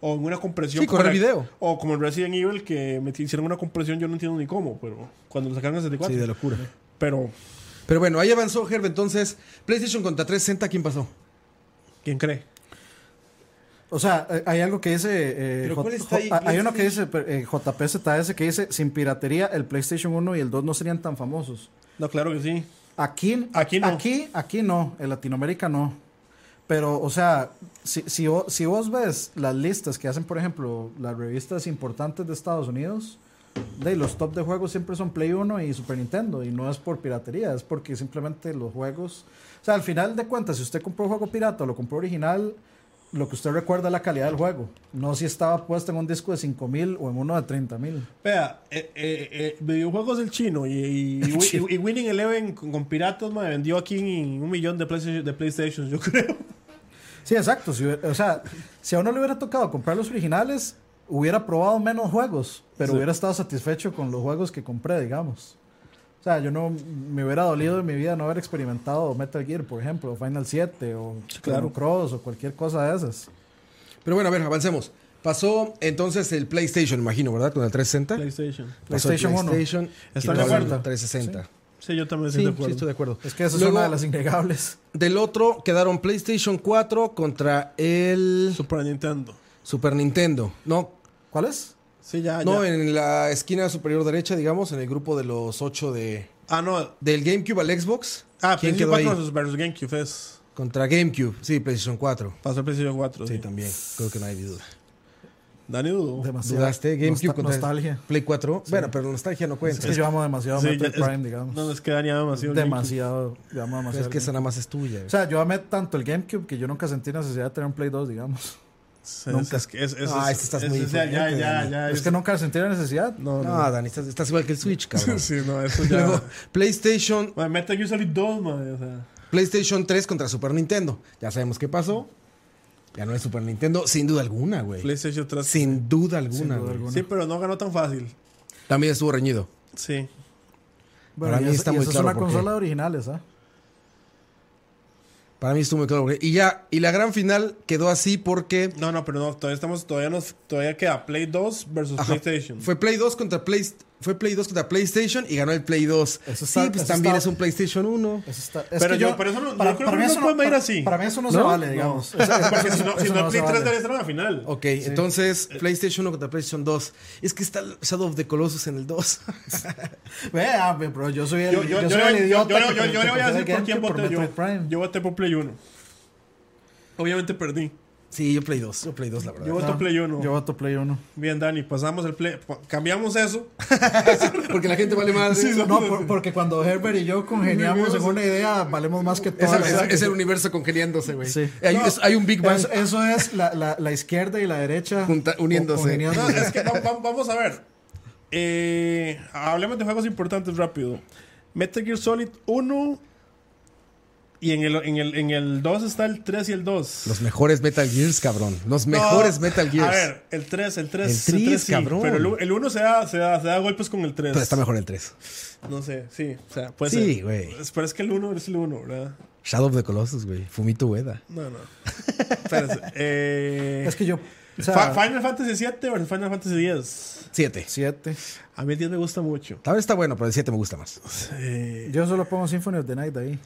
[SPEAKER 2] O en una compresión.
[SPEAKER 3] Sí,
[SPEAKER 2] como
[SPEAKER 3] correr
[SPEAKER 2] la-
[SPEAKER 3] video.
[SPEAKER 2] O como en Resident Evil que me hicieron una compresión, yo no entiendo ni cómo, pero cuando lo sacaron en 64.
[SPEAKER 3] Sí, de locura.
[SPEAKER 2] Pero,
[SPEAKER 3] Pero bueno, ahí avanzó Herb. Entonces, PlayStation contra 360, ¿quién pasó?
[SPEAKER 2] ¿quién cree?
[SPEAKER 4] O sea, eh, hay algo que dice. eh,
[SPEAKER 3] ¿Pero
[SPEAKER 4] J-
[SPEAKER 3] cuál está ahí?
[SPEAKER 4] J- hay uno que dice eh, JPZS que dice: sin piratería, el PlayStation 1 y el 2 no serían tan famosos.
[SPEAKER 2] No, claro que sí.
[SPEAKER 4] Aquí,
[SPEAKER 2] Aquí
[SPEAKER 4] aquí
[SPEAKER 2] no.
[SPEAKER 4] no. Aquí, aquí no. En Latinoamérica no. Pero, o sea, si, si, vo- si vos ves las listas que hacen, por ejemplo, las revistas importantes de Estados Unidos, de ahí, los top de juegos siempre son Play 1 y Super Nintendo. Y no es por piratería, es porque simplemente los juegos. O sea, al final de cuentas, si usted compró un juego pirata o lo compró original, lo que usted recuerda es la calidad del juego. No si estaba puesto en un disco de 5000 o en uno de 30000.
[SPEAKER 2] Vea, eh, eh, eh, videojuegos del chino y, y, y- y- y Winning Eleven con, con piratas me vendió aquí un millón de PlayStation, de PlayStation, yo creo.
[SPEAKER 4] Sí, exacto. Si hubiera- o sea, si a uno le hubiera tocado comprar los originales, hubiera probado menos juegos, pero hubiera estado satisfecho con los juegos que compré, digamos. O sea, yo no me hubiera dolido en mi vida no haber experimentado Metal Gear, por ejemplo, o Final 7 o Chrono Cross o cualquier cosa de esas.
[SPEAKER 3] Pero bueno, a ver, avancemos. Pasó entonces el PlayStation, imagino, ¿verdad? Con el 360.
[SPEAKER 2] PlayStation.
[SPEAKER 3] Pasó el
[SPEAKER 4] PlayStation 1.
[SPEAKER 3] PlayStation y
[SPEAKER 2] Están
[SPEAKER 3] luego
[SPEAKER 2] de
[SPEAKER 3] el
[SPEAKER 2] acuerdo.
[SPEAKER 3] 360. Sí,
[SPEAKER 2] Sí, yo también
[SPEAKER 3] sí,
[SPEAKER 2] estoy de acuerdo.
[SPEAKER 3] estoy de acuerdo.
[SPEAKER 4] Es que esa es
[SPEAKER 3] Luego,
[SPEAKER 4] una de las innegables.
[SPEAKER 3] Del otro quedaron PlayStation 4 contra el
[SPEAKER 2] Super Nintendo.
[SPEAKER 3] Super Nintendo. No,
[SPEAKER 4] ¿Cuál es?
[SPEAKER 2] Sí,
[SPEAKER 4] Ah,
[SPEAKER 2] ya,
[SPEAKER 3] no
[SPEAKER 2] ya.
[SPEAKER 3] en la esquina superior derecha, digamos, en el grupo de los 8 de,
[SPEAKER 2] Ah, no.
[SPEAKER 3] del GameCube al Xbox.
[SPEAKER 2] Ah,
[SPEAKER 3] ¿Quién
[SPEAKER 2] PlayStation
[SPEAKER 3] quedó ahí?
[SPEAKER 2] 4 versus, versus GameCube es.
[SPEAKER 3] Contra GameCube. Sí, PlayStation 4.
[SPEAKER 2] Pasó el PlayStation 4.
[SPEAKER 3] Sí, también. Creo que no hay duda.
[SPEAKER 2] Dani dudó.
[SPEAKER 4] Demasiado.
[SPEAKER 3] ¿Dudaste? GameCube
[SPEAKER 4] Nosta-
[SPEAKER 3] contra
[SPEAKER 4] nostalgia.
[SPEAKER 3] Play 4. Bueno, pero nostalgia no
[SPEAKER 4] Es
[SPEAKER 3] cuenta.
[SPEAKER 4] que yo amo demasiado
[SPEAKER 2] Sí,
[SPEAKER 4] Metal
[SPEAKER 2] ya- es-
[SPEAKER 4] Prime, digamos.
[SPEAKER 2] No, es que Dani ama demasiado. el
[SPEAKER 4] demasiado. Yo amo
[SPEAKER 3] Pero
[SPEAKER 4] demasiado.
[SPEAKER 3] es que
[SPEAKER 4] el
[SPEAKER 3] esa nada más es tuya.
[SPEAKER 4] GameCube. O sea, yo amé tanto el GameCube que yo nunca sentí necesidad de tener un Play 2, digamos.
[SPEAKER 2] Sí,
[SPEAKER 4] Nunca.
[SPEAKER 2] Es, es que es, es,
[SPEAKER 3] Ah,
[SPEAKER 2] es-
[SPEAKER 3] este estás
[SPEAKER 2] es-
[SPEAKER 3] muy
[SPEAKER 2] o sea, ya,
[SPEAKER 3] diferente,
[SPEAKER 2] ya,
[SPEAKER 3] Dani.
[SPEAKER 2] ya.
[SPEAKER 4] Es que nunca sentí la necesidad.
[SPEAKER 2] No, no.
[SPEAKER 3] No, Dani, estás, estás igual que el Switch, cabrón.
[SPEAKER 2] Sí, no, eso ya.
[SPEAKER 3] Luego, PlayStation,
[SPEAKER 2] Madre, Metal Gear Solid 2, madre, o sea.
[SPEAKER 3] PlayStation 3 contra Super Nintendo. Ya sabemos qué pasó. Ya no es Super Nintendo, sin duda alguna, güey.
[SPEAKER 2] PlayStation 3. Sí.
[SPEAKER 3] Sin duda alguna, güey.
[SPEAKER 2] pero no ganó tan fácil.
[SPEAKER 3] También estuvo reñido.
[SPEAKER 2] Sí.
[SPEAKER 4] Bueno,
[SPEAKER 3] Para
[SPEAKER 4] y
[SPEAKER 3] mí
[SPEAKER 4] esa-
[SPEAKER 3] está
[SPEAKER 4] y
[SPEAKER 3] muy
[SPEAKER 4] esa
[SPEAKER 3] claro
[SPEAKER 4] es una
[SPEAKER 3] por qué.
[SPEAKER 4] consola de originales, ¿ah?
[SPEAKER 3] Para mí estuvo muy claro. güey. Y ya, y la gran final quedó así porque
[SPEAKER 2] No, no, pero no, todavía estamos, todavía nos, todavía queda Play 2 versus
[SPEAKER 3] Ajá.
[SPEAKER 2] PlayStation.
[SPEAKER 3] fue Play 2 contra Play, Fue Play 2 contra PlayStation y ganó el Play 2.
[SPEAKER 4] Eso está-
[SPEAKER 3] sí, pues
[SPEAKER 4] eso
[SPEAKER 3] también
[SPEAKER 4] está-
[SPEAKER 3] es un PlayStation 1.
[SPEAKER 4] Eso está- es
[SPEAKER 2] Pero
[SPEAKER 4] que
[SPEAKER 2] yo- pero eso no- yo creo que
[SPEAKER 4] mí
[SPEAKER 2] no
[SPEAKER 4] eso
[SPEAKER 2] puede ir
[SPEAKER 4] para-
[SPEAKER 2] así.
[SPEAKER 4] Para mí eso no, se vale, digamos. Eso- eso-
[SPEAKER 2] Porque si no,
[SPEAKER 4] eso
[SPEAKER 2] si no, Play
[SPEAKER 4] no se
[SPEAKER 2] 3
[SPEAKER 4] vale.
[SPEAKER 2] debería estar en la final.
[SPEAKER 3] Ok, entonces PlayStation 1 contra PlayStation 2. Es que está el Shadow of the Colossus en el 2.
[SPEAKER 4] Vea, ve, bro, yo soy el,
[SPEAKER 2] Yo, yo, yo,
[SPEAKER 4] soy
[SPEAKER 2] le-
[SPEAKER 4] el
[SPEAKER 2] yo-
[SPEAKER 4] idiota.
[SPEAKER 2] yo-
[SPEAKER 4] que
[SPEAKER 2] yo- yo le voy a
[SPEAKER 4] interpretó
[SPEAKER 2] decir por
[SPEAKER 4] GameCube
[SPEAKER 2] quién voté yo.
[SPEAKER 4] Metroid Prime.
[SPEAKER 2] Yo voté por Play 1. Obviamente perdí.
[SPEAKER 3] Sí, yo Play 2. Yo Play 2, la verdad.
[SPEAKER 2] Yo voto
[SPEAKER 4] No,
[SPEAKER 2] Play 1.
[SPEAKER 4] Ah, Yo voto Play 1.
[SPEAKER 2] Bien, Dani, pasamos el Play. pa- Cambiamos eso.
[SPEAKER 3] Porque la gente vale más.
[SPEAKER 2] Sí,
[SPEAKER 4] No, por- porque cuando Herbert y yo congeniamos en una idea, valemos más que
[SPEAKER 3] Es,
[SPEAKER 4] todos.
[SPEAKER 3] el- es- es el universo congeniándose, güey.
[SPEAKER 4] Sí.
[SPEAKER 3] Hay,
[SPEAKER 4] No,
[SPEAKER 3] es- hay un Big Bang.
[SPEAKER 4] Eso, eso es la, la, la izquierda y la derecha
[SPEAKER 3] Junta- uniéndose.
[SPEAKER 4] congeniando.
[SPEAKER 2] No, es que va- va- vamos a ver. Eh, hablemos de juegos importantes rápido. Metal Gear Solid 1. Y en el, en, el, en el 2 está el 3 y el 2.
[SPEAKER 3] Los mejores Metal Gears, cabrón. Los
[SPEAKER 2] No,
[SPEAKER 3] mejores Metal Gears.
[SPEAKER 2] A ver, el 3, el 3.
[SPEAKER 3] El
[SPEAKER 2] El 3,
[SPEAKER 3] 3,
[SPEAKER 2] sí,
[SPEAKER 3] cabrón.
[SPEAKER 2] Pero el u- el 1 se da, se, da, se da golpes con el 3.
[SPEAKER 3] Pero está mejor el 3.
[SPEAKER 2] No sé, sí. O sea, puede
[SPEAKER 3] Sí,
[SPEAKER 2] ser.
[SPEAKER 3] güey.
[SPEAKER 2] Pero es que el 1 es el 1, ¿verdad?
[SPEAKER 3] Shadow of the Colossus, güey. Fumito Ueda.
[SPEAKER 2] No, no. Espérense. Eh,
[SPEAKER 4] Es que yo. O sea,
[SPEAKER 2] Fa- Final Fantasy VII versus Final Fantasy X.
[SPEAKER 3] 7.
[SPEAKER 4] siete.
[SPEAKER 2] A mí el 10 me gusta mucho.
[SPEAKER 3] Tal vez está bueno, pero el 7 me gusta más.
[SPEAKER 2] Eh,
[SPEAKER 4] Yo solo pongo Symphony of the Night ahí.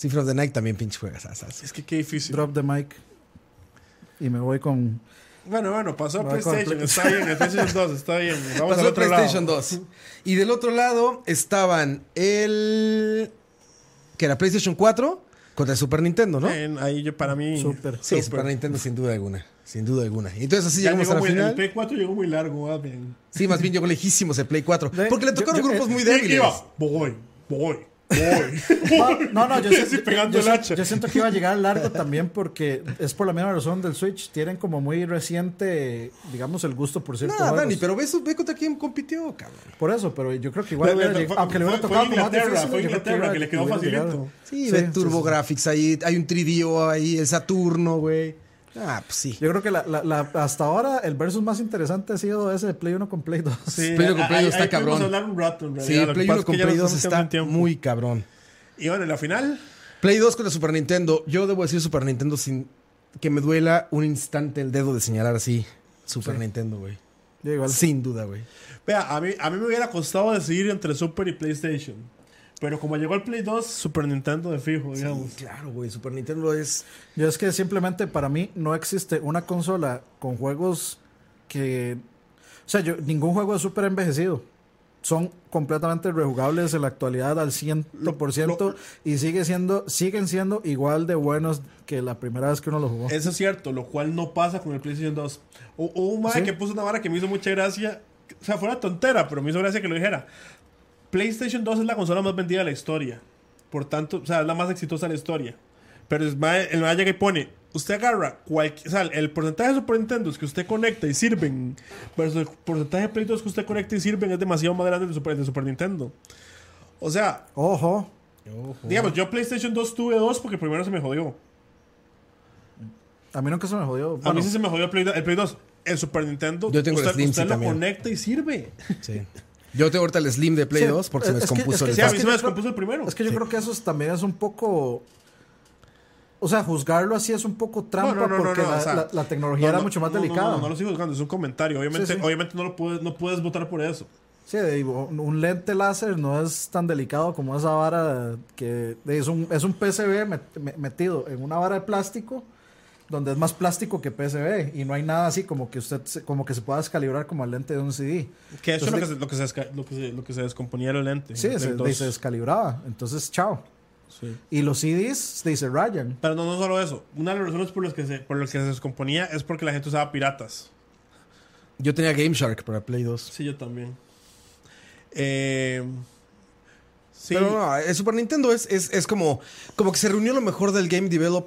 [SPEAKER 3] Cifras de Nike también pinche juegas. as- as-
[SPEAKER 2] es que qué difícil.
[SPEAKER 4] Drop the mic. Y me voy con.
[SPEAKER 2] Bueno, bueno, pasó a
[SPEAKER 4] Voy con
[SPEAKER 2] PlayStation.
[SPEAKER 4] Play-
[SPEAKER 2] Está bien, el PlayStation 2, está bien. Vamos
[SPEAKER 3] Pasó
[SPEAKER 2] al
[SPEAKER 3] a
[SPEAKER 2] otro
[SPEAKER 3] PlayStation
[SPEAKER 2] lado.
[SPEAKER 3] 2. Y del otro lado estaban el... Que era PlayStation 4 contra el Super Nintendo, ¿no?
[SPEAKER 2] Eh, ahí yo para mí.
[SPEAKER 4] Súper.
[SPEAKER 3] sí,
[SPEAKER 2] súper.
[SPEAKER 3] Super Nintendo sin duda alguna. Sin duda alguna. Y entonces así
[SPEAKER 2] Ya
[SPEAKER 3] llegamos
[SPEAKER 2] llegó
[SPEAKER 3] a la
[SPEAKER 2] muy-
[SPEAKER 3] final.
[SPEAKER 2] El Play 4 llegó muy largo, más bien.
[SPEAKER 3] Sí, más bien llegó lejísimos el Play 4.
[SPEAKER 4] De-
[SPEAKER 3] Porque le
[SPEAKER 4] yo-
[SPEAKER 3] tocaron
[SPEAKER 4] yo-
[SPEAKER 3] grupos muy
[SPEAKER 2] Y-
[SPEAKER 3] débiles.
[SPEAKER 2] Iba, voy, voy, voy.
[SPEAKER 4] No, no, yo, siento-
[SPEAKER 2] Sí, pegando
[SPEAKER 4] yo
[SPEAKER 2] el
[SPEAKER 4] siento-
[SPEAKER 2] hacha.
[SPEAKER 4] yo siento que iba a llegar largo también porque es por la misma razón del Switch. Tienen como muy reciente, digamos, el gusto por cierto.
[SPEAKER 3] Nada, Dani, pero ve, su- ve contra quién compitió, cabrón.
[SPEAKER 4] Por eso, pero yo creo que igual hubiera
[SPEAKER 2] Fue-
[SPEAKER 4] llegado-
[SPEAKER 2] fue-
[SPEAKER 4] aunque le hubiera
[SPEAKER 2] fue
[SPEAKER 4] tocado como más
[SPEAKER 2] Inglaterra,
[SPEAKER 4] difícil,
[SPEAKER 2] fue
[SPEAKER 4] yo creo
[SPEAKER 2] Inglaterra,
[SPEAKER 4] hubiera-
[SPEAKER 2] que le quedó
[SPEAKER 4] hubiera
[SPEAKER 2] facilito.
[SPEAKER 4] llegado.
[SPEAKER 3] Sí, ve TurboGrafx, ahí hay un 3DO ahí, el Saturno, güey. Ah, pues sí.
[SPEAKER 4] Yo creo que la- la- la- hasta ahora el versus más interesante ha sido ese de Play 1 con Play 2.
[SPEAKER 2] Sí,
[SPEAKER 3] Play uno con
[SPEAKER 2] ahí-
[SPEAKER 3] Play dos
[SPEAKER 2] ahí
[SPEAKER 3] está
[SPEAKER 2] pudimos
[SPEAKER 3] cabrón.
[SPEAKER 2] hablar un rato, en realidad.
[SPEAKER 3] Sí,
[SPEAKER 2] Lo que
[SPEAKER 3] Play
[SPEAKER 2] pasa
[SPEAKER 3] 1
[SPEAKER 2] es
[SPEAKER 3] con
[SPEAKER 2] que ya
[SPEAKER 3] Play
[SPEAKER 2] nos
[SPEAKER 3] 2
[SPEAKER 2] estamos quedando
[SPEAKER 3] está
[SPEAKER 2] en tiempo.
[SPEAKER 3] muy cabrón.
[SPEAKER 2] Y bueno, en la final.
[SPEAKER 3] Play 2 contra Super Nintendo. Yo debo decir Super Nintendo sin que me duela un instante el dedo de señalar así. Super Nintendo, güey.
[SPEAKER 4] Yo igual.
[SPEAKER 3] Sin duda, güey.
[SPEAKER 2] Vea, a mí, a mí me hubiera costado decidir entre Super y PlayStation. Pero como llegó el Play 2, Super Nintendo de fijo, digamos.
[SPEAKER 3] Claro, güey. Super Nintendo es.
[SPEAKER 4] Yo es que simplemente para mí no existe una consola con juegos que... O sea, yo, ningún juego es súper envejecido. Son completamente rejugables en la actualidad al 100% y sigue siendo, siguen siendo igual de buenos que la primera vez que uno los jugó.
[SPEAKER 2] Eso es cierto, lo cual no pasa con el PlayStation 2. Hubo hubo un mae
[SPEAKER 4] ¿Sí?
[SPEAKER 2] que puso una vara que me hizo mucha gracia. O sea, fue una tontera, pero me hizo gracia que lo dijera. PlayStation 2 es la consola más vendida de la historia. Por tanto, o sea, es la más exitosa de la historia. Pero es mae- el mae llega y pone, usted agarra cualquier, o sea, el porcentaje de Super Nintendo que usted conecta y sirven, versus el porcentaje de Play 2 que usted conecta y sirven es demasiado más grande que el Super, el de Super Nintendo. O sea,
[SPEAKER 4] Ojo.
[SPEAKER 2] digamos, yo PlayStation 2 tuve dos porque primero se me jodió.
[SPEAKER 4] A mí nunca se me jodió.
[SPEAKER 2] A
[SPEAKER 4] Bueno,
[SPEAKER 2] mí sí se me jodió el Play, el Play 2. El Super Nintendo.
[SPEAKER 3] Yo tengo el
[SPEAKER 2] usted,
[SPEAKER 3] Slim,
[SPEAKER 2] usted
[SPEAKER 3] sí,
[SPEAKER 2] lo
[SPEAKER 3] también.
[SPEAKER 2] conecta y sirve.
[SPEAKER 3] Sí. Yo tengo ahorita el Slim de Play
[SPEAKER 4] Sí,
[SPEAKER 3] 2 porque se me
[SPEAKER 4] es que-
[SPEAKER 3] descompuso
[SPEAKER 4] es
[SPEAKER 2] Sí,
[SPEAKER 3] el.
[SPEAKER 4] que-
[SPEAKER 2] a
[SPEAKER 4] es
[SPEAKER 2] mí se me
[SPEAKER 4] yo
[SPEAKER 2] descompuso el primero.
[SPEAKER 4] es que yo creo que eso es- también es un poco... O sea, juzgarlo así es un poco trampa porque la,
[SPEAKER 2] o sea,
[SPEAKER 4] la- la tecnología
[SPEAKER 2] no,
[SPEAKER 4] era
[SPEAKER 2] no,
[SPEAKER 4] mucho más
[SPEAKER 2] no, no,
[SPEAKER 4] delicada.
[SPEAKER 2] No, no, no lo sigo buscando, es un comentario. Obviamente,
[SPEAKER 4] Sí, sí.
[SPEAKER 2] obviamente no lo puedes, no puedes votar por eso.
[SPEAKER 4] Sí, de- un un lente láser no es tan delicado como esa vara que de- es un, es un PCB met- me- metido en una vara de plástico donde es más plástico que PCB y no hay nada así como que usted se- como que se pueda descalibrar como el lente de un CD.
[SPEAKER 2] Que eso es lo que,
[SPEAKER 4] Entonces,
[SPEAKER 2] se, lo, que se, desca- lo, que se, lo que se descomponía era el lente.
[SPEAKER 4] Sí,
[SPEAKER 2] el Play
[SPEAKER 4] se,
[SPEAKER 2] 2.
[SPEAKER 4] de- se descalibraba. Entonces, chao.
[SPEAKER 2] Sí.
[SPEAKER 4] Y los CDs de- se rayan.
[SPEAKER 2] Pero no, no solo eso. Una de las razones por las que se, por las que se descomponía es porque la gente usaba piratas.
[SPEAKER 3] Yo tenía Game Shark para Play 2.
[SPEAKER 2] Sí, yo también. Eh, sí.
[SPEAKER 3] Pero no, el Super Nintendo es, es, es como, como que se reunió lo mejor del game develop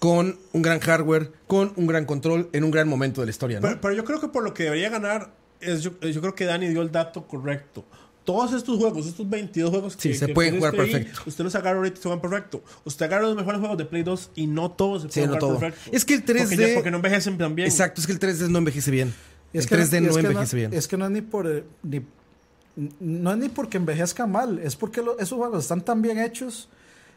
[SPEAKER 3] con un gran hardware, con un gran control, en un gran momento de la historia, ¿no?
[SPEAKER 2] Pero, pero yo creo que por lo que debería ganar, es, yo, yo creo que Dani dio el dato correcto. Todos estos juegos, estos 22 juegos
[SPEAKER 3] Sí,
[SPEAKER 2] que
[SPEAKER 3] se
[SPEAKER 2] que
[SPEAKER 3] pueden
[SPEAKER 2] pusiste
[SPEAKER 3] jugar
[SPEAKER 2] ahí,
[SPEAKER 3] perfecto.
[SPEAKER 2] usted los agarra ahorita y se van perfecto. Usted agarra los mejores juegos de Play 2 y no todos se
[SPEAKER 3] Sí,
[SPEAKER 2] pueden
[SPEAKER 3] no
[SPEAKER 2] jugar
[SPEAKER 3] todo.
[SPEAKER 2] perfecto.
[SPEAKER 3] Es que el
[SPEAKER 2] Porque
[SPEAKER 3] 3D
[SPEAKER 2] ya- Porque no envejecen tan bien.
[SPEAKER 3] Exacto, es que el 3D no envejece bien.
[SPEAKER 4] Y es
[SPEAKER 3] el
[SPEAKER 4] que
[SPEAKER 3] 3D
[SPEAKER 4] y
[SPEAKER 3] no
[SPEAKER 4] es que
[SPEAKER 3] envejece bien.
[SPEAKER 4] Es que no es ni por... eh, ni- no es ni porque envejezca mal, es porque lo- esos juegos están tan bien hechos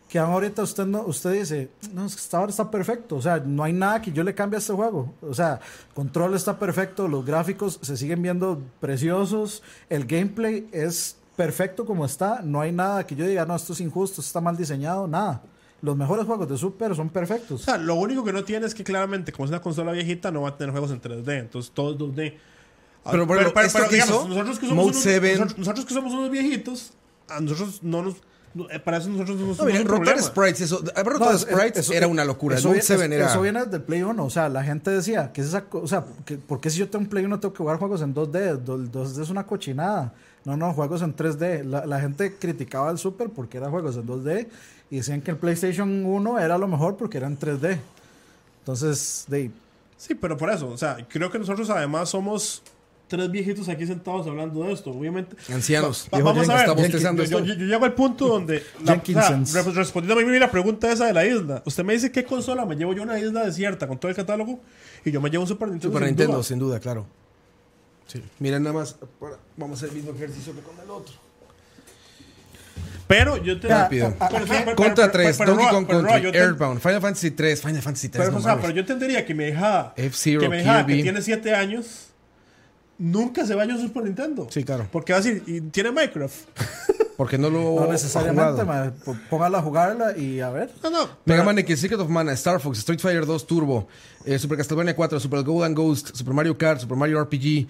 [SPEAKER 4] que ahorita usted no, usted dice, no, es que hasta ahora está perfecto, o sea, no hay nada que yo le cambie a este juego, o sea, control está perfecto, los gráficos se siguen viendo preciosos, el gameplay es perfecto como está, no hay nada que yo diga, no, esto es injusto, esto está mal diseñado, nada. Los mejores juegos de Super son
[SPEAKER 2] O
[SPEAKER 4] perfectos.
[SPEAKER 2] sea, lo único que no tiene es que claramente, como es una consola viejita, no va a tener juegos en 3D. Entonces, todo es 2D. Ah,
[SPEAKER 3] Pero, por ejemplo, esto que hizo,
[SPEAKER 2] nosotros que,
[SPEAKER 3] Mode
[SPEAKER 2] somos unos,
[SPEAKER 3] 7.
[SPEAKER 2] nosotros, nosotros que somos unos viejitos, a nosotros no nos. no, eh, Para eso nosotros no, nos
[SPEAKER 3] No, mira,
[SPEAKER 2] un
[SPEAKER 3] rotar
[SPEAKER 2] problema.
[SPEAKER 3] sprites, eso, haber rotado
[SPEAKER 4] No, es-
[SPEAKER 3] Ah, sprites
[SPEAKER 4] eso-
[SPEAKER 3] era una locura.
[SPEAKER 4] Eso,
[SPEAKER 3] Mode
[SPEAKER 4] viene-
[SPEAKER 3] 7 era-
[SPEAKER 4] eso viene desde el Play 1. O sea, la gente decía, que es esa co- o sea, que- ¿por qué si yo tengo un Play 1 tengo que jugar juegos en 2D? Do- El 2D es una cochinada. No, no, juegos en 3D. La, la gente criticaba el Super porque era juegos en 2D y decían que el PlayStation 1 era lo mejor porque era en 3D. Entonces, de ahí,
[SPEAKER 2] Sí, pero por eso. O sea, creo que nosotros además somos tres viejitos aquí sentados hablando de esto. Obviamente.
[SPEAKER 3] Ancianos.
[SPEAKER 2] Va-
[SPEAKER 3] Dijo
[SPEAKER 2] vamos
[SPEAKER 3] Jenga,
[SPEAKER 2] a ver.
[SPEAKER 3] está
[SPEAKER 2] Yo-
[SPEAKER 3] bostezando
[SPEAKER 2] yo,
[SPEAKER 3] esto.
[SPEAKER 2] yo- yo llego al punto donde. la- o sea,
[SPEAKER 4] Jenkinsons.
[SPEAKER 2] re- respondiendo a mí la pregunta esa de la isla. Usted me dice qué consola me llevo yo a una isla desierta con todo el catálogo y yo me llevo un Super Nintendo.
[SPEAKER 3] Super
[SPEAKER 2] sin
[SPEAKER 3] Nintendo,
[SPEAKER 2] duda.
[SPEAKER 3] sin duda, claro. Miren, nada más. para- Vamos a hacer el mismo ejercicio que con el otro.
[SPEAKER 2] Pero yo te.
[SPEAKER 3] Rápido. Contra 3, Donkey Kong
[SPEAKER 2] Roa,
[SPEAKER 3] Country,
[SPEAKER 2] yo te-
[SPEAKER 3] Airbound, Final Fantasy 3, Final Fantasy 3.
[SPEAKER 2] Pero, o sea, pero yo entendería que mi hija,
[SPEAKER 3] F-Zero,
[SPEAKER 2] que, mi hija que
[SPEAKER 3] Kirby.
[SPEAKER 2] tiene 7 años nunca se vaya a un Super Nintendo.
[SPEAKER 3] Sí, claro.
[SPEAKER 2] Porque va a decir, y tiene Minecraft.
[SPEAKER 3] Porque no lo
[SPEAKER 4] no
[SPEAKER 3] ha
[SPEAKER 4] necesariamente,
[SPEAKER 3] jugado.
[SPEAKER 4] ma, p- póngala a jugarla y a ver.
[SPEAKER 2] No, no.
[SPEAKER 3] Mega Man X, Secret of Mana, Star Fox, Street Fighter 2 Turbo, eh, Super Castlevania 4, Super Golden Ghost, Super Mario Kart, Super Mario RPG,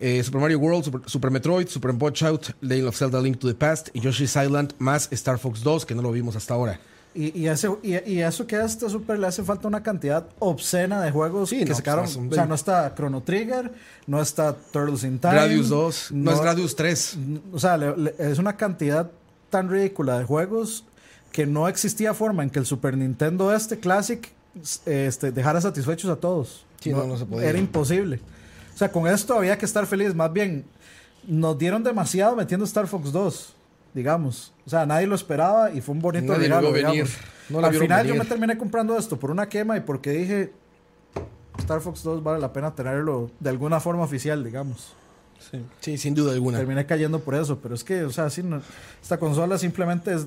[SPEAKER 3] eh, Super Mario World, Super, Super Metroid, Super Punch Out, Lane of Zelda Link to the Past y Yoshi's Island más Star Fox 2, que no lo vimos hasta ahora.
[SPEAKER 4] Y, y, ese- y, y eso que a este Super le hace falta una cantidad obscena de juegos
[SPEAKER 3] Sí,
[SPEAKER 4] que
[SPEAKER 3] no,
[SPEAKER 4] se quedaron.
[SPEAKER 3] pues, son
[SPEAKER 4] o sea,
[SPEAKER 3] veinte.
[SPEAKER 4] no está Chrono Trigger, no está Turtles in Time.
[SPEAKER 3] Gradius 2, no, es Gradius 3.
[SPEAKER 4] O sea, le- le- es una cantidad tan ridícula de juegos que no existía forma en que el Super Nintendo este Classic este, dejara satisfechos a todos.
[SPEAKER 3] Sí, no, no se podía.
[SPEAKER 4] Era imposible. O sea, con esto había que estar feliz. Más bien, nos dieron demasiado metiendo Star Fox 2, digamos. O sea, nadie lo esperaba y fue un bonito
[SPEAKER 3] Nadie lo vio
[SPEAKER 4] regalo,
[SPEAKER 3] venir.
[SPEAKER 4] digamos.
[SPEAKER 3] No lo
[SPEAKER 4] Al
[SPEAKER 3] vieron
[SPEAKER 4] final yo
[SPEAKER 3] venir.
[SPEAKER 4] me terminé comprando esto por una quema y porque dije, Star Fox 2 vale la pena tenerlo de alguna forma oficial, digamos.
[SPEAKER 2] Sí.
[SPEAKER 3] Sí, sin duda alguna.
[SPEAKER 4] Terminé cayendo por eso, pero es que, o sea, sí, no- esta consola simplemente es-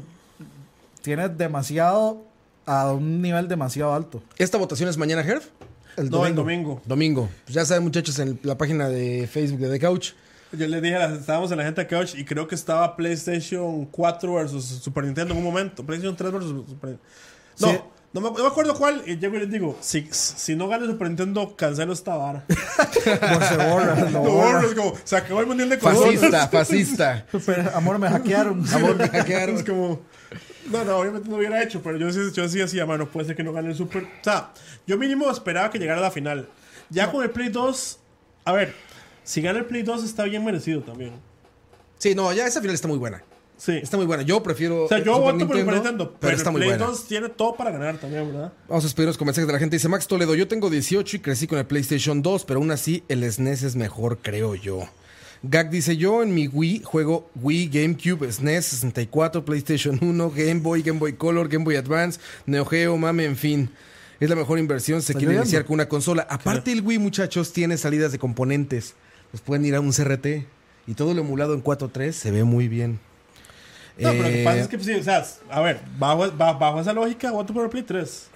[SPEAKER 4] tiene demasiado a un nivel demasiado alto.
[SPEAKER 3] ¿Esta votación es mañana, Herb?
[SPEAKER 4] El
[SPEAKER 2] No, el
[SPEAKER 4] domingo.
[SPEAKER 2] domingo.
[SPEAKER 3] Domingo. Pues ya saben, muchachos, en la página de Facebook de The Couch.
[SPEAKER 2] Yo les dije, las- estábamos en la gente de Couch y creo que estaba PlayStation 4 versus Super Nintendo en un momento. PlayStation 3 versus Super No,
[SPEAKER 4] Sí.
[SPEAKER 2] no, me, no me acuerdo cuál. Y llego y les digo, si, si no gana el Super Nintendo, cancelo esta vara.
[SPEAKER 4] No se borra, lo
[SPEAKER 2] No,
[SPEAKER 4] borra.
[SPEAKER 2] es como, se acabó el mundial de consolas.
[SPEAKER 3] Fascista, fascista.
[SPEAKER 4] Pero, amor, me hackearon.
[SPEAKER 3] Amor, me hackearon.
[SPEAKER 2] Es como. No, no, obviamente no hubiera hecho, pero yo sí, yo sí decía, mano, puede ser que no gane el Super. O sea, yo mínimo esperaba que llegara a la final. Ya con el Play 2, a ver, si gana el Play 2 está bien merecido también.
[SPEAKER 3] Sí, no, ya esa final está muy buena.
[SPEAKER 2] Sí.
[SPEAKER 3] Está muy buena. Yo prefiero.
[SPEAKER 2] o sea, yo
[SPEAKER 3] Super
[SPEAKER 2] voto por el Super Nintendo, pero,
[SPEAKER 3] está
[SPEAKER 2] el
[SPEAKER 3] muy
[SPEAKER 2] Play
[SPEAKER 3] buena.
[SPEAKER 2] 2 tiene todo para ganar también, ¿verdad?
[SPEAKER 3] Vamos a despedir los mensajes de la gente. Dice Max Toledo, yo tengo 18 y crecí con el PlayStation 2, pero aún así el SNES es mejor, creo yo. Gag dice, yo en mi Wii juego Wii, GameCube, E SNES, 64, PlayStation 1, Game Boy, Game Boy Color, Game Boy Advance, Neo Geo, mame, en fin. Es la mejor inversión, se quiere
[SPEAKER 4] llegando.
[SPEAKER 3] iniciar con una consola. Aparte el Wii, muchachos, tiene salidas de componentes. Los pueden ir a un CRT y todo lo emulado en 4.3 se ve muy bien.
[SPEAKER 2] No, pero lo que
[SPEAKER 3] Eh,
[SPEAKER 2] pasa es que, pues, sí, o sea, a ver, bajo, ba- bajo esa lógica, voto por el Play 3.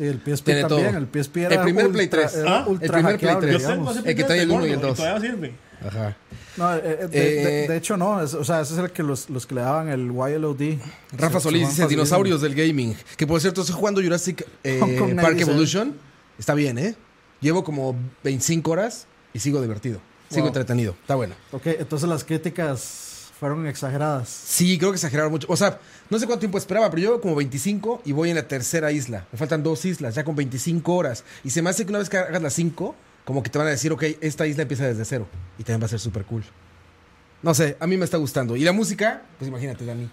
[SPEAKER 4] Y el PSP
[SPEAKER 3] Tiene
[SPEAKER 4] también,
[SPEAKER 3] todo.
[SPEAKER 4] el PSP
[SPEAKER 3] El
[SPEAKER 4] era
[SPEAKER 3] primer
[SPEAKER 4] ultra-
[SPEAKER 3] Play 3.
[SPEAKER 4] era
[SPEAKER 2] Ah,
[SPEAKER 4] ultra
[SPEAKER 3] el primer Play
[SPEAKER 4] hackeable,
[SPEAKER 3] 3.
[SPEAKER 4] digamos.
[SPEAKER 2] ese
[SPEAKER 3] El que
[SPEAKER 2] Play
[SPEAKER 3] trae el uno y
[SPEAKER 2] gordo
[SPEAKER 3] el dos.
[SPEAKER 2] Todavía sirve.
[SPEAKER 3] Ajá.
[SPEAKER 4] No, eh, eh, de, de-
[SPEAKER 3] Eh,
[SPEAKER 4] de hecho no, es- o sea, ese es el que los, los que le daban el YLOD.
[SPEAKER 3] Rafa
[SPEAKER 4] Se- se
[SPEAKER 3] Solís
[SPEAKER 4] van
[SPEAKER 3] dice
[SPEAKER 4] facilísimo.
[SPEAKER 3] dinosaurios del gaming. Que por cierto, estoy jugando Jurassic eh,
[SPEAKER 4] Hong Kong
[SPEAKER 3] Park
[SPEAKER 4] 97.
[SPEAKER 3] Evolution. Está bien, ¿eh? Llevo como 25 horas y sigo divertido. Sigo
[SPEAKER 4] Wow.
[SPEAKER 3] entretenido. Está bueno.
[SPEAKER 4] Ok, entonces las críticas fueron exageradas.
[SPEAKER 3] Sí, creo que exageraron mucho. O sea, no sé cuánto tiempo esperaba, pero llevo como 25 y voy en la tercera isla. Me faltan dos islas, ya con 25 horas. Y se me hace que una vez que hagas las 5, como que te van a decir, ok, esta isla empieza desde cero. Y también va a ser súper cool. No sé, a mí me está gustando. Y la música, pues imagínate, Dani.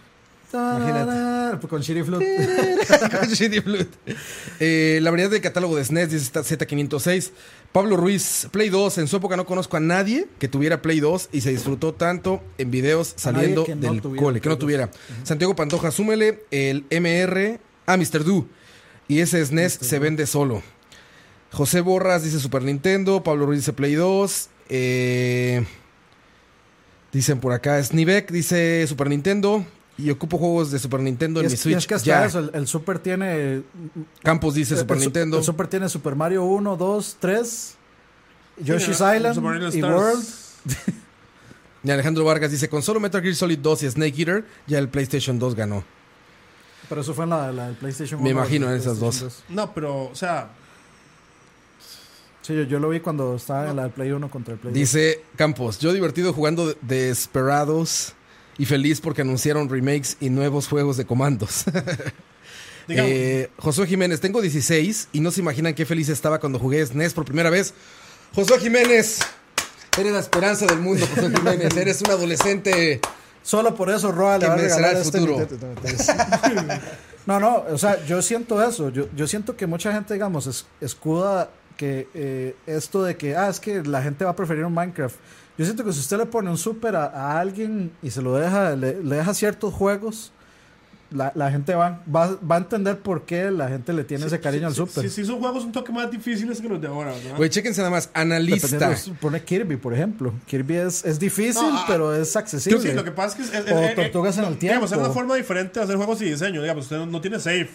[SPEAKER 3] Imagínate.
[SPEAKER 4] Con Shiri Flood.
[SPEAKER 3] Con Shitty Flute. Eh, la variedad del catálogo de SNES dice esta Z506. Pablo Ruiz, Play 2. En su época no conozco a nadie que tuviera Play 2 y se disfrutó tanto en videos saliendo
[SPEAKER 4] que no
[SPEAKER 3] del
[SPEAKER 4] tuviera
[SPEAKER 3] cole, que no
[SPEAKER 4] Play
[SPEAKER 3] tuviera.
[SPEAKER 4] 2.
[SPEAKER 3] Santiago Pantoja, súmele el MR a Mr. Do. Y ese SNES se vende solo. José Borras dice Super Nintendo. Pablo Ruiz dice Play 2. Eh, dicen por acá Snivek dice Super Nintendo. y ocupo juegos de Super Nintendo en
[SPEAKER 4] y
[SPEAKER 3] mi
[SPEAKER 4] es,
[SPEAKER 3] Switch.
[SPEAKER 4] y es que hasta
[SPEAKER 3] ya.
[SPEAKER 4] eso, el, el Super tiene.
[SPEAKER 3] Campos dice
[SPEAKER 4] el-
[SPEAKER 3] Super
[SPEAKER 4] el su-
[SPEAKER 3] Nintendo.
[SPEAKER 4] El Super tiene Super Mario 1, 2, 3, Yoshi's
[SPEAKER 2] Mira,
[SPEAKER 4] Island
[SPEAKER 2] Super Mario
[SPEAKER 4] y
[SPEAKER 2] Stars.
[SPEAKER 4] World.
[SPEAKER 3] Y Alejandro Vargas dice, con solo Metal Gear Solid 2 y Snake Eater, ya el PlayStation 2 ganó.
[SPEAKER 4] Pero eso fue en la, la del PlayStation
[SPEAKER 3] Me
[SPEAKER 4] 1,
[SPEAKER 3] imagino,
[SPEAKER 4] el
[SPEAKER 3] en esas
[SPEAKER 4] PlayStation
[SPEAKER 3] dos.
[SPEAKER 2] No, pero, o sea,
[SPEAKER 4] Sí, yo, yo lo vi cuando estaba en la del Play 1 contra el Play 2.
[SPEAKER 3] Dice Campos, yo divertido jugando Desperados y feliz porque anunciaron remakes y nuevos juegos de comandos.
[SPEAKER 2] digamos,
[SPEAKER 3] Eh, Josué Jiménez, tengo 16 y no se imaginan qué feliz estaba cuando jugué SNES por primera vez. Josué Jiménez, eres la esperanza del mundo, Josué Jiménez. Eres un adolescente.
[SPEAKER 4] Ah. Solo por eso Roa le
[SPEAKER 3] Que
[SPEAKER 4] va a
[SPEAKER 3] me será
[SPEAKER 4] regalar
[SPEAKER 3] el
[SPEAKER 4] este
[SPEAKER 3] futuro.
[SPEAKER 4] Nintendo. No, entonces- No, no, o sea, yo siento eso. Yo, yo siento que mucha gente, digamos, es- escuda que eh, esto de que, ah, es que la gente va a preferir un Minecraft. Yo siento que si usted le pone un super a, a alguien y se lo deja, le, le deja ciertos juegos, la, la gente va, va, va a entender por qué la gente le tiene ese cariño al
[SPEAKER 2] si,
[SPEAKER 4] super.
[SPEAKER 2] si, si son juegos un toque más difíciles que los de ahora, ¿verdad?
[SPEAKER 3] Güey, chéquense nada más.
[SPEAKER 4] Dependiendo
[SPEAKER 3] Analista.
[SPEAKER 4] de- pone Kirby, por ejemplo. Kirby es, es difícil,
[SPEAKER 2] No, ah,
[SPEAKER 4] pero es accesible.
[SPEAKER 2] Sí, lo que pasa es que... Es, es-
[SPEAKER 4] O
[SPEAKER 2] eh, eh,
[SPEAKER 4] Tortugas en el
[SPEAKER 2] Digamos, es
[SPEAKER 4] Tiempo.
[SPEAKER 2] una forma diferente de hacer juegos y diseño. Digamos, usted no, no tiene save.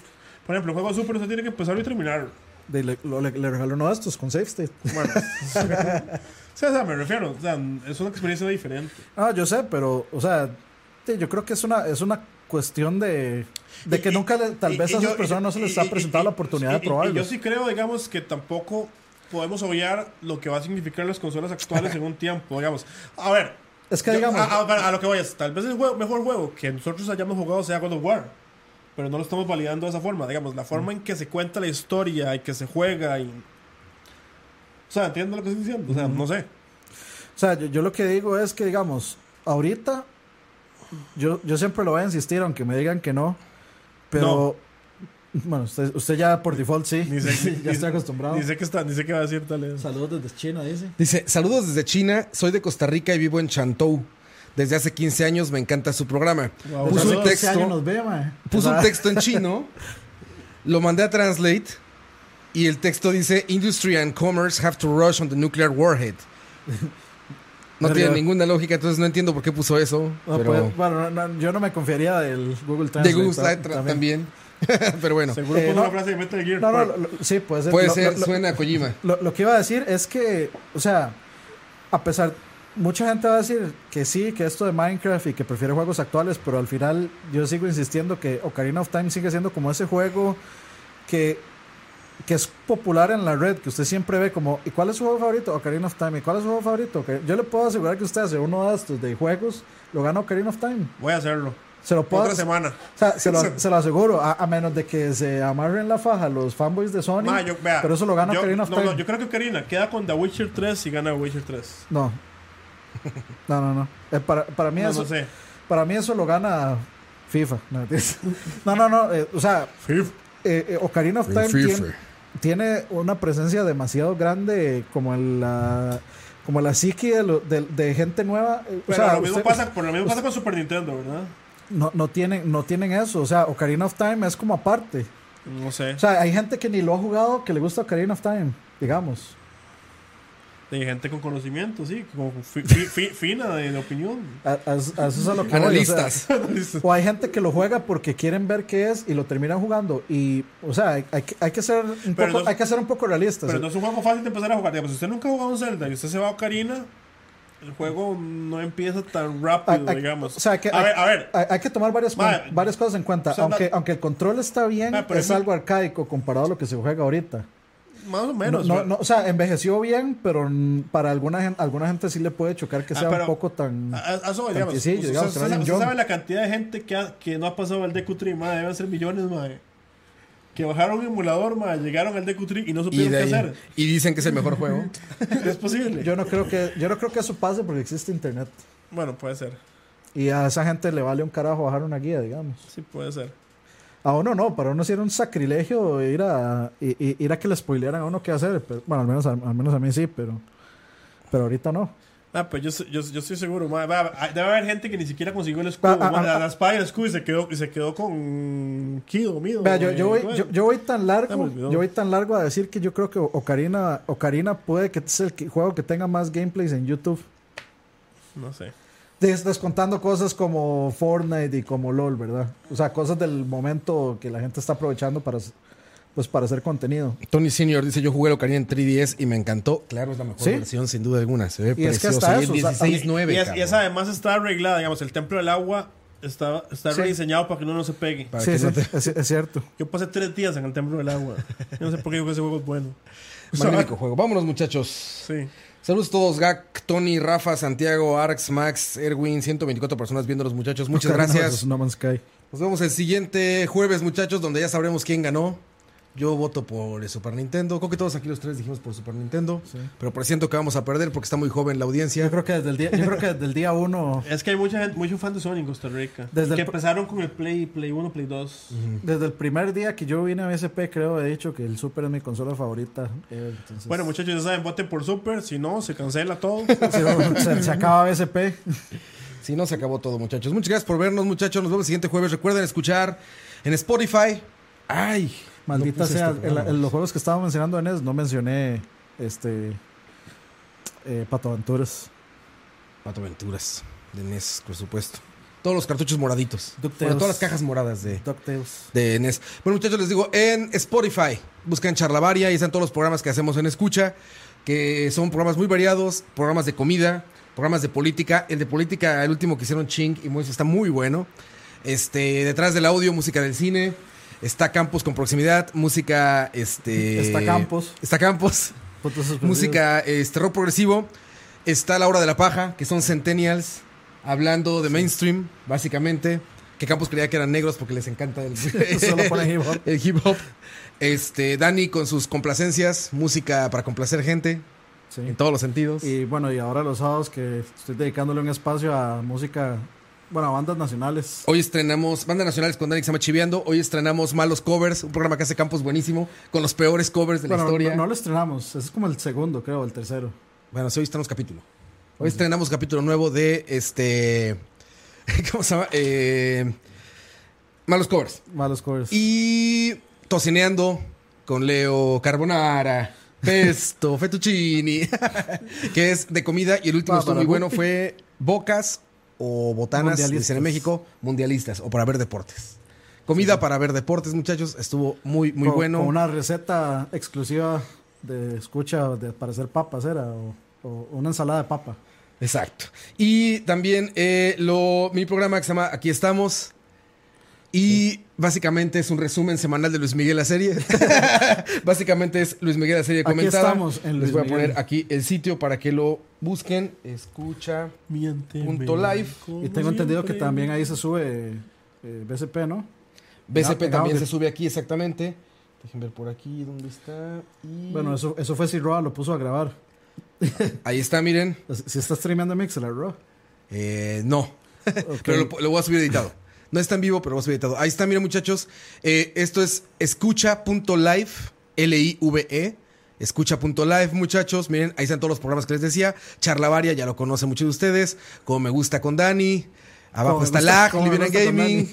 [SPEAKER 2] Por ejemplo, un juego super usted tiene que empezarlo y terminarlo.
[SPEAKER 4] De- le, lo- le- le regaló uno de estos con Save State.
[SPEAKER 2] Bueno, o sea, o sea, me refiero. O sea, es una experiencia diferente.
[SPEAKER 4] Ah, yo sé, pero, o sea, sí, yo creo que es una, es una cuestión de, de que
[SPEAKER 2] Y-
[SPEAKER 4] nunca, le- tal
[SPEAKER 2] y-
[SPEAKER 4] vez
[SPEAKER 2] y
[SPEAKER 4] a esas
[SPEAKER 2] yo-
[SPEAKER 4] personas no se
[SPEAKER 2] y-
[SPEAKER 4] les
[SPEAKER 2] y-
[SPEAKER 4] ha
[SPEAKER 2] y-
[SPEAKER 4] presentado la oportunidad
[SPEAKER 2] y-
[SPEAKER 4] de
[SPEAKER 2] y- y
[SPEAKER 4] probarlo.
[SPEAKER 2] Yo sí creo, digamos, que tampoco podemos obviar lo que va a significar las consolas actuales en un tiempo, digamos. A ver.
[SPEAKER 4] Es que,
[SPEAKER 2] yo- ah,
[SPEAKER 4] digamos-
[SPEAKER 2] A, a- a lo que voy es, tal vez el juego- mejor juego que nosotros hayamos jugado sea God of War. Pero no lo estamos validando de esa forma, digamos. La forma
[SPEAKER 4] Mm.
[SPEAKER 2] en que se cuenta la historia y que se juega y... O sea, entiendo lo que estoy diciendo. O sea,
[SPEAKER 4] Mm.
[SPEAKER 2] no sé.
[SPEAKER 4] O sea, yo, yo lo que digo es que, digamos, ahorita, yo, yo siempre lo voy a insistir, aunque me digan que no, pero, bueno, usted, usted ya por default sí,
[SPEAKER 2] Ni sé-
[SPEAKER 4] ya está acostumbrado.
[SPEAKER 2] Ni sé qué, está, ni sé qué va a decir tal vez.
[SPEAKER 4] Saludos desde China, dice.
[SPEAKER 3] Dice, saludos desde China, soy de Costa Rica y vivo en Chantou. Desde hace 15 años me encanta su programa.
[SPEAKER 2] Wow,
[SPEAKER 3] Puso un
[SPEAKER 2] saludos.
[SPEAKER 4] Ese año
[SPEAKER 3] texto,
[SPEAKER 4] nos ve, mae. Ah,
[SPEAKER 3] puso
[SPEAKER 4] O
[SPEAKER 3] un
[SPEAKER 4] sea,
[SPEAKER 3] texto en chino, lo mandé a Translate y el texto dice, Industry and commerce have to rush on the nuclear warhead. No tiene
[SPEAKER 4] Verga.
[SPEAKER 3] ninguna lógica, entonces no entiendo por qué puso eso.
[SPEAKER 4] no,
[SPEAKER 3] pero-
[SPEAKER 4] pues, bueno, no, no, yo no me confiaría del Google
[SPEAKER 3] de
[SPEAKER 4] Translate.
[SPEAKER 3] Google
[SPEAKER 4] ta-
[SPEAKER 3] Slide tra- también. pero bueno,
[SPEAKER 2] Seguro
[SPEAKER 4] Eh,
[SPEAKER 2] puso
[SPEAKER 4] no.
[SPEAKER 2] una frase de Metal Gear.
[SPEAKER 4] No, no,
[SPEAKER 2] Fuck.
[SPEAKER 4] lo- lo- sí, puede ser.
[SPEAKER 3] Pues, puede
[SPEAKER 4] Lo-
[SPEAKER 3] ser,
[SPEAKER 4] lo- lo-
[SPEAKER 3] suena a Kojima.
[SPEAKER 4] Lo, lo que iba a decir es que, o sea, a pesar, mucha gente va a decir que sí, que esto de Minecraft y que prefiere juegos actuales, pero al final yo sigo insistiendo que Ocarina of Time sigue siendo como ese juego que, que es popular en la red, que usted siempre ve como, ¿y cuál es su juego favorito? Ocarina of Time. ¿Y cuál es su juego favorito? Ocar- Yo le puedo asegurar que usted hace uno de estos de juegos, lo gana Ocarina of Time.
[SPEAKER 2] Voy a hacerlo.
[SPEAKER 4] Se lo puedo
[SPEAKER 2] Otra semana.
[SPEAKER 4] o sea, se lo, se lo aseguro, a, a menos de que se amarren la faja los fanboys de Sony.
[SPEAKER 2] Ma, yo- vea,
[SPEAKER 4] pero eso lo gana
[SPEAKER 2] yo-
[SPEAKER 4] Ocarina of
[SPEAKER 2] no,
[SPEAKER 4] Time.
[SPEAKER 2] No, yo creo que Ocarina queda con The Witcher 3 y gana The Witcher 3.
[SPEAKER 4] No. No, no, no. Eh, para, para, mí
[SPEAKER 2] No,
[SPEAKER 4] eso,
[SPEAKER 2] no sé.
[SPEAKER 4] para mí eso lo gana FIFA. No, mentiras. no, no. no, eh, o sea, eh, eh, Ocarina of Time tiene, tiene una presencia demasiado grande eh, como en la, como en la psique de, lo- de- de gente nueva. eh, o
[SPEAKER 2] Pero
[SPEAKER 4] sea,
[SPEAKER 2] lo, mismo
[SPEAKER 4] usted-
[SPEAKER 2] pasa, por lo mismo pasa con Super Nintendo, ¿verdad?
[SPEAKER 4] No, no, tienen, no tienen eso. O sea, Ocarina of Time es como aparte.
[SPEAKER 2] No sé.
[SPEAKER 4] O sea, hay gente que ni lo ha jugado que le gusta Ocarina of Time, digamos.
[SPEAKER 2] de gente con conocimiento, sí. Como fi- fi- fi- fina de, de opinión.
[SPEAKER 4] A, a- a eso es a lo que voy, o sea,
[SPEAKER 3] Analistas.
[SPEAKER 4] O hay gente que lo juega porque quieren ver qué es y lo terminan jugando. Y, o sea, hay, hay que- hay que, ser un
[SPEAKER 2] Pero
[SPEAKER 4] poco,
[SPEAKER 2] no-
[SPEAKER 4] hay que ser un poco realistas.
[SPEAKER 2] Pero no es un juego fácil de empezar a jugar. Digamos, si usted nunca ha jugado un Zelda y usted se va a Ocarina, el juego no empieza tan
[SPEAKER 4] Hay-
[SPEAKER 2] rápido,
[SPEAKER 4] hay-
[SPEAKER 2] digamos.
[SPEAKER 4] o sea, que
[SPEAKER 2] a
[SPEAKER 4] hay,
[SPEAKER 2] ver, a ver.
[SPEAKER 4] hay- hay que tomar varias, cu-
[SPEAKER 2] Ma,
[SPEAKER 4] varias cosas en cuenta.
[SPEAKER 2] o sea,
[SPEAKER 4] aunque,
[SPEAKER 2] no-
[SPEAKER 4] aunque el control está bien,
[SPEAKER 2] Ma, pero
[SPEAKER 4] es
[SPEAKER 2] es-
[SPEAKER 4] algo arcaico comparado a lo que se juega ahorita.
[SPEAKER 2] Más o menos.
[SPEAKER 4] no,
[SPEAKER 2] pero-
[SPEAKER 4] no, o sea, envejeció bien, pero mm, para alguna, gen- alguna gente sí le puede chocar que
[SPEAKER 2] Ah,
[SPEAKER 4] sea
[SPEAKER 2] pero- Ah,
[SPEAKER 4] un poco tan...
[SPEAKER 2] A- a- a eso,
[SPEAKER 4] tan
[SPEAKER 2] digamos,
[SPEAKER 4] sencillo,
[SPEAKER 2] usted-
[SPEAKER 4] digamos,
[SPEAKER 2] usted
[SPEAKER 4] que no
[SPEAKER 2] sabe-
[SPEAKER 4] hayan
[SPEAKER 2] usted
[SPEAKER 4] John.
[SPEAKER 2] sabe la cantidad de gente que, ha- que no ha pasado al Deku Tree, madre, deben ser millones, madre. Que bajaron un emulador, madre, llegaron al Deku Tree y no
[SPEAKER 3] Y,
[SPEAKER 2] supieron
[SPEAKER 3] de
[SPEAKER 2] qué
[SPEAKER 3] ahí-
[SPEAKER 2] hacer.
[SPEAKER 3] y dicen que es el mejor juego.
[SPEAKER 2] Es posible.
[SPEAKER 4] Yo no, creo que, yo no creo que eso pase porque existe internet.
[SPEAKER 2] Bueno, puede ser.
[SPEAKER 4] Y a esa gente le vale un carajo bajar una guía, digamos.
[SPEAKER 2] Sí, puede ser.
[SPEAKER 4] A uno no, para uno sí era un sacrilegio ir a, i- i- ir a que le spoilearan a uno qué hacer. pero- bueno, al menos, a, al menos a mí sí, pero, pero ahorita no.
[SPEAKER 2] Ah, pues yo, so- yo, yo estoy seguro, madre. Va- va- Debe haber gente que ni siquiera consiguió el escudo,
[SPEAKER 4] Va, a-
[SPEAKER 2] madre,
[SPEAKER 4] a-
[SPEAKER 2] la, la espada y el escudo y se quedó, y se quedó con Kido, Mido.
[SPEAKER 4] Vea, yo,
[SPEAKER 2] eh,
[SPEAKER 4] yo, voy,
[SPEAKER 2] bueno.
[SPEAKER 4] yo, yo voy tan
[SPEAKER 2] Ah, me
[SPEAKER 4] largo,
[SPEAKER 2] olvidó.
[SPEAKER 4] yo voy tan largo a decir que yo creo que Ocarina, Ocarina puede que es el que- juego que tenga más gameplays en YouTube.
[SPEAKER 2] No sé.
[SPEAKER 4] des- descontando cosas como Fortnite y como LOL, ¿verdad? O sea, cosas del momento que la gente está aprovechando para, s- pues, para hacer contenido.
[SPEAKER 3] Tony Senior dice, yo jugué el Ocarina en 3DS y me encantó. Claro, es la mejor
[SPEAKER 4] ¿Sí?
[SPEAKER 3] versión, sin duda alguna. Se ve
[SPEAKER 4] Y es que
[SPEAKER 3] preciosa.
[SPEAKER 4] hasta
[SPEAKER 3] Y
[SPEAKER 4] eso, o sea,
[SPEAKER 3] 16.9,
[SPEAKER 2] y, es- y
[SPEAKER 3] cabrón.
[SPEAKER 2] esa además está arreglada, digamos, el templo del agua está, está
[SPEAKER 4] Sí.
[SPEAKER 2] rediseñado para que uno no se pegue.
[SPEAKER 3] Para
[SPEAKER 4] Sí,
[SPEAKER 3] que
[SPEAKER 4] sí,
[SPEAKER 3] no te-
[SPEAKER 4] es, es cierto.
[SPEAKER 2] Yo pasé tres días en el templo del agua. Yo no sé por qué digo que ese juego es bueno.
[SPEAKER 3] Magnífico juego. Vámonos, muchachos.
[SPEAKER 2] Sí.
[SPEAKER 3] Saludos a todos, Gak, Tony, Rafa, Santiago, Arx, Max, Erwin, 124 personas viendo los muchachos. Muchas
[SPEAKER 4] Ocarina
[SPEAKER 3] gracias.
[SPEAKER 4] versus No Man's Sky.
[SPEAKER 3] Nos vemos el siguiente jueves, muchachos, donde ya sabremos quién ganó. Yo voto por el Super Nintendo. Creo que todos aquí los tres dijimos por Super Nintendo. Pero presiento que vamos a perder porque está muy joven la audiencia.
[SPEAKER 4] Yo creo que desde el día, yo creo que desde el día uno,
[SPEAKER 2] Es que hay mucha gente, mucho fan de Sony en Costa Rica.
[SPEAKER 4] Desde
[SPEAKER 2] que
[SPEAKER 4] el-
[SPEAKER 2] empezaron con el Play, Play 1, Play 2.
[SPEAKER 4] desde el primer día que yo vine a BSP, creo, he dicho que el Super es mi consola favorita. Eh, entonces-
[SPEAKER 2] Bueno, muchachos, ya saben, voten por Super. Si no, se cancela todo.
[SPEAKER 4] Sí, no, se, se acaba BSP.
[SPEAKER 3] Si no, se acabó todo, muchachos. Muchas gracias por vernos, muchachos. Nos vemos el siguiente jueves. Recuerden escuchar en Spotify. ¡Ay!
[SPEAKER 4] Maldita
[SPEAKER 3] no puse
[SPEAKER 4] sea,
[SPEAKER 3] este
[SPEAKER 4] en la-
[SPEAKER 3] programa.
[SPEAKER 4] en los juegos que estaba mencionando en NES no mencioné este eh, Pato Aventuras.
[SPEAKER 3] Pato Aventuras de NES, por supuesto. Todos los cartuchos moraditos.
[SPEAKER 4] DuckTales.
[SPEAKER 3] Bueno, todas las cajas moradas de,
[SPEAKER 4] DuckTales.
[SPEAKER 3] de NES. Bueno, muchachos, les digo, en Spotify, buscan Charlavaria y están todos los programas que hacemos en Escucha, que son programas muy variados, programas de comida, programas de política. El de política, el último que hicieron Ching y Moisés está muy bueno. Este, detrás del audio, música del cine. Está Campos con proximidad, música, este...
[SPEAKER 4] Está Campos.
[SPEAKER 3] Está Campos.
[SPEAKER 4] Puntos suspendidos.
[SPEAKER 3] Música, este, rock progresivo. Está La Hora de la Paja, que son Centennials, hablando de mainstream, básicamente. Que Campos creía que eran negros porque les encanta el,
[SPEAKER 4] Solo pone hip hop.
[SPEAKER 3] el hip hop. Este, Dani con sus complacencias, música para complacer gente,
[SPEAKER 4] Sí.
[SPEAKER 3] en todos los sentidos.
[SPEAKER 4] Y bueno, y ahora los sábados que estoy dedicándole un espacio a música, bueno, a bandas nacionales.
[SPEAKER 3] Hoy estrenamos Banda Nacionales con Dani que se llama Chiveando. Hoy estrenamos Malos Covers, un programa que hace Campos buenísimo, con los peores covers de
[SPEAKER 4] Bueno,
[SPEAKER 3] la historia.
[SPEAKER 4] no, no lo estrenamos, ese es como el segundo, creo, el tercero.
[SPEAKER 3] Bueno, sí, hoy estrenamos capítulo. Hoy estrenamos capítulo nuevo de este. ¿Cómo se llama? Eh, Malos covers.
[SPEAKER 4] Malos covers.
[SPEAKER 3] Y tocineando con Leo Carbonara, Pesto, Fettuccini, que es de comida. Y el último
[SPEAKER 4] Ah,
[SPEAKER 3] estuvo
[SPEAKER 4] para
[SPEAKER 3] muy
[SPEAKER 4] mí.
[SPEAKER 3] bueno fue Bocas o Botanas,
[SPEAKER 4] Mundialistas.
[SPEAKER 3] dicen en México, mundialistas o para ver deportes. Comida para ver deportes, muchachos. Estuvo muy, muy
[SPEAKER 4] Con-
[SPEAKER 3] bueno.
[SPEAKER 4] con una receta exclusiva de escucha de, para hacer papas, era, o, o una ensalada de papa.
[SPEAKER 3] Exacto. Y también eh, lo, mi programa que se llama Aquí estamos. Y básicamente es un resumen semanal de Luis Miguel la serie. básicamente es Luis Miguel la serie
[SPEAKER 4] Aquí
[SPEAKER 3] comentada.
[SPEAKER 4] estamos
[SPEAKER 3] Les
[SPEAKER 4] en Luis
[SPEAKER 3] voy a
[SPEAKER 4] Miguel.
[SPEAKER 3] poner aquí el sitio para que lo busquen. Escucha.
[SPEAKER 2] Miente.
[SPEAKER 3] Punto live.
[SPEAKER 4] Y tengo entendido que también ahí se sube eh, BSP, ¿no?
[SPEAKER 3] BCP
[SPEAKER 4] en
[SPEAKER 3] también
[SPEAKER 4] audio.
[SPEAKER 3] se sube aquí exactamente. Dejen ver por aquí dónde está. Y-
[SPEAKER 4] Bueno, eso, eso fue si Roa lo puso a grabar.
[SPEAKER 3] Ahí está, miren.
[SPEAKER 4] Si si está streameando Mixer, Roa.
[SPEAKER 3] Eh, no.
[SPEAKER 4] Ok.
[SPEAKER 3] Pero lo, lo voy a subir editado. No está en vivo, pero lo voy a subir editado. Ahí está, miren muchachos. Eh, esto es escucha.live, L-I-V-E. Escucha.live, muchachos. Miren, ahí están todos los programas que les decía. Charlavaria, ya lo conocen muchos de ustedes. Como me gusta con Dani. Abajo
[SPEAKER 4] Como me
[SPEAKER 3] está
[SPEAKER 4] gusta-
[SPEAKER 3] Lag,
[SPEAKER 4] como me
[SPEAKER 3] Libera
[SPEAKER 4] gusta con
[SPEAKER 3] Gaming.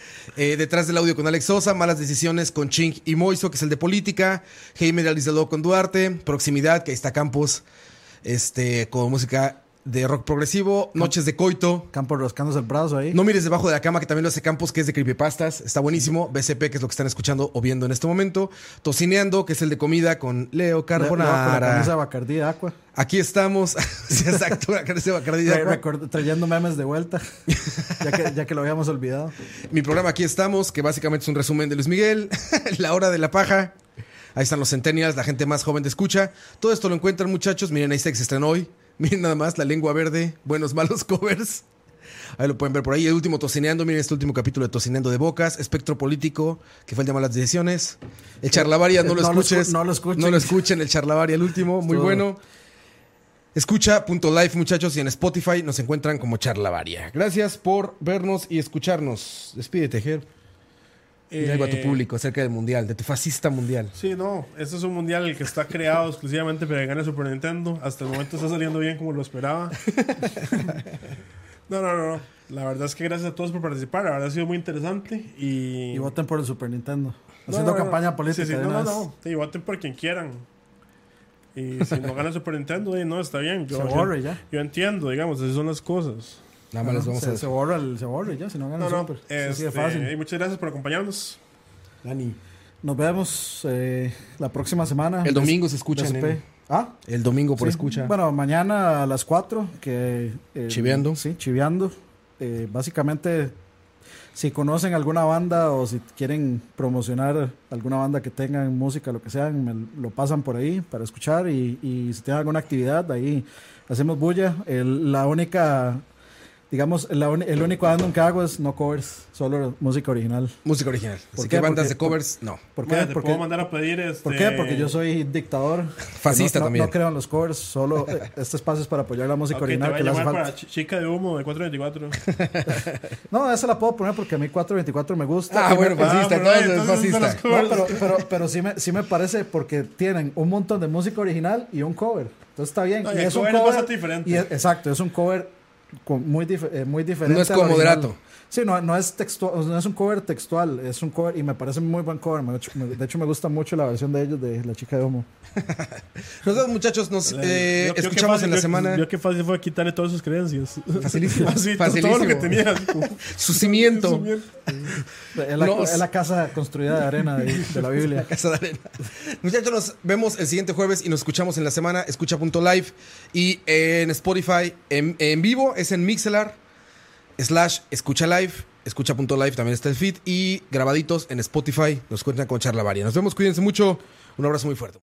[SPEAKER 3] Eh, detrás del audio con Alex Sosa, Malas Decisiones con Chink y Moiso, que es el de política. Jaime Realizado con Duarte. Proximidad, que ahí está Campos. Este, con música de rock progresivo. Noches de coito.
[SPEAKER 4] Campo rascándose el brazo ahí.
[SPEAKER 3] No mires debajo de la cama, que también lo hace Campos, que es de creepypastas. Está buenísimo. BCP, que es lo que están escuchando o viendo en este momento. Tocineando, que es el de comida con Leo
[SPEAKER 4] Le- le va con la
[SPEAKER 3] Carbonara.
[SPEAKER 4] camisa de Bacardí de Aqua.
[SPEAKER 3] Aquí estamos. Sí, exacto. la camisa de Bacardí de
[SPEAKER 4] Re-
[SPEAKER 3] Aqua.
[SPEAKER 4] record- trayendo memes de vuelta. ya, que, ya que lo habíamos olvidado.
[SPEAKER 3] Mi programa Aquí estamos, que básicamente es un resumen de Luis Miguel. la hora de la paja. Ahí están los centennials, la gente más joven de escucha. Todo esto lo encuentran, muchachos. Miren, ahí está que se estrenó hoy. Miren nada más, la lengua verde, buenos, malos covers. Ahí lo pueden ver por ahí. El último Tocineando, miren este último capítulo de Tocineando de Bocas. Espectro político, que fue el de malas decisiones. El charlavaria, no lo
[SPEAKER 4] Eh, No lo escu-
[SPEAKER 3] escuches.
[SPEAKER 4] no lo escuchen.
[SPEAKER 3] No lo escuchen, el charlavaria, el último, muy
[SPEAKER 4] Estuvo-
[SPEAKER 3] bueno. Escucha.live, muchachos, y en Spotify nos encuentran como charlavaria. Gracias por vernos y escucharnos. Despídete, Ger. Y algo a
[SPEAKER 4] Eh,
[SPEAKER 3] tu público acerca del mundial, de tu fascista mundial.
[SPEAKER 2] Eh, Sí, no, este es un mundial el que está creado exclusivamente para que gane Super Nintendo. Hasta el momento está saliendo bien como lo esperaba. No, no, no, no. La verdad es que gracias a todos por participar. La verdad ha sido muy interesante. Y,
[SPEAKER 4] Y voten por el Super Nintendo.
[SPEAKER 2] No,
[SPEAKER 4] Haciendo
[SPEAKER 2] no, no.
[SPEAKER 4] campaña política.
[SPEAKER 2] Sí, sí,
[SPEAKER 4] de
[SPEAKER 2] no,
[SPEAKER 4] una
[SPEAKER 2] no,
[SPEAKER 4] vez.
[SPEAKER 2] no. Sí, voten por quien quieran. Y si no gana Super Nintendo, eh, no, está bien. Yo,
[SPEAKER 4] Se
[SPEAKER 2] yo-
[SPEAKER 4] borra y ya.
[SPEAKER 2] Yo entiendo, digamos, esas son las cosas.
[SPEAKER 3] Nada más les vamos
[SPEAKER 4] se,
[SPEAKER 3] a
[SPEAKER 4] se borra el, se borra y ya, si no
[SPEAKER 2] No,
[SPEAKER 4] ganan
[SPEAKER 2] no.
[SPEAKER 4] Super. Así
[SPEAKER 2] Este,
[SPEAKER 4] de fácil.
[SPEAKER 2] y muchas gracias por acompañarnos.
[SPEAKER 3] Dani.
[SPEAKER 4] Nos vemos eh, la próxima semana.
[SPEAKER 3] El domingo se escucha
[SPEAKER 4] DSP.
[SPEAKER 3] en-
[SPEAKER 4] Ah,
[SPEAKER 3] El domingo por
[SPEAKER 4] sí.
[SPEAKER 3] escucha.
[SPEAKER 4] Bueno, mañana a las 4. Que, eh,
[SPEAKER 3] Chiveando.
[SPEAKER 4] Sí, chiveando. Eh, básicamente, si conocen alguna banda o si quieren promocionar alguna banda que tengan música, lo que sea, me lo pasan por ahí para escuchar. Y, y si tienen alguna actividad, ahí hacemos bulla. El- la única. Digamos, la uni- el único andum que hago es no covers, solo música original.
[SPEAKER 3] Música original.
[SPEAKER 4] ¿Por
[SPEAKER 3] Así
[SPEAKER 4] qué?
[SPEAKER 3] que bandas
[SPEAKER 4] Porque-
[SPEAKER 3] de covers, no.
[SPEAKER 4] ¿Por qué?
[SPEAKER 2] Mira, te
[SPEAKER 4] Porque-
[SPEAKER 2] puedo mandar a pedir este.
[SPEAKER 4] ¿Por qué? Porque yo soy dictador.
[SPEAKER 3] Fascista
[SPEAKER 4] No- no-
[SPEAKER 3] también.
[SPEAKER 4] No creo en los covers, solo eh, este espacio es para apoyar la música
[SPEAKER 2] Ok, te
[SPEAKER 4] original
[SPEAKER 2] voy a
[SPEAKER 4] que le hace
[SPEAKER 2] llamar
[SPEAKER 4] falta.
[SPEAKER 2] para chi- chica de humo de 424.
[SPEAKER 4] No, esa la puedo poner porque a mí 424 me
[SPEAKER 3] Ah,
[SPEAKER 4] gusta. Y me-
[SPEAKER 3] bueno, fascista,
[SPEAKER 2] Ah, pero,
[SPEAKER 3] entonces,
[SPEAKER 2] entonces,
[SPEAKER 3] fascista.
[SPEAKER 2] entonces,
[SPEAKER 4] No, pero, pero, pero sí, me, sí me parece porque tienen un montón de música original y un cover. Entonces está bien.
[SPEAKER 2] No, y
[SPEAKER 4] y
[SPEAKER 2] el
[SPEAKER 4] es
[SPEAKER 2] cover
[SPEAKER 4] un
[SPEAKER 2] es
[SPEAKER 4] cover.
[SPEAKER 2] bastante diferente.
[SPEAKER 4] y es- exacto, es un cover con- muy, dif- eh, muy diferente.
[SPEAKER 3] No es
[SPEAKER 4] al
[SPEAKER 3] como
[SPEAKER 4] original.
[SPEAKER 3] Moderato.
[SPEAKER 4] Sí, no, no es textual, no es un cover textual, es un cover y me parece muy buen cover. Me- De hecho, me gusta mucho la versión de ellos de La Chica de Homo.
[SPEAKER 3] Nos vemos, muchachos. Nos eh,
[SPEAKER 2] Yo- yo qué
[SPEAKER 3] escuchamos
[SPEAKER 2] fácil,
[SPEAKER 3] en la
[SPEAKER 2] yo-
[SPEAKER 3] semana.
[SPEAKER 2] Yo qué fácil fue quitarle todas sus creencias.
[SPEAKER 3] Facilísimo,
[SPEAKER 2] Así, to- Todo lo que
[SPEAKER 3] facilísimo.
[SPEAKER 2] tenía.
[SPEAKER 3] Su cimiento.
[SPEAKER 4] Es la,
[SPEAKER 3] Nos-
[SPEAKER 4] es la casa construida de arena de, de la Biblia.
[SPEAKER 3] Casa de Arena. Muchachos, nos vemos el siguiente jueves y nos escuchamos en la semana. Escucha.live y en Spotify en, en vivo es en Mixelar slash escucha live. Escucha.live también está el feed y grabaditos en Spotify. Nos cuentan con charla varia. Nos vemos, cuídense mucho. Un abrazo muy fuerte.